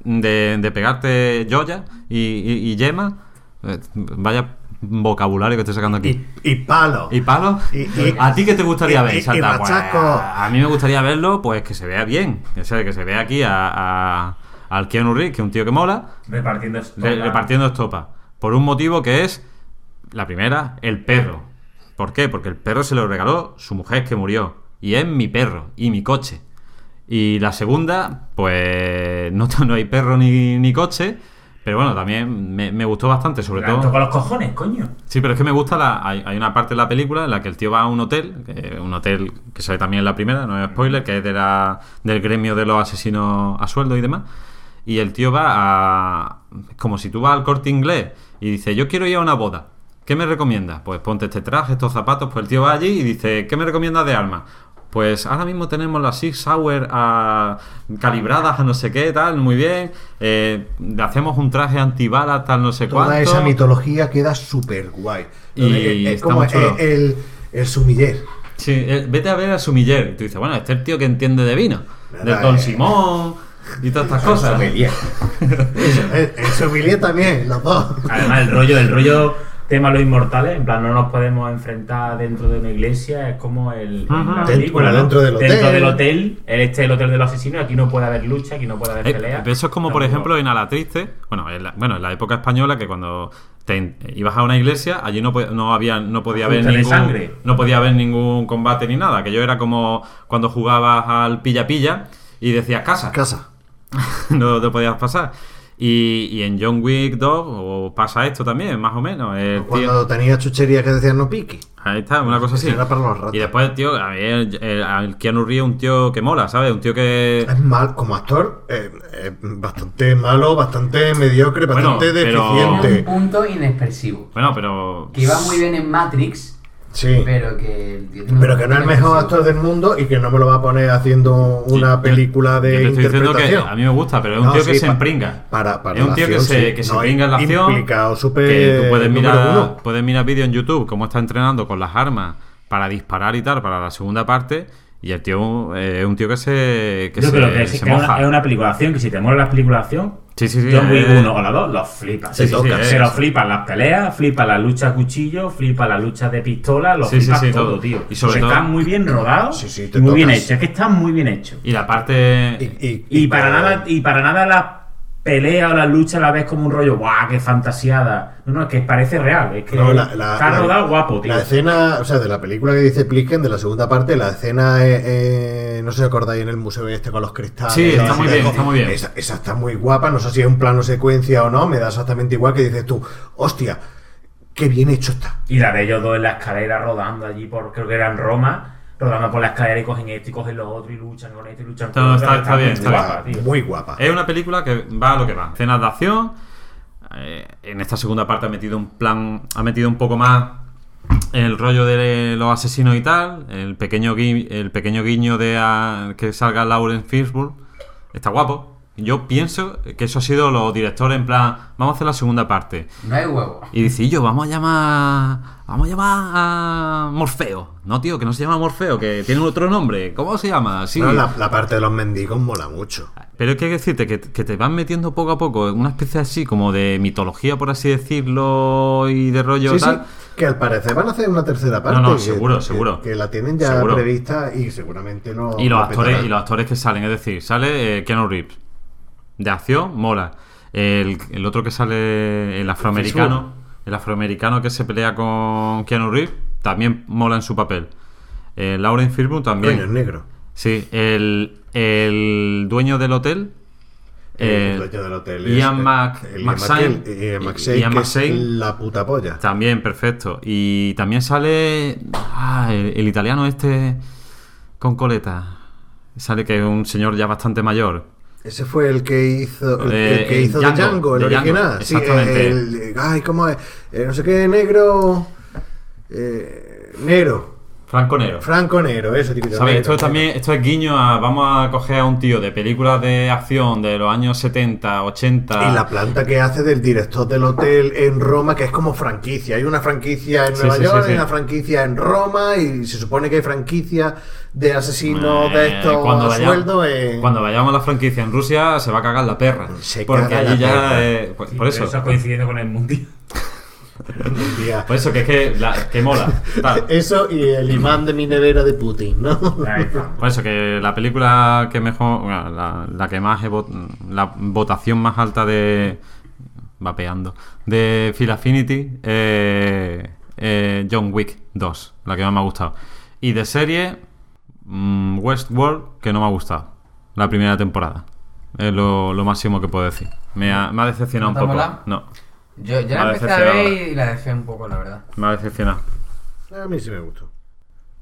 de, de pegarte joya y, y, y yema, eh, vaya vocabulario que estoy sacando aquí.
Y palo.
¿Y palo?
Y- y-
¿A ti qué te gustaría
y-
ver?
y- y
Salta, pues,
machaco.
a mí me gustaría verlo, pues que se vea bien. Que se, que se vea aquí a, a- al Keanu Reeves, que es un tío que mola,
Repartiendo esto.
re- repartiendo estopa. Por un motivo que es, la primera, el perro. ¿Por qué? Porque el perro se lo regaló su mujer que murió. Y es mi perro y mi coche. Y la segunda, pues no, no hay perro ni, ni coche. Pero bueno, también me, me gustó bastante, sobre todo.
con los cojones, coño.
Sí, pero es que me gusta la. Hay, hay una parte de la película en la que el tío va a un hotel, que- un hotel que sale también en la primera, no es spoiler, que es de la, del gremio de los asesinos a sueldo y demás. Y el tío va a. Como si tú vas al corte inglés y dice, Yo quiero ir a una boda. ¿Qué me recomiendas? Pues ponte este traje, estos zapatos. Pues el tío va allí y dice, ¿qué me recomiendas de armas? Pues ahora mismo tenemos las Six Hour a- calibradas a no sé qué, tal, muy bien. Eh, le hacemos un traje antibalas, tal, no sé
Toda
cuánto.
esa mitología queda súper guay.
Y
es
está
eh, como
muy chulo.
el, el, el sumiller.
Sí, eh, vete a ver a Sumiller. Y tú dices, bueno, este es el tío que entiende de vino. De
Nada,
Don
eh.
Simón y todas estas
Eso
cosas. Eh,
me lía.
El, el sumiller también, los dos.
Además, el rollo, el rollo tema los inmortales, en plan, no nos podemos enfrentar dentro de una iglesia, es como el. en
Ajá.
la
Dentro-
película, ¿no?
dentro del hotel.
Dentro del hotel, el- este el hotel de los asesinos, aquí no puede haber lucha, aquí no puede haber
Eh,
pelea.
pero eso es como, por
Tampoco.
ejemplo, en Ala Triste. Bueno, en la, bueno, en la época española, que cuando te in- ibas a una iglesia, allí no, po- no, había, no podía haber
Junta de
ningún,
sangre.
no podía haber ningún combate ni nada. Que yo era como cuando jugabas al pilla-pilla y decías casa.
Casa.
no te podías pasar. Y, y en John Wick 2 o pasa esto también, más o menos. El tío-
Cuando tenía chucherías que decían no pique.
Ahí está, una cosa así.
Era para los ratos.
Y después el tío, a mí el, el- el Keanu Reeves es un tío que mola, ¿sabes? Un tío que...
Es mal, como actor, eh, eh, bastante malo, bastante mediocre,
Bueno,
bastante
pero-
Tiene un
deficiente.
punto inexpresivo.
Bueno, pero...
Que iba muy bien en Matrix,
Sí.
pero que. el tío tiene un
Pero que no es el
punto
mejor
inexpresivo.
actor del mundo y que no me lo va a poner haciendo una
Yo-
película
yo
de
te estoy diciendo que
interpretación.
a mí me gusta, pero es un
No,
tío
sí,
que se
pa-
empringa.
Para, para
es un
la
tío que
acción,
se,
sí.
que se
No,
brinca en la acción.
implicado, súper
que tú puedes
número
mirar,
uno.
puedes mirar vídeos en YouTube cómo está entrenando con las armas para disparar y tal, para la segunda parte. Y el tío eh, es un tío que se, que
Yo
se,
creo que, es,
se
que es
moja.
una, es una película de acción, que si te mola las películas de acción,
Sí, sí, sí.
John Wick
eh,
1 o la 2, los flipas.
Sí,
se
sí,
tocan.
sí,
se
eh,
los
sí.
flipan las peleas, flipa la lucha a cuchillo, flipa la lucha de pistola, los
Sí, sí,
flipas
sí,
todo,
todo.
tío.
Y sobre
Se
todo-
están muy bien rodados
Sí, sí,
y
te
muy bien
tocas.
hechos. Es que están muy bien hechos.
Y la parte.
Y, y-
Y
y
para nada, y para nada la pelea o la lucha la ves como un rollo, guau, qué fantasiada. No, no, es que parece real, es que
No, la- la-
está
la-
rodado guapo, tío.
La escena, o sea, de la película que dice Plisken, de la segunda parte, la escena, eh, eh, no sé si acordáis, en el museo este con los cristales.
Sí, está
los
muy bien,
espejos.
está muy bien.
Esa, esa está muy guapa, no sé si es un plano secuencia o no, me da exactamente igual que dices tú, hostia, qué bien hecho está.
Y la de ellos dos en la escalera rodando allí por, creo que era en Roma, rodando por la escalera y cogen esto y cogen lo otro y luchan con esto y luchan con
No,
lo
está-
otro.
está bien,
muy
está
guapa,
Guapa,
tío.
muy guapa.
Es una película que va a lo que va. Escenas de acción. eh, en esta segunda parte ha metido un plan. Ha metido un poco más el rollo de los asesinos y tal. El pequeño, gui- el pequeño guiño de a- que salga Lauren Fishburne. Está guapo. Yo pienso que eso ha sido los directores en plan. Vamos a hacer la segunda parte.
No hay huevo.
Y dice, "Y yo, vamos a llamar. Vamos a llamar a Morfeo. No, tío, que no se llama Morfeo, que tiene otro nombre. ¿Cómo se llama? Sí.
Bueno, la, la parte de los mendigos mola mucho.
Pero es que hay que decirte que, que te van metiendo poco a poco en una especie así como de mitología, por así decirlo, y de rollo
Sí, sí,
tal.
que al parecer van a hacer una tercera parte.
no,
que-
seguro,
que-
seguro.
Que, la tienen ya
Seguro.
prevista y seguramente no.
Y los
no
actores,
petarán.
y los actores que salen, es decir, sale eh, Keanu Reeves. De acción, mola. El, el otro que sale, el afroamericano, el afroamericano que se pelea con Keanu Reeves, también mola en su papel. Eh, Lauren Fishburne también.
Coño, es negro.
Sí, el, el dueño del hotel. eh,
el dueño del hotel.
Ian
es-
Mac-
el Ian
McShane.
McKellen, Ian McShane,
Ian
que es
McShane.
la puta polla.
También, perfecto. Y también sale ah, el, el italiano este con coleta. Sale que es un señor ya bastante mayor.
Ese fue el que hizo el,
Eh,
el que
el
hizo
Django,
de Django, el
de Django,
original. Sí,
exactamente.
el- ay, ¿cómo es? Eh, no sé qué, negro. eh, negro.
Franco Nero.
Franco negro, eso, típico.
¿Sabes?
negro,
Esto también esto es guiño a... Vamos a coger a un tío de películas de acción de los años 70, 80...
Y la planta que hace del director del hotel en Roma, que es como franquicia. Hay una franquicia en
Sí,
Nueva
sí,
York,
sí,
hay
sí.
una franquicia en Roma, y se supone que hay franquicia de asesinos de
Eh,
estos
cuando
a
vayamos-
sueldo en.
Cuando vayamos a la franquicia en Rusia se va a cagar la perra.
Se
porque
caga la
allí ya...
perra.
eh, por,
Sí,
por
pero
eso.
está coincidiendo con el mundial.
un día.
Por eso que es que, la- que mola. tal.
Eso y el imán de mi nevera de Putin, ¿no?
Ahí está.
Por eso que la película que mejor, bueno, la, la que más he vot- la votación más alta de vapeando de Phil Affinity, eh, eh, John Wick 2, la que más me ha gustado. Y de serie mm, Westworld que no me ha gustado la primera temporada. Es lo, lo máximo que puedo decir. Me ha, me ha decepcionado
¿No te
un
ha
poco.
molado?
No,
Yo ya
Me
la
ha
empecé a
decepcionado.
ver y la dejé un poco, la verdad.
me ha decepcionado.
A mí sí me gustó.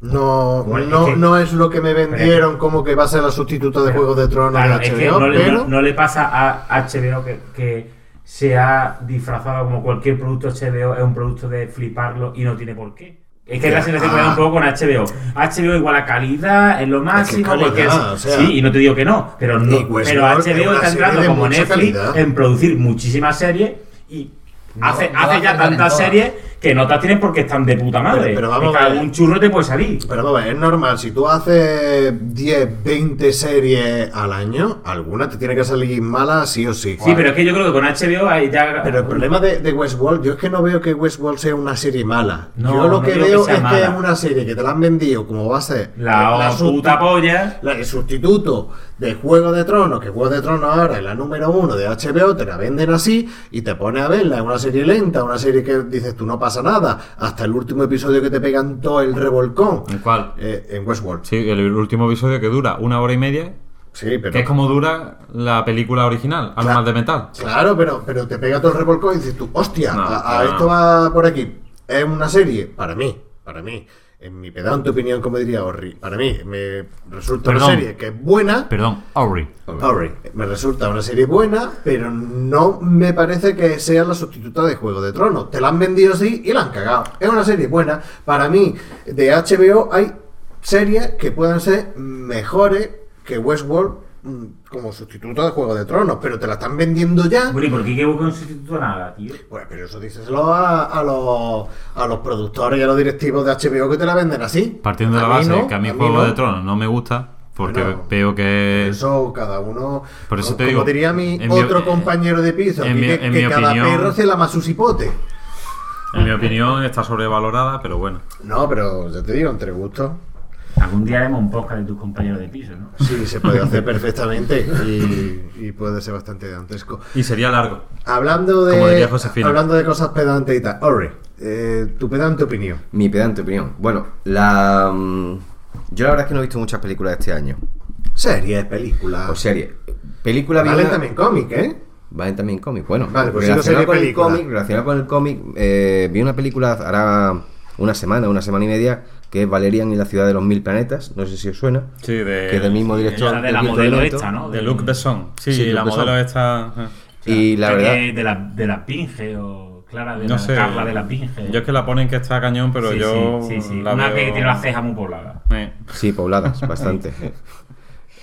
No,
Bueno,
no,
es que- Eh.
no es lo que me vendieron como que va a ser la sustituta de Juegos de Tronos
Claro,
de
es
HBO,
que no, le-
pero
no- no le pasa a HBO que, que se ha disfrazado como cualquier producto HBO es un producto de fliparlo y no tiene por qué. Es que es la sensación que
Ah.
me da un poco con HBO. HBO igual a calidad, es lo máximo.
calidad,
porque es-
o sea.
sí, y no te digo que no, pero, no,
Y Westworld
pero
es
HBO
una
está
serie
entrando
de
como
mucha
Netflix
calidad.
en producir muchísimas series y
No,
hace,
no
hace ya
acertan en todas.
tantas series que no las tienes porque están de puta madre.
Pero- pero vamos
Es que
a ver.
algún churro te puede salir.
Pero vamos, es normal, si tú haces 10, 20 series al año, alguna te tiene que salir mala sí o sí.
Sí, pero es que yo creo que con HBO hay ya.
Pero el problema de, de Westworld, yo es que no veo que Westworld sea una serie mala.
No,
yo lo
no
que
digo que
veo
sea
es que
mala.
es una serie que te la han vendido como va a ser
La,
sub-
puta polla.
la- el sustituto de Juego de Tronos, que Juego de Tronos ahora es la número uno de HBO, te la venden así y te pones a verla. Es una serie lenta, una serie que dices tú no pasa nada, hasta el último episodio que te pegan todo el revolcón.
¿En cuál?
Eh, en Westworld.
Sí, el último episodio que dura una hora y media
Sí, pero.
Que es como dura la película original, Almas de Metal.
Claro, pero, pero te pega todo el revolcón y dices tú, hostia,
No,
a, a
no.
esto va por aquí. Es una serie. Para mí, para mí. En mi pedante opinión, como diría Orri, para mí me resulta una
Perdón.
serie que es buena.
Perdón, Aubrey.
Orri, me resulta una serie buena, pero no me parece que sea la sustituta de Juego de Tronos. Te la han vendido así y la han cagado. Es una serie buena. Para mí, de HBO hay series que puedan ser mejores que Westworld mm, como sustituto de Juego de Tronos, pero te la están vendiendo ya.
Bueno, ¿y por qué que busca un sustituto a nada, tío?
Pues, pero eso díselo a, a los, a los productores y a los directivos de HBO que te la venden así.
Partiendo de
A
la
mí
base
no,
que a mí
a mí
Juego
no.
de Tronos no me gusta porque
Bueno,
veo que es-
Eso cada uno.
Por eso
co-
te
como
digo,
diría mi
en mi-
otro
eh,
compañero de piso,
en
aquí
mi-
que,
en
que
mi
cada
opinión-
perro se lama su cipote.
en mi opinión está sobrevalorada, pero bueno.
No, pero ya te digo, entre gustos.
Algún día haremos un podcast de tus compañeros de piso, ¿no?
Sí, se puede hacer perfectamente y, y puede ser bastante dantesco.
Y sería largo.
Hablando
Como
de,
diría Josefina.
hablando de cosas pedantes y tal. Orri, eh, tu pedante opinión.
Mi pedante opinión. Bueno, la. mm, Yo la verdad es que no he visto muchas películas este año.
Series, películas.
O serie. Película vi
vale
una-
también cómic, ¿eh?
Valen también cómic, bueno.
Vale, pues siendo
relacionado,
serie
con el
película.
cómic, relacionado con el cómic, eh, vi una película hará una semana, una semana y media, que es Valerian y la ciudad de los mil planetas, no sé si os suena,
Sí, de,
que es del mismo director.
la de
del
la
quinto
modelo
elemento.
esta, ¿no?
de Luc Besson. Sí,
Sí, Luc
la
Besson.
modelo esta. eh.
Y la
Que
verdad...
es De la, de la Pinge o Clara de
No
la
sé.
Carla de la Pinge.
Yo es que la ponen que está cañón, pero
Sí,
yo.
sí, sí, sí.
la
Una
veo-
que tiene la ceja muy poblada.
Eh.
Sí, pobladas, bastante.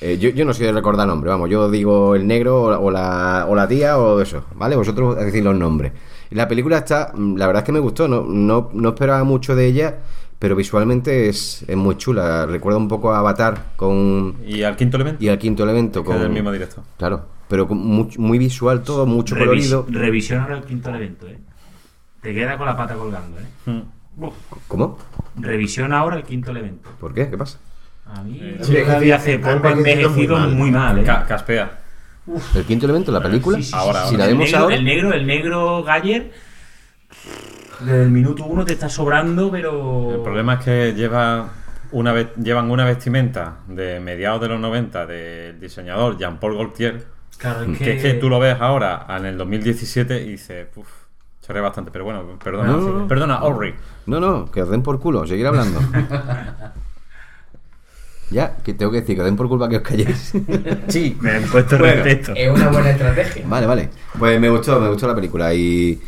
Eh, yo, yo no soy de recordar nombres, vamos, yo digo el negro o la, o la, o la tía o eso, ¿vale? Vosotros decís los nombres. Y La película está, mm, la verdad es que me gustó, no, no, no esperaba mucho de ella, pero visualmente es, es muy chula. Recuerda un poco a Avatar con,
Y al quinto elemento.
y al quinto elemento
que
con...
es del mismo director.
Claro, pero con muy, muy visual todo, mucho
Revis-
colorido.
Revisión ahora el quinto evento, ¿eh? Te queda con la pata colgando, ¿eh?
Mm.
Uf.
¿Cómo?
Revisión ahora el quinto evento.
¿Por qué? ¿Qué pasa?
A mí
sí,
yo Eh, la vi hace
está
poco
envejeciendo
envejecido
muy mal.
muy mal, ¿eh?
Ca- Caspea.
¿El quinto elemento, la película?
Sí, sí, sí,
Ahora,
sí.
Si la
el
vemos
negro,
ahora...
El negro, el negro Galler, desde el minuto uno te está sobrando, pero...
El problema es que lleva una ve- llevan una vestimenta de mediados de los 90 del diseñador Jean-Paul Gaultier.
Claro, es
Que es que tú lo ves ahora en el 2017 y dices, uff, chorré bastante, pero bueno, perdona,
No, no, no.
perdona, Orri.
No, no, que os den por culo, seguir hablando. ya, que tengo que decir que os den por culpa que os calléis.
Sí, me he puesto respeto.
Es una buena estrategia.
vale, vale. Pues me gustó, me gustó la película y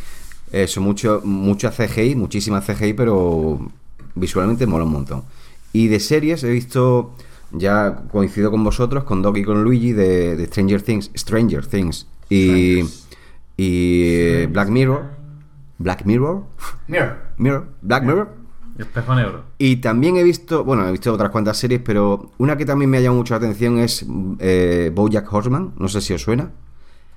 eso, mucho, mucha CGI, muchísima CGI, pero visualmente mola un montón. Y de series he visto, ya coincido con vosotros, con Doc y con Luigi de, de Stranger Things, Stranger Things y, y eh, Black Mirror, Black Mirror,
Mira,
Mirror, Black Mirror.
Espejo negro.
Y también he visto, bueno, he visto otras cuantas series, pero una que también me ha llamado mucho la atención es eh, Bojack Horseman, no sé si os suena.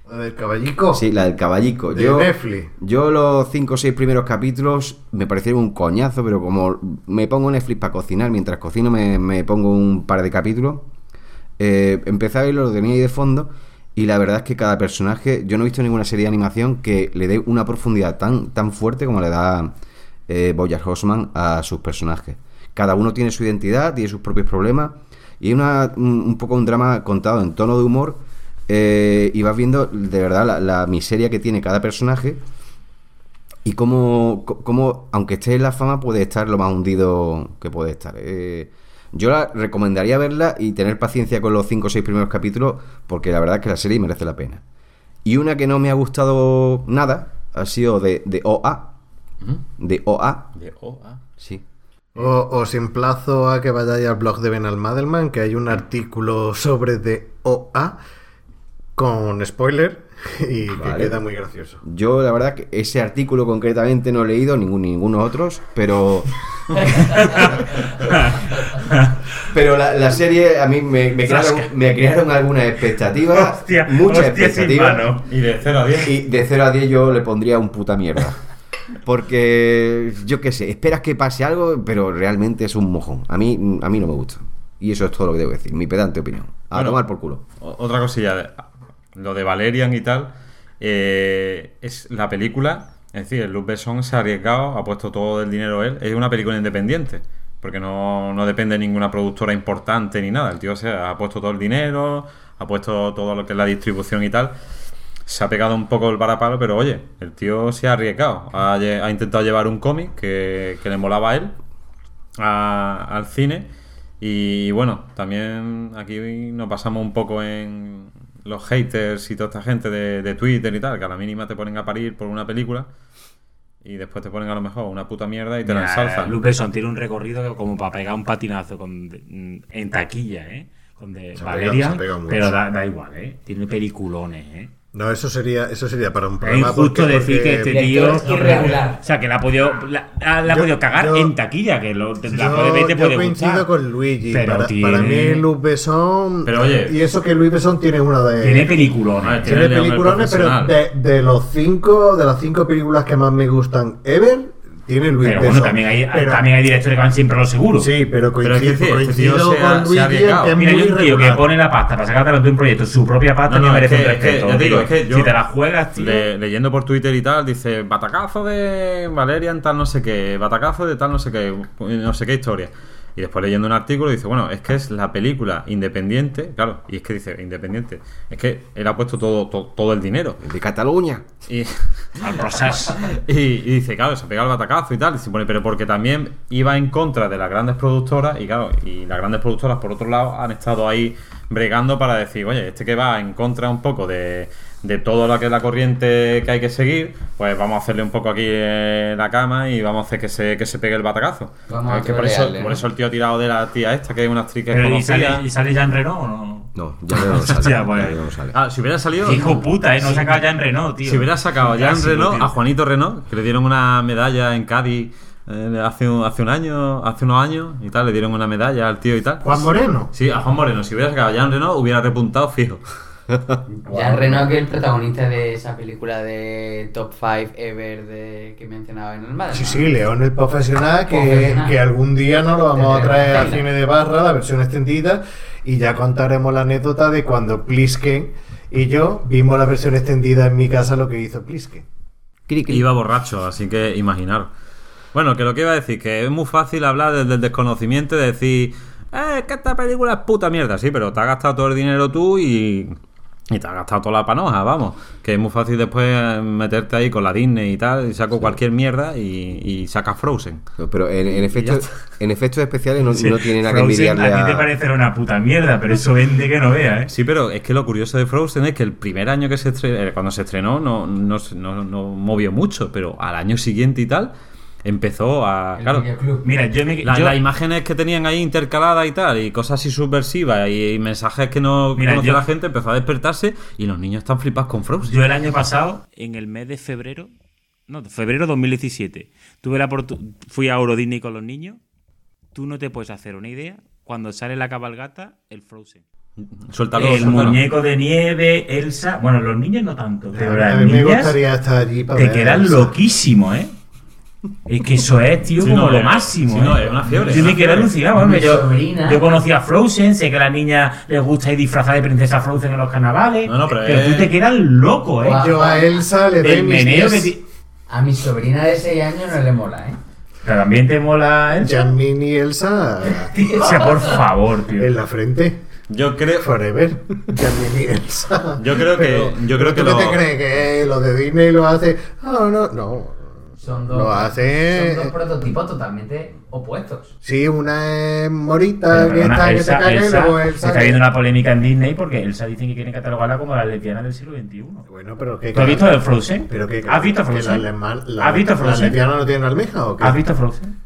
La del caballico.
Sí, la del caballico.
De
yo,
Netflix.
yo los cinco o seis primeros capítulos me parecieron un coñazo, pero como me pongo Netflix para cocinar, mientras cocino me, me pongo un par de capítulos, eh, empecé a verlo, lo tenía ahí de fondo, y la verdad es que cada personaje, yo no he visto ninguna serie de animación que le dé una profundidad tan, tan fuerte como le da eh, Bojack Horseman a sus personajes. Cada uno tiene su identidad, tiene sus propios problemas, y es una- un, un poco un drama contado en tono de humor, eh, y vas viendo de verdad la- la miseria que tiene cada personaje. Y cómo, co- cómo, aunque esté en la fama, puede estar lo más hundido que puede estar. Eh, yo la recomendaría verla y tener paciencia con los 5 o 6 primeros capítulos, porque la verdad es que la serie merece la pena. Y una que no me ha gustado nada ha sido de, de OA. De OA,
De OA.
sí.
O- os emplazo a que vayáis al blog de Benalmadelman, que hay un artículo sobre DOA con spoiler y que
Vale.
queda muy gracioso.
Yo la verdad que ese artículo concretamente no he leído, ninguno, ninguno otros, pero... pero la, la serie a mí me, me crearon, me crearon algunas expectativas,
Hostia,
muchas
hostia, sin
expectativas.
mano.
Y de 0 a 10.
Y de 0 a 10 yo le pondría un puta mierda. Porque, yo qué sé, esperas que pase algo, pero realmente es un mojón. A mí, a mí no me gusta. Y eso es todo lo que debo decir, mi pedante opinión. A
Bueno.
tomar por culo.
O- Otra cosilla, de- lo de Valerian y tal, eh, es la película, es decir, Luc Besson se ha arriesgado, ha puesto todo el dinero él, es una película independiente. porque no, no depende de ninguna productora importante ni nada. El tío se ha puesto todo el dinero, ha puesto todo lo que es la distribución y tal. Se ha pegado un poco el varapalo, pero oye, el tío se ha arriesgado. Ha, lle- ha intentado llevar un cómic que, que le molaba a él a- al cine. Y bueno, también aquí nos pasamos un poco en los haters y toda esta gente de, de Twitter y tal, que a la mínima te ponen a parir por una película y después te ponen a lo mejor una puta mierda y te la
Nah,
ensalzan.
Luke Besson tiene un recorrido que como para pegar un patinazo con de- mm, en taquilla, ¿eh? Con de
Se ha pegado-
Valeria,
se ha pegado mucho.
pero da, da igual, ¿eh? Tiene peliculones, ¿eh?
No, eso sería, eso sería para un
Es
programa.
injusto
porque-
decir que
porque-
este tío.
Director irregular.
O sea, que la ha podido, la, la ha
Yo-
podido cagar
yo-
en taquilla, que lo, la
Yo-
puede ver y te
yo
puede
coincido
gustar.
con Luigi.
Pero
para,
tiene-
para mí, Luis Besson.
Pero oye-
y eso que Luis Besson tiene una de.
Tiene peliculones.
Ah,
tiene
tiene León el
peliculones, pero
profesional.
de, de los cinco, de las cinco películas que más me gustan ever, tiene Luis
Pero
Besson.
bueno, también hay,
Pero-
también hay directores que van siempre a lo seguro.
Sí, pero
Pero es que
coincido,
este- este
coincido
tío se ha-
con
se ha
Luigi en
arriesgado.
que es
Mira,
muy
hay un tío que
irregular.
pone la pasta para sacártelo de un proyecto, su propia pasta,
No,
que
no,
merece
es
un
que- es que
respeto.
yo digo,
tío.
es que yo-
si te la juegas, tío.
Le- leyendo por Twitter y tal, dice batacazo de Valeria en tal no sé qué, batacazo de tal no sé qué, no sé qué historia. Y después leyendo un artículo dice, bueno, es que es la película independiente, claro, y es que dice independiente, es que él ha puesto todo, to- todo, el dinero.
De Cataluña.
Y,
Al process.
y- y dice, claro, se pega el batacazo y tal, y se pone, pero porque también iba en contra de las grandes productoras, y claro, y las grandes productoras por otro lado han estado ahí bregando para decir, oye, este que va en contra un poco de, de todo lo que es la corriente que hay que seguir, pues vamos a hacerle un poco aquí eh, la cama y vamos a hacer que se, que se pegue el batacazo.
Vamos a
Es que por, eso,
trolearle,
por
¿no?
eso el tío ha tirado de la tía esta, que es una actriz que es
Pero, ¿y, sale,
conocida.
¿Y sale Jean Reno o no?
No, ya veo no sale.
Hostia, pues.
ya veo no sale.
Ah, si hubiera salido...
Hijo puta, ¿eh? No saca Jean Reno, tío.
Si hubiera sacado a
Ya,
Jean
sí,
Reno,
tío.
a Juanito Reno, que le dieron una medalla en Cádiz eh, hace, un, hace un año, hace unos años y tal, le dieron una medalla al tío y tal.
Juan Moreno.
Sí, a Juan Moreno, si hubiera sacado a Jean Reno, hubiera repuntado fijo.
Jean Reno, que es el protagonista de esa película de Top 5 Ever de... que mencionaba en el madre.
Sí, sí, León el profesional, que,
Profesional.
que algún día nos lo vamos a traer al
Venga.
cine de barra, la versión extendida, y ya contaremos la anécdota de cuando Plisken y yo vimos la versión extendida en mi casa, lo que hizo Plisken.
Cri, cri.
Iba borracho, así que imaginaros. Bueno, que lo que iba a decir, que es muy fácil hablar desde el desconocimiento y decir, eh, es que esta película es puta mierda, sí, pero te has gastado todo el dinero tú y, y te has gastado toda la panoja, vamos. Que es muy fácil después eh, meterte ahí con la Disney y tal, y saco cualquier mierda y, y sacas Frozen.
No, pero en, en efectos, en efectos especiales no, no tiene nada que
Frozen,
envidiarle
a ti te
a...
parecerá una puta mierda, pero eso vende que no vea, ¿eh?
Sí, pero es que lo curioso de Frozen es que el primer año que se estrenó, cuando se estrenó, no, no, se- no- no movió mucho, pero al año siguiente y tal, empezó a.
El
claro,
videoclub.
Mira, yo me.
La-
yo-
las imágenes que tenían ahí intercaladas y tal, y cosas así subversivas y, y mensajes que no
Mira,
conoce
yo-
la gente, empezó a despertarse y los niños están flipados con Frozen.
Yo el año pasado, en el mes de febrero, no, de febrero 2017, tuve la oportu- fui a Euro Disney con los niños. Tú no te puedes hacer una idea cuando sale la cabalgata, el Frozen.
Suéltalo.
El
suéltalo.
muñeco de nieve, Elsa. Bueno, los niños no tanto, pero
a
las
mí me
niñas
gustaría estar allí para
te
ver
quedan
eso.
loquísimo, ¿eh? Es que eso es, tío,
Sí,
como
no,
lo
es-
máximo.
sí,
¿eh?
no, es una fiebre,
Yo
es
me
una
quedé
fiebre.
alucinado. hombre,
Mi
yo,
sobrina.
yo conocí a Frozen, sé que a la niña le gusta ir disfrazada de princesa Frozen en los carnavales.
No, no, pero es-
tú te quedas loco, ¿eh?
Guau.
Yo a Elsa le doy
El
mis
meneo que
10.
ti-
A mi sobrina de 6 años no le mola, ¿eh?
Pero también te mola el
Jasmine y Elsa
O sea, por favor, tío.
en la frente.
Yo creo.
Forever. Jasmine y Elsa.
Yo creo que- yo creo que
¿tú qué
lo-
te crees? Que lo de Disney lo hace. Ah, no, no.
Son dos,
Lo hace-
son dos prototipos totalmente opuestos.
Sí, una es morita
Pero
que
perdona,
está que
Elsa-
te cae, y
Elsa-
luego
se
Elsa.
está
que-
viendo una polémica en Disney porque Elsa dicen que quieren catalogarla como la lesbiana del siglo XXI.
Bueno, pero que.
¿Tú has visto el Frozen?
Pero que,
¿Has visto
que
Frozen?
La, alema- la-
¿Has visto
la
Frozen?
lesbiana no tiene almeja o qué?
¿Has visto Frozen?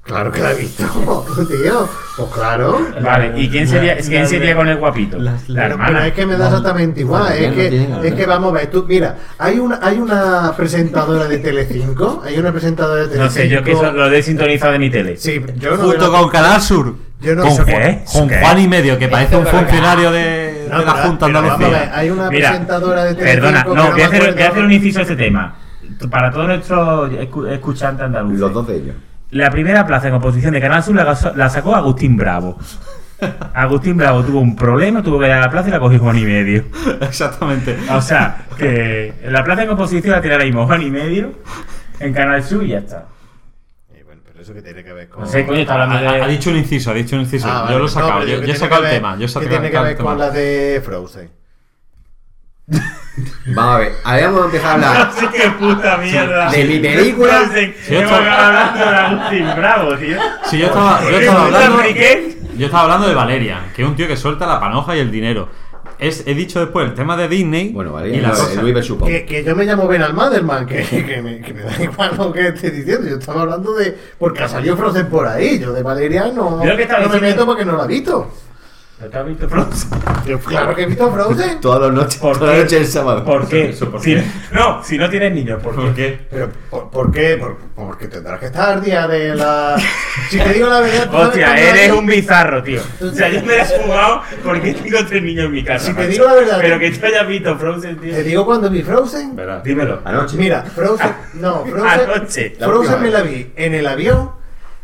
Claro que la he visto, tío. Pues claro.
Vale, ¿y quién sería, quién sería con el guapito? La,
Pero, pero
hermana.
es que me da exactamente igual.
Bueno,
Es
ya no tiene
que,
nada.
es que vamos a ver. Tú, mira, hay una, hay una presentadora de Telecinco. Hay una presentadora de Telecinco.
No sé, yo que eso lo he sintonizado de mi tele.
Sí, yo no.
Junto
veo-
con Canal Sur.
Yo no
con
sé-
Juan,
¿Qué?
con
¿Qué?
Juan y medio, que parece un
Esto es
funcionario de,
No,
de la
pero-
Junta
pero vamos a
Andalucía.
ver, hay una presentadora de Telecinco.
Perdona,
que
no, voy a,
me
hacer,
acuerdo.
voy a hacer un inciso a este tema. Para todos nuestros escu- escuchantes andaluces.
Los dos de ellos.
La primera plaza en oposición de Canal Sur la, gaso- la sacó Agustín Bravo. Agustín Bravo tuvo un problema, tuvo que ir a la plaza y la cogió Juan y medio.
Exactamente.
O sea, que la plaza en oposición la tiene ahora mismo Juan y medio en Canal Sur y ya está.
Eh, bueno, pero eso que tiene que ver con.
No sé, coño, está hablando
Ha, ha
de.
dicho un inciso, ha dicho un inciso.
Ah, vale.
yo lo he sacado,
No,
yo,
pero que
yo he
tiene
sacado
que
el
ver-
tema. Yo he
que
sacado
tiene que
el
ver
tema.
con la de Frozen?
Vamos a ver, habíamos empezado a hablar
Sí, qué puta mierda.
de mi película.
Sí, Hemos hablando de Agustín Bravo, tío.
Sí, yo estaba, yo
¿Qué
estaba
puta
hablando.
friquez?
Yo estaba hablando de Valeria, que es un tío que suelta la panoja y el dinero. Es, he dicho después el tema de Disney.
Bueno,
y
vale,
la
no,
cosa.
Luis Besupo.
Que, que yo me llamo Benal Maderman, que, que, me, que me da igual lo que esté diciendo. Yo estaba hablando de. Porque ha salido Frozen por ahí. Yo de Valeria no,
Yo que estaba
no me
diciendo-
meto porque no la he visto.
¿No te has visto Frozen?
Yo, claro que he visto Frozen.
Todas las noches,
¿Por
toda
qué?
la noche el sábado.
¿Por qué?
Eso, ¿por
Si-
qué?
no, si no tienes niños, ¿por qué?
¿Por qué?
Pero, ¿por, por qué? Por- porque tendrás que estar al día de la. Si te digo la verdad. tú sabes
Hostia,
cuando la
eres
vi.
un bizarro, tío. O sea, yo me he fugado porque tengo tres niños en mi casa.
Si te
macho.
digo la verdad- ¿eh?
Pero que tú hayas visto Frozen, tío.
Te digo cuando vi Frozen.
Verás.
Dímelo.
Anoche.
Mira, Frozen. No,
Anoche.
Frozen.
La última
Frozen me
vez.
la vi en el avión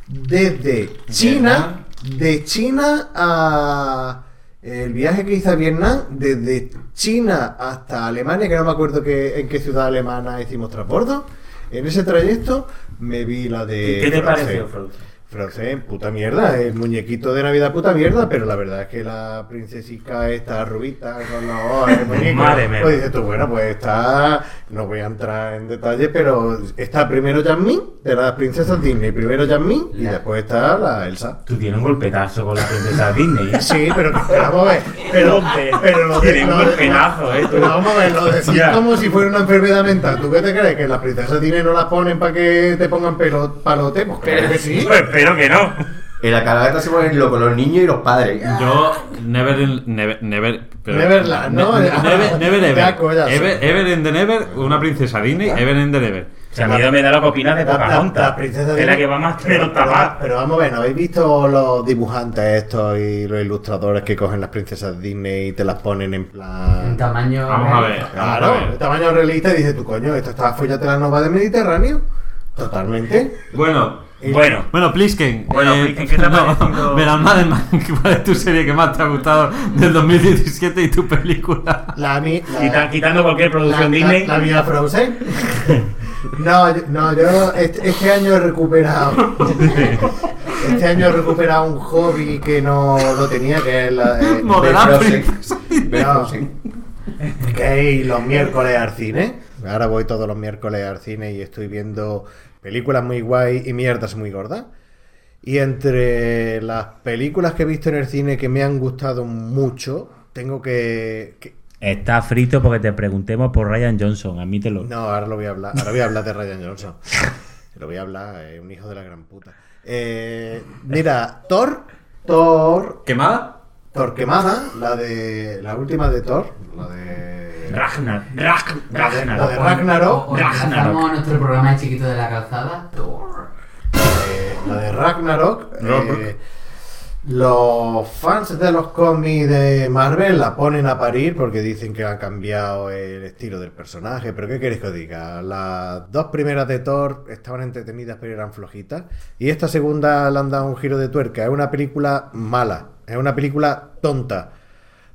desde China. De China a. El viaje que hice a Vietnam, desde China hasta Alemania, que no me acuerdo que, en qué ciudad alemana hicimos transbordo. En ese trayecto me vi la de.
¿Qué te
Frozen.
pareció Frozen?
Frozen, puta mierda, el muñequito de Navidad, puta mierda, pero la verdad es que la princesica está rubita con los ojos, el muñeco.
Madre mía.
Pues dices tú, bueno, pues está. No voy a entrar en detalle, pero está primero Jasmine de las princesas Disney, primero Jasmine y después está la Elsa.
Tú tienes un golpetazo con la princesa Disney.
Sí, pero pero vamos a ver. Pero, pero lo
Tiene un
lo
golpenazo, eh, tú.
pero vamos a ver, lo decís
Ya.
como si fuera una enfermedad mental. ¿Tú qué te crees? ¿Que las princesas Disney no las ponen para que te pongan pelo, palote? Pues claro que sí.
Yo espero que no.
En la calavera se ponen locos los niños y los padres.
Yo, Never, never, never, pero-
Neverland, ¿no? Ah,
Ne- never, never, ever.
Ya, coño, ya sé.
Ever, ever and the never, una princesa Disney, ever and the never.
O sea, a mí no me da la copina de
La- la- la
Pocahontas.
princesa
Es la
Disney.
que va más
Pero,
pero
pero,
tapada.
pero vamos a ver, ¿no habéis visto los dibujantes estos y los ilustradores que cogen las princesas Disney y te las ponen en
En
plan.
tamaño.
Vamos a ver. vamos a
Claro, de
ver.
tamaño realista y dices tú, coño, esto está follate la nova del Mediterráneo. Totalmente.
Bueno,
Bueno,
bueno, Plisken. eh,
Bueno, Plisken, ¿qué te ha parecido?
Verán, Madelman, ¿cuál es tu serie que más te ha gustado del 2017 y tu película?
La, mi- la-
quita- quitando cualquier producción
la-
Disney.
La, la vida Frozen. No, yo, no, yo este, este año he recuperado. Este año he recuperado un hobby que no lo tenía, que es la. eh,
Modelar
Frozen.
princesa.
No. Que ir los miércoles al cine. Ahora voy todos los miércoles al cine y estoy viendo películas muy guay y mierdas muy gordas. Y entre las películas que he visto en el cine que me han gustado mucho, tengo que. que-
Está frito porque te preguntemos por Ryan Johnson, admítelo.
No, ahora lo voy a hablar. Ahora voy a hablar de Ryan Johnson. Lo voy a hablar, es un hijo de la gran puta. Eh, mira, Thor. Thor.
¿Quemada?
Torquemada, la de. La última de Thor. La de.
Ragnar. Rag-
La de
Ragnar.
Ragnarok.
O regresamos a nuestro programa de chiquito de la calzada. Thor.
Eh, la de Ragnarok. eh, los fans de los cómics de Marvel la ponen a parir porque dicen que ha cambiado el estilo del personaje. Pero ¿qué queréis que os diga? Las dos primeras de Thor estaban entretenidas pero eran flojitas. Y esta segunda le han dado un giro de tuerca. Es una película mala. Es una película tonta.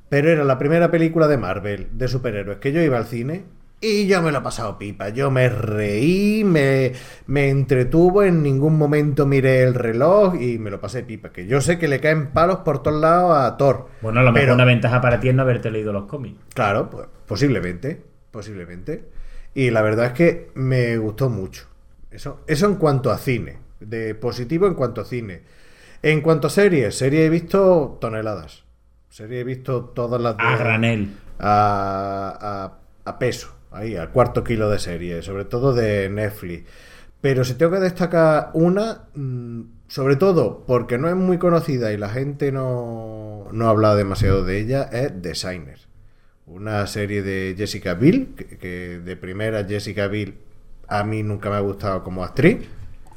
Pero era la primera película de Marvel, de superhéroes, que yo iba al cine y yo me lo he pasado pipa. Yo me reí, me, me entretuvo, en ningún momento miré el reloj y me lo pasé pipa. Que yo sé que le caen palos por todos lados a Thor.
Bueno, a lo mejor
pero-
una ventaja para ti es no haberte leído los cómics.
Claro, pues posiblemente, posiblemente. Y la verdad es que me gustó mucho. Eso, eso en cuanto a cine, de positivo en cuanto a cine. En cuanto a series, serie he visto toneladas. Serie he visto todas las de-
A granel.
a, a- a peso, ahí, al cuarto kilo de serie, sobre todo de Netflix. Pero si tengo que destacar una, mm, sobre todo porque no es muy conocida y la gente no, no habla demasiado de ella, es Designer. Una serie de Jessica Biel, que, que de primera Jessica Biel a mí nunca me ha gustado como actriz.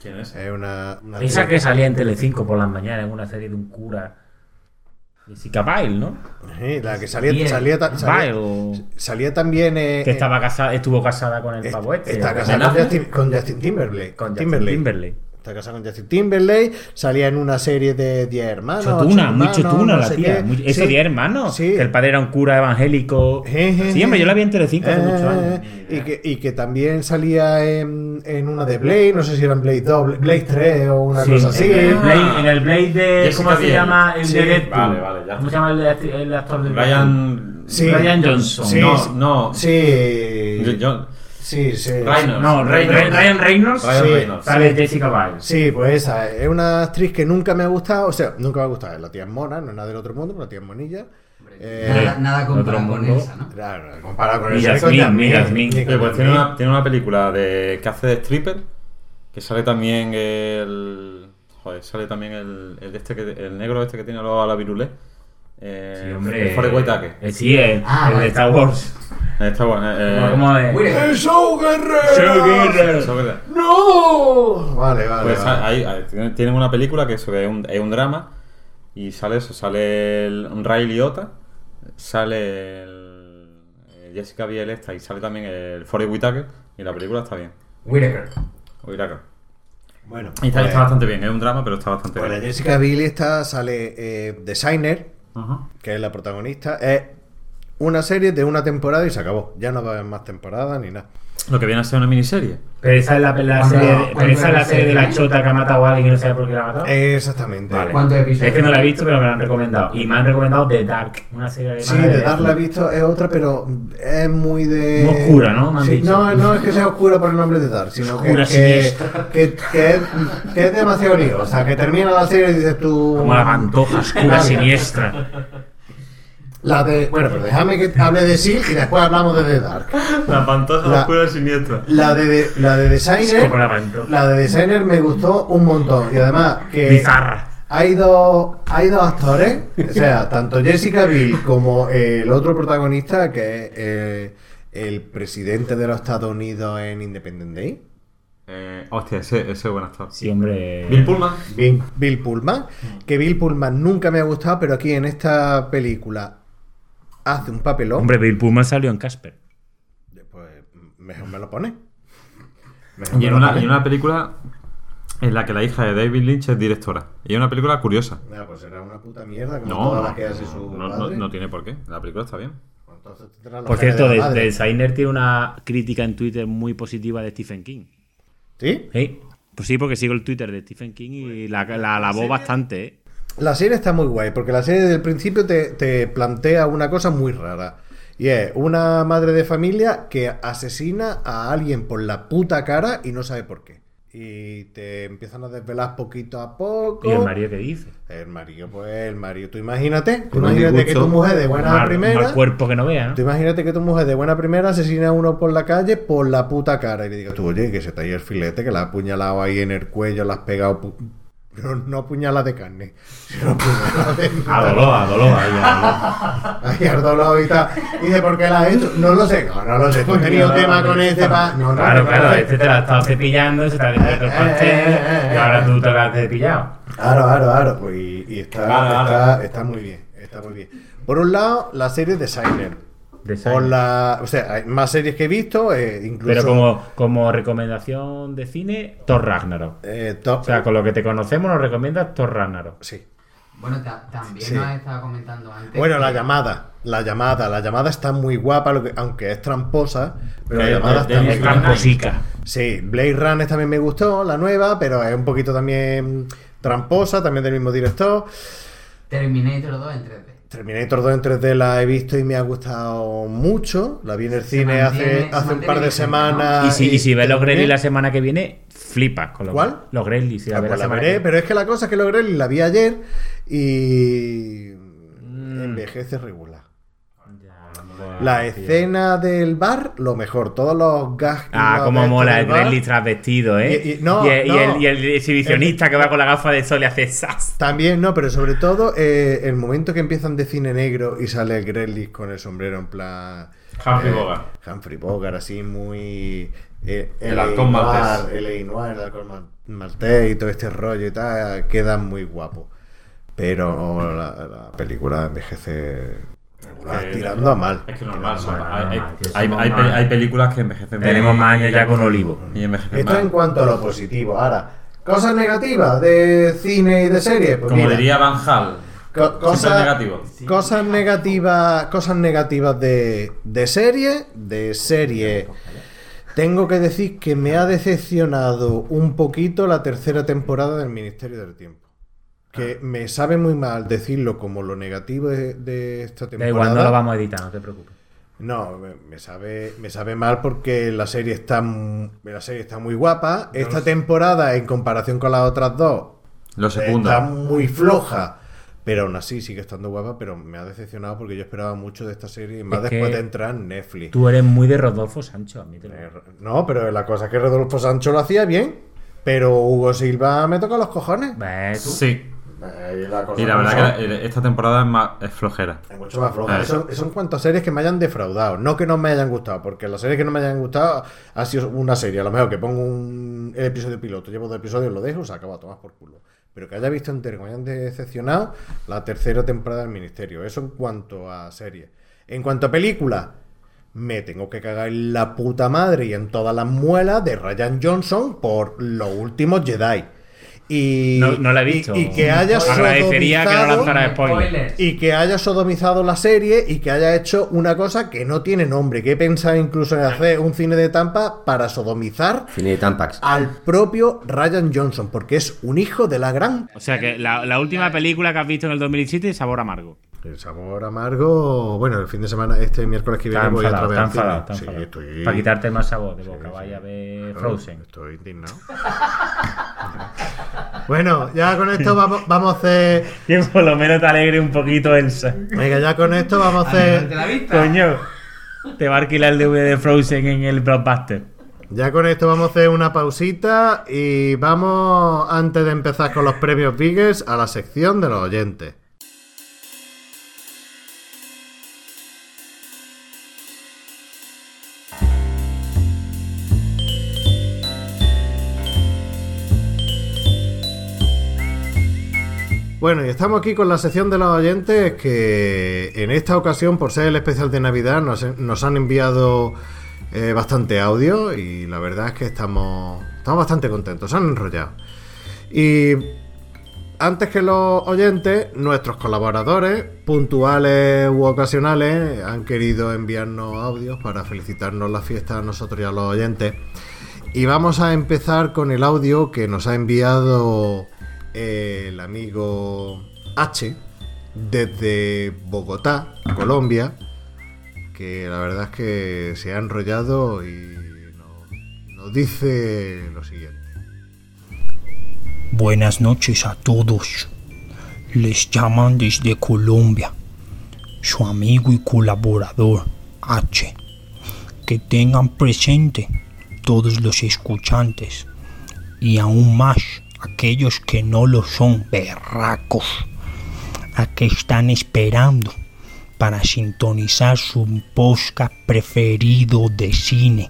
¿Quién es?
Es una, una
Esa que
actriz-
salía en Telecinco por las mañanas en una serie de un cura. Jessica Biel, ¿no?
Sí, la que salía,
Biel.
salía, ta- salía,
Biel, o-
salía también... eh,
Que
eh,
estaba casada, estuvo casada con el pavo este.
Está
¿no?
casada con Justin, con Justin Timberlake.
Con Justin
Timberlake.
Timberlake.
Está casada con Justin Timberlake, salía en una serie de 10 hermanos.
Chotuna,
ocho
muy
hermanos,
chotuna
no
la
sé
tía.
qué.
muy- eso
Sí.
de hermanos.
Sí.
Que el padre era un cura evangélico.
Je, je,
Sí,
je.
hombre, yo la vi en Telecinco hace
Eh,
muchos años.
eh, Y que, y que también salía en, en una de Blade, no sé si era en Blade 2, Blade 3 o una
Sí,
cosa así.
en, el Blade, en el Blade de.
Jessica
¿Cómo se
Biel.
llama? El
Sí.
de Deadpool.
Vale, vale, ya.
¿Cómo se llama el, de- el actor de
Brian.
Sí.
Brian Johnson.
Sí,
no,
sí.
no.
Sí.
Yo- yo-
Sí, sí.
Reynolds.
No, Ray- Ray- Ryan Reynolds.
Ryan
Sí.
Reynolds.
Sale Jessica Biel.
Sí, pues esa es una actriz que nunca me ha gustado, o sea, nunca me ha gustado. La tía es mona, no es nada del otro mundo, pero la tía es monilla. Eh,
Nada, nada comparado
otro
con
mundo.
esa, ¿no?
claro, comparado con
Y
el
Yasmín,
sexo,
y Yasmín.
Yasmín,
Oye, pues
Yasmín.
tiene una, tiene una película de que hace de stripper, que sale también el. Joder, sale también el, el este que, el negro este que tiene a la virulé. Eh,
Sí, hombre.
el Forrest Whitaker.
Eh, sí, el,
Ah,
el de
vale.
Star Wars.
Está bueno. eh,
¿Cómo- ¿Cómo es?
Will Smith.
¡Eso,
Joe
guerrero!
Guerrero.
eso es verdad.
¡No! Vale, vale.
Pues
vale.
ahí- ahí tienen- tienen una película que eso, que es, un, es un drama y sale eso, sale el Ray Liotta, sale el, eh, Jessica Biel esta y sale también el Forrest Whitaker y la película está bien.
Whittaker.
Whitaker.
Bueno,
Y está,
pues-
está bastante bien, es un drama pero está bastante
Pues la
bien.
Jessica Biel esta sale eh, Designer,
Ajá.
que es la protagonista. Es una serie de una temporada y se acabó. Ya no va a haber más temporadas ni nada.
Lo que viene a ser una miniserie.
Pero esa es la, la
¿Cuándo-
serie,
cuándo
pero esa es la
era
serie de la chota que ha matado a alguien y no sabe por qué la ha matado.
Exactamente.
Vale.
¿Cuántos episodios?
Es que no la he visto, pero me la han recomendado. Y me han recomendado The Dark, una serie alemana
Sí, de
Dark.
darla he visto es otra, pero es muy de.
Muy oscura, ¿no? Me han
Sí,
dicho.
no, no es que sea oscura por el nombre de Dark, sino que,
Oscura,
que, que, que es, que es demasiado lío. O sea, que termina la serie y dices tú.
Como la pantoja oscura,
Vale.
siniestra.
La de. Bueno, pues déjame que hable de sí y después hablamos de The Dark.
La pantalla
La- oscura
y siniestra.
La de, la de Designer.
Como la pantoja.
La de Designer me gustó un montón. Y además que.
Bizarra.
Hay dos, hay dos actores, o sea, tanto Jessica Biel como eh, el otro protagonista, que es eh, el presidente de los Estados Unidos en Independent Day,
Eh, hostia, ese, ese es buena tardes.
Sí, hombre.
Eh, Bill Pullman.
Bill, Bill Pullman, que Bill Pullman nunca me ha gustado, pero aquí en esta película hace un papelón.
Hombre, Bill Pullman salió en Casper.
Pues mejor me lo pone. Mejor
Y
me
en
lo
una,
pone.
y en una película en la que la hija de David Lynch es directora. Y es una película curiosa.
Mira, pues era una puta mierda como
No,
todas
no,
las que hace su
no, no-
padre.
no tiene por qué. La película está bien.
Entonces tendrá los
Por
genes
cierto,
de
de,
la madre.
Designer tiene una crítica en Twitter muy positiva de Stephen King.
¿Sí?
¿Sí? Pues sí, porque sigo el Twitter de Stephen King y la, la alabó bastante, ¿eh?
La serie está muy guay, porque la serie desde el principio te, te plantea una cosa muy rara. Y es una madre de familia que asesina a alguien por la puta cara y no sabe por qué. Y te empiezan a desvelar poquito a poco.
¿Y el marido qué dice?
El marido, pues el marido. Tú imagínate, tú
Con un
imagínate que
disgusto.
tu mujer de buena
Mal-
primera.
mal cuerpo que no vea, ¿no?
Tú imagínate que tu mujer de buena primera asesina a uno por la calle por la puta cara y le digas tú, oye, que se te ha ido el filete, que la has apuñalado ahí en el cuello, la has pegado. pu- Pero no apuñalada de carne, sino apuñalada de.
A dolor, a dolor. ahí, a dolor.
Ahí al doblado y tal. Y dice, ¿por qué la has hecho? No lo sé, no, no lo sé. Tú has tenido
no,
tema
no,
con
no,
este pa. No, no,
Claro,
no,
claro,
no.
este te la ha estado cepillando, se te ha dejado el
eh,
pastel
eh, eh,
y ahora
eh.
tú te la has cepillado.
Claro, claro, claro. Pues, y y está,
Claro,
está,
claro.
está muy bien. Está muy bien. Por un lado, la serie Designer.
De
Por la, o sea, hay más series que he visto, eh, incluso.
Pero como, como recomendación de cine, Thor Ragnarok.
eh, to-
O sea, con lo que te conocemos nos recomiendas Thor Ragnarok.
sí.
Bueno, ta- también
Sí.
nos estaba comentando antes.
Bueno, la
que-
llamada. La llamada. La llamada está muy guapa, lo que- aunque es tramposa. Pero la
De-
llamada
de-
está
de-
muy
de-
Es
guapa.
tramposica.
Sí, Blade Runner también me gustó, la nueva, pero es un poquito también tramposa, también del mismo director.
Terminator 2 en 3D.
Terminator 2 en 3D la he visto y me ha gustado mucho. La vi en el
Se
cine hace,
mantiene- se
hace un par
mantiene
de
vigente, ¿no?
semanas.
Y si, y si ves los
terminé.
Gremlins la semana que viene, flipas con los
¿Cuál?
Los Gremlins. Si la
Ah,
ves
pues
la
la
semana
veré,
que-
pero es que la cosa es que los Gremlins la vi ayer y.
Mm.
Envejece regular. La escena del bar, lo mejor. Todos los gags. y
Ah,
los
cómo
de estos
mola
del
el
bar.
Gremlins trasvestido, ¿eh?
Y- y- no,
el,
no.
el- y el exhibicionista que va con la gafa de sol y hace sas.
También, no, pero sobre todo eh, el momento que empiezan de cine negro y sale el Gremlins con el sombrero en plan.
Humphrey
eh,
Bogart.
Humphrey Bogart, así muy. eh,
El
LA
halcón
Noir,
maltés.
LA Noir, el halcón mal- maltés y todo este rollo y tal, queda muy guapo. Pero la, la película envejece. regular,
Eh,
tirando a mal.
Es que normal, son-
normal,
hay,
normal, que
hay-
somos
hay pe-
más.
hay películas que envejecen bien.
Tenemos más años ya con Olivo.
Y envejecen
Esto en
mal.
cuanto a lo positivo. Ahora, Cosas negativas de cine y de series. Pues
Como
mira,
diría Van Hal. Cosas
co- cosas,
negativas.
cosas negativas, cosas negativas de, de serie, de serie. Tengo que decir que me ha decepcionado un poquito la tercera temporada del Ministerio del Tiempo. Que me sabe muy mal decirlo como lo negativo de, de esta
Da
temporada.
igual, no lo vamos a editar, no te preocupes.
No, me, me sabe, me sabe mal porque la serie está, m- la serie está muy guapa. Esta temporada, en comparación con las otras dos,
Lo
está
secunda.
muy floja. Pero aún así sigue estando guapa, pero me ha decepcionado porque yo esperaba mucho de esta serie, y más
Es que
después de entrar en Netflix.
Tú eres muy de Rodolfo Sancho, admítelo.
Eh, No, pero la cosa es que Rodolfo Sancho lo hacía bien, pero Hugo Silva me toca los cojones.
¿Ves tú?
Sí.
Eh, la cosa
Y la
como
verdad
son.
que la- esta temporada es más es flojera.
Es mucho más floja.
Eh.
Eso, eso en cuanto a series que me hayan defraudado, no que no me hayan gustado, porque las series que no me hayan gustado ha sido una serie. A lo mejor que pongo un el episodio piloto, llevo dos episodios, lo dejo, se acaba a tomar por culo. Pero que haya visto entero, que me hayan decepcionado la tercera temporada del Ministerio. Eso en cuanto a series. En cuanto a películas, me tengo que cagar en la puta madre y en todas las muelas de Ryan Johnson por los últimos Jedi. Y,
No, no la he visto.
Y, y que haya
Agradecería que no
sodomizado-
lanzara spoiler.
Spoilers.
y que haya sodomizado la serie y que haya hecho una cosa que no tiene nombre, que he pensado incluso en hacer un cine de Tampa para sodomizar
Cine de Tampax.
al propio Ryan Johnson, porque es un hijo de la gran...
O sea que la, la última película que has visto en el 2007 es Sabor Amargo.
El sabor amargo, bueno, el fin de semana, este miércoles que
Está
viene voy
enfadado,
otra
está
vez al cine.
enfadado, está
Sí,
enfadado.
estoy...
Para quitarte más sabor de boca,
sí.
vaya a ver
Claro,
Frozen.
Estoy indignado. bueno, ya con esto vamos, vamos a hacer...
Que por lo menos te alegre un poquito, Elsa.
Venga, ya con esto vamos a hacer...
Ante la vista.
Coño, te va a alquilar el DVD de Frozen en el Blockbuster.
Ya con esto vamos a hacer una pausita y vamos, antes de empezar con los premios Biggers, a la sección de los oyentes. Bueno, y estamos aquí con la sección de los oyentes que en esta ocasión, por ser el especial de Navidad, nos, nos han enviado eh, bastante audio y la verdad es que estamos, estamos bastante contentos, se han enrollado. Y antes que los oyentes, nuestros colaboradores, puntuales u ocasionales, han querido enviarnos audios para felicitarnos la fiesta a nosotros y a los oyentes. Y vamos a empezar con el audio que nos ha enviado el amigo H desde Bogotá, Colombia, que la verdad es que se ha enrollado y nos, nos dice lo siguiente.
Buenas noches a todos. Les llaman desde Colombia su amigo y colaborador H. Que tengan presente todos los escuchantes y aún más aquellos que no lo son, berracos, a que están esperando para sintonizar su podcast preferido de cine,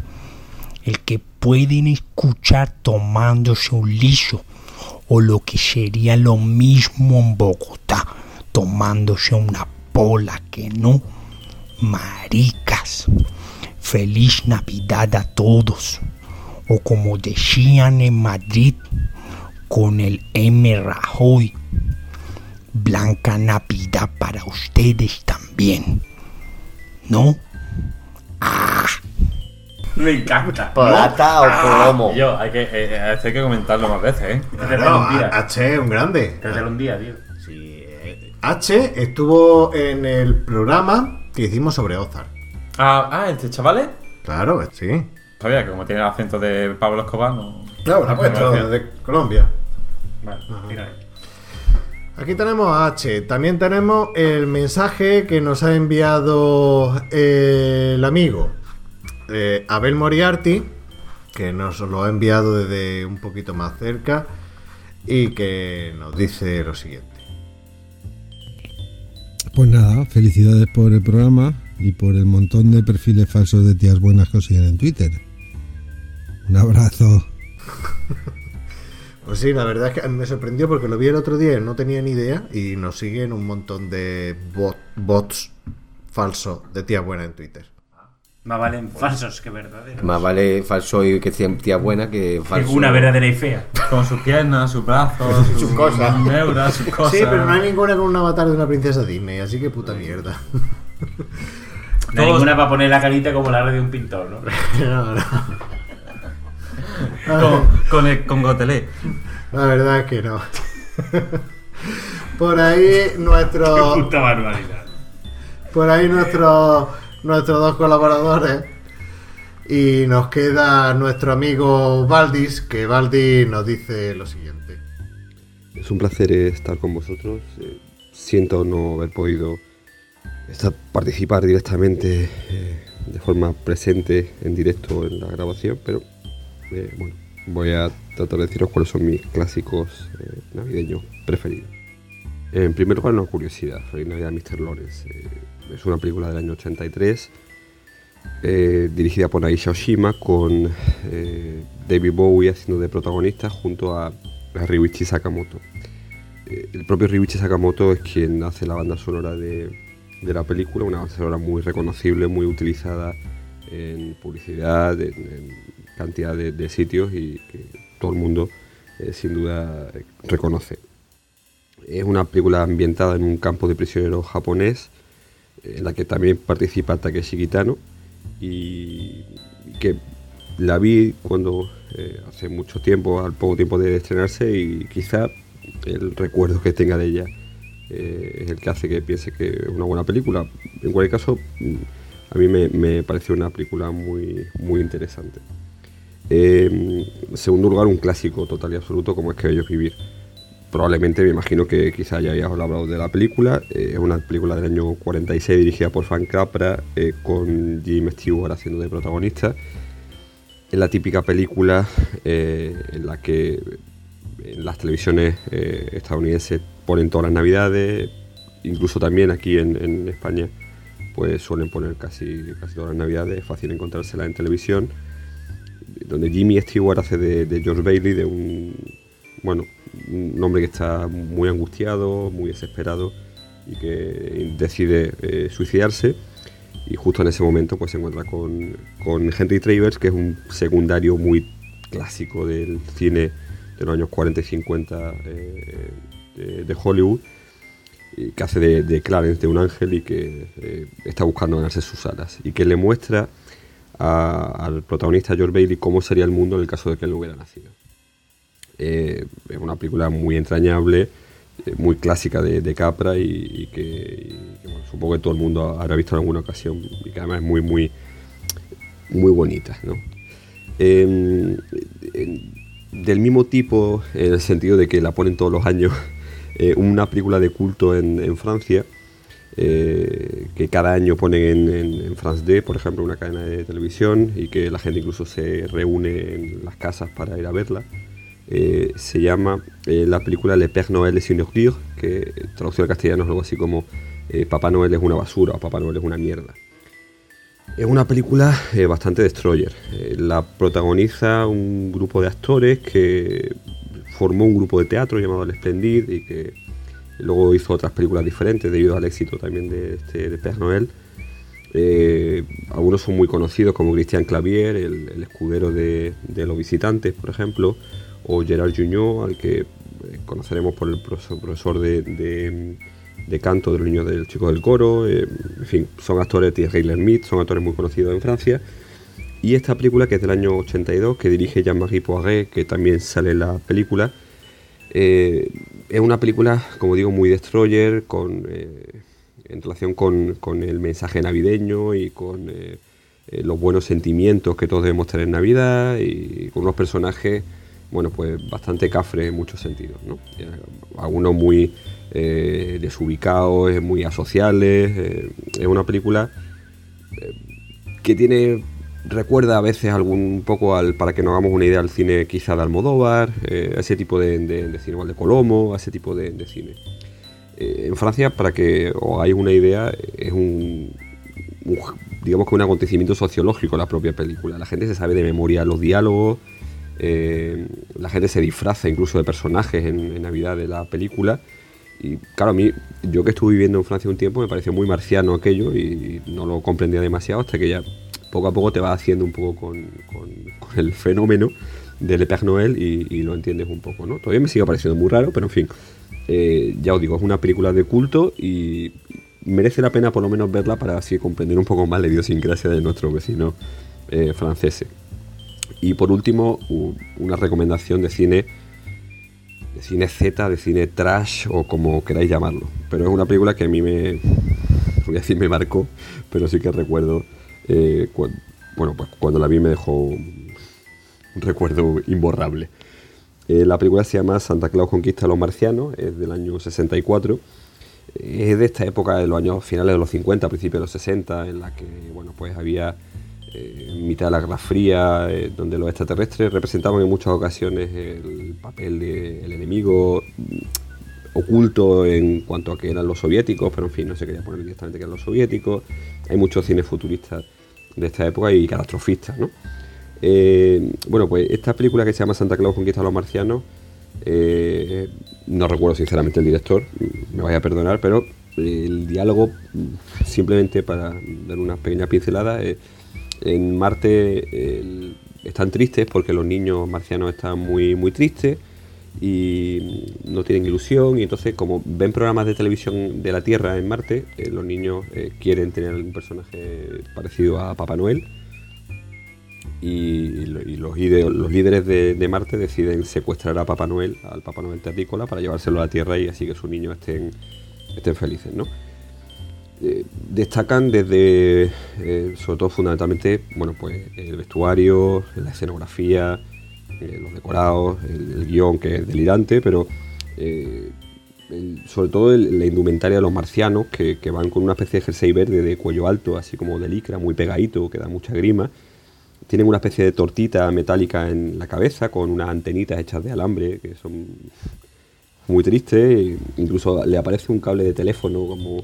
el que pueden escuchar tomándose un liso o lo que sería lo mismo en Bogotá, tomándose una pola que no. Maricas. Feliz Navidad a todos. O como decían en Madrid con el M. Rajoy. Blanca Navidad para ustedes también. ¿No?
Ah,
Me encanta.
Plata o plomo.
Yo, Ah, hay que, eh, eh, esto hay que comentarlo más veces, ¿eh?
Cátelo un día.
H es un grande.
Cátelo un día, tío.
Sí, eh, H estuvo en el programa que hicimos sobre Ozark.
Ah, ah, este chaval
Claro, pues, sí.
Sabía que como tiene el acento de Pablo Escobar, no.
Claro, la puesto
Gracias.
de Colombia.
Vale, tira ahí.
Aquí tenemos a H. También tenemos el mensaje que nos ha enviado eh, el amigo eh, Abel Moriarty, que nos lo ha enviado desde un poquito más cerca y que nos dice lo siguiente.
Pues nada, felicidades por el programa y por el montón de perfiles falsos de tías buenas que os siguen en Twitter. Un abrazo.
Pues sí, la verdad es que me sorprendió porque lo vi el otro día, no tenía ni idea y nos siguen un montón de bot- bots falsos de tías buenas en Twitter.
Más valen falsos que verdaderos.
Más vale falso y que sea tía buena que falso.
una verdadera y fea.
Con sus piernas, sus brazos, sus
Sus cosas.
neuras, sus cosas.
Sí, pero no hay ninguna con un avatar de una princesa Disney, así que puta mierda.
No hay ninguna para poner la carita como la de un pintor, ¿no?
No, no.
Con, con, el- con Gotelé.
La verdad es que no. Por ahí nuestro.
Qué puta barbaridad.
Por ahí nuestro- nuestros dos colaboradores. Y nos queda nuestro amigo Valdis, que Valdis nos dice lo siguiente.
Es un placer eh, estar con vosotros. Eh, Siento no haber podido estar- participar directamente, eh, de forma presente, en directo en la grabación, pero eh, bueno, voy a tratar de deciros cuáles son mis clásicos eh, navideños preferidos. En primer lugar, una curiosidad, Feliz Navidad Mr. Lawrence. Eh, es una película del año 83, eh, dirigida por Aisha Oshima, con eh, David Bowie haciendo de protagonista junto a, a Ryuichi Sakamoto. Eh, el propio Ryuichi Sakamoto es quien hace la banda sonora de, de la película, una banda sonora muy reconocible, muy utilizada en publicidad, en, en cantidad de, de sitios y que todo el mundo eh, sin duda eh, reconoce. Es una película ambientada en un campo de prisioneros japonés, eh, en la que también participa Takeshi Kitano, y que la vi cuando eh, hace mucho tiempo, al poco tiempo de estrenarse, y quizá el recuerdo que tenga de ella eh, es el que hace que piense que es una buena película. En cualquier caso, mm, a mí me, me pareció una película muy, muy interesante. Eh, en segundo lugar, un clásico total y absoluto como es que ellos vivir. Probablemente me imagino que quizá ya hayáis hablado de la película. Eh, es una película del año 46 dirigida por Frank Capra eh, con Jim Stewart haciendo de protagonista. Es la típica película eh, en la que en las televisiones eh, estadounidenses ponen todas las navidades, incluso también aquí en, en España pues suelen poner casi, casi todas las navidades, es fácil encontrársela en televisión donde Jimmy Stewart hace de, de George Bailey, de un bueno, un hombre que está muy angustiado, muy desesperado y que decide eh, suicidarse. Y justo en ese momento pues se encuentra con, con Henry Travers, que es un secundario muy clásico del cine de los años 40 y 50 eh, de- de Hollywood, y eh, que hace de, de Clarence, de un ángel, y que eh, está buscando ganarse sus alas. Y que le muestra a- al protagonista George Bailey cómo sería el mundo en el caso de que él hubiera nacido. Eh, es una película muy entrañable, eh, muy clásica de, de Capra y, y que, y que, bueno, supongo que todo el mundo habrá visto en alguna ocasión y que además es muy, muy, muy bonita. ¿no? Eh, en- del mismo tipo, en el sentido de que la ponen todos los años, eh, una película de culto en, en Francia, eh, que cada año ponen en, en, en France D, por ejemplo, una cadena de televisión, y que la gente incluso se reúne en las casas para ir a verla. Eh, se llama eh, la película Le Père Noël est une ordure, que eh, traducido al castellano es algo así como eh, Papá Noel es una basura o Papá Noel es una mierda. Es una película eh, bastante destroyer. Eh, la protagoniza un grupo de actores que formó un grupo de teatro llamado El Splendid y que luego hizo otras películas diferentes debido al éxito también de, este, de Père Noël. Eh, algunos son muy conocidos como Christian Clavier, el, el escudero de, de Los Visitantes, por ejemplo, o Gerard Jugnot, al que eh, conoceremos por el profesor, profesor de, de- de canto de los niños del Chico del Coro. eh, en fin, son actores, Thierry Lermite, son actores muy conocidos en Francia. Y esta película, que es del año 82, que dirige Jean-Marie Poiret, que también sale en la película, eh, es una película, como digo, muy destroyer, con, eh, en relación con, con el mensaje navideño y con eh, eh, los buenos sentimientos que todos debemos tener en Navidad y con unos personajes, bueno, pues bastante cafres en muchos sentidos, ¿no? Eh, Algunos muy eh, desubicados, eh, muy asociales. eh, es una película eh, que tiene recuerda a veces algún un poco al para que nos hagamos una idea al cine quizá de Almodóvar, eh, a ese tipo de, de- de cine igual de Colomo, a ese tipo de, de cine. Eh, en Francia, para que os hagáis una idea, es un, un- digamos que un acontecimiento sociológico la propia película. La gente se sabe de memoria los diálogos, eh, la gente se disfraza incluso de personajes en, en Navidad de la película. Y claro, a mí, yo que estuve viviendo en Francia un tiempo, me pareció muy marciano aquello y no lo comprendía demasiado hasta que ya poco a poco te vas haciendo un poco con, con- con el fenómeno del Epech Noel y, y lo entiendes un poco, ¿no? Todavía me sigue pareciendo muy raro, pero en fin, eh, ya os digo, es una película de culto y merece la pena por lo menos verla para así comprender un poco más la idiosincrasia de nuestro vecino eh, francés. Y por último, u- una recomendación de cine de cine Z, de cine trash o como queráis llamarlo. Pero es una película que a mí me, voy a decir me marcó, pero sí que recuerdo, eh, cuan- bueno, pues cuando la vi me dejó un un recuerdo imborrable. Eh, la película se llama Santa Claus conquista a los marcianos, es del año 64. Es de esta época, de los años finales de los 50, principios de los 60, en la que bueno, pues había eh, en mitad de la Guerra Fría, eh, donde los extraterrestres representaban en muchas ocasiones el papel del enemigo mm, oculto en cuanto a que eran los soviéticos, pero en fin, no se quería poner directamente que eran los soviéticos. Hay muchos cines futuristas de esta época y catastrofistas, ¿no? Eh, bueno, pues esta película que se llama Santa Claus conquista a los marcianos, eh, no recuerdo sinceramente el director, me vais a perdonar, pero el diálogo, simplemente para dar una pequeña pincelada, eh, en Marte el- están tristes porque los niños marcianos están muy, muy tristes y no tienen ilusión y entonces como ven programas de televisión de la Tierra en Marte, eh, los niños eh, quieren tener algún personaje parecido a Papá Noel y, y lo- y los, ide- los líderes de, de Marte deciden secuestrar a Papá Noel, al Papá Noel terrícola, para llevárselo a la Tierra y así que sus niños estén, estén felices, ¿no? eh, destacan desde, eh, sobre todo fundamentalmente, bueno, pues el vestuario, la escenografía, eh, los decorados, el, el guión que es delirante, pero eh, el- sobre todo el- la indumentaria de los marcianos que, que van con una especie de jersey verde de cuello alto, así como de licra, muy pegadito, que da mucha grima. Tienen una especie de tortita metálica en la cabeza con unas antenitas hechas de alambre que son muy triste. Incluso le aparece un cable de teléfono como,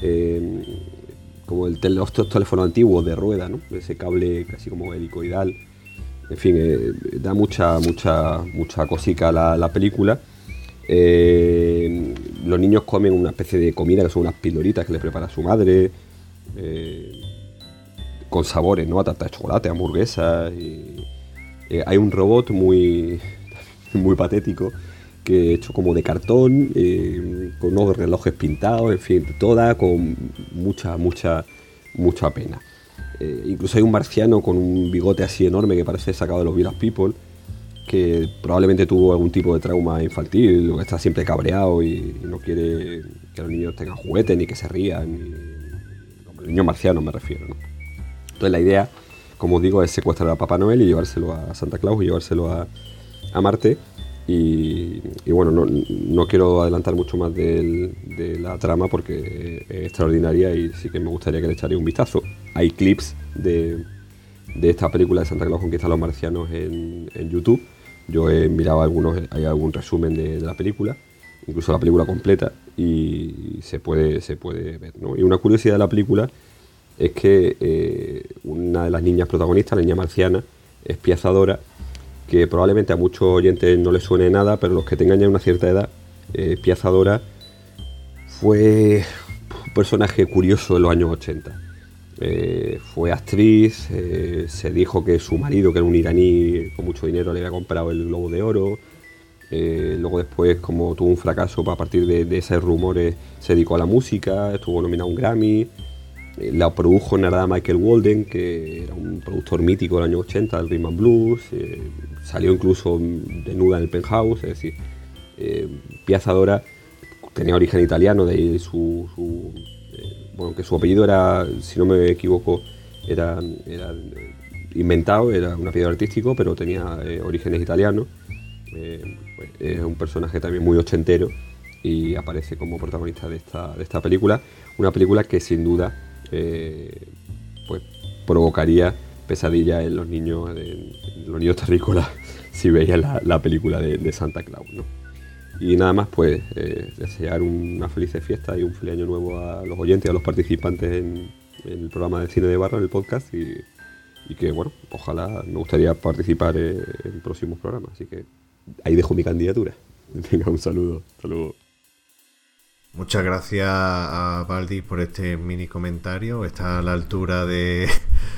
eh, como el tel- los tel- teléfonos antiguos de rueda, ¿no? Ese cable casi como helicoidal. En fin, eh, da mucha, mucha, mucha cosica la, la película. Eh, los niños comen una especie de comida que son unas piloritas que les prepara su madre. eh, con sabores, ¿no? A tarta de chocolate, hamburguesas. y- eh, hay un robot muy, muy patético que hecho como de cartón, eh, con unos relojes pintados, en fin, toda con mucha, mucha, mucha pena. Eh, incluso hay un marciano con un bigote así enorme que parece sacado de los Village People, que probablemente tuvo algún tipo de trauma infantil, o está siempre cabreado y, y no quiere que los niños tengan juguetes ni que se rían. ni- Los niños marcianos me refiero, ¿no? Entonces la idea, como digo, es secuestrar a Papá Noel y llevárselo a Santa Claus y llevárselo a, a Marte. Y, y bueno, no, no quiero adelantar mucho más del- de la trama porque es extraordinaria y sí que me gustaría que le echaría un vistazo. Hay clips de, de esta película de Santa Claus conquista a los marcianos en, en YouTube. Yo he mirado algunos, hay algún resumen de, de la película, incluso la película completa, y se puede, se puede ver. ¿no? Y una curiosidad de la película es que eh, una de las niñas protagonistas, la niña marciana, es piazadora, que probablemente a muchos oyentes no les suene nada, pero los que tengan ya una cierta edad, eh, piazadora fue un personaje curioso de los años 80. Eh, fue actriz, eh, se dijo que su marido, que era un iraní con mucho dinero, le había comprado el globo de oro. Eh, luego después, como tuvo un fracaso, a partir de, de esos rumores se dedicó a la música, estuvo nominado a un Grammy. Eh, la produjo nada Michael Walden, que era un productor mítico del año 80, del Rhythm and Blues. eh, salió incluso mm, desnuda en el penthouse, es decir, eh, Piazzadora tenía origen italiano, de ahí su, su, eh, bueno, que su apellido era, si no me equivoco, era, era, eh, inventado, era un apellido artístico, pero tenía eh, orígenes italianos. Eh, pues, es un personaje también muy ochentero y aparece como protagonista de esta, de esta película. Una película que sin duda eh, pues, provocaría pesadillas en los niños, en- en los niños terrícolas si veían la, la película de, de Santa Claus. ¿no? Y nada más, pues eh, desear una feliz fiesta y un feliz año nuevo a los oyentes, a los participantes en, en el programa de cine de barra, en el podcast. Y, y que, bueno, ojalá me gustaría participar eh, en próximos programas. Así que ahí dejo mi candidatura. Venga, un saludo. Saludos.
Muchas gracias a Valdis por este mini comentario. Está a la altura de.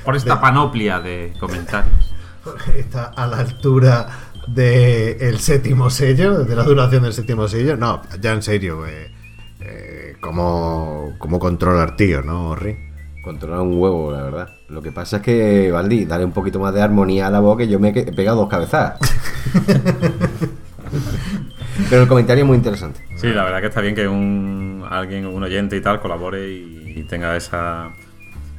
Por esta panoplia de comentarios.
Está a la altura del el séptimo sello, de la duración del séptimo sello. No, ya en serio, eh, eh, ¿cómo, ¿cómo controlar tío, no, Ri?
Controlar un huevo, la verdad. Lo que pasa es que, Valdi, dale un poquito más de armonía a la voz que yo me he pegado dos cabezas. Pero el comentario es muy interesante.
Sí, la verdad que está bien que un alguien, un oyente y tal, colabore y, y tenga esa,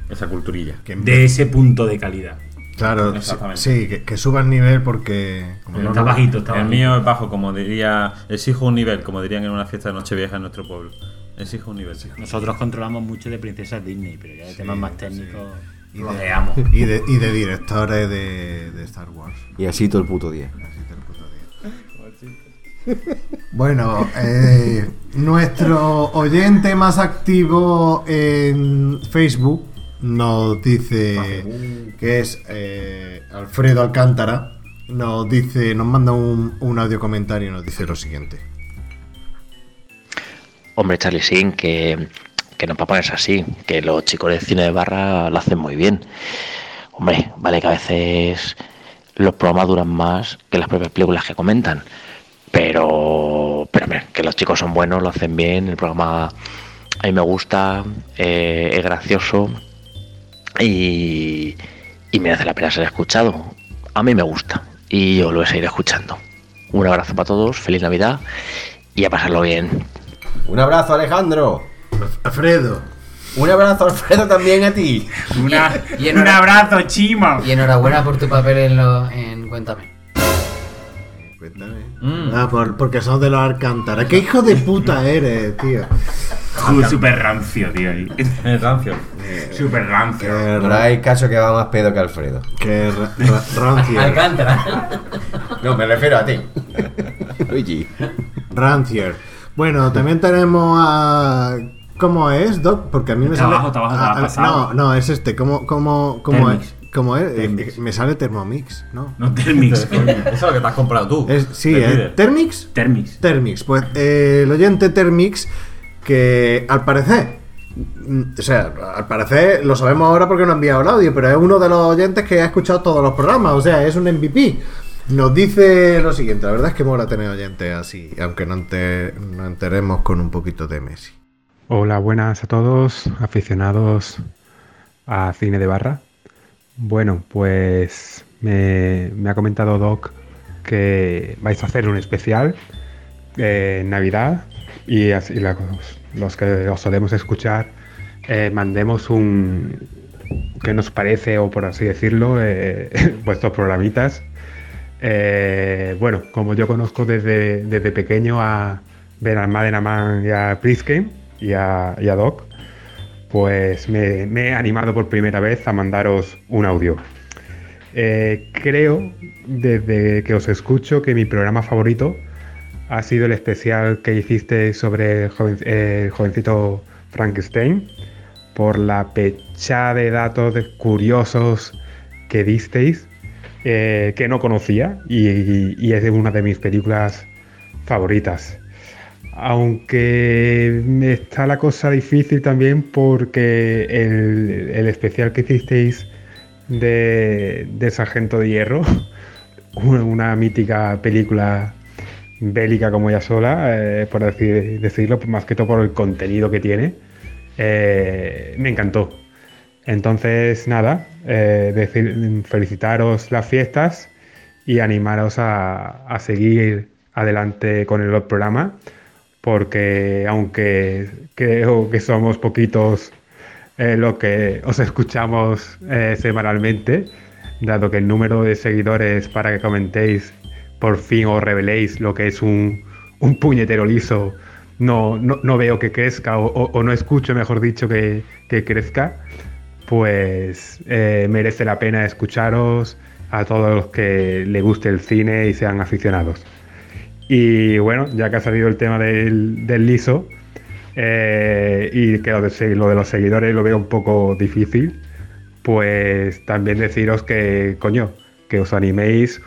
esa culturilla.
De ese punto de calidad.
Claro, sí,
Exactamente.
sí, que, que suba el nivel porque. como no- no-
El mío es bajo, como diría. Exijo un nivel, como dirían en una fiesta de Nochevieja en nuestro pueblo. Exijo un nivel.
Nosotros controlamos mucho de princesas Disney, pero ya de temas más técnicos
de-
rodeamos.
Y de, y de directores de, de Star Wars.
Y así todo el puto día.
Bueno, eh, nuestro oyente más activo en Facebook nos dice que es eh, Alfredo Alcántara. Nos dice, nos manda un, un audio comentario y nos dice lo siguiente.
Hombre, Charlie Sin, que, que no para ponerse así, que los chicos de cine de barra lo hacen muy bien. Hombre, vale que a veces los programas duran más que las propias películas que comentan, pero, pero hombre, que los chicos son buenos, lo hacen bien, el programa a mí me gusta, eh, es gracioso y, y merece la pena ser escuchado. A mí me gusta y yo lo voy a seguir escuchando. Un abrazo para todos, feliz Navidad y a pasarlo bien.
Un abrazo, Alejandro.
Alfredo.
Un abrazo, Alfredo, también a ti.
un abrazo, Chimo.
Y enhorabuena por tu papel en, lo, en Cuéntame.
Cuéntame. Ah, por- porque sos de los Alcántara. ¿Qué hijo de puta eres, tío?
Tú, súper rancio, tío. Eh,
rancio.
Súper rancio.
No hay caso que va más pedo que Alfredo.
Que rancio.
No, me refiero a ti. Luigi.
Rancier. Bueno, también tenemos a. ¿Cómo es, Doc? Porque a mí me
Está
sale.
abajo, está abajo,
Ah,
te la has
ah,
pasado.
No, no, es este. ¿Cómo, cómo, cómo
Thermix.
es? ¿Cómo es? Eh, eh, me sale Thermomix, ¿no?
No, Thermix.
Eso es lo que te has comprado tú.
Es- sí,
de
¿eh?
líder.
¿Thermix?
Thermix.
Thermix. Pues eh, el oyente Thermix, que al parecer. mm, O sea, al parecer lo sabemos ahora porque no ha enviado el audio, pero es uno de los oyentes que ha escuchado todos los programas, o sea, es un MVP. Nos dice lo siguiente, la verdad es que mola tener oyentes así, aunque no ente- no enteremos con un poquito de Messi.
Hola, buenas a todos, aficionados a cine de barra. Bueno, pues me, me ha comentado Doc que vais a hacer un especial eh, en Navidad y así la- los que os solemos escuchar eh, mandemos un que nos parece o por así decirlo eh, vuestros programitas. Eh, bueno, como yo conozco desde, desde pequeño a Benalmadenaman y a Priske y a, y a Doc, pues me, me he animado por primera vez a mandaros un audio. Eh, creo, desde que os escucho, que mi programa favorito ha sido el especial que hiciste sobre el, joven- eh, el jovencito Frankenstein, por la pecha de datos de- curiosos que disteis, eh, que no conocía, y, y es de una de mis películas favoritas. Aunque me está la cosa difícil también porque el, el especial que hicisteis de, de Sargento de Hierro, una- una mítica película bélica como ella sola, eh, por decir- decirlo, más que todo por el contenido que tiene, eh, me encantó. Entonces, nada, eh, decir- felicitaros las fiestas y animaros a, a seguir adelante con el programa, porque aunque creo que somos poquitos eh, lo que os escuchamos eh, semanalmente, dado que el número de seguidores para que comentéis por fin os reveléis lo que es un, un puñetero liso, no, no, no veo que crezca o, o- o no escucho, mejor dicho, que, que crezca, pues eh, merece la pena escucharos a todos los que le guste el cine y sean aficionados. Y bueno, ya que ha salido el tema del, del liso eh, y que lo de, se- lo de los seguidores lo veo un poco difícil, pues también deciros que, coño, que os animéis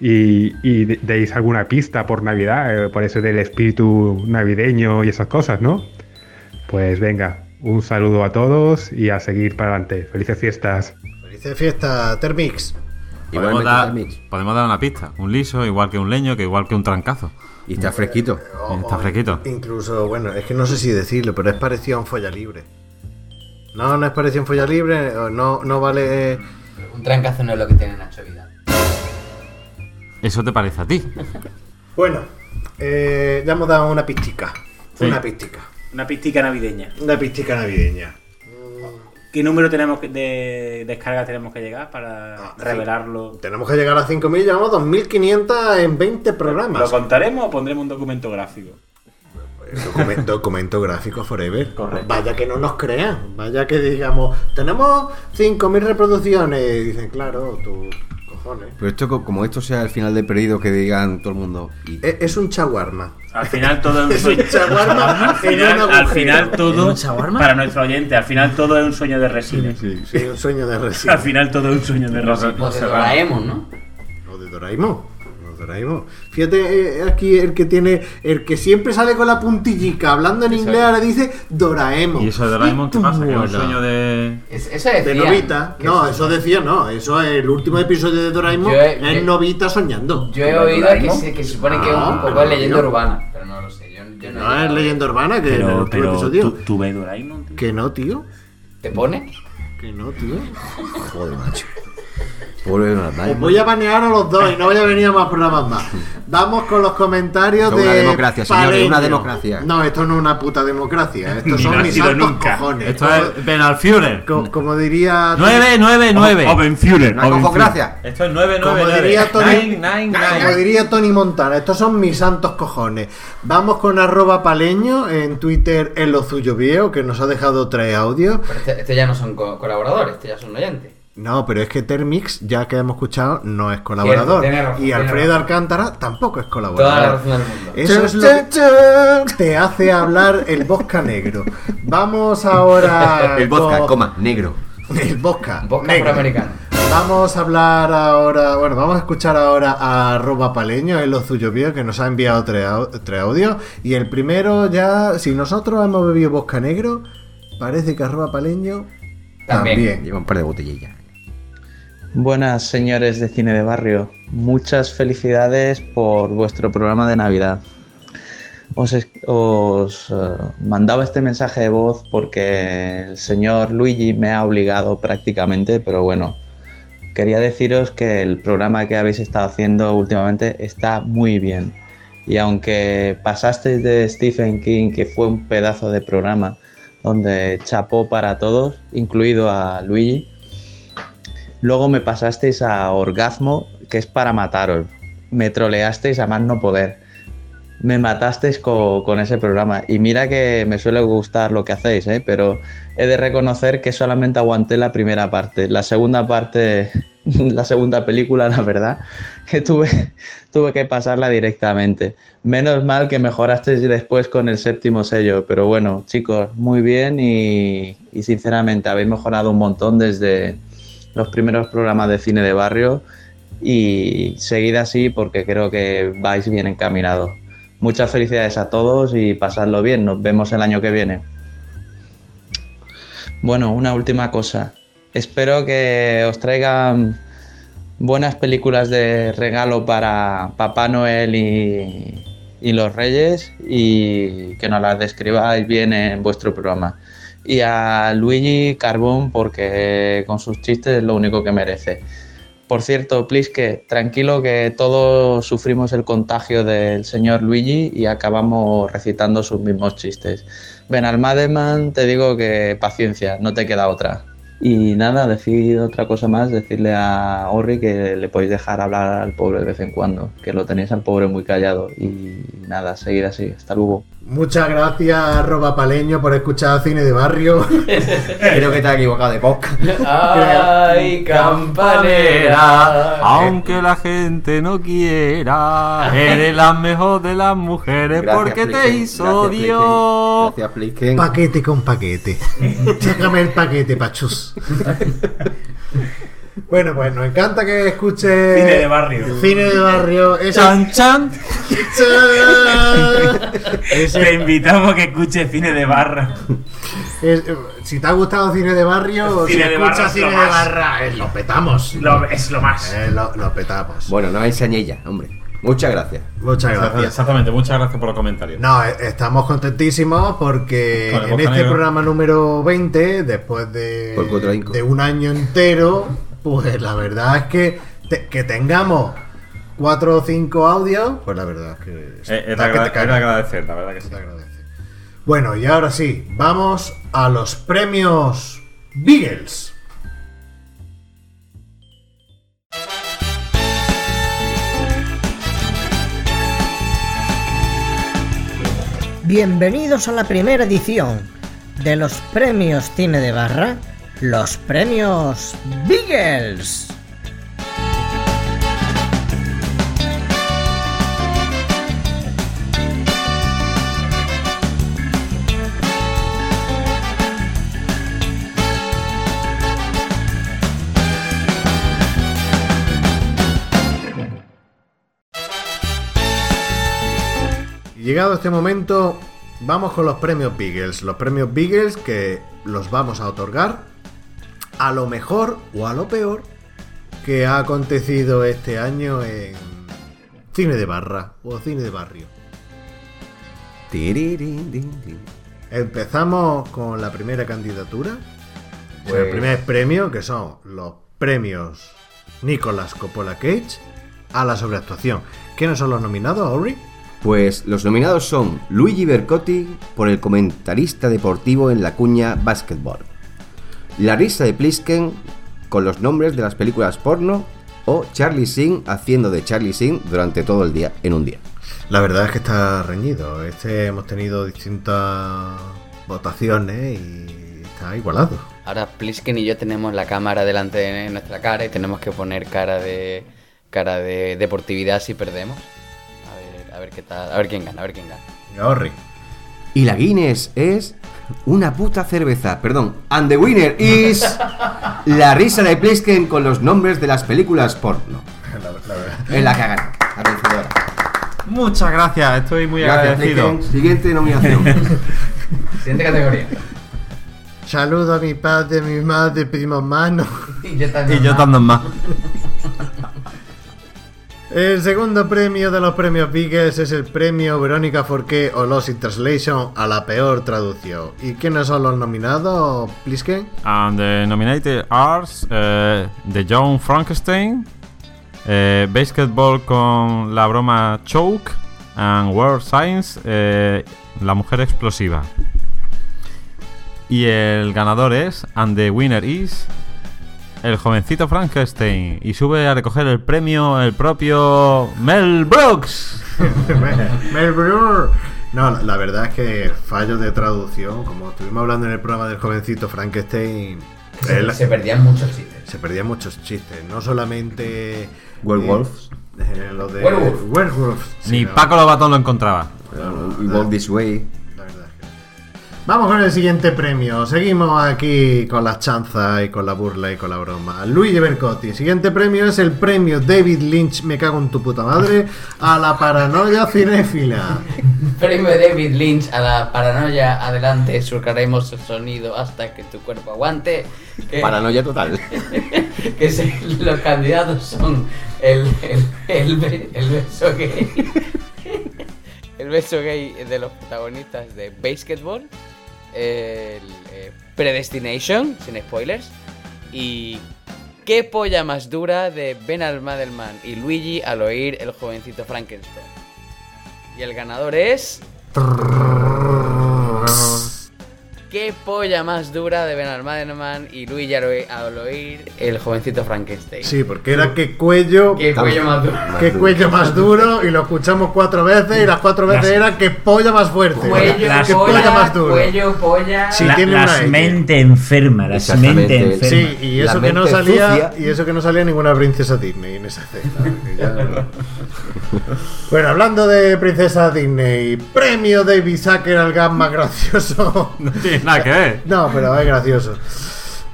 y, y de- deis alguna pista por Navidad, eh, por eso del espíritu navideño y esas cosas, ¿no? Pues venga, un saludo a todos y a seguir para adelante. Felices fiestas.
Felices fiesta, Termix.
Podemos dar, podemos dar una pista. Un liso, igual que un leño, que igual que un trancazo.
Y está fresquito.
está fresquito.
Incluso, bueno, es que no sé si decirlo, pero es parecido a un folla libre. No, no es parecido a un folla libre, no, no vale. eh.
Un trancazo no es lo que tiene Nacho Vidal.
¿Eso te parece a ti?
Bueno, eh, ya hemos dado una pistica.
Sí.
Una pistica.
Una pistica navideña.
Una pistica navideña.
¿Qué número tenemos que- de descarga tenemos que llegar para revelarlo?
Ah, Tenemos que llegar a 5.000, llevamos 2.500 en 20 programas.
¿Lo contaremos o pondremos un documento gráfico?
Documen- documento gráfico forever. Vaya que no nos crean. Vaya que digamos, tenemos 5.000 reproducciones. Y dicen, claro, tus cojones.
Pero esto, co- como esto sea el final del periodo que digan todo el mundo. y-
Es, es un chaguarma.
Al final todo es un
Es
sueño.
un shawarma
al,
en
final, al
un agujero.
final todo,
¿Es un shawarma?
para nuestro oyente, al final todo es un sueño de resina.
Es un sueño de resina.
Al final todo es un sueño de resina.
Pues
O de Doraemon, ¿no?
O de Doraemon. o de Doraemon. Fíjate eh, aquí el que tiene, el que siempre sale con la puntillica hablando en inglés, ahora dice Doraemon.
¿Y eso de Doraemon qué pasa? Que es un sueño de.
Eso
De Novita. No, eso decía no. Eso es el último episodio de Doraemon.
Yo he-
es
yo-
Novita soñando.
Yo he oído que se, que se supone que es un
Ah,
poco
no,
leyenda
tío.
urbana, pero no lo sé. Yo, yo no,
No es leyenda urbana que
Pero,
no es tu
pero
episodio.
¿tú, tú ves Doraemon, tío?
Que no, tío.
¿Te pone?
Que no, tío.
Joder, macho. Pobre Doraemon.
Os voy a banear a los dos y no voy a venir a más programas más. Vamos con los comentarios
Esto
de.
es una democracia, señores,
Paleño.
una democracia.
No, esto no es una puta democracia. Esto
Ni
son
lo ha
mis
sido
santos
nunca.
cojones.
Esto es Benalfiore.
Co- Como, diría.
999. Obenfuren.
Una cojocracia.
Esto es 999.
Como diría, Tony,
Nine, nine, nine.
como diría Tony Montana, estos son mis santos cojones. Vamos con arroba paleño en Twitter en lo suyo viejo, que nos ha dejado tres audios.
Pero este- estos ya no son co- colaboradores, estos ya son oyentes.
No, pero es que Termix, ya que hemos escuchado, no es colaborador.
tiene razón,
y
tiene
Alfredo
razón.
Alcántara tampoco es
Toda la
colaborador.
razón del mundo.
Eso es lo que te hace hablar el bosca negro. Vamos ahora.
El vodka,
con-
coma, negro.
El bosca.
Bosca
negro.
afroamericano.
Vamos a hablar ahora, bueno, vamos a escuchar ahora a Roba Paleño, es lo suyo vio, que nos ha enviado tres, au- tres audios. Y el primero ya, si nosotros hemos bebido Bosca Negro, parece que Arroba Paleño también.
Lleva un par de botellillas.
Buenas señores de cine de barrio, muchas felicidades por vuestro programa de Navidad. Os, es- os, eh, mandaba este mensaje de voz porque el señor Luigi me ha obligado prácticamente, pero bueno, quería deciros que el programa que habéis estado haciendo últimamente está muy bien. Y aunque pasasteis de Stephen King, que fue un pedazo de programa donde chapó para todos, incluido a Luigi, Luego me pasasteis a Orgasmo, que es para mataros. Me troleasteis a más no poder. Me matasteis co- con ese programa. Y mira que me suele gustar lo que hacéis, ¿eh? pero he de reconocer que solamente aguanté la primera parte. La segunda parte, la segunda película, la verdad, que tuve, tuve que pasarla directamente. Menos mal que mejorasteis después con el séptimo sello. Pero bueno, chicos, muy bien y, y sinceramente habéis mejorado un montón desde, los primeros programas de cine de barrio y seguid así porque creo que vais bien encaminados. Muchas felicidades a todos y pasadlo bien. Nos vemos el año que viene. Bueno, una última cosa. Espero que os traigan buenas películas de regalo para Papá Noel y, y los Reyes y que nos las describáis bien en vuestro programa. Y a Luigi Carbón porque con sus chistes es lo único que merece. Por cierto, please que tranquilo que todos sufrimos el contagio del señor Luigi y acabamos recitando sus mismos chistes. Ven al Mademan, te digo que paciencia, no te queda otra. Y nada, decir otra cosa más, decirle a Orri que le podéis dejar hablar al pobre de vez en cuando, que lo tenéis al pobre muy callado. Y nada, seguir así, hasta luego.
Muchas gracias, Arroba Paleño, por escuchar cine de barrio.
Creo que te has equivocado de podcast.
Ah. Ay, campanera.
Campanera, aunque la gente no
Ah.
quiera, eres la mejor de las mujeres
Gracias,
porque te
Flicken.
hizo
Gracias,
Dios.
Gracias, Flicken.
Paquete con paquete. Sácame el paquete, pachus. Bueno, pues nos encanta que escuche.
Cine de barrio.
Cine de barrio. Esa...
Chan, chan.
Te invitamos a que escuche cine de barra.
Es- eh, si te ha gustado cine de barrio,
Cine
si
de
escuchas
barra es
cine
lo
de
más.
barra, eh, lo petamos.
Lo- es lo más.
Eh, lo, lo petamos.
Pues, Bueno, no enseñé ya, hombre. Muchas gracias.
Muchas gracias.
Exactamente, muchas gracias por los comentarios.
No, eh, estamos contentísimos porque
Con el
en
Boca
este
Negra.
programa número 20, después de,
Por cuatro incos.
de un año entero, pues la verdad es que, te- que tengamos cuatro o cinco audios, pues la verdad es que...
Eh, Es, es de
da que
agra- es
te
de
cagas.
agradecer, la verdad que sí.
Bueno, y ahora sí, vamos a los premios Beagles.
Bienvenidos a la primera edición de los premios Cine de Barra, los premios Beagles.
Y Llegado este momento, vamos con los premios Beagles. Los premios Beagles que los vamos a otorgar a lo mejor o a lo peor que ha acontecido este año en cine de barra o cine de barrio. Empezamos con la primera candidatura, con el
Pues-
primer premio que son los premios Nicolas Coppola Cage a la sobreactuación. ¿Quiénes son los nominados, Aubrey?
Pues los nominados son Luigi Bercotti por el comentarista deportivo en la cuña Basketball, Larissa de Plisken con los nombres de las películas porno o Charlie Singh haciendo de Charlie Singh durante todo el día en un día.
La verdad es que está reñido. Este hemos tenido distintas votaciones y está igualado.
Ahora Plisken y yo tenemos la cámara delante de nuestra cara y tenemos que poner cara de cara de deportividad si perdemos. A ver, a ver qué tal, a ver quién gana, a ver quién gana.
Gaorri.
Y la Guinness es una puta cerveza, perdón, and the winner is Larissa de Plisken con los nombres de las películas porno. Es la que ha ganado, la vencedora.
Muchas gracias, estoy muy
Gracias,
agradecido.
Plisken. Siguiente nominación.
Siguiente categoría.
Saludo a mi padre, mi madre, primo mano.
Y yo
Y yo dando más.
El segundo premio de los premios Biggles es el premio Verónica Forqué o Lost in Translation a la peor traducción. ¿Y quiénes son los nominados, Plisken?
And the nominated are eh, The John Frankenstein, eh, Basketball con la broma Choke, and World Science, eh, La Mujer Explosiva. Y el ganador es, and the winner is, el jovencito Frankenstein. Y sube a recoger el premio el propio Mel Brooks.
Mel Breuer. No, la, la verdad es que fallos de traducción, como estuvimos hablando en el programa del jovencito Frankenstein,
Se-
el-
se perdían muchos chistes.
Se perdían muchos chistes, no solamente
Werewolves.
eh, lo de
Werewolf.
Werewolves,
Ni
sino-
Paco Lobatón lo encontraba.
Y Walk This Way.
Vamos con el siguiente premio. Seguimos aquí con las chanzas y con la burla y con la broma. Luigi Bercotti. Siguiente premio es el premio David Lynch, me cago en tu puta madre, a la paranoia cinéfila.
Premio David Lynch a la paranoia, adelante, surcaremos el sonido hasta que tu cuerpo aguante. Que-
Paranoia total.
que se- los candidatos son el, el, el be- el beso gay. El beso gay de los protagonistas de Basketball. El, eh, Predestination, sin spoilers. Y. ¿Qué polla más dura de Ben Almadelman y Luigi al oír el jovencito Frankenstein? Y el ganador es. ¿Qué polla más dura de Ben Almadelman y Luigi al oí- al oír el jovencito Frankenstein?
Sí, porque era que cuello.
Qué cuello más duro.
Qué cuello más duro. Y lo escuchamos cuatro veces. Y las cuatro veces
Las-
era que polla más fuerte.
Cuello,
Las- que
polla,
polla más duro.
cuello, polla.
Sí, tiene una
las
L.
mente enferma, las
Exactamente.
mente enferma.
Sí, y eso que no salía y eso que no salía ninguna princesa Disney en esa cena. bueno, hablando de princesa Disney, premio David Zucker al gag más gracioso.
Nada que ver.
No, pero es gracioso.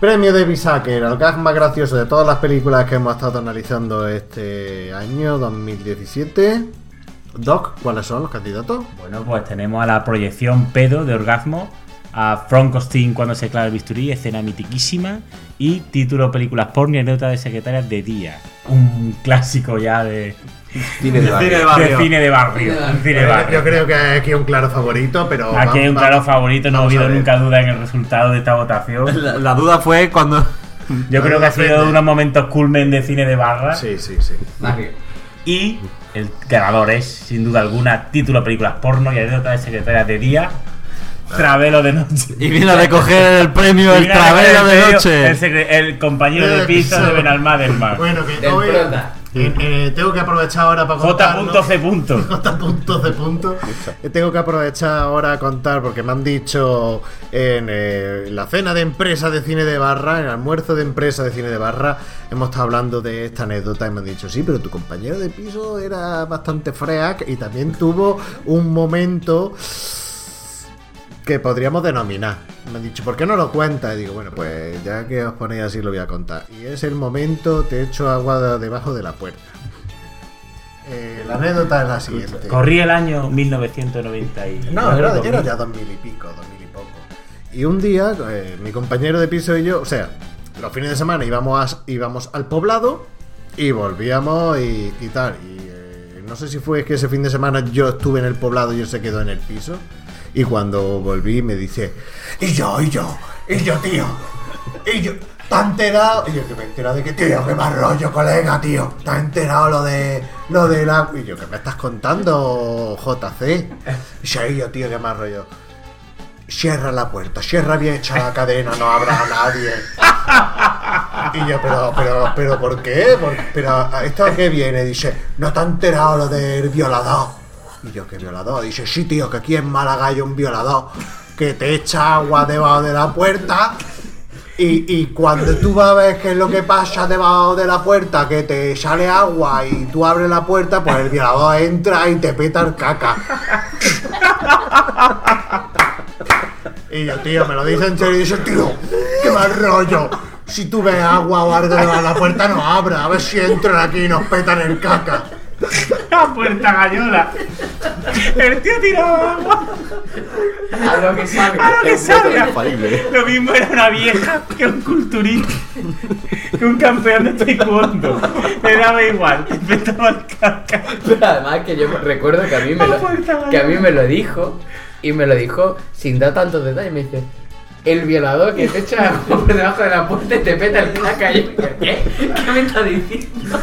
Premio de Bisaker, el gag más gracioso de todas las películas que hemos estado analizando este año 2017. Doc, ¿cuáles son los candidatos?
Bueno, pues tenemos a la proyección pedo de orgasmo, a Frank Costin cuando se clava el bisturí, escena mitiquísima, y título películas porno y anécdota de secretarias de día. Un clásico ya de.
Cine de barrio.
De cine de barrio. Cine de barrio.
Yo creo que aquí hay un claro favorito, pero.
Aquí hay un claro favorito, no ha
vamos a
habido
ver.
nunca duda en el resultado de esta votación.
La, la duda fue cuando.
Yo creo que ha sido uno de los momentos culmen de cine de barra.
Sí, sí, sí.
Y el ganador es, sin duda alguna, título películas porno y anécdota de secretaria de día. Travelo de noche.
Y vino a recoger el premio
Y
el
vino a recoger
Travelo
el
de
premio,
Noche.
El, secre- el compañero de piso de Benalmádena.
Bueno, que hoy- eh, eh, tengo que aprovechar ahora para contar. ¿no?
J.C. punto.
puntos de punto. Eh, Tengo que aprovechar ahora a contar porque me han dicho en eh, la cena de empresa de cine de barra, en el almuerzo de empresa de cine de barra, hemos estado hablando de esta anécdota y me han dicho, sí, pero tu compañero de piso era bastante freak y también tuvo un momento que podríamos denominar. Me han dicho, ¿por qué no lo cuentas? Y digo, bueno, pues ya que os ponéis así lo voy a contar. Y es el momento, te echo agua debajo de la puerta. Eh, la anécdota es la siguiente.
Corría el año 1990. y-
No, era, era ya dos mil y pico, dos mil y poco. Y un día, eh, mi compañero de piso y yo, o sea, los fines de semana íbamos, a- íbamos al poblado y volvíamos y, y tal. Y eh, no sé si fue que ese fin de semana yo estuve en el poblado y él se quedó en el piso. Y cuando volví me dice, y yo, y yo, y yo, tío, y yo, ¿te has enterado? Y yo que me he enterado de que, tío, que más rollo, colega, tío, ¿te has enterado lo de, lo de la... Y yo, que me estás contando, JC? Y yo, "Y yo, tío, que más rollo. Cierra la puerta, cierra bien hecha la cadena, no habrá a nadie. Y yo, pero, pero, pero, ¿por qué? ¿Por- pero, ¿a ¿esto a qué viene? Dice, ¿no te has enterado lo del violador? Y yo, ¿qué violador? Dice, sí, tío, que aquí en Málaga hay un violador que te echa agua debajo de la puerta. Y, y cuando tú vas a ver qué es lo que pasa debajo de la puerta, que te sale agua y tú abres la puerta, pues el violador entra y te peta el caca. Y yo, tío, me lo dice en serio y dice, tío, qué mal rollo. Si tú ves agua o algo debajo de la puerta, no abra. A ver si entran aquí y nos petan el caca.
La puerta gallola. El tío tiraba agua.
A lo que salga.
A lo que
Es un método
salga.
infalible.
Lo mismo era una vieja que un culturista. Que un campeón de taekwondo. Me daba igual. Me daba el caca. pues,
Pero además que yo recuerdo que a mí me lo, que a mí me lo dijo y me lo dijo sin dar tantos detalles. Me dice, el violador que te echa por debajo de la puerta y te peta el caca. Y yo, ¿qué? ¿Qué me estás diciendo?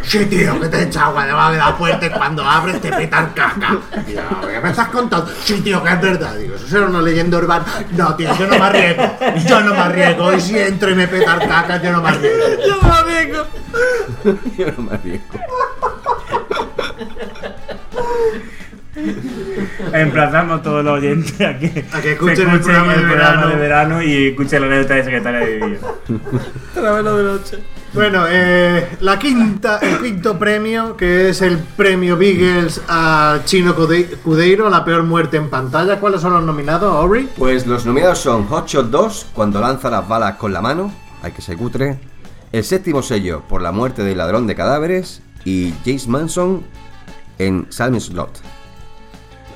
Sí, tío, que te echa agua debajo de la puerta y cuando abres te peta el caca. Y yo, ¿qué me estás contando? Sí, tío, que es verdad. Digo, eso será una leyenda urbana. No, tío, yo no me arriesgo. Yo no me arriesgo. Y si entro y me peta el caca, yo no me arriesgo.
Yo no lo vengo.
Yo no me arriesgo.
Emplazamos a todos los oyentes a que,
a
que
escuchen el programa de verano.
de verano y escuchen la anécdota de secretaria de Día.
Travelo de noche. Bueno, eh, la quinta, el quinto premio, que es el premio Beagles a Chino Cude- Cudeiro, la peor muerte en pantalla. ¿Cuáles son los nominados, Aubrey?
Pues los nominados son Hotshot 2, cuando lanza las balas con la mano, hay que ser cutre. El séptimo sello, por la muerte del ladrón de cadáveres. Y Jace Manson en Salmon Slot.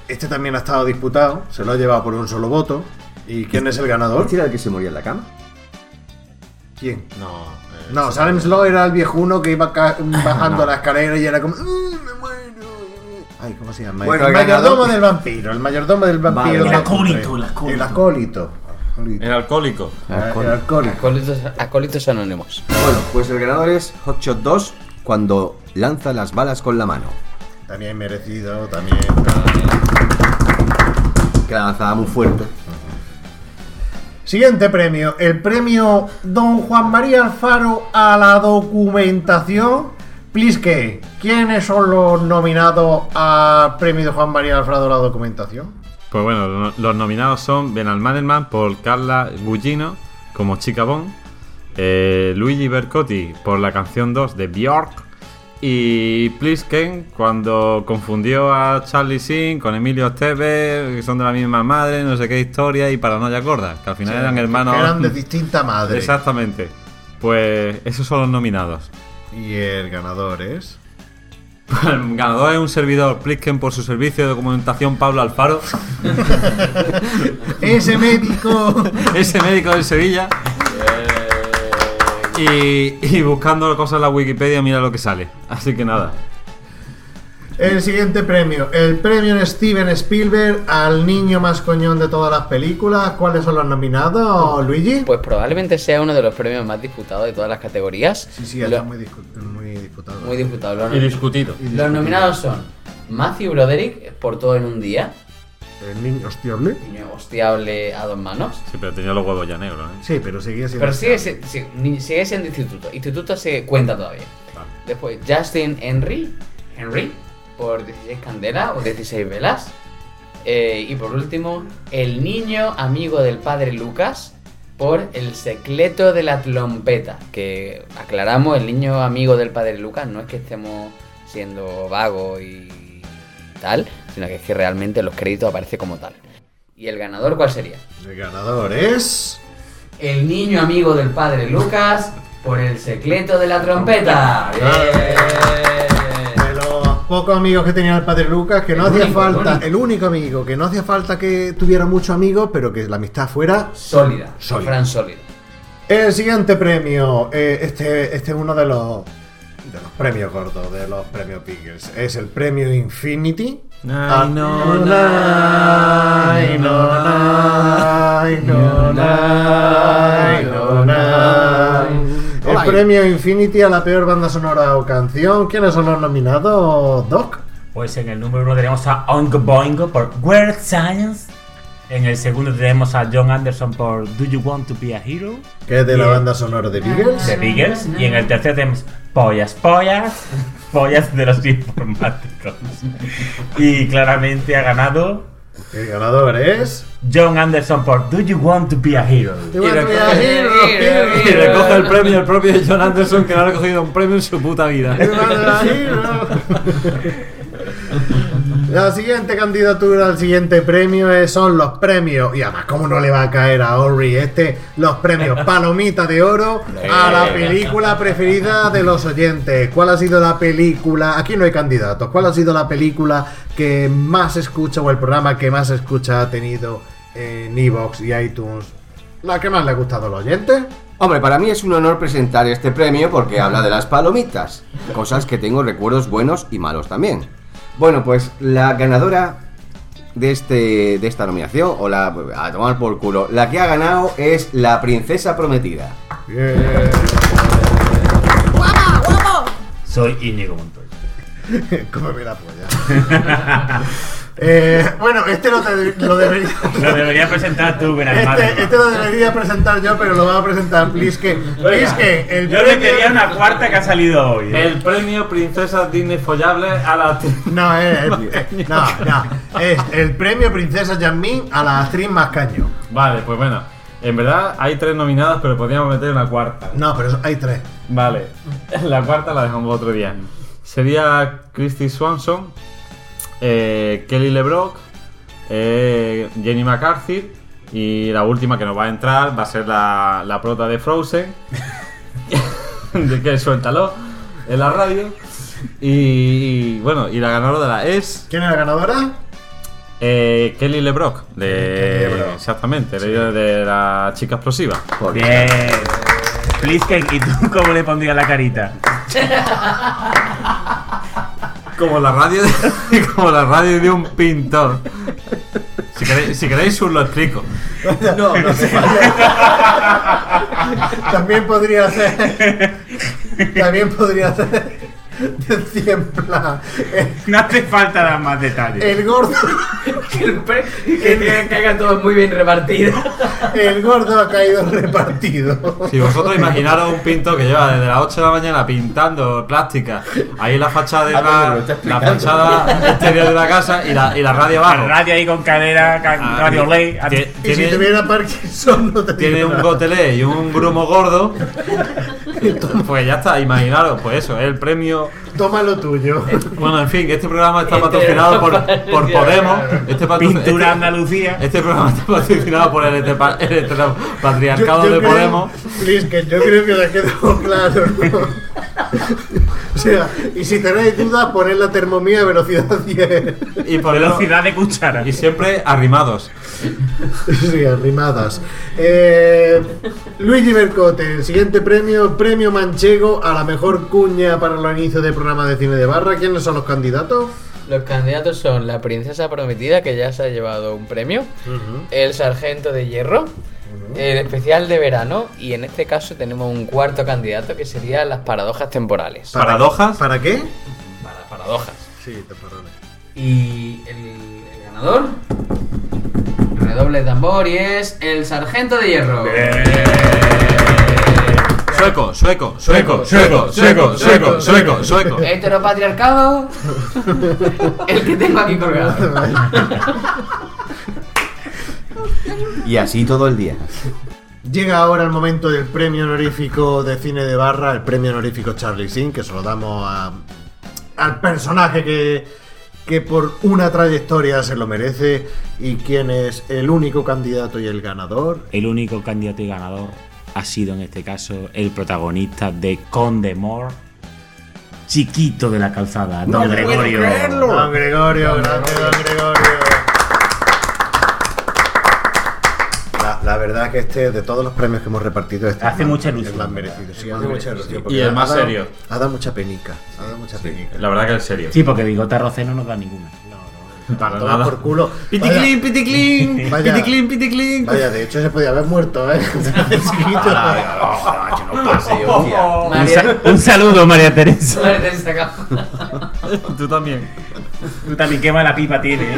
Este también ha estado disputado, se lo ha llevado por un solo voto. ¿Y quién es el ganador?
¿Este era el que se moría en la cama?
¿Quién? No. no, Salem Slow era el viejuno que iba ca- bajando
No.
la escalera y era como. "Mm, me muero". Ay, ¿cómo se llama?
Bueno,
el
el ganador-
mayordomo del vampiro. El mayordomo del vampiro.
Vale.
no
El acólito,
cumple. El acólito.
El alcohólico.
Acólitos, acólitos anónimos.
Bueno, pues el ganador es Hotshot 2, cuando lanza las balas con la mano.
También merecido, también.
Que la lanzaba muy fuerte.
Siguiente premio, el premio Don Juan María Alfaro a la documentación. Plisque, ¿quiénes son los nominados al premio de Juan María Alfaro a la documentación?
Pues bueno, lo- los nominados son Benalmaderman por Carla Gugino como Chica Bon, eh, Luigi Bercotti por la canción 2 de Bjork Y Plisken, cuando confundió a Charlie Sin con Emilio Esteve, que son de la misma madre, no sé qué historia, y Paranoia Gorda, que al final
Sí,
eran
que
hermanos.
eran de distinta madre.
Exactamente. Pues esos son los nominados.
Y el ganador es.
El ganador es un servidor, Plisken, por su servicio de documentación, Pablo Alfaro.
¡Ese médico!
Ese médico de Sevilla.
Eh.
Y, y buscando cosas en la Wikipedia, mira lo que sale. Así que nada.
El siguiente premio, el premio Steven Spielberg al niño más coñón de todas las películas. ¿Cuáles son los nominados, Luigi?
Pues probablemente sea uno de los premios más disputados de todas las categorías.
Sí, sí,
Lo-
está muy, discu- muy disputado.
Muy disputado.
Y
nom-
discutido. Y discutido.
Los nominados son Matthew Broderick por todo en un día.
El niño hostiable.
Niño hostiable a dos manos.
Sí, pero tenía los huevos ya negros, ¿eh?
Sí, pero seguía siendo.
Pero sigue, si- si- ni- sigue siendo instituto. Instituto se cuenta todavía. Después, Justin Henry. Henry. Por 16 candela o 16 velas. Eh, y por último, el niño amigo del padre Lucas. Por el secreto de la trompeta. Que aclaramos, el niño amigo del padre Lucas no es que estemos siendo vagos y tal, sino que es que realmente en los créditos aparece como tal. ¿Y el ganador cuál sería?
El ganador es.
El niño amigo del padre Lucas por el secreto de la trompeta.
De los pocos amigos que tenía el padre Lucas, que no
El
hacía
único,
falta,
el único.
el único amigo, que no hacía falta que tuviera muchos amigos, pero que la amistad fuera
Sólida.
Sólida.
Fran sólida.
El siguiente premio, eh, este, este es uno de los, de los premios gordos, de los premios Pickles. Es el premio Infinity. Ah,
no,
nay, no, nay, no, nay, no, nay. El premio Infinity a la peor banda sonora o canción. ¿Quiénes son los nominados, Doc?
Pues en el número uno tenemos a Ong Boingo por Weird Science. En el segundo tenemos a John Anderson por Do You Want to Be a Hero.
Que es de la
Y-
banda sonora de Beagles.
De Beagles. Y en el tercero tenemos Pollas, Pollas. Pollas de los informáticos. Y claramente ha ganado.
El ganador es.
John Anderson por Do You Want to Be a Hero.
Y recoge-
Y recoge el premio el propio John Anderson, que no ha recogido un premio en su puta vida.
La siguiente candidatura al siguiente premio es- son los premios. Y además, ¿cómo no le va a caer a Ori este? Los premios Palomita de Oro a la película preferida de los oyentes. ¿Cuál ha sido la película? Aquí no hay candidatos. ¿Cuál ha sido la película que más escucha o el programa que más escucha ha tenido en Evox y iTunes? ¿La que más le ha gustado al oyente?
Hombre, para mí es un honor presentar este premio porque habla de las palomitas, cosas que tengo recuerdos buenos y malos también. Bueno, pues la ganadora de, este, de esta nominación, o la a tomar por culo, la que ha ganado es La Princesa Prometida.
Soy Íñigo Montoya.
Cómeme la polla. Eh, bueno, este lo, te- lo debería.
Lo debería presentar tú, Benalmádena.
Este, este lo debería presentar yo, pero lo va a presentar Pliske. Pliske, el
Yo le
premio-
quería una cuarta que ha salido hoy. ¿eh?
El premio Princesa Disney Follable a la.
No, eh, eh, eh, no, no. Es el premio Princesa Jasmine a la actriz más caño.
Vale, pues bueno. En verdad hay tres nominadas, pero podríamos meter una cuarta.
No, pero hay tres.
Vale. La cuarta la dejamos otro día. Sería Christy Swanson, eh, Kelly LeBrock, eh, Jenny McCarthy. Y la última que nos va a entrar va a ser la, la prota de Frozen. de que suéltalo en la radio. Y, y, bueno, y la ganadora es.
¿Quién es la ganadora?
Eh, Kelly LeBrock, de, exactamente, de, de la chica explosiva.
Bien. Plisken, ¿y tú cómo le pondrías la carita?
Como la radio de, como la radio de un pintor. Si queréis, si queréis os lo explico.
No, no sé. También podría ser. También podría ser. Decía en plan, eh,
No hace falta dar más detalles.
El gordo.
que el pre- que te- que hagan todo muy bien repartido.
El gordo ha caído repartido.
Si vosotros imaginaros un pintor que lleva desde las 8 de la mañana pintando plástica, ahí la fachada de
Ah, pero
una,
me lo está
la
explicando.
fachada exterior de la casa y la, y la radio abajo. Ah,
La radio ahí con cadera, ca- radio ley.
Tie- tiene-
Parkinson no te
tiene un gotelé y un grumo gordo. Pues ya está, imaginaros, pues eso, es el premio
Toma lo tuyo.
Bueno, en fin, este programa está patrocinado por, por Podemos. Este patro-
Pintura
este-
Andalucía.
Este programa está patrocinado por el, hetepa- el heteropatriarcado
Yo- yo
de
creo-
Podemos.
Please, que yo creo que ya quedó claro. ¿no? O sea, y si tenéis dudas, poned la termomía a velocidad 10.
Y por
Velocidad de cuchara.
Y siempre arrimados.
Sí, arrimadas. Eh, Luigi Bercote, el siguiente premio, premio manchego a la mejor cuña para los inicios de programa de cine de barra. ¿Quiénes son los candidatos?
Los candidatos son la princesa prometida, que ya se ha llevado un premio, el sargento de hierro, el especial de verano, y en este caso tenemos un cuarto candidato que sería las paradojas temporales.
¿Paradojas?
¿Para qué?
Para paradojas.
Sí,
Y el, el ganador. Redoble de tambor y es el sargento de hierro.
Eh, Sueco, sueco, sueco, sueco, sueco, sueco, sueco, sueco.
Heteropatriarcado. el que tengo aquí colgado.
Y así todo el día.
Llega ahora el momento del premio honorífico de cine de barra, el premio honorífico Charlie Sin, que se lo damos a- al personaje que, que por una trayectoria se lo merece y quien es el único candidato y el ganador.
El único candidato y ganador ha sido en este caso el protagonista de Conde More, chiquito de la calzada,
No
don
puedo
Gregorio.
creerlo. Don Gregorio, grande don Gregorio. La, la verdad que este, de todos los premios que hemos repartido, este
Hace
es
mucha
el
ilusión.
más merecido. Sí,
Hace
hace mucha
mucha
ilusión,
ilusión.
porque
Y el
ha
más
dado-
serio.
Ha dado mucha penica. Ha dado mucha penica.
La verdad que es serio.
Sí, porque bigote roceno no da ninguna.
Para
Toma por culo.
Piticlin,
Vaya-
piticlin,
Vaya-
piticlin, piticlin.
Vaya, de hecho se podía haber muerto, ¿eh?
Un, sa- un saludo, María Teresa.
Tú también.
Tú también, qué mala pipa tiene, ¿eh?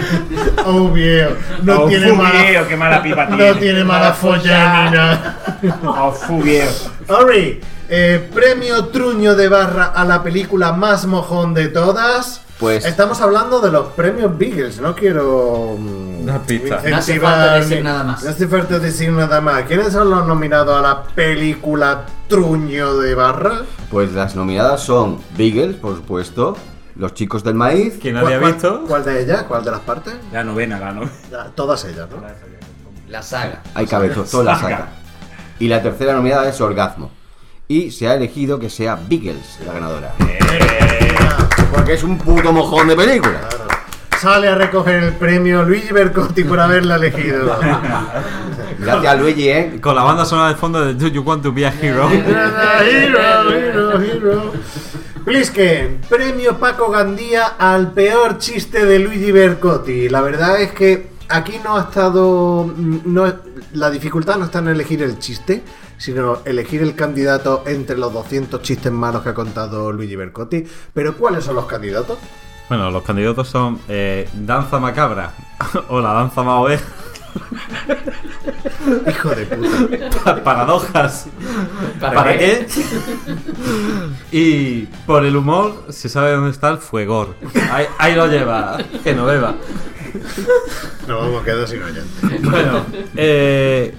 Oh, viejo. No
Oh,
tiene
fu,
mala.
viejo, qué mala pipa
no
tiene.
tiene mala folla ni nada.
Oh, fu, viejo.
Ori, eh, premio truño de barra a la película más mojón de todas.
Pues-
Estamos hablando de los premios Beagles, no quiero. mm,
Una pista.
incentivar
No hace falta decir
ni-
nada más.
No hace falta decir nada más. ¿Quiénes son los nominados a la película truño de barra?
Pues las nominadas son Beagles, por supuesto, Los Chicos del Maíz.
Que nadie ha
¿Cuál-
visto.
¿Cuál de ellas? ¿Cuál de las partes?
La novena, la novena.
Ya, Todas ellas, ¿no?
La saga.
Hay cabezón, toda la saca. Y la tercera nominada es Orgasmo. Y se ha elegido que sea Beagles la ganadora. Porque es un puto mojón de película.
Sale a recoger el premio Luigi Bercotti por haberla elegido. Ah,
Gracias Luigi, ¿eh?
Con la banda sonora de fondo de Do You Want to Be a Hero.
hero, hero, hero. Plisken, premio Paco Gandía al peor chiste de Luigi Bercotti. La verdad es que aquí no ha estado. mm, No, la dificultad no está en elegir el chiste, sino elegir el candidato entre los 200 chistes malos que ha contado Luigi Bercotti. Pero ¿cuáles son los candidatos?
Bueno, los candidatos son eh, Danza Macabra o la Danza Maoe,
Hijo de puta.
pa- Paradojas.
¿Para
qué? Y por el humor se sabe dónde está el fuegor. Ahí, ahí lo lleva, que no beba.
Nos vamos a quedar sin oyentes.
Bueno, eh,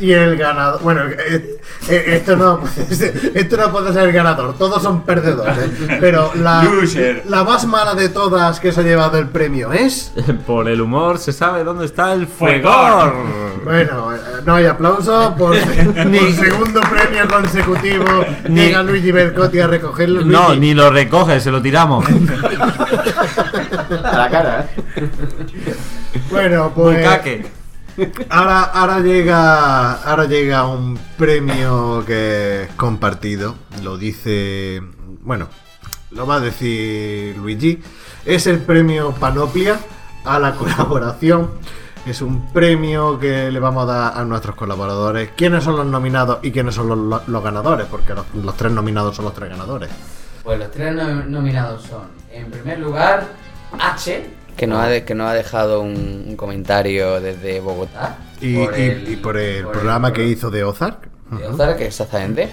Y el ganador. Bueno, eh, eh, esto no, puede ser- esto no puede ser ganador. Todos son perdedores. Pero la,
Loser.
la más mala de todas que se ha llevado el premio es.
por el humor se sabe dónde está el fuegor.
Bueno, eh, no hay aplauso por, por segundo premio consecutivo.
Ni-
Llega Luigi Bercotti a recogerlo.
No,
Luigi.
ni lo recoge, se lo tiramos.
A la cara, ¿eh?
Bueno, pues.
Bucaque.
Ahora, ahora llega. Ahora llega un premio que es compartido. Lo dice. Bueno, lo va a decir Luigi. Es el premio Panoplia a la colaboración. Es un premio que le vamos a dar a nuestros colaboradores. ¿Quiénes son los nominados y quiénes son los, los- los ganadores? Porque los, los tres nominados son los tres ganadores.
Pues los tres nom- nominados son, en primer lugar, H.
Que nos ha, de- que nos ha dejado un, un comentario desde Bogotá.
Y y- y por el,
por el
programa que
programa.
hizo de Ozark.
de Ozark, exactamente.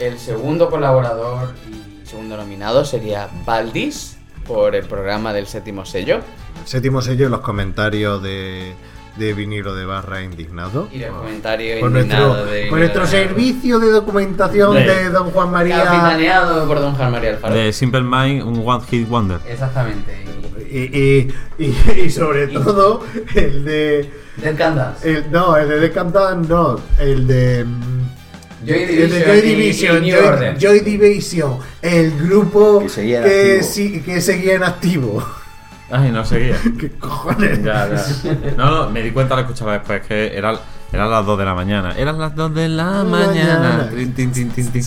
El segundo colaborador y segundo nominado sería Valdis por el programa del séptimo sello.
Séptimo sello en los comentarios de, de vinilo de barra indignado.
Y el comentario
Con nuestro,
indignado de-
con nuestro servicio de documentación
De-
de Don Juan María.
Capitaneado por Don Juan María Alfaro.
De Simple Mind, un One Hit Wonder.
Exactamente.
Y, y- y- y sobre todo el de.
Dead Candance.
el- no, el de Dead Candance no. El de. mm,
Joy
el de
Division
Joy
y-
Division,
y New
Joy-
Order.
Joy Division, el grupo que
seguía en
que,
activo.
sí- que seguía en activo.
Ay, no seguía.
¿Qué cojones?
Ya, ya. No, no, me di cuenta al escucharla después, que era- eran las 2 de la mañana. Eran las 2 de la mañana.
mañana.
Tin, tin, tin, tin, tin.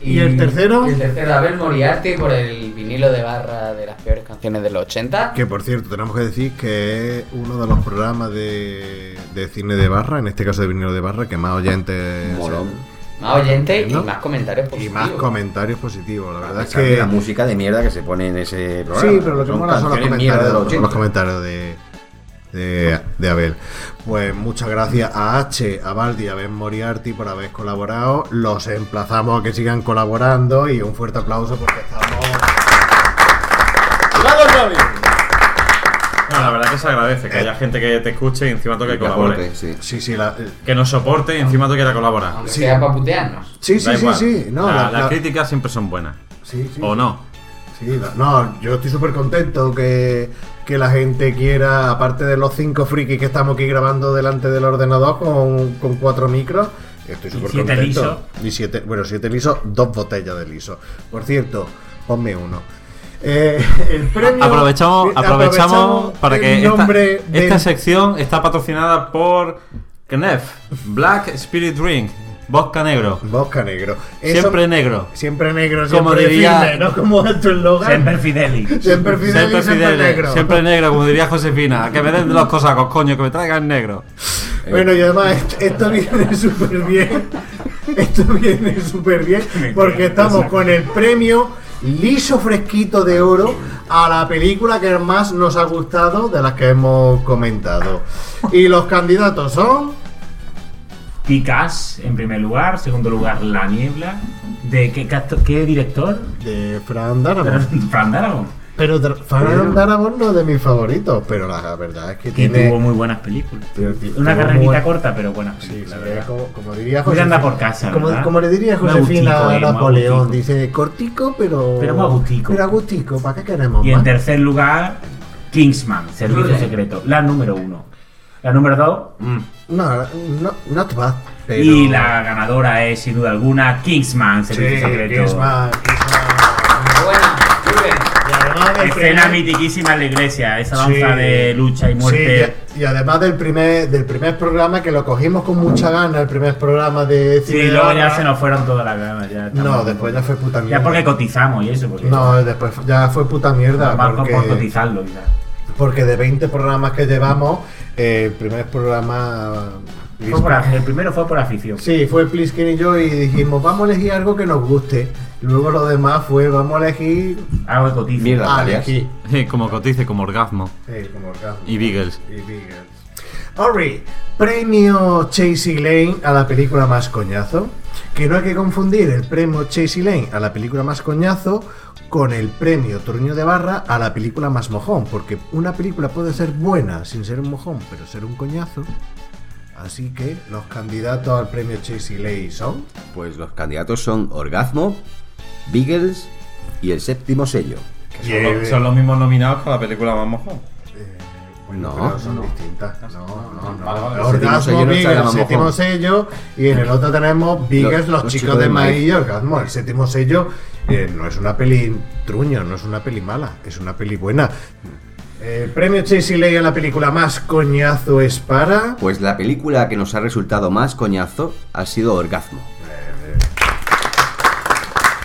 ¿Y el tercero?
El tercero, Abel Moriarty por el vinilo de barra de las peores canciones de los 80.
Que por cierto, tenemos que decir que es uno de los programas de, de cine de barra, en este caso de vinilo de barra, que más oyentes.
Morón. Más oyentes y más comentarios
Y
positivos.
más comentarios positivos, la verdad
A
es
pesar
que.
de la música de mierda que se pone en ese programa.
Sí, pero lo que mola son los
canciones mierda de
comentarios,
los
son los
80.
comentarios de, de, de Abel. Pues muchas gracias a H, a Baldi, a Ben Moriarty por haber colaborado. Los emplazamos a que sigan colaborando y un fuerte aplauso porque estamos.
No, la verdad que se agradece que haya gente que te escuche y encima toque que colabore.
Sí,
Eh. sí, eh.
Que nos soporte y encima toque que colaborar.
Aunque sea para putearnos.
Sí,
Da
sí, sí,
igual.
sí. No,
La-
la-
las
la-
críticas siempre son buenas.
Sí, sí.
¿O no?
Sí, la- no, yo estoy súper contento que, que la gente quiera, aparte de los cinco frikis que estamos aquí grabando delante del ordenador con, con cuatro micros, estoy súper
siete
contento.
lisos.
Y siete, bueno, siete lisos, dos botellas de liso. Por cierto, ponme uno. Eh, el premio.
Aprovechamos,
eh,
aprovechamos para
el
que esta,
nombre del-
esta sección está patrocinada por Knef, Black Spirit Drink, Vodka Negro.
Vodka Negro. Eso-
Siempre negro.
Siempre negro,
Como
siempre
diría-
firme, ¿no? Como es tu eslogan.
Siempre Fideli.
Siempre fidel y siempre negro.
Siempre negro, como diría Josefina. A que me den de los cosacos, coño, que me traigan negro.
Eh,
Bueno, y además est- esto viene súper bien. Esto viene súper bien porque estamos con el premio liso fresquito de oro a la película que más nos ha gustado de las que hemos comentado. Y los candidatos son...
Picas en primer lugar, segundo lugar La Niebla. ¿De qué, casto- qué director?
De Fran Darabont.
Fran Darabont.
Pero Dra- Fran Darabont no es de mis favoritos, pero la verdad es que
Que
tiene...
tuvo muy buenas películas.
Tío, tío,
Una
tuvo
carrerita
muy-
corta, pero buenas películas. la verdad.
Como, como diría
Muy
Josefina-
anda por casa,
Como,
¿verdad?
como le diría
Muy
Josefina
agustico,
a
eh, muy
Napoleón,
agustico.
dice cortico, pero.
Pero muy agustico.
Pero agustico, ¿para qué queremos
Y en
más?
tercer lugar, Kingsman, Servicio
Bien.
Secreto. La número uno. La número dos, mm,
No, no, not bad. Pero...
Y la ganadora es, sin duda alguna, Kingsman, Servicio
Sí,
Secreto.
Kingsman,
Escena mitiquísima en la iglesia, esa
Sí.
danza de lucha y muerte.
Sí, y, y además del primer, del primer programa que lo cogimos con mucha gana, el primer programa de
Sí,
cine de
luego ya
barra.
se nos fueron todas las ganas. Ya estamos-
No, después ya fue puta mierda.
Ya porque cotizamos y eso. Porque
No, después ya fue puta mierda.
Además, por-
porque...
por cotizarlo, quizás.
Porque de 20 programas que llevamos, eh, el primer programa.
Fue por a- el primero fue por afición.
Sí, fue Pliskin y yo y dijimos, vamos a elegir algo que nos guste. Luego lo demás fue, vamos a elegir.
Algo de cotiza.
Mierda,
Vale,
varias.
aquí. Eh, Como cotice, como orgasmo.
Ah, Sí, como orgasmo.
Y Beagles.
Y Beagles. Ori, premio Chasey Lane a la película más coñazo. Que no hay que confundir el premio Chasey Lane a la película más coñazo con el premio Truño de Barra a la película más mojón. Porque una película puede ser buena sin ser un mojón, pero ser un coñazo. Así que los candidatos al premio Chasey Lane son.
Pues los candidatos son Orgasmo, Beagles y el séptimo sello.
Son, los, son los mismos nominados con la película más mojón.
No,
no.
son distintas. No, no, no.
Vale, vale.
Séptimo sello no está
Orgasmo, Beagles,
llamado
séptimo
mojón.
sello. Y en el otro tenemos Biggers,
Los-
los,
los
chicos, de maíz y Orgasmo. El séptimo sello eh, no es una peli truño, no es una peli mala, es una peli buena. El premio Chasey Ley a la película más coñazo es para.
Pues la película que nos ha resultado más coñazo ha sido Orgasmo.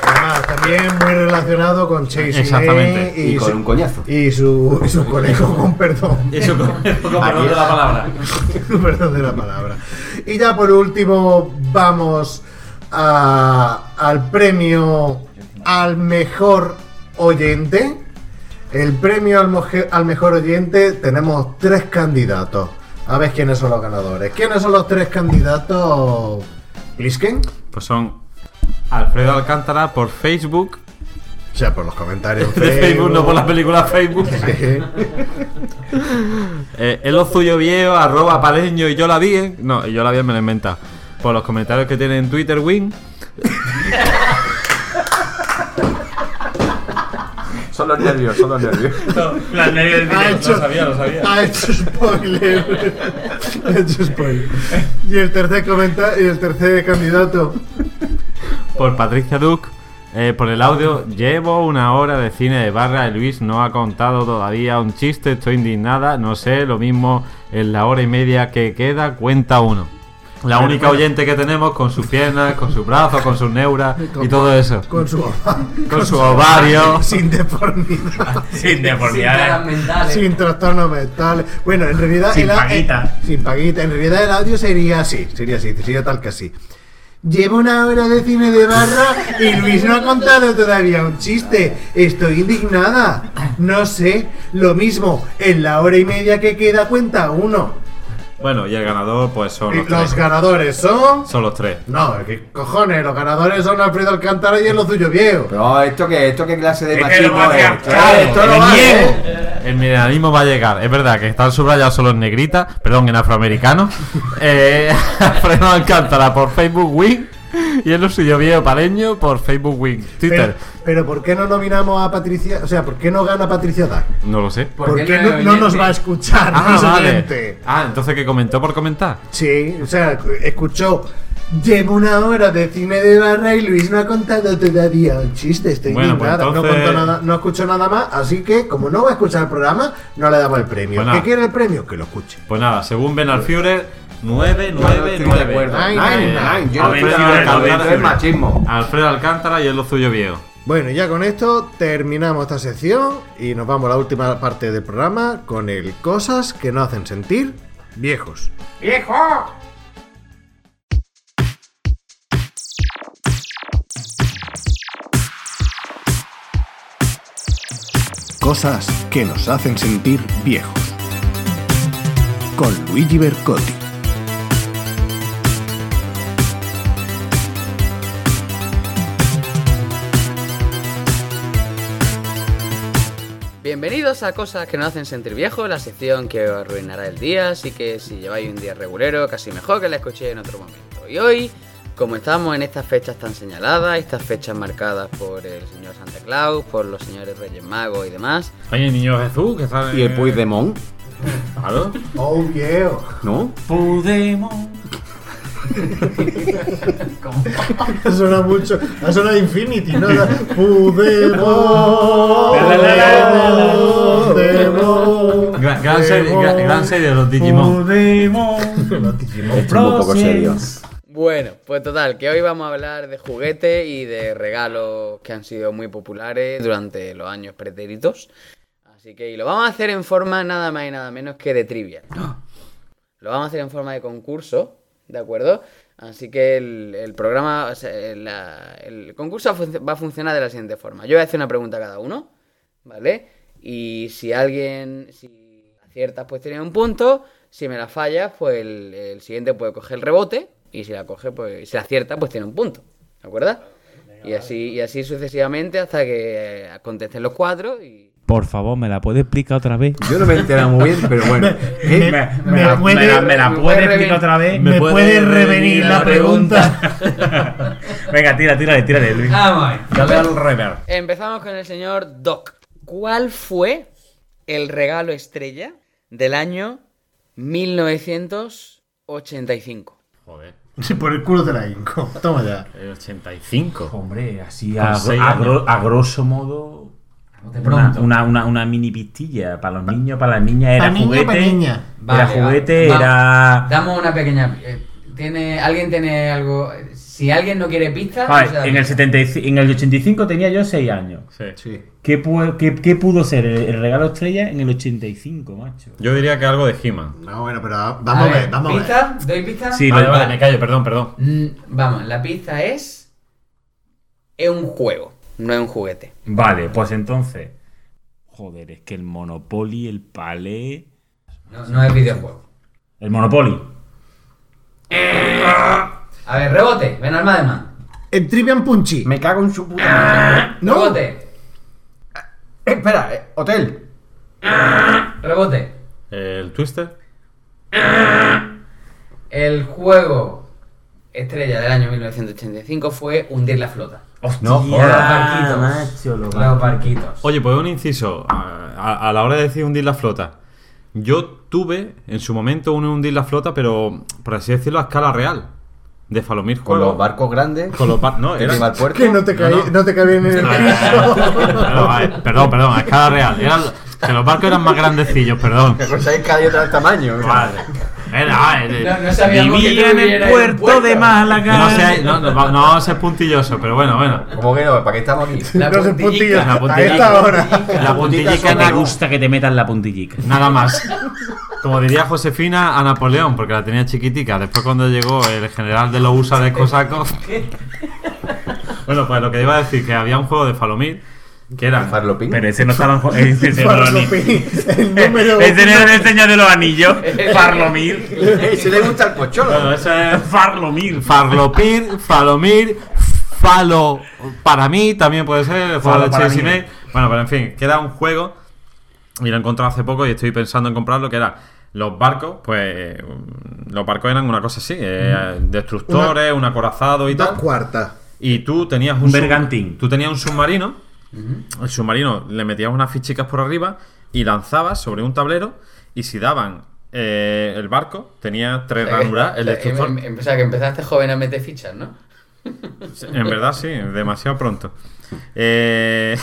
Además, también muy relacionado con Chasey
Exactamente,
Lane
y con
su-
un coñazo.
Y su, y su conejo con perdón.
Y su conejo con perdón de la palabra.
Con perdón de la palabra. Y ya por último, vamos a- al premio al mejor oyente. El premio al, moje- al mejor oyente tenemos tres candidatos. A ver quiénes son los ganadores. ¿Quiénes son los tres candidatos? ¿Plisken?
Pues son Alfredo Alcántara por Facebook,
O sea, por los comentarios en
De Facebook, no por las películas Facebook. Eh, es lo suyo viejo, arroba paleño y yo la vi, ¿eh? No, y yo la vi me la inventa. Por los comentarios que tiene en Twitter, Win.
Son los nervios, son los nervios.
Las nervios
Ha
del
hecho,
lo sabía, lo sabía.
Ha hecho Ah, spoiler. ha hecho spoiler. Y el tercer comentario, y el tercer candidato.
Por Patricia Duke. eh, por el audio, llevo una hora de cine de barra. y Luis no ha contado todavía un chiste. Estoy indignada. No sé, lo mismo en la hora y media que queda, cuenta uno. La
Bueno,
única
bueno.
oyente que tenemos con sus piernas, con sus brazos, con sus neuras y todo eso.
Con su, ova-
Con su ovario.
Sin deformidad.
Sin
deformidad.
deformidades. Sin mentales.
Sin trastornos mentales. Bueno, en realidad.
Sin
el a-
paguita.
eh, sin paguita. En realidad el audio sería así. Sería así. Sería tal que así. Llevo una hora de cine de barra y Luis no ha contado todavía un chiste. Estoy indignada. No sé. Lo mismo. En la hora y media que queda cuenta uno.
Bueno, y el ganador, pues son
Y
los,
los
tres.
ganadores son.
Son los tres.
No, ¿qué cojones? Los ganadores son Alfredo Alcántara y es lo suyo viejo.
Pero esto que esto qué clase de
Es que
machismo
lo
es.
patriarcado,
Claro, esto no
el
vale,
miedo.
¿eh?
El mineralismo va a llegar. Es verdad que están subrayados solo en negrita, perdón, en afroamericano. Eh, Alfredo Alcántara por Facebook Win. Y es lo suyo viejo paleño por Facebook Win.
Pero,
Twitter.
pero ¿por qué no nominamos a Patricia? O sea, ¿por qué no gana Patricia Dac?
no lo sé.
¿Por, qué no, no nos va a escuchar?
Ah,
no es
vale.
oyente?
Ah, entonces que comentó por comentar.
Sí, o sea, escuchó. Llevo una hora de cine de barra y Luis no ha contado todavía un chiste. Estoy
Bueno, pues
indignada. No,
entonces-
contó nada, no escuchó nada más, así que como no va a escuchar el programa, no le damos el premio.
Pues nada.
¿Qué quiere el premio? Que lo escuche.
Pues nada, según Ben Alfiore, 9, 9,
estoy de
9.
acuerdo. Nine, nine, nine. Yo no
Alfredo
estoy de acuerdo,
Alcántara.
eso es
machismo.
Alfredo Alcántara y es lo suyo viejo.
Bueno, y ya con esto terminamos esta sección y nos vamos a la última parte del programa con el Cosas que no hacen sentir viejos.
¡Hijo!
Cosas que nos hacen sentir viejos. Con Luigi Bercotti.
Bienvenidos a Cosas que nos hacen sentir viejos, la sección que os arruinará el día, así que si lleváis un día regulero, casi mejor que la escuchéis en otro momento. Y hoy, como estamos en estas fechas tan señaladas, estas fechas marcadas por el señor Santa Claus, por los señores Reyes Magos y demás,
Hay el niño Jesús que sale.
Y el Puigdemont,
Claro.
Oh, viejo.
¿no?
Podemos.
Ha sonado mucho. Ha sonado Infinity, ¿no? Pudemos. Podemos.
Gran, gran serie, gran, gran serie de los Digimon.
los Digimon.
Esto Este es un poco serio.
Bueno, pues total, que hoy vamos a hablar de juguetes y de regalos que han sido muy populares durante los años pretéritos. Así que y lo vamos a hacer en forma nada más y nada menos que de trivia. Lo vamos a hacer en forma de concurso, ¿de acuerdo? Así que el, el programa, o sea, el, la- el concurso func- va a funcionar de la siguiente forma. Yo voy a hacer una pregunta a cada uno, ¿vale? Y si alguien, si aciertas, pues tiene un punto. Si me la fallas, pues el, el siguiente puede coger el rebote. Y si la coge, pues si la acierta, pues tiene un punto. ¿De acuerdo? Y así, y así sucesivamente hasta que eh, contesten los cuatro y
Por favor, ¿me la puede explicar otra vez?
Yo no me he enterado muy bien, pero bueno.
Me, me,
me
la,
puede-
me la- me la
me
puede
puede
explicar
reven-
otra vez.
me puede revenir la
Venga, tira, tírale, tírale, Luis.
Vamos ahí.
Dale al rever.
Empezamos con el señor Doc. ¿Cuál fue el regalo estrella del año 1985?
Joder.
Sí, por el culo de la Inco. Toma ya.
El 85.
Hombre, así
Y
a,
a, a gro- a grosso modo.
una, una, una, una mini pistilla para los niños, para las niñas
Pa'
era
niño,
juguete.
pa' niña.
Era
Vale, va-
juguete,
va-
era.
Damos una pequeña. eh, tiene, ¿Alguien tiene algo? Si alguien no quiere pistas.
A ver,
no se da
Ah, en el,
pista.
75, en el 85 tenía yo 6 años.
Sí.
¿Qué, pu- qué- qué pudo ser el, el regalo estrella en el 85, macho?
Yo diría que algo de He-Man.
No, bueno, pero vamos
a ver, ¿Pista? ¿Doy pista?
Sí, vale, vale, me callo, perdón, perdón.
Mm,
Vamos, la pista es.
Es un juego, no es un juguete.
Vale, pues entonces. Joder, es que el Monopoly, el Palé.
No, no es videojuego.
El Monopoly.
A ver, rebote, ven al Mademan.
El Trivian Punchi.
Me cago en su puta madre.
No.
Rebote.
espera, eh, hotel.
Rebote.
El Twister.
El juego estrella del año 1985 fue hundir la flota.
No
Los
jodas.
barquitos. los barquitos.
Oye, pues un inciso. A, a- a la hora de decir hundir la flota. Yo tuve en su momento un hundir la flota, pero por así decirlo, a escala real. De Falomir
Con los barcos grandes.
Con los barcos. No,
que
era-
lleva al puerto.
Que no te, caí- no. te cabía en el
Perdón, a ver, perdón, perdón, a escala real. Eran- que los barcos eran más grandecillos, perdón.
Pensáis que Pues hay otro tamaño.
eh,
Era, era-
No- no sabíamos que
vivía
tú
en
vivieras
el
en
puerto,
puerto.
de Málaga. No seas, no, no, no seas puntilloso, pero bueno, bueno.
¿Cómo que no? ¿Para qué estamos aquí?
La
No se
puntillica.
puntilla.
La
A
puntillica.
esta hora.
La puntillica
me
no gusta.
gusta que te metan la puntillica.
Nada más. Como diría Josefina a Napoleón, porque la tenía chiquitica. Después cuando llegó el general de los USA de Cosaco. Bueno, pues lo que iba a decir, que había un juego de Falomir, que era...
Farlopín.
Pero ese no estaba en juego. Ese es el de los anillos.
El número
Ese no era el señor de los anillos. Farlomir.
Si le gusta el pocholo.
Bueno, ese es
Farlomir.
Farlopir, Falomir, Falo para mí también puede ser, el juego
Falo
de
para
Chelsea
mí.
May. Bueno, pero en fin, queda un juego y lo he encontrado hace poco y estoy pensando en comprarlo, que era los barcos, pues los barcos eran una cosa así, eh, destructores, un acorazado y
Dos
tal.
cuartas.
Y tú tenías un,
Un
sub-
bergantín.
Tú tenías un submarino. El submarino le metías unas fichicas por arriba y lanzabas sobre un tablero. Y si daban eh, el barco, tenía tres ranuras. El
Eh,
destructor.
Em- em- em- o sea, que empezaste joven a meter fichas, ¿no?
En verdad, sí, demasiado pronto. Eh,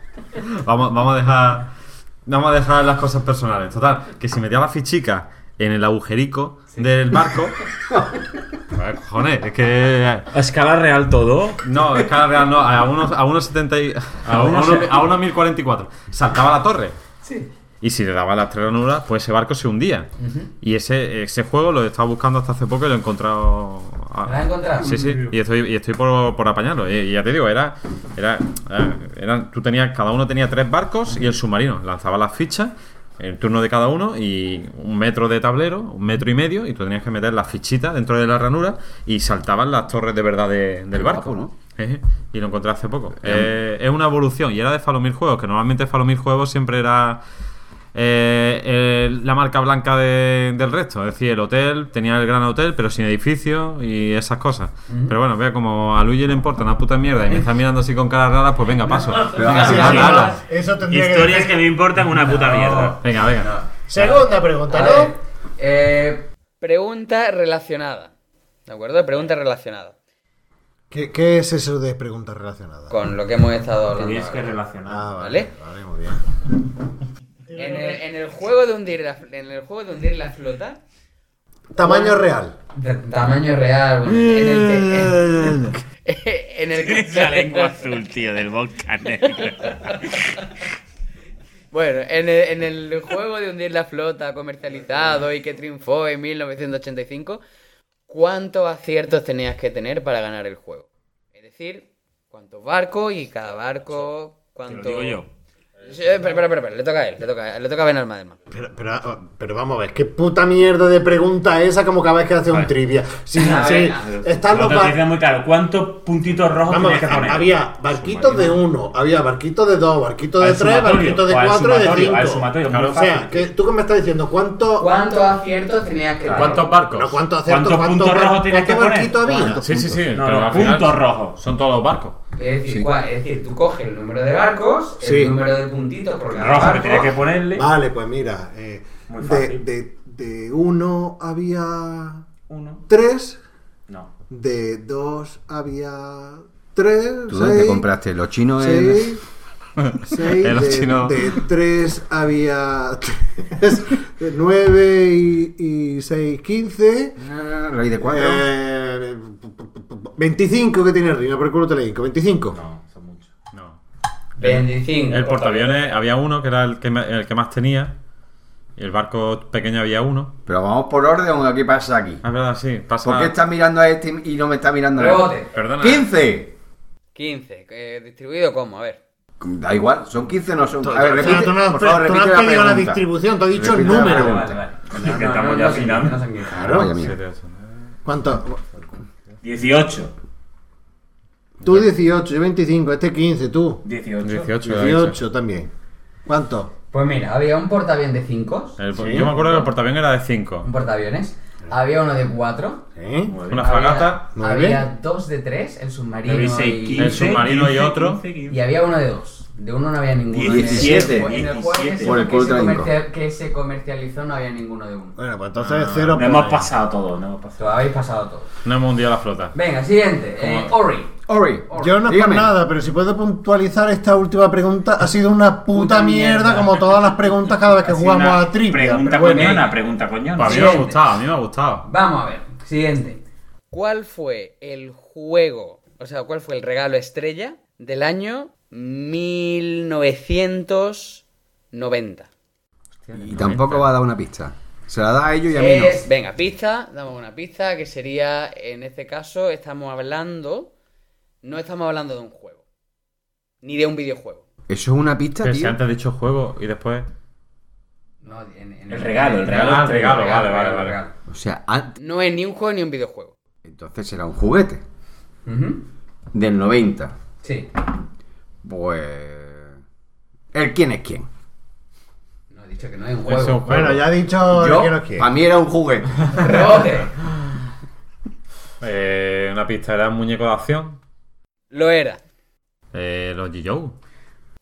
vamos, vamos a dejar. Vamos a dejar las cosas personales. Total, que si metía la fichica en el agujerico del barco. Joder, cojones, es que.
A escala real todo.
No, es que a real no, a unos, a unos 70 y- a, unos, a unos 1044. Saltaba la torre.
Sí.
Y si le daba las tres ranuras, pues ese barco se hundía. Y ese, ese juego lo he estado buscando hasta hace poco y lo he encontrado. a-
Ah,
¿Lo has encontrado?
Sí, sí. Y estoy, y estoy por, por apañarlo. Y, y ya te digo, era. era, era- eran- tú tenías, cada uno tenía tres barcos y el submarino. Lanzaba las fichas, el turno de cada uno y un metro de tablero, un metro y medio, y tú tenías que meter las fichitas dentro de la ranura y saltaban las torres de verdad de- del barco.
guapo, ¿no?
Ejé, Y lo encontré hace poco. Eh, es una evolución y era de Falomir Juegos, que normalmente Falomir Juegos siempre era eh, el- la marca blanca de- del resto. Es decir, el hotel, tenía el gran hotel, pero sin edificio y esas cosas. Pero bueno, vea, como a Luigi le importa una puta mierda y me está mirando así con cara rara, pues venga, paso. Venga,
Sí,
habla,
sí,
habla.
Eso tendría
Historias
que.
que me importan una puta mierda.
Venga, venga.
Segunda pregunta,
A
¿no?
ver, eh, pregunta relacionada. ¿De acuerdo? Pregunta relacionada.
¿Qué, qué es eso de preguntas relacionadas?
Con lo que hemos estado hablando.
Tenías que
ahora.
relacionar.
Ah,
¿Vale?
Vale, muy bien.
En el, en el juego de hundir la, en el juego de hundir la flota.
Tamaño real. Mm.
de tamaño real. bueno, En el que- en el que-
Tienes la lengua azul, tío, del vodka negro.
Bueno, en el, en el juego de hundir la flota comercializado y que triunfó en 1985, ¿cuántos aciertos tenías que tener para ganar el juego? Es decir, ¿cuántos barcos y cada barco
Te
cuánto...
lo digo yo.
Sí, eh, espera, espera, espera, espera, le toca a él, le toca, a él, le toca a Benalma además.
Pero, pero, ah, pero vamos a ver, qué puta mierda de pregunta esa como cada vez que hace un trivia. Sí,
A
sí,
ver,
están
No
los
te
bar-
dice muy claro. ¿Cuántos puntitos rojos
Vamos,
tienes que
a-
poner?
había barquitos de uno, había barquitos de dos, barquitos de
Al
tres,
sumatorio,
barquitos de
o al
cuatro y de
sumatorio, al
cinco.
sumatorio, muy
o sea,
fácil.
que tú que me estás diciendo, ¿cuánto,
¿Cuántos aciertos tenías que tener?
¿Cuántos barcos?
no, cuánto acierto,
¿Cuántos
cuánto,
puntos
bar-
rojos tienes
cuánto
que poner?
barquito había?
Sí, sí, sí.
No,
pero
no,
al final
puntos rojos.
Son todos los barcos.
Es decir,
Sí.
cua- es decir, tú coges el número de barcos, el
Sí.
número de puntitos por cada
Rojo que
barco,
tienes que ponerle.
Vale, pues mira, eh,
Muy
de,
fácil.
de, de uno había
Uno.
tres,
No.
de dos había tres,
¿Tú dónde
seis,
te compraste? ¿Los chinos?
seis, seis,
El
de,
chino.
de tres había tres, de nueve y, y seis, quince.
Ah, raíz de cuatro.
Eh, 25 que tiene Rino, por el culo te le digo, 25.
No, son muchos.
No.
25.
El portaaviones había uno que era el que, ma- el que más tenía. Y el barco pequeño había uno.
Pero vamos por orden, ¿o ¿qué pasa aquí?
Ah, es verdad, sí. Pasa.
¿Por qué estás mirando a este y no me estás mirando a
Rebote.
él?
Perdona.
¡15!
15. eh, ¿Distribuido cómo? A ver.
Da igual, son 15 o no son.
Tú-
A ver,
tú-
repite,
tú no has-
por favor,
tú no
repite
has
la
pedido la
pregunta.
distribución, te he dicho el
Repite la
número.
pregunta.
Vale, vale.
No,
que
no,
estamos
no,
ya
no son
afinando.
15, no son 15.
Vaya mierda.
Siete, ocho, nueve.
¿Cuánto?
18.
Tú 18, yo 25, este 15, tú
18.
18.
18 también. ¿Cuánto?
Pues mira, había un portaavión de 5.
Eh,
El-
pues
Yo me acuerdo que el portaavión era de 5.
Un portaaviones. Había uno de 4.
¿Eh?
Una fragata.
Había dos de 3, el submarino.
Había seis,
y...
quince, El submarino y otro. quince,
Y había uno de 2. De uno no había ninguno.
17,
En el- en el juego que se-
Por el
que
culo
se
de la
comercia- que se comercializó no había ninguno de uno.
Bueno, pues
entonces cero por ahí.
pasado todo, no hemos
pasado. Habéis pasado todo.
No hemos hundido la flota.
Venga, siguiente. eh, Ori.
Ori, yo no es por
Dígame.
nada, pero si puedo puntualizar esta última pregunta, ha sido una puta, mierda, como todas las preguntas cada vez que jugamos
una
a triple.
Pregunta
Bueno,
coñona, pregunta coñona.
Pues a mí me ha gustado, a mí me ha gustado.
Vamos a ver, siguiente.
¿Cuál fue el juego, o sea, cuál fue el regalo estrella del año 1990?
Y tampoco va a dar una pista. Se la da a ellos y a mí no.
Es- Venga, pista, damos una pista, que sería, en este caso, estamos hablando, no estamos hablando de un juego, ni de un videojuego.
Eso es una pista,
Que
tío.
si antes he dicho juego y después.
No, en, en
El regalo, el regalo.
Ah, el regalo,
regalo,
vale, vale,
regalo,
vale.
O sea, an-
No es ni un juego ni un videojuego.
entonces será un juguete. Del 90.
Sí.
Pues. ¿El quién es quién?
No he dicho que no es un
juego.
Bueno, ya ha dicho
Yo,
el quién es quién.
Para mí era un juguete.
Eh, una pista era un muñeco de acción.
Lo era.
Eh, los G.I.O.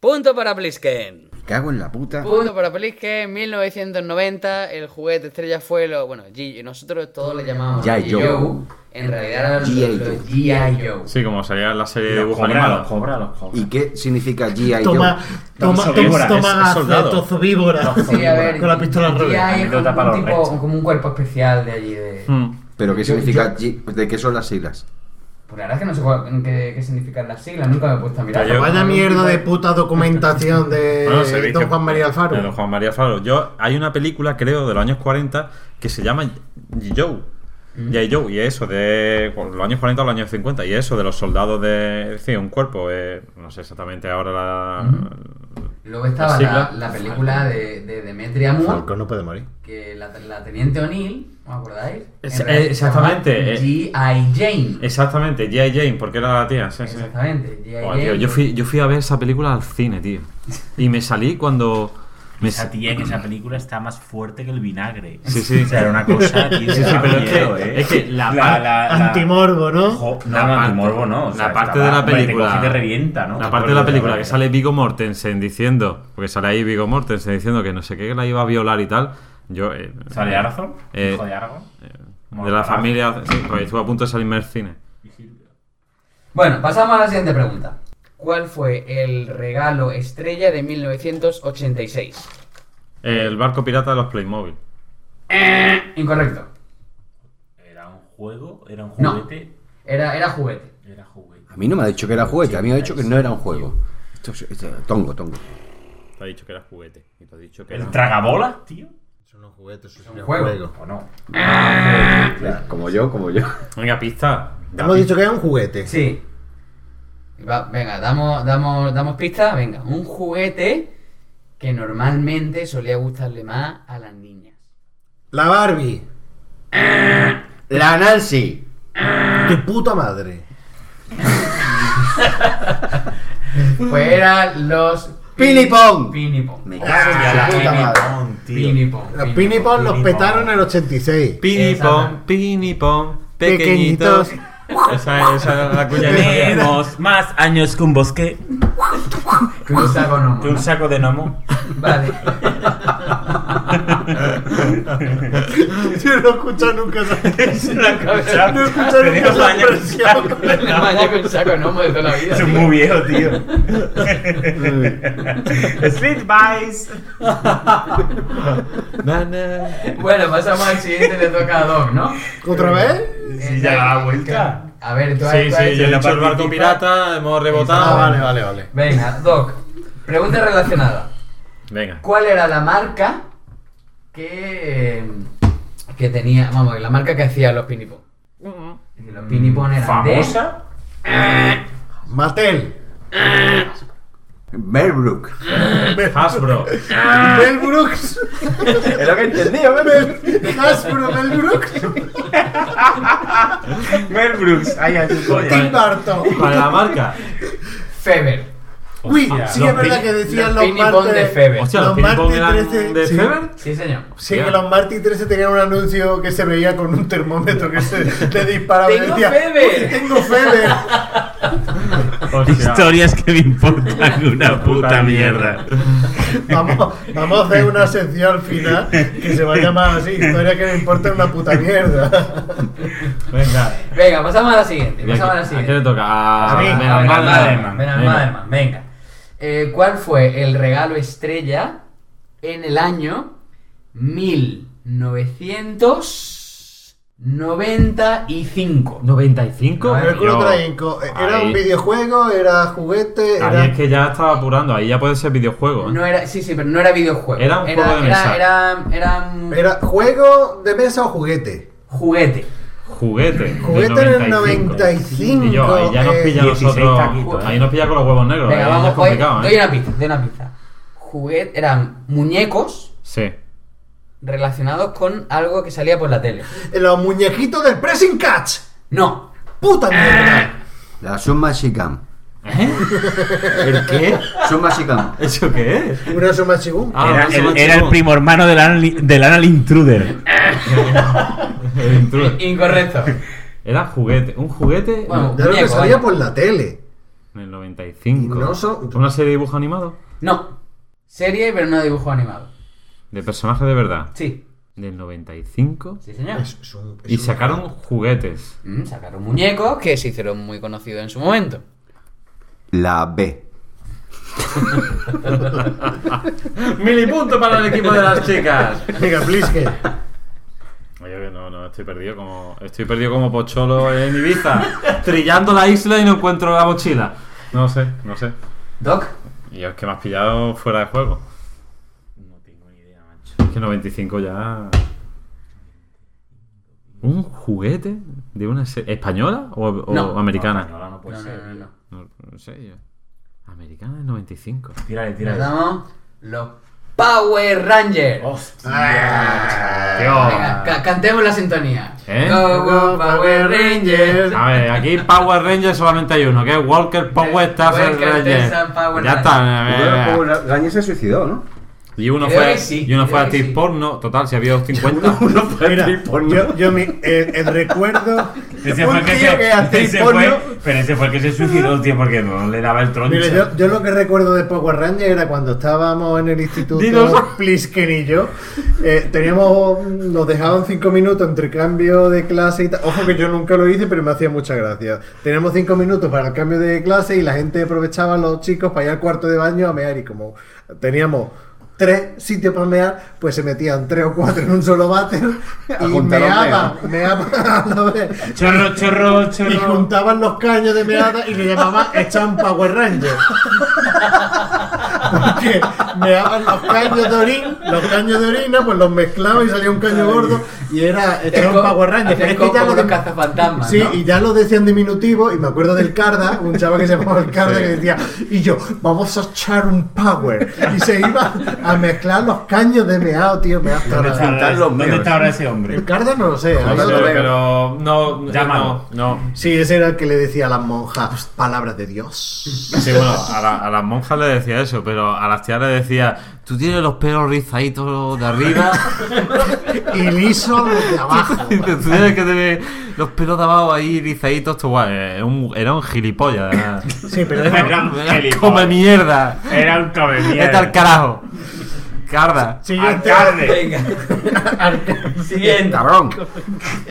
Punto para Blisken.
Me cago en la puta.
Punto para Pelisque, en 1990 el juguete estrella fue lo. Bueno, G, nosotros todos le
Ah,
llamábamos
G.I.
G.I.
Joe.
Joe. En realidad eran los-
G.I.
los G.I. Joe.
Sí, como salía en la serie de
Los
dibujos
cobra,
animados.
los cobra, ¿Y qué significa G.I.
Toma-
Joe?
toma- Son víboras, toma es- es gases, soldado.
víbora.
Sí, a ver.
Con la pistola al revés.
G.I. es
Anécdota para
como un,
los
tipo, como un cuerpo especial de allí. De...
Hmm.
¿Pero qué
Yo-
significa G- ¿De qué son las siglas?
Pues la verdad es que no sé cuál- qué, qué significan las siglas, nunca me he puesto a mirar.
Vaya mierda de puta documentación de
Bueno, se dice-
Eh, Don Juan María Alfaro.
De Don Juan María Alfaro. Yo, hay una película, creo, de los años 40 que se llama Joe.
Mm.
G.I. Joe, y eso, de bueno, los años 40 o los años 50, y eso, de los soldados de. Sí, un cuerpo, eh, no sé exactamente ahora la.
Mm. Luego estaba
la sigla.
la, la película de, de Demetria Moore,
Falcón no puede morir.
que la, la Teniente O'Neill, ¿os acordáis?
Es-
En realidad
eh,
se llamaba
exactamente. eh.
G.I. Jane.
Exactamente, G.I. Jane, porque era la tía. Sí, sí.
Exactamente, G.I.
Joder, tío,
Jane.
yo, fui, yo fui a ver esa película al cine, tío. Y me salí cuando. Me
Esa
sa-
tía en esa película está más fuerte que el vinagre.
Sí, sí.
O sea, era una cosa, tío.
Sí, sí,
daba
pero es
miedo,
que-
¿eh?
es que la par-
Antimorbo, ¿no?
No, no, antimorbo no. o sea,
la parte
estaba-
de la
hombre, Te
película.
coge y te revienta, ¿no?
La parte de la película que sale Vigo Mortensen diciendo. Porque sale ahí Vigo Mortensen diciendo que no sé qué, que la iba a violar y tal. Yo. eh,
¿Sale
eh,
Arthur?
eh,
¿Hijo de Argo?
de la familia. Sí, pues estuvo a punto de salirme del cine.
Bueno, pasamos a la siguiente pregunta.
¿Cuál fue el regalo estrella de 1986?
Eh, el barco pirata de los Playmobil.
Eh, Incorrecto.
¿Juego? ¿Era un
No.
juguete?
Era, era juguete.
Era juguete.
A mí no me ha dicho que era juguete, a mí me ha dicho que no era un juego. Esto es, esto es- tongo, tongo.
Te ha dicho que era juguete. Y te ha dicho que
¿El
era-
tragabolas, tío?
Son los juguetes, son
un
juego.
¿O no?
Como yo, como yo.
Venga, pista.
Hemos dicho que es un juguete.
Sí. Va- venga, damos, damos, damos pista. Venga, un juguete que normalmente solía gustarle más a las niñas.
La Barbie.
La Nancy.
Tu puta madre.
Pues eran los
Pinipón.
Pinipón. Me
cago en la Ah, puta madre.
Pinipón.
Los pinipón los petaron en el 86.
Pinipón, pinipón,
Pequeñitos.
pequeñitos. Esa, esa era la cuña que sabía.
Tenemos más años que un bosque.
Que un saco
Que un saco de gnomo.
Vale.
Yo no he escuchado nunca esa
No he escuchado.
No he escuchado nunca
Tenemos
esa
años que un
expresión.
saco de gnomo. Años que un saco de gnomo de toda la vida, Eso es tío. muy viejo, tío. Street Vice.
bueno, pasamos al siguiente, le toca a Dom, ¿no?
¿Otra vez?
Sí, ya la vuelta. A ver, tú has-
Sí,
tú has
sí, yo he
la
dicho el barco
participa-
pirata, hemos rebotado.
Ah, vale,
vale, vale.
Venga, Doc, pregunta relacionada.
Venga.
¿Cuál era la marca que, eh, que tenía, vamos, la marca que hacía los pinipón? Los pinipón eran
Mm, ¿Famosa?
Mattel.
Merbrook.
Hasbro.
Mel Brooks.
Es lo que entendía,
Mel. Hasbro, Mel Brooks.
Mel Brooks. Ay, ay, su coña.
Tim Burton.
Para la marca.
Feber.
Uy, sí es verdad que decían los, martes.
Hostia, los,
los
Pinipong
martes
eran
13.
de
sí.
Feber.
Sí, señor.
Sí, que los martes 13 tenían un anuncio que se veía con un termómetro que se le disparaba. y
¡Tengo
decía,
Feber!
"Uy, Tengo Feber.
Historias que me importan una puta mierda.
Vamos, vamos a hacer una sección al final que se va a llamar así: Historia que me importa una puta mierda.
Venga.
Venga, pasamos a la siguiente.
Mira, Ah,
Pasamos a la
¿A
siguiente.
quién le toca? A,
A mí,
Ben
a Ben
Almaderman.
Almaderman, Ben
Venga.
Almaderman, venga. Eh, ¿Cuál fue el regalo estrella en el año 1995?
95.
Pero el culo
Yo-
traigo, Eh, Era un
ahí.
videojuego, era juguete, era.
Ahí es que ya estaba apurando, ahí ya puede ser videojuego. ¿eh?
No era, sí, sí, pero no era videojuego.
Era un juego de
era-
mesa.
Era, era un
Era juego de mesa o juguete.
juguete.
Juguete.
Juguete en
del
el 95.
Y yo, ahí ya nos
eh,
pilla a nosotros. Ahí nos pilla con los huevos negros.
Venga,
ahí
vamos,
es complicado,
doy,
¿eh?
doy una pista, doy una pista. Juguete, eran muñecos
Sí.
relacionados con algo que salía por la tele.
Los muñequitos del Pressing Catch.
No. Eh.
¡Puta mierda!
La Summa Shikam.
¿Eh? ¿El qué?
Summa Shikam.
¿Eso qué es? Ah,
Una suma chigún.
Era, el, era el primo hermano del anal, del anal intruder.
El intruso.
Incorrecto.
Era juguete. Un juguete.
Bueno,
Ya lo que salía por la tele.
En el 95.
No son-
¿Una serie de dibujo animado?
No. Serie, pero no dibujo animado.
¿De personaje de verdad?
Sí.
Del 95.
Sí, señor.
Es- es un- es
Y
un-
sacaron juguetes.
Mm, sacaron muñecos que se hicieron muy conocidos en su momento.
La B.
Milipunto para el equipo de las chicas.
Venga, Blitzkrieg.
Oye, no, no, estoy perdido como. Estoy perdido como Pocholo en Ibiza. trillando la isla y no encuentro la mochila. No sé, no sé.
Doc.
Y es que me has pillado fuera de juego. No tengo ni idea, macho. Es que 95 ya. ¿Un juguete de una serie. ¿Española o, o
No.
americana?
No, española no puede
No, no,
ser.
no, no.
No, no sé yo. Americana del 95.
Tírale,
Le
tírale.
damos los Power Rangers. Eh, Venga, ca- cantemos la sintonía.
¿Eh?
Go, go, Power Rangers.
A ver, aquí Power Rangers solamente hay uno, que es Walker Power Staff
Eh, Walker
Rangers.
Texas Power
Ya está. eh, eh, eh.
Gañé se suicidó, ¿no?
Y uno
Creo
fue,
que sí,
y uno
creo
fue
que
actriz
sí.
porno. Total, si había 50.
Uno fue
Mira,
actriz porno.
yo, yo mi, el, el recuerdo.
Ese
un
fue el que
tío
se,
que hace
ese
porno.
fue- pero ese fue el que se suicidó, tío, porque no le daba el troncho.
Mira, yo, yo lo que recuerdo de Power Ranger era cuando estábamos en el instituto,
Dinos.
Plisken y yo, eh, teníamos, nos dejaban cinco minutos entre cambio de clase y tal. Ojo que yo nunca lo hice, pero me hacía mucha gracia. Teníamos cinco minutos para el cambio de clase y la gente aprovechaba los chicos para ir al cuarto de baño a mear y como teníamos tres sitios para mear, pues se metían tres o cuatro en un solo váter y
juntar los
meaban, meaban a la vez.
Chorro, chorro, chorro.
Y juntaban los caños de meada y le llamaban Echan Power Ranger. Porque meaban los caños de orina, los caños de orina, pues los mezclaban y salía un caño gordo y era Echan
Hacían
Power Ranger. Pero es que
como-
ya
como
lo
los
de-
cazafantasmas,
Sí,
¿no?
y ya lo decían diminutivo, y me acuerdo del Carda, un chaval que se llamaba el Carda que decía, y yo, vamos a echar un power. Y se iba a mezclar los caños de meado, tío, me hasta
¿Dónde está,
la-
ahora,
juntar los
¿dónde
meos.
está ahora ese hombre?
El Carda no lo sé, ahí
Ahora
lo
lo
tengo.
veo.
pero no, no,
Llámalo.
no.
Sí, ese era el que le decía a las monjas, palabra de Dios.
Sí, bueno, a, la- a las monjas le decía eso, pero a las tías le decía, tú tienes los pelos rizaditos de arriba,
Y liso los de abajo.
y tú tienes que tener los pelos de abajo ahí rizaditos, tú, guau, eh, un- era un gilipollas. era-
Sí, pero
Era un
Era
gilipollas.
come mierda.
Era un come mierda.
Vete al carajo. Carda.
Siguiente.
Alcalde.
Venga. Siguiente.
Cabrón.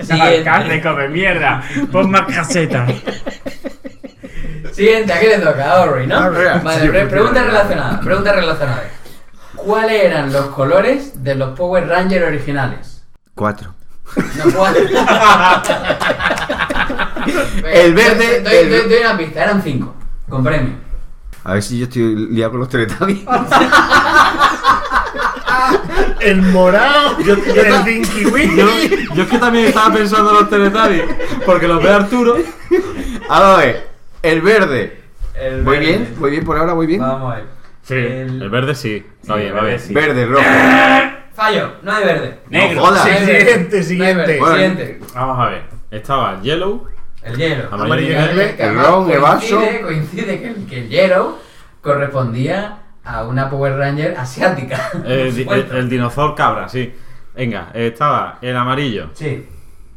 Alcalde come mierda. Pon más caseta.
Siguiente, ¿a qué le toca? A Orri, ¿no?
Orri.
Vale,
Sí,
pre-
porque-
pregunta relacionada. Pregunta relacionada. ¿Cuáles eran los colores de los Power Rangers originales?
Cuatro.
No, ¿cuáles? Venga,
El verde,
Doy,
el-
doy- doy una pista, eran cinco. Con premio.
A ver si yo estoy liado con los teletabios.
El morado, el Dinky
Yo,
Winky.
yo es que también estaba pensando en los Teletubbies, porque los ve Arturo.
A ver, el verde. Voy bien, voy bien por ahora, voy bien.
Vamos a ver.
Sí, el, verde sí. Está bien, va bien.
Verde, rojo.
Fallo, no hay verde.
No jodas.
Sí, sí.
Siguiente,
No hay
siguiente.
verde.
Bueno.
Siguiente.
Vamos a ver. Estaba Yellow,
El hielo.
amarillo y
Amarillo.
verde.
Que
El
además
ron, el
coincide-
vaso.
Coincide que el, que el hielo correspondía a una Power Ranger asiática.
Eh, di-
Bueno,
el, el dinosaurio cabra, sí. Venga, eh, estaba el amarillo.
Sí.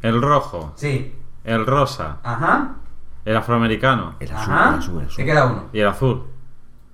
El rojo.
Sí.
El rosa.
Ajá.
El afroamericano. El
azul, Ajá. el azul, el azul. Te queda uno.
Y el azul.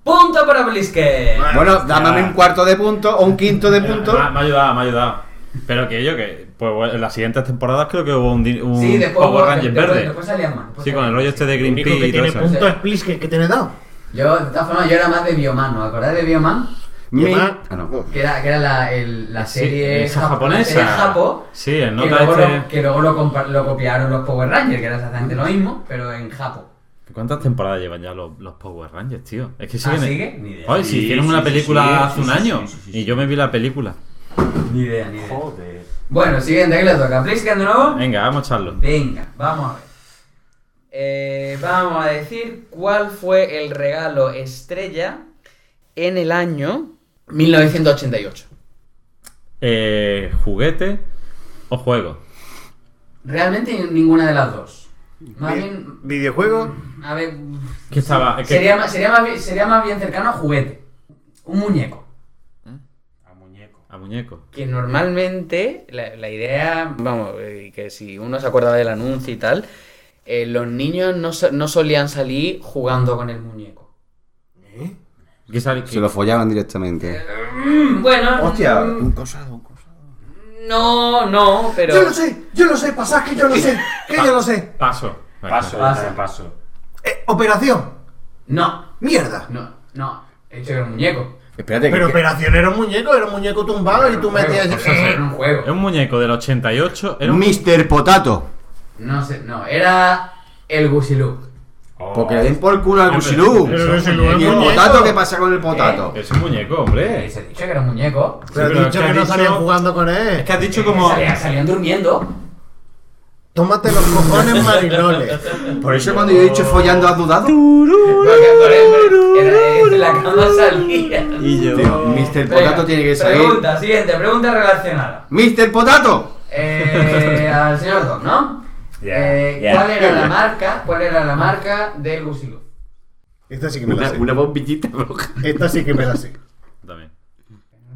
Punto para Bliske.
Bueno, dame un cuarto de punto o un quinto de punto.
Me, ha ayudado, me ha ayudado. Pero que yo que. Pues bueno, en las siguientes temporadas creo que hubo un, di- un
Sí, después
Power
hubo-
Ranger
después-
verde.
después salían más, después
sí, con el rollo este de
El único
Greenpeace
que
y todo
tiene
eso.
punto es Plisker, que tiene dado.
Yo, de todas formas, yo era más de Bioman, ¿no? ¿Acordáis de Bioman?
Bioman. Ah, no.
Que era, que era la, el- la
Sí,
serie
esa
jap- la
japonesa.
serie Japo.
Sí, el
que,
nota
luego
este-
lo, que luego lo, compa- lo copiaron los Power Rangers, que era exactamente lo mismo, pero en Japo.
¿Cuántas temporadas llevan ya los, los Power Rangers, tío? Es que
¿Ah,
siguen.
sigue? Ni idea.
Ay, si
Sí,
hicieron
sí,
una
sí,
película
sí,
hace
sí,
un
sí,
año.
sí,
Y yo me vi la película.
Ni idea, ni idea. Joder. Bueno, siguiente, que le toca. ¿Plisken de nuevo?
Venga, vamos a echarlo.
Venga, vamos a ver. Eh, vamos a decir cuál fue el regalo estrella en el año 1988.
Eh, ¿Juguete o juego?
Realmente ninguna de las dos. Más bien,
¿Videojuego?
a ver,
Que estaba. eh, que-
sería, más, sería, más bien, sería más bien cercano a juguete. Un muñeco.
A muñeco.
Que normalmente la, la idea, vamos, eh, que si uno se acuerda del anuncio y tal, eh, los niños no, so- no solían salir jugando con el muñeco.
Se lo follaban directamente.
Mm, bueno,
Hostia,
mm,
un
cosado, un
cosado. No, no, pero.
Yo lo sé, yo lo sé, pasaje, yo lo sé, que yo lo sé.
Paso.
Paso,
Paso.
paso. paso.
Operación.
No.
Mierda.
No, no. He hecho era un muñeco.
Espérate,
Pero operación era un muñeco, era un muñeco tumbado y tú metías.
pues, un juego.
Es un muñeco del 88. Era un...
Mr. Potato.
No sé, no. Era el Gusilú. Oh.
Porque le den por culo al
Hombre,
Gusilú.
pero eso es un
¿Y el
muñeco.
potato qué pasa con el potato?
¿Eh? Es un muñeco, hombre.
Se ha dicho que era un muñeco.
Pero has dicho que no salían jugando con él. Es
que has dicho
Salían, salían durmiendo.
Tómate los cojones mariloles.
Por eso cuando yo he dicho follando has dudado.
Porque por ejemplo, era- de la cama salía.
Y yo. Mr. Potato tiene que salir.
Pregunta, siguiente, pregunta relacionada.
Mr. Potato.
Eh, al señor Don, ¿no? Eh,
ya.
¿Cuál era la marca? ¿Cuál era la marca del Gusilú?
Esta sí que me la
Una-
sé.
una bombillita roja.
Esta sí que me la sé.
También.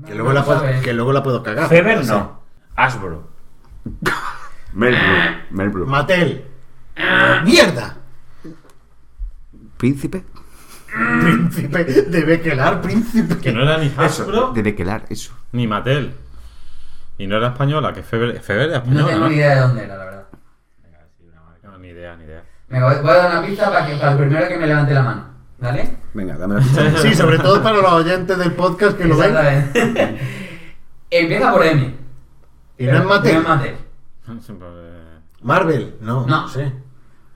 Que luego la puedo, que luego la puedo cagar.
Feber
Sí.
no. Hasbro.
Melbrook. Melbrook.
Mattel.
Ah.
¡Mierda!
Príncipe.
Príncipe de Bequelar, príncipe.
Que no era ni Hasbro
De Bequelar, eso.
ni Mattel. Y no era española, que Feber, Feber era española.
No tengo ni idea de dónde era, la verdad.
No, ni idea, ni idea.
Me voy, voy a dar una pista para, que, para el primero que me levante la mano. ¿Vale?
Venga, dame la pista.
Sí, sobre todo para los oyentes del podcast que lo ven.
Exactamente. Empieza por M.
Y no es Mattel.
No es Mattel.
Marvel, no.
No.
sé.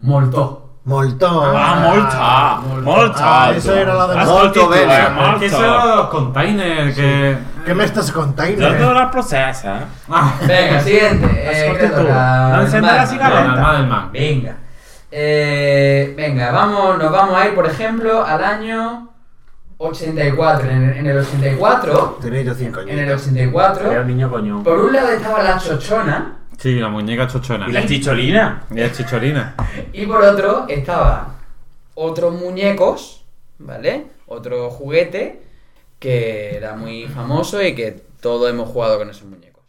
Molto.
Molto.
Ah, Molta. Molta.
Ah, esa era la de
Has
Molto,
cortito,
venga.
eh, Molto. Que eso era los containers que.
¿Qué me estás
Yo
contando?
no
la procesa.
Ah, Venga, siguiente. Eh,
corta
¿qué
tú.
toca?
No enciendas la
Madman.
cigarreta.
Madman.
Venga. Eh, venga, vamos, nos vamos a ir, por ejemplo, al año 84. En el, en el 84,
Tenía yo cinco años.
en el 84,
Era un niño coño.
por un lado estaba la chochona
Sí, la muñeca chochona.
¿Y la chicholina?
Y la chicholina.
y por otro estaba otros muñecos, ¿vale? Otro juguete que era muy famoso y que todos hemos jugado con esos muñecos.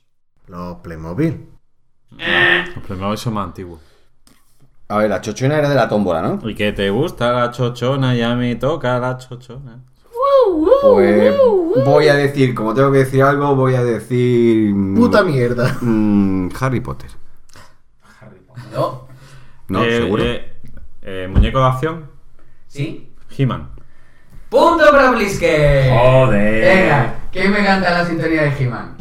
Los Playmobil.
Los Playmobil son más antiguos.
A ver, la chochona era de la tómbola, ¿no?
¿Y qué te gusta la chochona? Ya me toca la chochona.
Pues voy a decir, como tengo que decir algo, voy a decir. mm,
Puta mierda.
mm, Harry Potter.
¿No?
No,
Eh,
seguro.
eh, eh, muñeco de acción.
¿Sí?
He-Man.
¡Punto para Bliske!
Joder.
Venga, ¿quién me canta la sintonía de He-Man?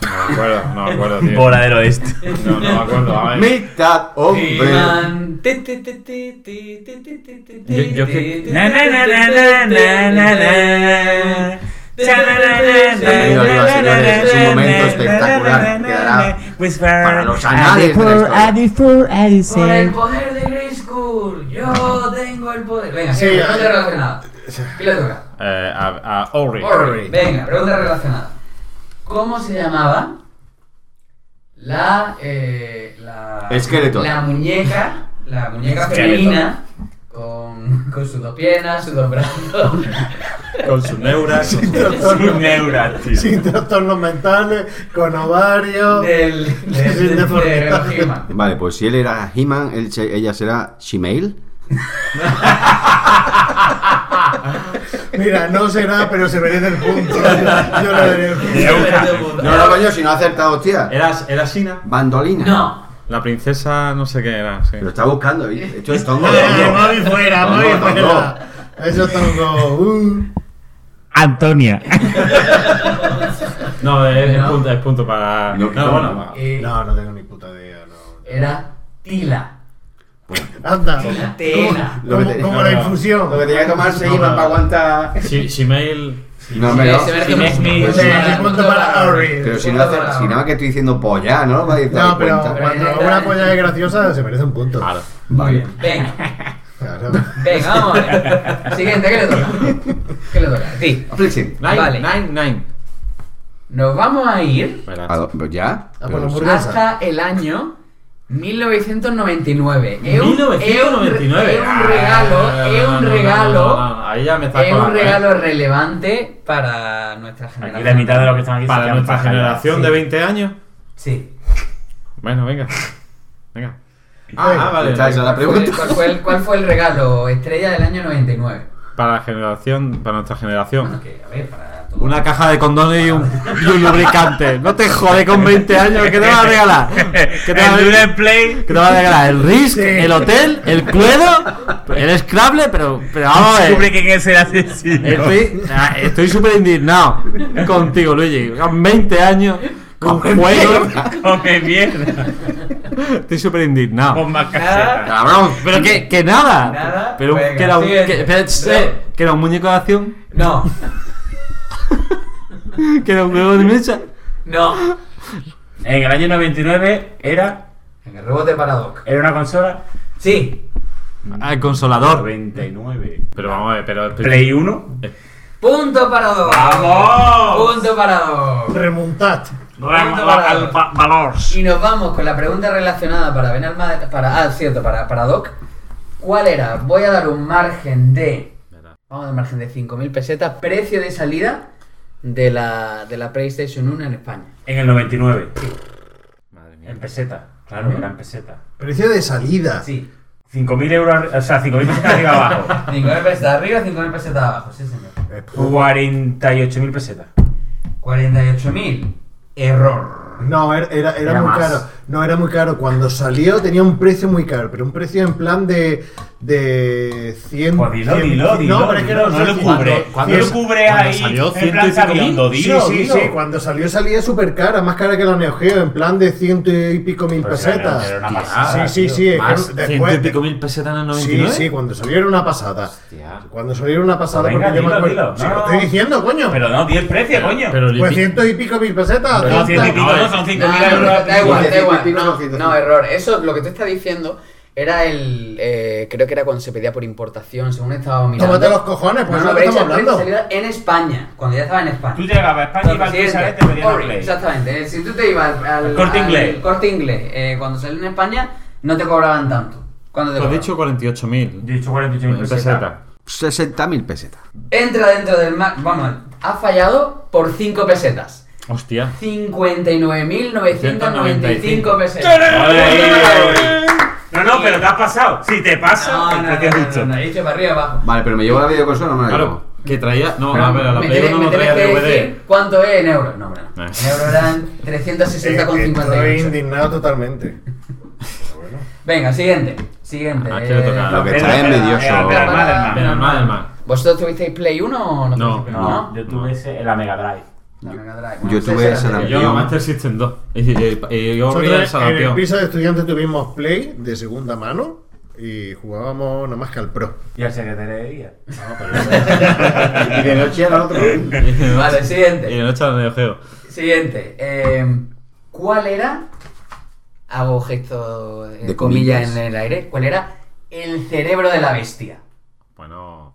No me acuerdo, no me acuerdo, tío.
Bola del oeste.
No, no me acuerdo. A ver.
Mitad hombre.
He-Man. Ti, ti, ti, ti, ti, ti, ti, ti, ti,
Yo- yo
ti,
que-
ti,
Na, na, na,
ti,
na,
ti,
na,
ti,
na, na, na.
ti, ti, ti, ti, ti,
Bienvenido
ti,
arriba,
ti,
señores.
ti,
Es un
ti,
momento
ti, ti,
espectacular. Quedará
Pues
para los anales de la historia.
ti. Por el
Addison.
poder de Grey School, yo tengo el poder. Venga,
Sí,
pregunta
eh.
relacionada. ¿Qué le toca?
Eh, a, a Ori.
Orri. Venga, pregunta relacionada. ¿Cómo se llamaba la, eh, la
Esqueleto.
la muñeca, la muñeca
Esqueleto.
femenina con Con sus dos piernas, sus dos brazos.
Con sus neuras.
Sin
Sus
trastornos,
neuras, tío.
sin trastornos mentales, con ovarios.
Del,
sin deformidad.
Vale, pues si él era He-Man, él se- ella será Shemale.
Mira, no será, pero se merece el punto. Yo le daré el punto.
No, no, coño, si no ha acertado, hostia.
Era, era Sina.
Bandolina.
No.
La princesa no sé qué era, sí. Lo
está buscando, ¿viste? Esto es tongo.
Mami Eh, fuera, mami fuera. Eso tengo. Uh.
Antonia.
No, es, es
No.
punto, es punto
Ah,
para. Ah, No, bueno,
Ah,
va.
eh,
No, no tengo ni puta idea. No.
Era Tila.
Anda.
Tela.
Como, como la infusión.
Lo que tenía que tomarse Iman para aguantar.
Si, si mail.
No, hombre, no.
Sí, sí, sí, punto para Harry.
Pero si no hace, si nada que estoy diciendo polla, ¿no? Para darte
No, pero
cuenta.
cuando una polla es graciosa, se merece un punto.
Claro.
Vale.
Venga,
Claro.
venga, vamos. a ver. Siguiente, ¿qué le toca? ¿Qué le toca? Sí.
Flixing.
Nine, Vale.
nine, nine.
Nos vamos a ir
¿A do- pero ¿Ya?
Ah,
Pero-
por la hamburguesa.
hasta el año 1999. Es un- es un re-
1999.
Es un regalo,
Ah,
es
no, no,
un
no,
regalo.
no, no, no, Ahí ya me está
Es un regalo relevante para nuestra generación.
la mitad de los que están aquí se
Para
quedan
nuestra
pajadas,
generación
sí.
de 20 años.
Sí.
Bueno, venga. Venga.
Ah,
Ah, vale.
Esa es la pregunta.
¿Cuál fue, el, ¿Cuál fue el regalo estrella del año 99?
Para la generación, para nuestra generación.
Ah, Que, a ver, para todos.
Una caja de condones y un, y un lubricante. No te jode con 20 años. ¿Qué te vas a regalar? ¿Qué te vas a
El
regalar?
Dure Play.
¿Qué te vas a regalar? ¿El Risk? ¿El hotel? ¿El Cluedo?
Pues-
¿El Scrabble? Pero, pero vamos a ver.
Descubre quién es el asesino.
Estoy ah, estoy súper indignado contigo, Luigi. Con 20 años, con juegos.
Come mierda.
Estoy súper indignado.
Con más caseta.
Cabrón.
Pero que, que nada.
Nada.
Pero
Venga,
que, era un,
siguiente.
que, espera, tss, eh, que era un muñeco de acción.
No,
Que era un juego de mesa.
no.
En el año 99 era,
Venga, rebote para Doc.
era una consola.
Sí.
Al Ah, consolador.
99.
Pero vamos a ver, pero.
Play 1.
Punto para Doc.
¡Vamos!
Punto para Doc.
Remontad.
Punto para Doc.
Valors.
Y nos vamos con la pregunta relacionada para Ben Alma- para ah, cierto, para, para Doc. ¿Cuál era? Voy a dar un margen de vamos a dar margen de 5000 pesetas, precio de salida de la de la PlayStation 1 en España.
En el 99. En peseta.
¿Mm?
Claro, era en peseta.
Precio de salida.
Sí.
5.000 euros, o sea, 5.000 pesetas arriba abajo.
5000 pesetas arriba, 5000 pesetas abajo, sí señor.
48.000 pesetas.
48.000. Error.
No, era, era, era
Era
muy
más.
caro. No, era muy caro. Cuando salió tenía un precio muy caro, pero un precio en plan de. de 100.
Pues dilo,
100
dilo, dilo.
No, pero es que
dilo,
no,
no lo cubre. Cuando lo cubre
cuando
ahí.
salió
en plan
105
sabiendo, dilo,
sí, sí,
dilo.
sí, cuando salió salía súper cara, más cara que la Neo Geo, en plan de ciento y pico mil
Pues era-
pesetas.
era una pasada,
sí,
tío.
sí, sí. es que
Más
después-
ciento y pico mil pesetas en el
Sí,
99.
sí, cuando salió era una pasada. Cuando salió era una pasada,
Pues venga,
porque yo me
dilo,
acuerdo.
dilo.
Sí,
No,
lo
no,
estoy
no.
diciendo, coño.
Pero no, 10 precios, coño.
Pero
pues
Lipi-
ciento y pico mil pesetas.
no, ciento y pico, no, son 5.000 euros.
da igual, da igual.
100
No,
y pico,
no, error. Eso, lo que tú estás diciendo era el. eh, creo que era cuando se pedía por importación, según estaba mirando.
Tómate los cojones, pues
no,
eso
no,
es lo que estamos
pero esa
hablando.
salida en España, cuando ya estaba en España.
Tú llegabas a España y ibas a
Entonces, sí,
Jerusalén, te Este pedían
Ori,
el Play.
Exactamente. Eh, Si tú te ibas al, al-
Corte
al
Inglés.
corte inglés, eh, cuando salió en España, no te cobraban tanto. Cuando te
Tú has
cobraban?
dicho 48.000
Yo he dicho 48.000 pesetas.
pesetas.
60.000 pesetas.
Entra dentro del mar. Vamos, ha fallado por 5 pesetas.
Hostia.
59.995 pesetas.
No, no, pero te has pasado. Si te pasa,
No, no, no,
el
no,
precio es
no,
justo.
no, he dicho para arriba y abajo.
Vale, pero me llevo la videoconsola, o no me la llevo.
Claro, que traía. No,
Pero
a ver, a la
me
Play
tienes-
1
me
no
tienes
traía
que
DVD.
decir ¿Cuánto es en euros? No, bueno, no.
Eh.
En euros eran
Estoy
360,58.
indignado totalmente.
Venga, siguiente. Siguiente.
Aquí le toca.
Eh,
Lo que
Espera,
está
espera,
envidioso.
espera, espera,
Para-
madre, madre.
Pero mal, mal.
¿Vosotros tuvisteis Play 1 o no?
No,
tuvisteis Play 1?
No, yo tuve ese en la Mega Drive.
La Mega Drive.
Yo
ese
tuve
era
esa
el
también.
Yo,
Yo-
Master System 2. Y, y- y- y yo corría el
Nosotros en el
salampión.
piso de estudiantes tuvimos Play de segunda mano y jugábamos nada más que al Pro.
Y al secretaría. No, pero
Y de noche era otro.
anterior. Vale,
Y
siguiente.
de noche al Neo Geo.
Siguiente. Eh, ¿Cuál era? Hago gesto eh,
De
comillas
comillas.
en el aire. ¿Cuál era? El cerebro de la bestia.
Bueno.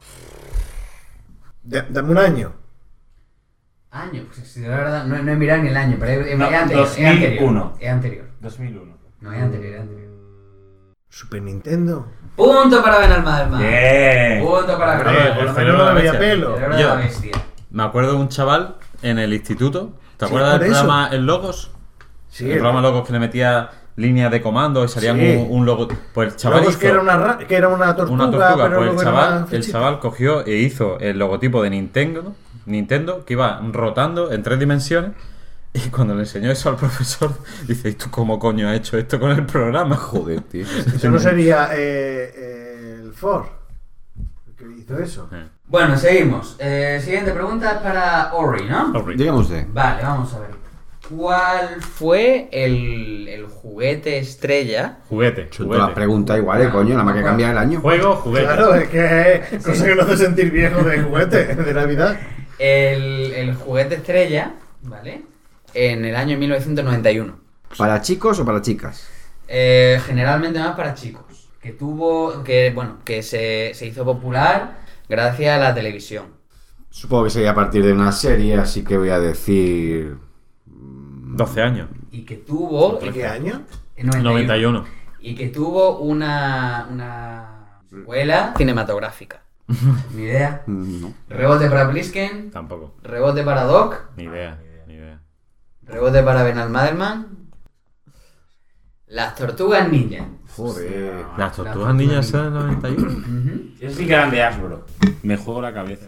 De- dame un año.
Año, pues si de la verdad no, no he mirado ni el año, pero es, es
No,
anterior. Es
2001.
anterior. Es anterior.
2001.
No es anterior, es anterior.
Super Nintendo.
Punto para Benalma del Mar.
Bien.
Punto para
Hombre,
Benalma.
el
Por lo
cerebro
menos
de la
había
bestia.
pelo. El cerebro de la bestia.
Yo me acuerdo de un chaval en el instituto.
Sí,
¿Te acuerdas del
por eso.
programa El Logos?
Sí.
El programa Logos que le metía líneas de comando y salía
Sí.
un, un logo. Pues el chaval
Luego es
hizo
que era una, ra- que era una tortuga,
una tortuga.
pero
Pues el
luego era
chaval,
una
el
flechita.
chaval cogió e hizo el logotipo de Nintendo, ¿no? Nintendo, que iba rotando en tres dimensiones. Y cuando le enseñó eso al profesor, dice, ¿y tú cómo coño has hecho esto con el programa? Joder, tío.
Eso no sería eh, eh, el Ford el que hizo eso.
Bueno, seguimos. Eh, siguiente pregunta es para Ori, ¿no?
Digamos de.
Vale, vamos a ver. ¿Cuál fue el, el juguete estrella?
Juguete.
Son todas preguntas iguales, eh, coño, nada más que cambiar el año.
Juego, juguete.
Claro, es que es cosa que no hace sentir viejo de juguete de Navidad.
El, el juguete estrella, ¿vale? En el año 1991.
¿Para chicos o para chicas?
Eh, generalmente más para chicos. Que tuvo, que bueno, que se, se hizo popular gracias a la televisión.
Supongo que sería a partir de una serie, así que voy a decir. mm,
12 años.
Y que tuvo...
¿En qué año?
En 91. Y que tuvo una, una secuela cinematográfica. Ni idea.
Mm.
Rebote para Blisken.
Tampoco.
Rebote para Doc.
Ni idea.
Rebote para Benal Maderman. Las tortugas ninja.
Joder.
Las tortugas niñas eran 91.
Yo soy grande Asbro.
Me juego la cabeza.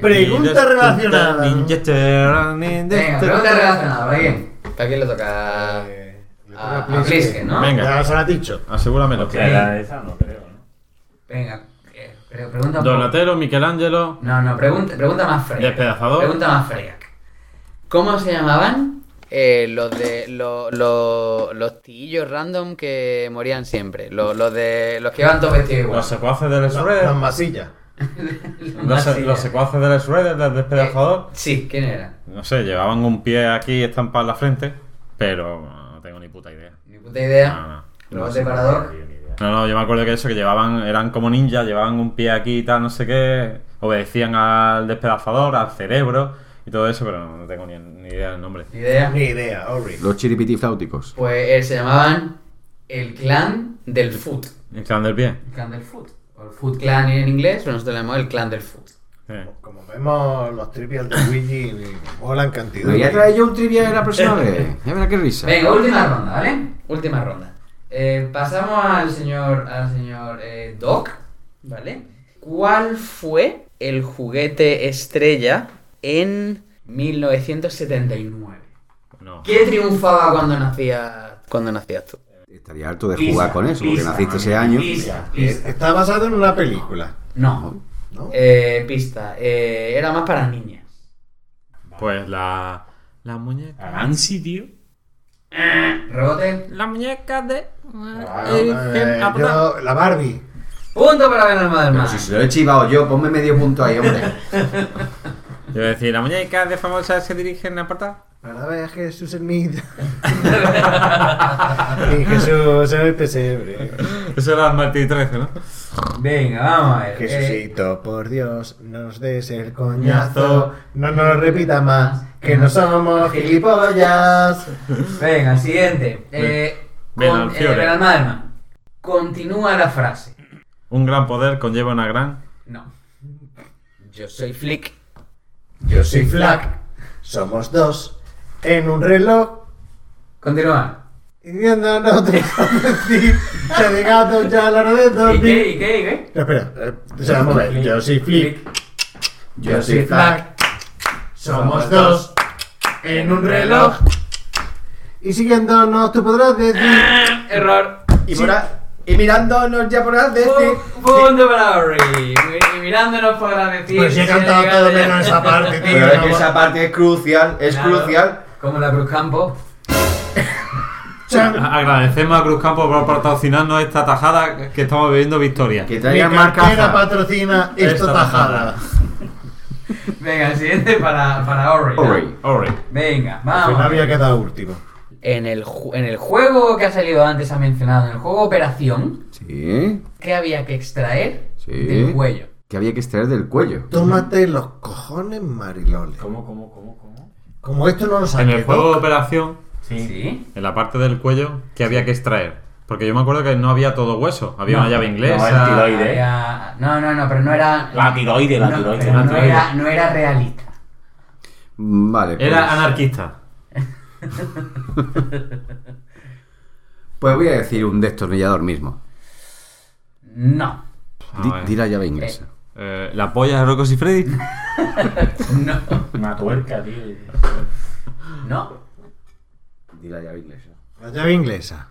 Pregunta relacionada.
Venga, pregunta relacionada, ¿para quién? ¿Para quién le toca? ¿eh? A, a Blisken, ¿no?
Ah, Venga.
Ya se lo has dicho.
Asegúramelo.
Hostia, la de esa no creo, ¿no?
Venga, eh, pre- pregunta un poco-
Donatello, Michelangelo.
No, no, pregunta, pregunta más fría.
Despedazador.
Pregunta más fría. ¿Cómo se llamaban eh, los de lo- lo- los tillos random que morían siempre? Los, los de los que iban todos vestidos igual.
Los secuaces del ¿eh? Shredder.
Las masillas.
Los, se- los secuaces del Shredder, del despedazador.
sí, ¿quién era?
No sé, llevaban un pie aquí estampado en la frente, pero no tengo ni puta idea.
Ni puta idea.
No, no.
Rebote para Doc.
No, no, yo me acuerdo que eso, que llevaban, eran como ninjas, llevaban un pie aquí y tal, no sé qué, obedecían al despedazador, al cerebro y todo eso, pero no, no tengo ni, ni idea del nombre.
Ni idea.
Ni idea, Ori.
Los chiripitifláuticos.
Pues eh, se llamaban el clan del foot.
El clan del pie.
El clan del foot. O el foot clan en inglés, pero nosotros le llamamos el clan del foot.
Eh.
Como vemos los trivial de Luigi mola en cantidad.
Me voy a traer yo un trivia la próxima vez. Ya verás qué risa.
Venga, última ronda, ¿vale? Última ronda. Eh, pasamos al señor, al señor eh, Doc, ¿vale? ¿Cuál fue el juguete estrella en 1979? ¿Qué triunfaba cuando nacías, cuando nacías tú?
Estaría harto de
Pizza,
jugar con eso, porque
pizza,
naciste ese
Manuel,
año.
pizza,
Eh, Está basado en una película.
No. Eh, pista. eh, era más para niñas.
Pues la. La muñeca.
Nancy, tío.
Rebote.
La muñeca de.
Ah,
Eh, yo- la Barbie.
ah, pues Punto para ver al Madre
Pero si se lo he chivado yo, ponme medio punto ahí, hombre.
Yo voy a decir, la muñeca de famosas se dirigen a puerta.
Para ver a Jesús en mí. y Ah, Jesús en el pesebre.
Eso era el martes 13, ¿no?
Venga, vamos a ver.
Jesucito, por Dios, nos des el coñazo. No nos lo repita más, que no somos gilipollas.
Venga, siguiente. Eh,
Ven al
con, eh,
Fiore.
Benalmádena, Continúa la frase.
Un gran poder conlleva una gran.
No. Yo soy Flick.
Yo soy Flack, somos dos, en un reloj.
Continúa.
Y viendo no te puedo decir, se ha llegado ya la hora de
¿Y
dormir.
qué? ¿Y qué? ¿Y qué?
Pero espera, eh, o sea, vamos a ver, yo soy Flick. Yo soy Flack. Somos dos en un reloj. Y siguiéndonos tú podrás decir.
Ah, Error. Oh.
Y, mira- y mirándonos ya podrás decir.
Pu- Punto para Ori. Y mirándonos podrás decir.
Pues sí he
si
cantado
llega-
todo menos esa parte, tío.
Pero es que esa parte es crucial, es
Claro.
crucial.
Como la Cruz Campo.
A- Agradecemos a Cruz Campo por patrocinarnos esta tajada que estamos bebiendo Victoria.
Que
Mi
traigan
cartera
marca.
patrocina
Esta
esta
tajada.
tajada.
Venga, el siguiente para, para Ori. ¿no?
Ori.
Ori. Pues
Venga,
Al
vamos.
final había quedado último.
En el, ju- en el juego que ha salido antes, ha mencionado, en el juego Operación,
Sí,
¿qué había que extraer
sí.
del cuello?
Que había que extraer del cuello.
Tómate los cojones, Marilole.
¿Cómo, cómo, cómo, cómo?
Como esto no lo
En
saqué.
el juego de operación,
Sí.
Sí.
en la parte del cuello, ¿qué había que extraer? Porque yo me acuerdo que no había todo hueso, había
No,
una llave
no,
inglesa.
el tiroide.
Era- No, no, no, pero no era.
La tiroide, la
no,
tiroide,
pero
la
no,
tiroide.
era, no era realista.
Vale.
Era
pues-
anarquista.
Pues voy a decir un destornillador mismo.
No.
Di,
A ver.
di la llave inglesa.
Eh, ¿La polla de Rocos y Freddy?
no.
Una tuerca, tío.
No.
Di la llave inglesa.
La llave inglesa.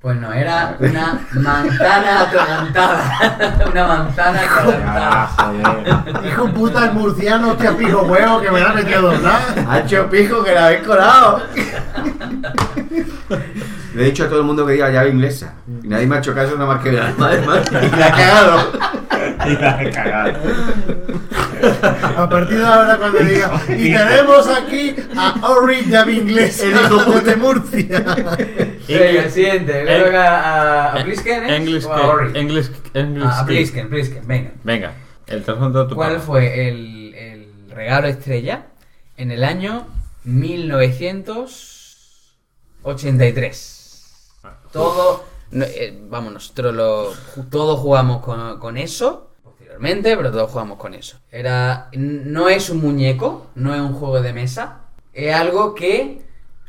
Pues no, era una manzana atragantada. una manzana atragantada.
Hijo puta, el murciano, hostia, pijo huevo, que me la ha metido ¿verdad?
Ha hecho pijo que la habéis colado. Le he dicho a todo el mundo que diga llave inglesa. Y nadie me ha hecho caso nada más que mi alma de madre. Y la ha cagado.
Y la he cagado.
A partir de ahora cuando diga, y tenemos aquí a Ori llave inglesa desde Murcia.
Venga, el siguiente.
Eng-
Creo que a, a, a Plisken, ¿eh?
English
O a Orri.
Kid, English, English
Ah, a
Kid.
Plisken, Plisken, venga.
Venga, el trasfondo de tu
¿Cuál
papá.
fue el, el regalo estrella en el año 1983? Todo, no, eh, vámonos, todos lo- todos jugamos con, con eso, posteriormente, pero todos jugamos con eso. Era, no es un muñeco, no es un juego de mesa, es algo que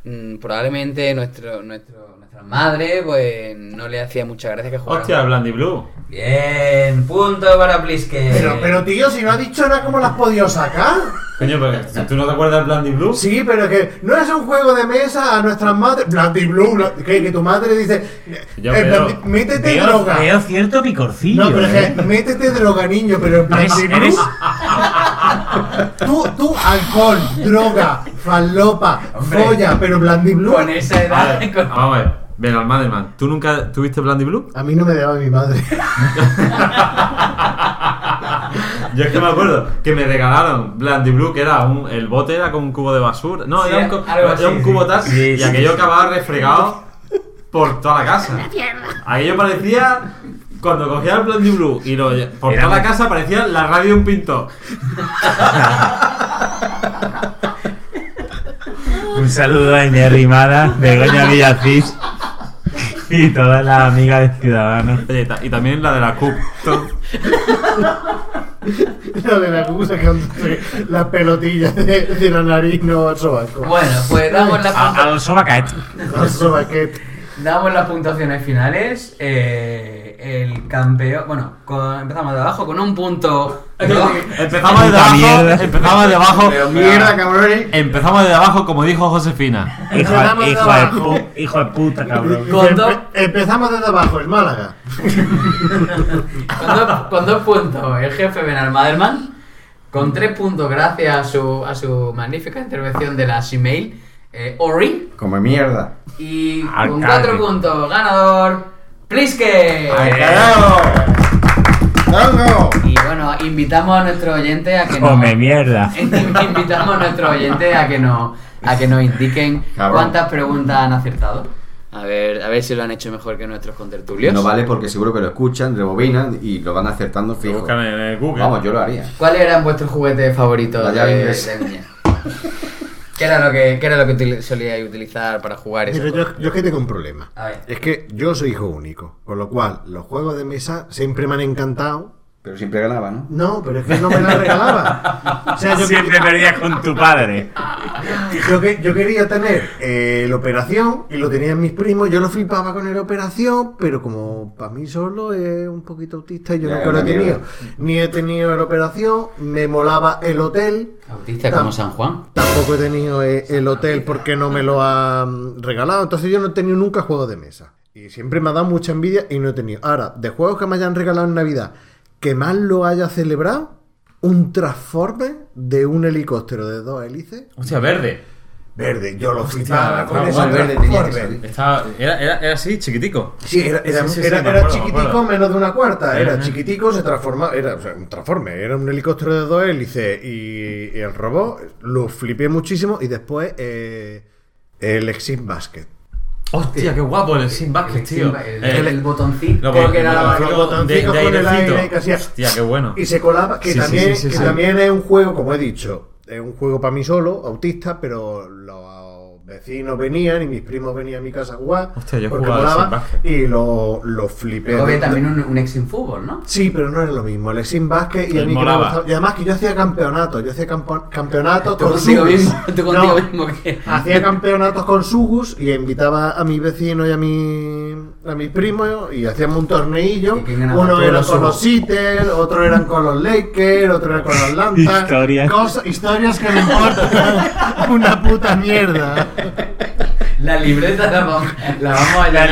mm, probablemente nuestro, nuestro, nuestra madre pues, no le hacía mucha gracia que jugara.
Hostia, Blandy Blue.
Bien, punto para Plisken.
Pero, pero tío, si no has dicho nada, ¿cómo la has podido sacar?
Coño, pero ¿tú no te acuerdas de Blandy Blue?
Sí, pero que no es un juego de mesa a nuestras madres. Blandy Blue, bla- que, que tu madre dice.
Yo
eh,
veo-
Blandi- métete
veo-
droga.
veo cierto picorcillo.
No, pero
¿eh?
es que métete droga, niño, pero Blandy
Eres-
Blue.
eres-
Tú, tú, alcohol, droga, falopa, folla, pero Blandy Blue. Ah,
Con esa edad.
Vale, vamos a ver. Ven al Madelman. ¿Tú nunca tuviste Blandy Blue?
A mí no me daba mi madre.
Yo es que me acuerdo que me regalaron Blandy Blue, que era un. El bote era con un cubo de basura. No,
Sí,
era un, co-
algo así,
era un
sí.
cubo tal.
Sí,
y
sí,
aquello
sí.
acababa refregado por toda la casa. Aquello parecía. Cuando cogía el Blandy Blue y lo. lle- Por
Era
toda la
muy-
casa parecía la radio de un pintor.
Un saludo a Inés Rimada, Begoña Villacís y todas las amigas de Ciudadanos.
Y también la de la CUP.
Lo de la cusa la pelotilla de, de la nariz, no al sobaco.
Bueno, pues damos la punta-
A, a los sobacaet.
Al sobaquete.
Damos las puntuaciones finales. eh, el campeón. Bueno, con- empezamos de abajo con un punto.
Empezamos desde abajo. Empezamos de abajo.
Pero mierda, eh. cabrones.
Em-
Empezamos desde abajo, Em, como dijo Josefina.
Hijo,
Empezamos
de-
de
hijo de
abajo.
pu- hijo de puta, cabrón.
Con dos,
Empe- Empezamos desde abajo, el Málaga.
con dos- con dos puntos el jefe Benalmaderman. Con tres puntos, gracias a su, a su magnífica intervención de las email, eh, Ori.
Come mierda.
Y con
Alcalde.
cuatro puntos, ganador, Pliske.
¡Tango!
Y bueno, invitamos a nuestro oyente a que nos.
Come mierda.
Invitamos a nuestros oyentes a que nos, a que nos indiquen
Cabrón.
cuántas preguntas han acertado. A ver, a ver si lo han hecho mejor que nuestros contertulios.
No vale porque seguro que lo escuchan, rebobinan y lo van acertando fijo.
Buscan en Google.
Vamos, yo lo haría.
¿Cuáles eran vuestros juguetes favoritos
La llave
de,
inglesa.
de niña? ¿Qué era lo que, qué era lo que util- solíais utilizar para jugar eso?
Pero yo, yo es que tengo un problema.
A ver.
Es que yo soy hijo único, con lo cual los juegos de mesa siempre me han encantado.
Pero siempre ganaba, ¿no?
No, pero es que no me la regalaba. O sea, yo,
Siempre perdías con tu padre.
yo que- yo quería tener eh, el operación y lo tenían mis primos. Yo lo flipaba con el operación, pero como para mí solo es un poquito autista y yo
Ya,
nunca lo he
una
tenido.
mierda.
Ni he tenido el operación, me molaba el hotel.
Autista como San Juan.
Tampoco he tenido eh, el hotel porque no me lo han regalado. Entonces yo no he tenido nunca juegos de mesa. Y siempre me ha dado mucha envidia y no he tenido. Ahora, de juegos que me hayan regalado en Navidad, que más lo haya celebrado, un transforme de un helicóptero de dos hélices.
Hostia, verde.
Verde, yo lo flipaba con
vamos,
ese
verde tenía que
Transformer.
salir.
Estaba, era, era, era así, chiquitico.
Sí, era, era,
Sí, sí, sí,
era-
me
era
acuerdo, me
chiquitico
acuerdo.
menos de una cuarta. Era
Ajá.
chiquitico, se transformaba. Era o sea, un transforme, era un helicóptero de dos hélices y, y el robot. Lo flipé muchísimo y después eh, el Exit Basket.
Hostia, qué guapo el pues, Sin Basket, tío.
El,
Eh, pues,
el botoncito
lo
Creo
que-
que era
lo
la-
que-
los
de-
botoncitos
de
con el
airecito.
aire que hacía-
Hostia, qué bueno.
Y se colaba, que,
Sí, sí,
también,
sí, sí,
que
sí.
también es un juego, como he dicho, es un juego para mí solo, autista, pero los vecinos venían y mis primos venían a mi casa a jugar.
Hostia, yo
porque
jugaba
molaba,
sin básquet.
Y lo, lo flipé.
Luego había también un, un ex sin fútbol, ¿no?
Sí, pero no era lo mismo. El Exim Basket y
El
a mí que me
molaba.
gustaba- Y además que yo hacía campeonato. Yo hacía campo- campeonatos
Tú
con
contigo
subs.
mismo, tú contigo mismo que-
Hacía campeonatos con Sugus y invitaba a mis vecinos y a, mi, a mis primos y hacíamos un torneillo.
ganaba?
Uno
Tú
era
los
con
Sugus.
los Seattle, otro eran con los Lakers, otro era con los Atlanta.
Historias.
Cosas- historias que me importan una puta mierda.
La libreta la vamos, la vamos a llenar.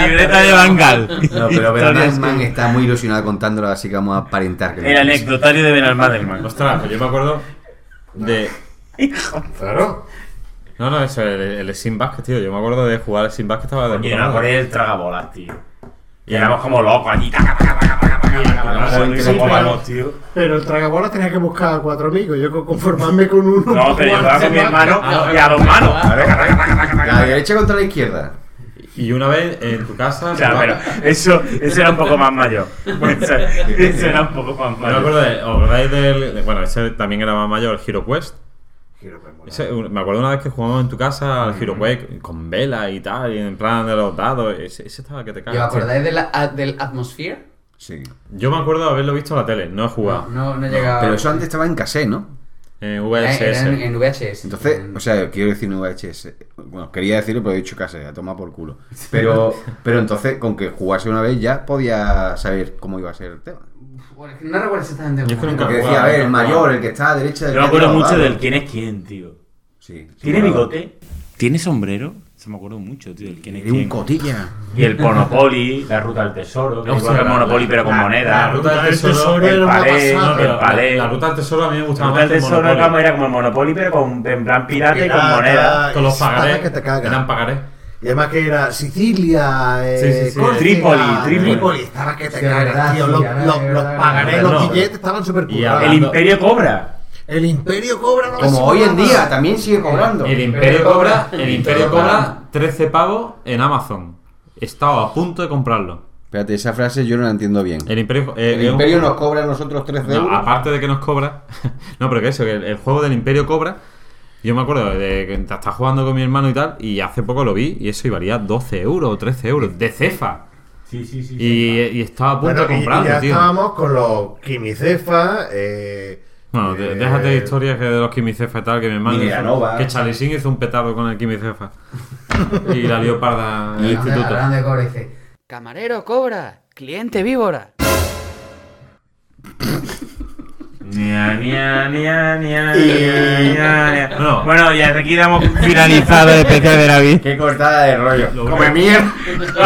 No, pero
Historias
Benalman
que-
está muy ilusionado contándolo, así que vamos a aparentar que
El anecdotario de Benalmán.
Ostras, pues yo me acuerdo de.
Claro.
No, no, eso, el, el Sin Basket, tío. Yo me acuerdo de jugar al Sin Basket, estaba de.
Y
puta
era por
madre.
el tragabolas, tío. Y éramos como locos allí. taca, taca, taca, taca, taca, taca, taca, taca,
Sí,
taca, como
pero-
vamos, tío.
Pero el tragabolas tenía que buscar a cuatro amigos. Yo con- conformarme con uno. Ah,
No, pero yo jugaba con mi hermano
No,
y a dos manos.
La derecha contra la izquierda.
Y una vez en tu casa.
O sea, pero eso, eso era un poco más mayor. Pues, o sea, eso era un poco
Yo
más
me
mayor.
acuerdo de. ¿Os acordáis del. de- bueno, ese también era más mayor, el Hero Quest? Ese, un- me acuerdo una vez que jugamos en tu casa al
Mm.
Hero Quest con vela y tal, y en plan de los dados. Ese, ese estaba que te
¿Y os
Ah,
cagas. tío.
acordáis de la- a- del Atmosphere?
Sí.
Yo me acuerdo de haberlo visto en la tele, no he jugado.
No, no he llegado.
Pero eso antes estaba en cassette, ¿no? Eh,
En
eh, Era en, en VHS.
Entonces, o sea, quiero decir en VHS. Bueno, quería decirlo, pero he dicho cassette, a tomar por culo. Pero, pero entonces, con que jugase una vez ya podía saber cómo iba a ser el tema.
Bueno, es que no recuerdo exactamente.
Yo es que
cómo
nunca
era.
he jugado. Decía, a ver, el mayor, el que está a derecha del
Yo me
que
acuerdo
está
mucho
rodado.
del quién es quién, tío.
Sí.
¿Tiene
Sí,
bigote? ¿Tiene sombrero? Se me acuerdo mucho, tío, del quién es
Era un
quién.
cotilla.
Y el Monopoly, la ruta al tesoro. que
Hostia,
igual que el
la-
Monopoly, pero con
la-
moneda.
la ruta del tesoro
el
era una
palé,
pasada.
no, el
La-
palé.
la ruta del tesoro a mí me gustaba
La
más
ruta del
que el
tesoro era
Monopoly.
como- era como el Monopoly, pero con, en plan pirata y con
Pirata,
moneda.
Con los pagarés, Ah, que te cagas. eran
pagarés.
Y además que era Sicilia, eh,
Sí, sí, sí.
Córcega,
Trípoli, Trípoli.
estaba que te
Sí,
cagas,
verdad,
tío.
sí,
Los,
verdad,
los-
verdad,
los
verdad,
pagarés,
verdad.
los
No.
billetes estaban súper
Y
currados.
El Imperio Cobra.
El Imperio cobra no
Como
me
hoy en
suena.
día, también sigue cobrando.
El Imperio cobra, el Imperio cobra 13 pavos en Amazon. Estaba a punto de comprarlo.
Espérate, esa frase yo no la entiendo bien.
El Imperio, eh,
El
es un-
Imperio nos cobra a nosotros 13
No,
euros.
aparte de que nos cobra. no, pero que eso, que el, el juego del Imperio cobra. Yo me acuerdo de que estaba jugando con mi hermano y tal, y hace poco lo vi, y eso y valía 12 euros o 13 euros de cefa.
Sí, sí, sí.
Y, y estaba a punto de
Bueno, y- y
comprarlo,
ya
tío.
estábamos con los quimicefas, eh,
Bueno, de- déjate de historias que de los quimicefas y tal, que mi hermano.
Mira, no va.
que Chalisín hizo un petardo con el quimicefa. y la lió parda en
Ah,
el
Y hablando-
instituto.
hablando de cobra, dice,
Camarero cobra, cliente víbora.
No. Bueno, y hasta aquí damos finalizado el especial de Navidad.
Qué cortada de rollo. Come mierda.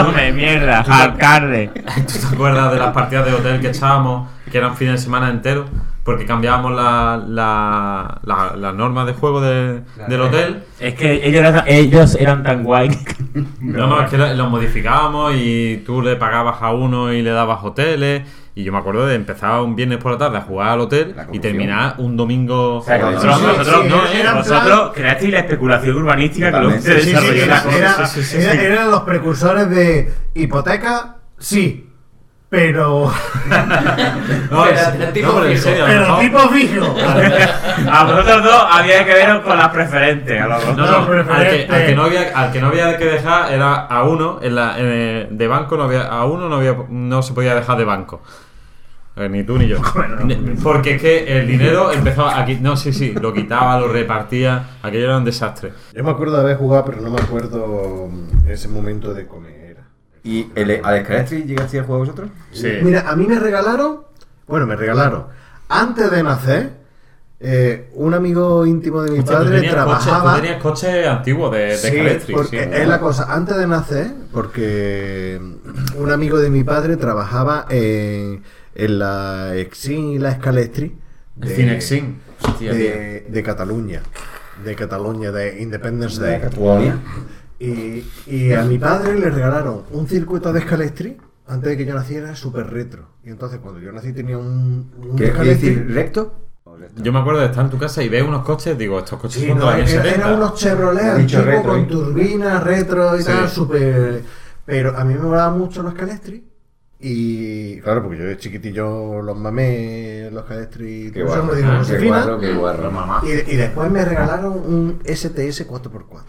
Come mierda, alcalde.
¿Tú te acuerdas de las partidas de hotel que echábamos, que eran fines de semana enteros? Porque cambiábamos la- la- la- las normas de juego de- del hotel.
Es que ellos eran, ellos eran tan guay. que-
No, no, es que lo- los modificábamos y tú le pagabas a uno y le dabas hoteles. Y yo me acuerdo de empezar un viernes por la tarde a jugar al hotel y terminar un domingo.
O sea, que vosotros, vosotros, no, eh, vosotros creasteis la especulación urbanística que luego se
Sí, sí, sí,
desarrolló.
era-
la cosa.
era-
Sí, sí, sí,
era-
sí.
Eran los precursores de hipoteca, sí, pero.
No, en serio, no, pero en serio, a lo
Pero
mejor-
tipo fijo.
A vosotros dos había que veros con las preferentes. A los dos.
No, no, al que, al que no había, al que no había que dejar era a uno, en la, en el- de banco no había, a uno no, había, no se podía dejar de banco. Eh, Ni tú ni yo. Ni- Porque es que el dinero empezaba aquí. No, sí, sí, lo quitaba, lo repartía. Aquello era un desastre.
Yo me acuerdo de haber jugado, pero no me acuerdo mm, ese momento de comer.
¿Y el, al Scratch llegaste a jugar vosotros?
Mira, a mí me regalaron, bueno, me regalaron, antes de nacer, eh, un amigo íntimo de mi
Hostia, tú
padre
tenías
trabajaba.
coche- tú tenías coche antiguo de, de
Sí,
Caletri,
porque
sí.
es la cosa, antes de nacer, porque un amigo de mi padre trabajaba en, en la Exin y la Escalestri
El Cinexin. Hostia,
de, de Cataluña, de Cataluña, de Independence
De
Day.
Cataluña.
Y, y a mi padre le regalaron un circuito de Escalestri antes de que yo naciera, súper retro. Y entonces cuando yo nací tenía un, un
¿Qué quiere
Escalestri.
decir recto?
Yo me acuerdo de estar en tu casa y ver unos coches. Digo, estos coches
Sí,
son de
no,
los años
era, eran
70.
unos Chevrolet
Ha dicho
antiguos
retro,
con
¿eh?
turbinas retro y
Sí.
tal, súper. Pero a mí me molaban mucho los Calestri. Y claro, porque yo de chiquitillo los mamé, los Calestri.
Qué
todo
guarro, Ah,
eso, me dijo
qué
Josefina.
guarro, qué guarro.
Y, y después me regalaron un STS 4x4.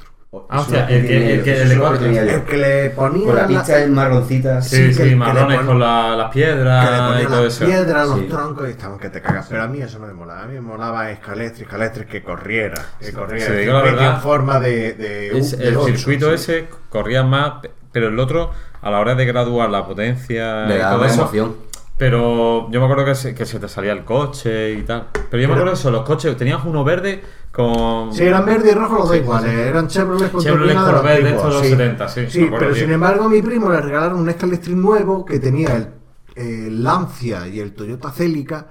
Ah, hostia, el que, el que, el de cuatro.
El que le ponía
Con la
pizza
pizza
en
en
marroncitas.
Sí, sí,
que- que le
marrones
pon-
con la- las piedras
que le ponían
y todo
las
eso.
piedras, los
Sí.
troncos y estaban que te cagas. Pero a mí eso no me molaba. A mí me molaba Escalestri, Escalestri que corriera. Que corriera.
Sí,
que
digo la
metía
verdad,
en forma de. de-
es-
de
el
ocho,
circuito
sí.
ese corría más, pe- pero el otro, a la hora de graduar la potencia
Le
y
daba
todo
más
eso.
emoción.
Pero yo me acuerdo que se, que se te salía el coche y tal. Pero yo me acuerdo eso, los coches, tenías uno verde con.
Sí, eran verde y rojo los dos
Sí,
iguales.
sí.
Eran Chevrolet con
Chevrolet
turbina de los
Corvette de
tipos,
estos de los
sí.
70, sí, me acuerdo
pero
bien.
sin embargo a mi primo le regalaron un Escalestri nuevo que tenía el, el Lancia y el Toyota Celica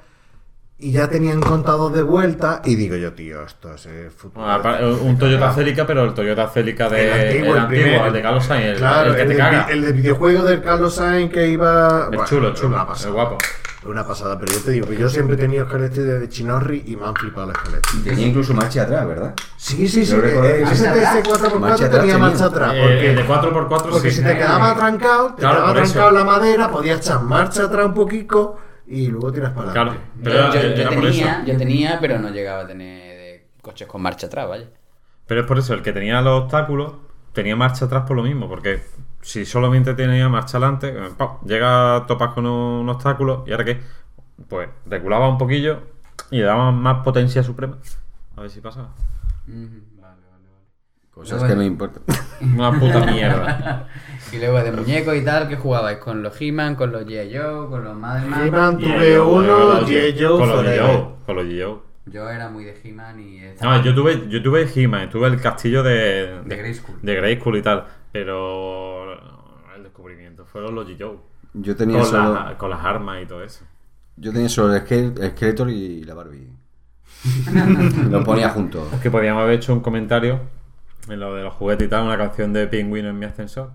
y ya tenían contados de vuelta y digo yo, tío, esto es el futuro.
Ah, pa- Un Toyota Celica, pero el Toyota Celica de,
El
el
antiguo,
antiguo,
el
el,
primero.
de Carlos Sainz, el,
Claro,
el que
el,
te
del
caga.
vi- el del videojuego del Carlos Sainz que iba.
Es chulo, chulo,
una
es
pasada.
guapo.
Una pasada, pero yo te digo, que yo siempre he tenido escaletes este de Chinorri y me han flipado las escaletes.
Tenía incluso marcha atrás, ¿verdad?
Sí, sí, sí.
Yo recuerdo-
eh,
Ah,
ese
atrás.
ese 4x4
Marcha atrás
tenía
tenía.
marcha atrás.
Eh,
Porque,
el de 4x4
porque
sí.
si te quedaba atrancado, te
Claro,
quedaba
por eso.
atrancado en la madera, podías echar marcha atrás un poquito y luego tiras para adelante.
pero
yo,
era-
yo
era por
tenía,
eso.
yo tenía, pero no llegaba a tener eh, coches con marcha atrás, vaya.
Pero es por eso, el que tenía los obstáculos tenía marcha atrás por lo mismo, porque si solamente tenía marcha adelante, eh, ¡pam! llega, topas con un, un obstáculo y ahora qué, pues reculaba un poquillo y le daban más potencia suprema. A ver si pasaba.
Cosas que no importan.
Una puta mierda.
y luego de muñecos y tal, que jugabais con los He-Man, con los G.I. Joe, con los Madman.
He-Man tuve uno, G.I. Joe
Con los
forever.
G.I. con los G.I.
Yo era muy de He-Man y. estaba-
No, yo tuve, yo tuve He-Man, tuve el castillo de,
De Grayskull.
de Grayskull y tal, pero el descubrimiento fueron los G.I. Joe.
Yo tenía
con, la-
solo-
con las armas y todo eso.
Yo tenía solo el Skele- el Skeletor y la Barbie. Lo ponía junto.
Es que podíamos haber hecho un comentario en lo de los juguetes y tal, una canción de Pingüino en mi ascensor.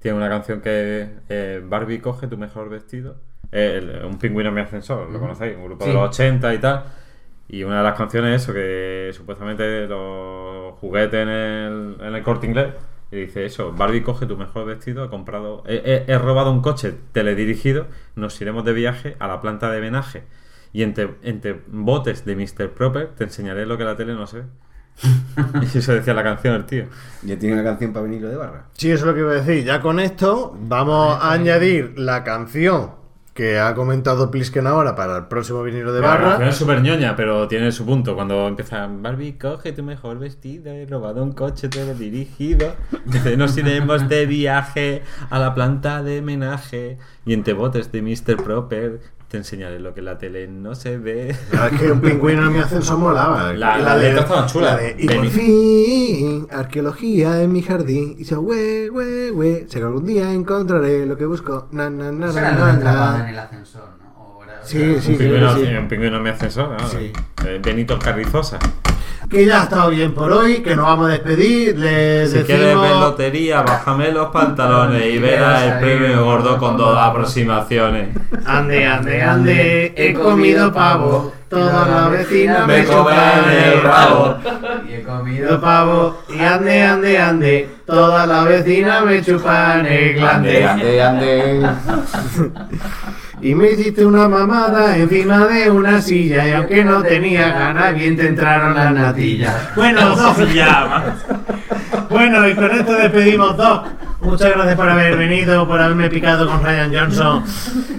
Tiene una canción que eh, Barbie coge tu mejor vestido. Eh, el- un pingüino en mi ascensor, lo
Ujú.
conocéis, un grupo
Sí.
de los 80 y tal. Y una de las canciones es eso, que supuestamente los juguetes en el, en el corte inglés. Y dice eso, Barbie coge tu mejor vestido, he comprado, he, he- he robado un coche teledirigido, nos iremos de viaje a la planta de venaje. Y entre, entre botes de Mr. Proper te enseñaré lo que la tele no se ve. y eso decía la canción el tío.
Ya tiene una canción para venir de barra.
Sí, eso es lo que iba a decir. Ya con esto vamos a añadir la canción que ha comentado Plisken ahora para el próximo vinilo de
La canción
barra.
es súper ñoña, pero tiene su punto. Cuando empieza Barbie, coge tu mejor vestido, he robado un coche teledirigido. Dice, nos iremos de viaje a la planta de homenaje y entre botes de Mr. Proper te enseñaré lo que en la tele no se ve.
Claro, es que un pingüino en mi ascenso molaba.
La, la letra estaba chula.
la de, y
De
por
mi-
fin, arqueología en mi jardín. Y yo, we, we, we, sé que algún día encontraré lo que busco. Na, na, na,
Eso
na,
era lo
na,
que
na.
entraba en el ascensor, ¿no? O era-
Sí,
un
sí,
pingüino,
sí, sí.
un pingüino en mi ascensor, ¿no? Eh, Benito Carrizosa.
Que ya ha estado bien por hoy, que nos vamos a despedir. Les
Si quieres
decimos...
ver lotería, bájame los pantalones y verás el premio gordo con dos aproximaciones.
Ande, ande, ande, he comido pavo. Toda la vecina me
Me comen el rabo.
Y he comido pavo. Y ande, ande, ande, toda la vecina me chupan el glande.
Ande, ande,
Y me hiciste una mamada encima de una silla. Y aunque no tenía ganas, bien te entraron las natillas. Bueno, dos Bueno, y con esto despedimos dos. Muchas gracias por haber venido, por haberme picado con Ryan Johnson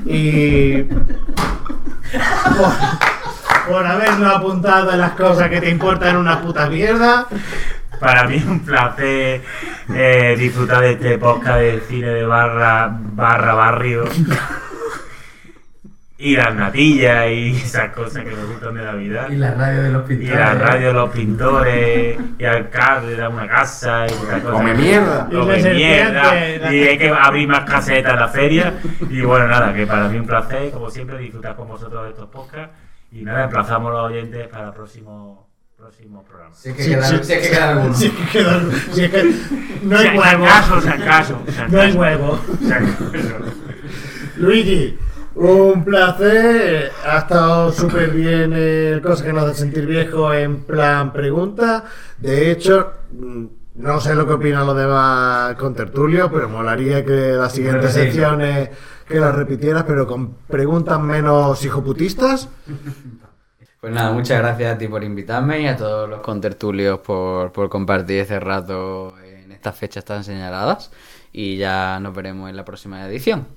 y por, por haberlo apuntado en las cosas que te importan una puta mierda.
Para mí es un placer eh, disfrutar de este podcast de cine de barra, barra barrio. Y las natillas y esas cosas que me gustan de la vida.
Y la radio de los pintores.
Y la radio de los pintores. Y alcalde de una casa. Y esas cosas.
Come mierda. Y
Come
la serpiente,
mierda.
la-
Y hay que abrir más casetas en la feria. Y bueno, nada, que para mí un placer, como siempre, disfrutar con vosotros de estos podcasts. Y nada, emplazamos a los oyentes para el próximo, próximo programa.
Si es que queda- si es que queda alguno.
Si es que queda alguno. Si es que no hay
Si
huevo.
acaso, si acaso, si
No hay
acaso.
huevo.
Si acaso.
Luigi, un placer. Ha estado súper bien el cosa que nos hace sentir viejo en plan pregunta. De hecho, mm, no sé lo que opinan los demás con tertulio, pero molaría que las siguientes
Sí.
secciones que las repitieras, pero con preguntas menos hijoputistas.
Pues nada, muchas gracias a ti por invitarme y a todos los contertulios por, por compartir este rato en estas fechas tan señaladas. Y ya nos veremos en la próxima edición.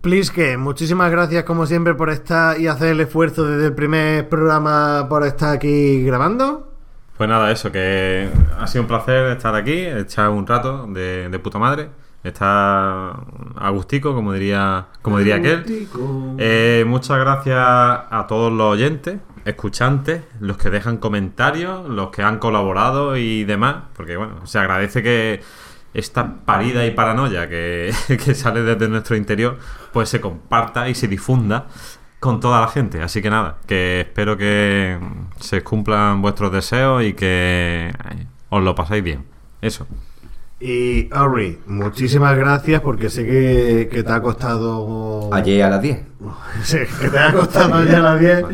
Pliske, muchísimas gracias como siempre por estar y hacer el esfuerzo desde el primer programa por estar aquí grabando.
Pues nada, eso, que ha sido un placer estar aquí, echar un rato de, de puta madre. Está agustico, como diría, como diría aquel.
Agustico.
Eh, muchas gracias a todos los oyentes, escuchantes, los que dejan comentarios, los que han colaborado y demás. Porque bueno, se agradece que esta parida y paranoia que, que sale desde nuestro interior, pues se comparta y se difunda con toda la gente. Así que nada, que espero que se cumplan vuestros deseos y que ay, os lo pasáis bien. Eso.
Y Ari, muchísimas gracias porque sé que, que te ha costado...
Ayer a las 10.
Sí, que te haya costado ya las 10.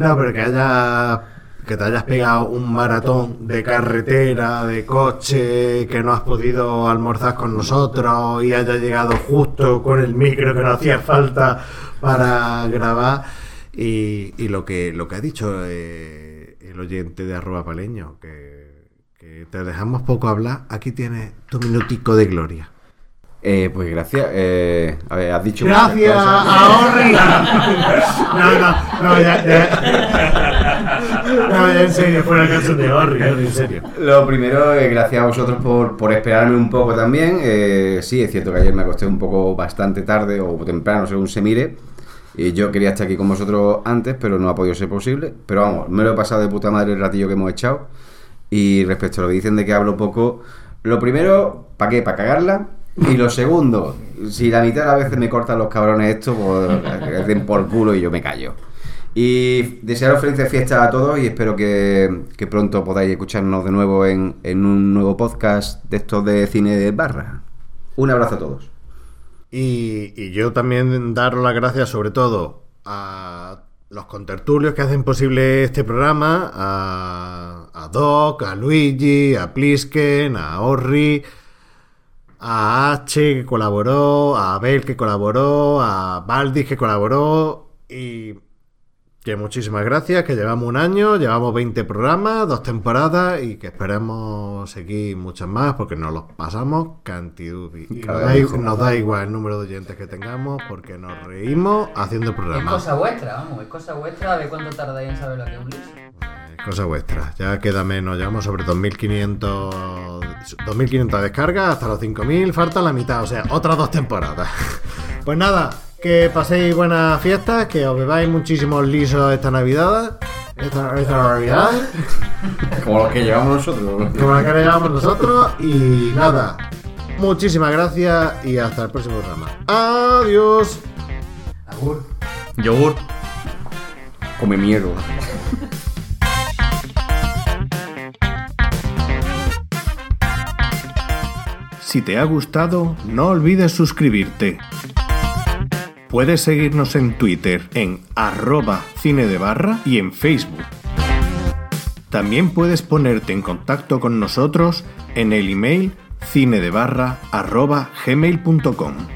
No, pero que haya que te hayas pegado un maratón de carretera, de coche, que no has podido almorzar con nosotros y haya llegado justo con el micro que no hacía falta para grabar. Y, y lo que lo que ha dicho eh, el oyente de arroba paleño, que, que te dejamos poco hablar, aquí tienes tu minutico de gloria.
Eh, pues gracias. eh, a ver, has dicho. muchas
Gracias
cosas.
a Orri. No, no, no, ya, ya. No, ya en serio, fuera canción de Orri, Orri, en serio.
Lo primero, eh, gracias a vosotros por, por esperarme un poco también. Eh, sí, es cierto que ayer me acosté un poco bastante tarde o temprano, según se mire. Y yo quería estar aquí con vosotros antes, pero no ha podido ser posible. Pero vamos, me lo he pasado de puta madre el ratillo que hemos echado. Y respecto a lo que dicen de que hablo poco, lo primero, ¿para qué? ¿Para cagarla? Y lo segundo, si la mitad de las veces me cortan los cabrones esto, pues que den por culo y yo me callo. Y desearos felices fiestas a todos y espero que, que pronto podáis escucharnos de nuevo en, en un nuevo podcast de estos de cine de barra. Un abrazo a todos.
Y, y yo también daros las gracias sobre todo a los contertulios que hacen posible este programa, a, a Doc, a Luigi, a Plisken, a Orri, a H que colaboró, a Abel que colaboró, a Valdis que colaboró y que muchísimas gracias, que llevamos un año, llevamos 20 programas, dos temporadas y que esperemos seguir muchas más porque nos los pasamos cantidubi. Y
Cada
nos, da,
vez
ig-
se
nos
pasa.
da igual el número de oyentes que tengamos porque nos reímos haciendo
Es
programas.
cosa vuestra, vamos, es cosa vuestra de cuánto tardáis en saber lo que es un liso.
Eh, Cosa vuestra. Ya queda menos, llevamos sobre 2.500 2.500 descargas hasta los 5.000, falta la mitad, o sea, otras dos temporadas. Pues nada, que paséis buenas fiestas, que os bebáis muchísimos lisos esta Navidad. Esta, esta Navidad.
Como los que llevamos nosotros.
Como la que llevamos nosotros. Y nada, muchísimas gracias y hasta el próximo programa. Adiós.
Yogur.
Come mierda.
Si te ha gustado, no olvides suscribirte. Puedes seguirnos en Twitter en arroba cine de barra y en Facebook. También puedes ponerte en contacto con nosotros en el email cine de barra arroba gmail.com.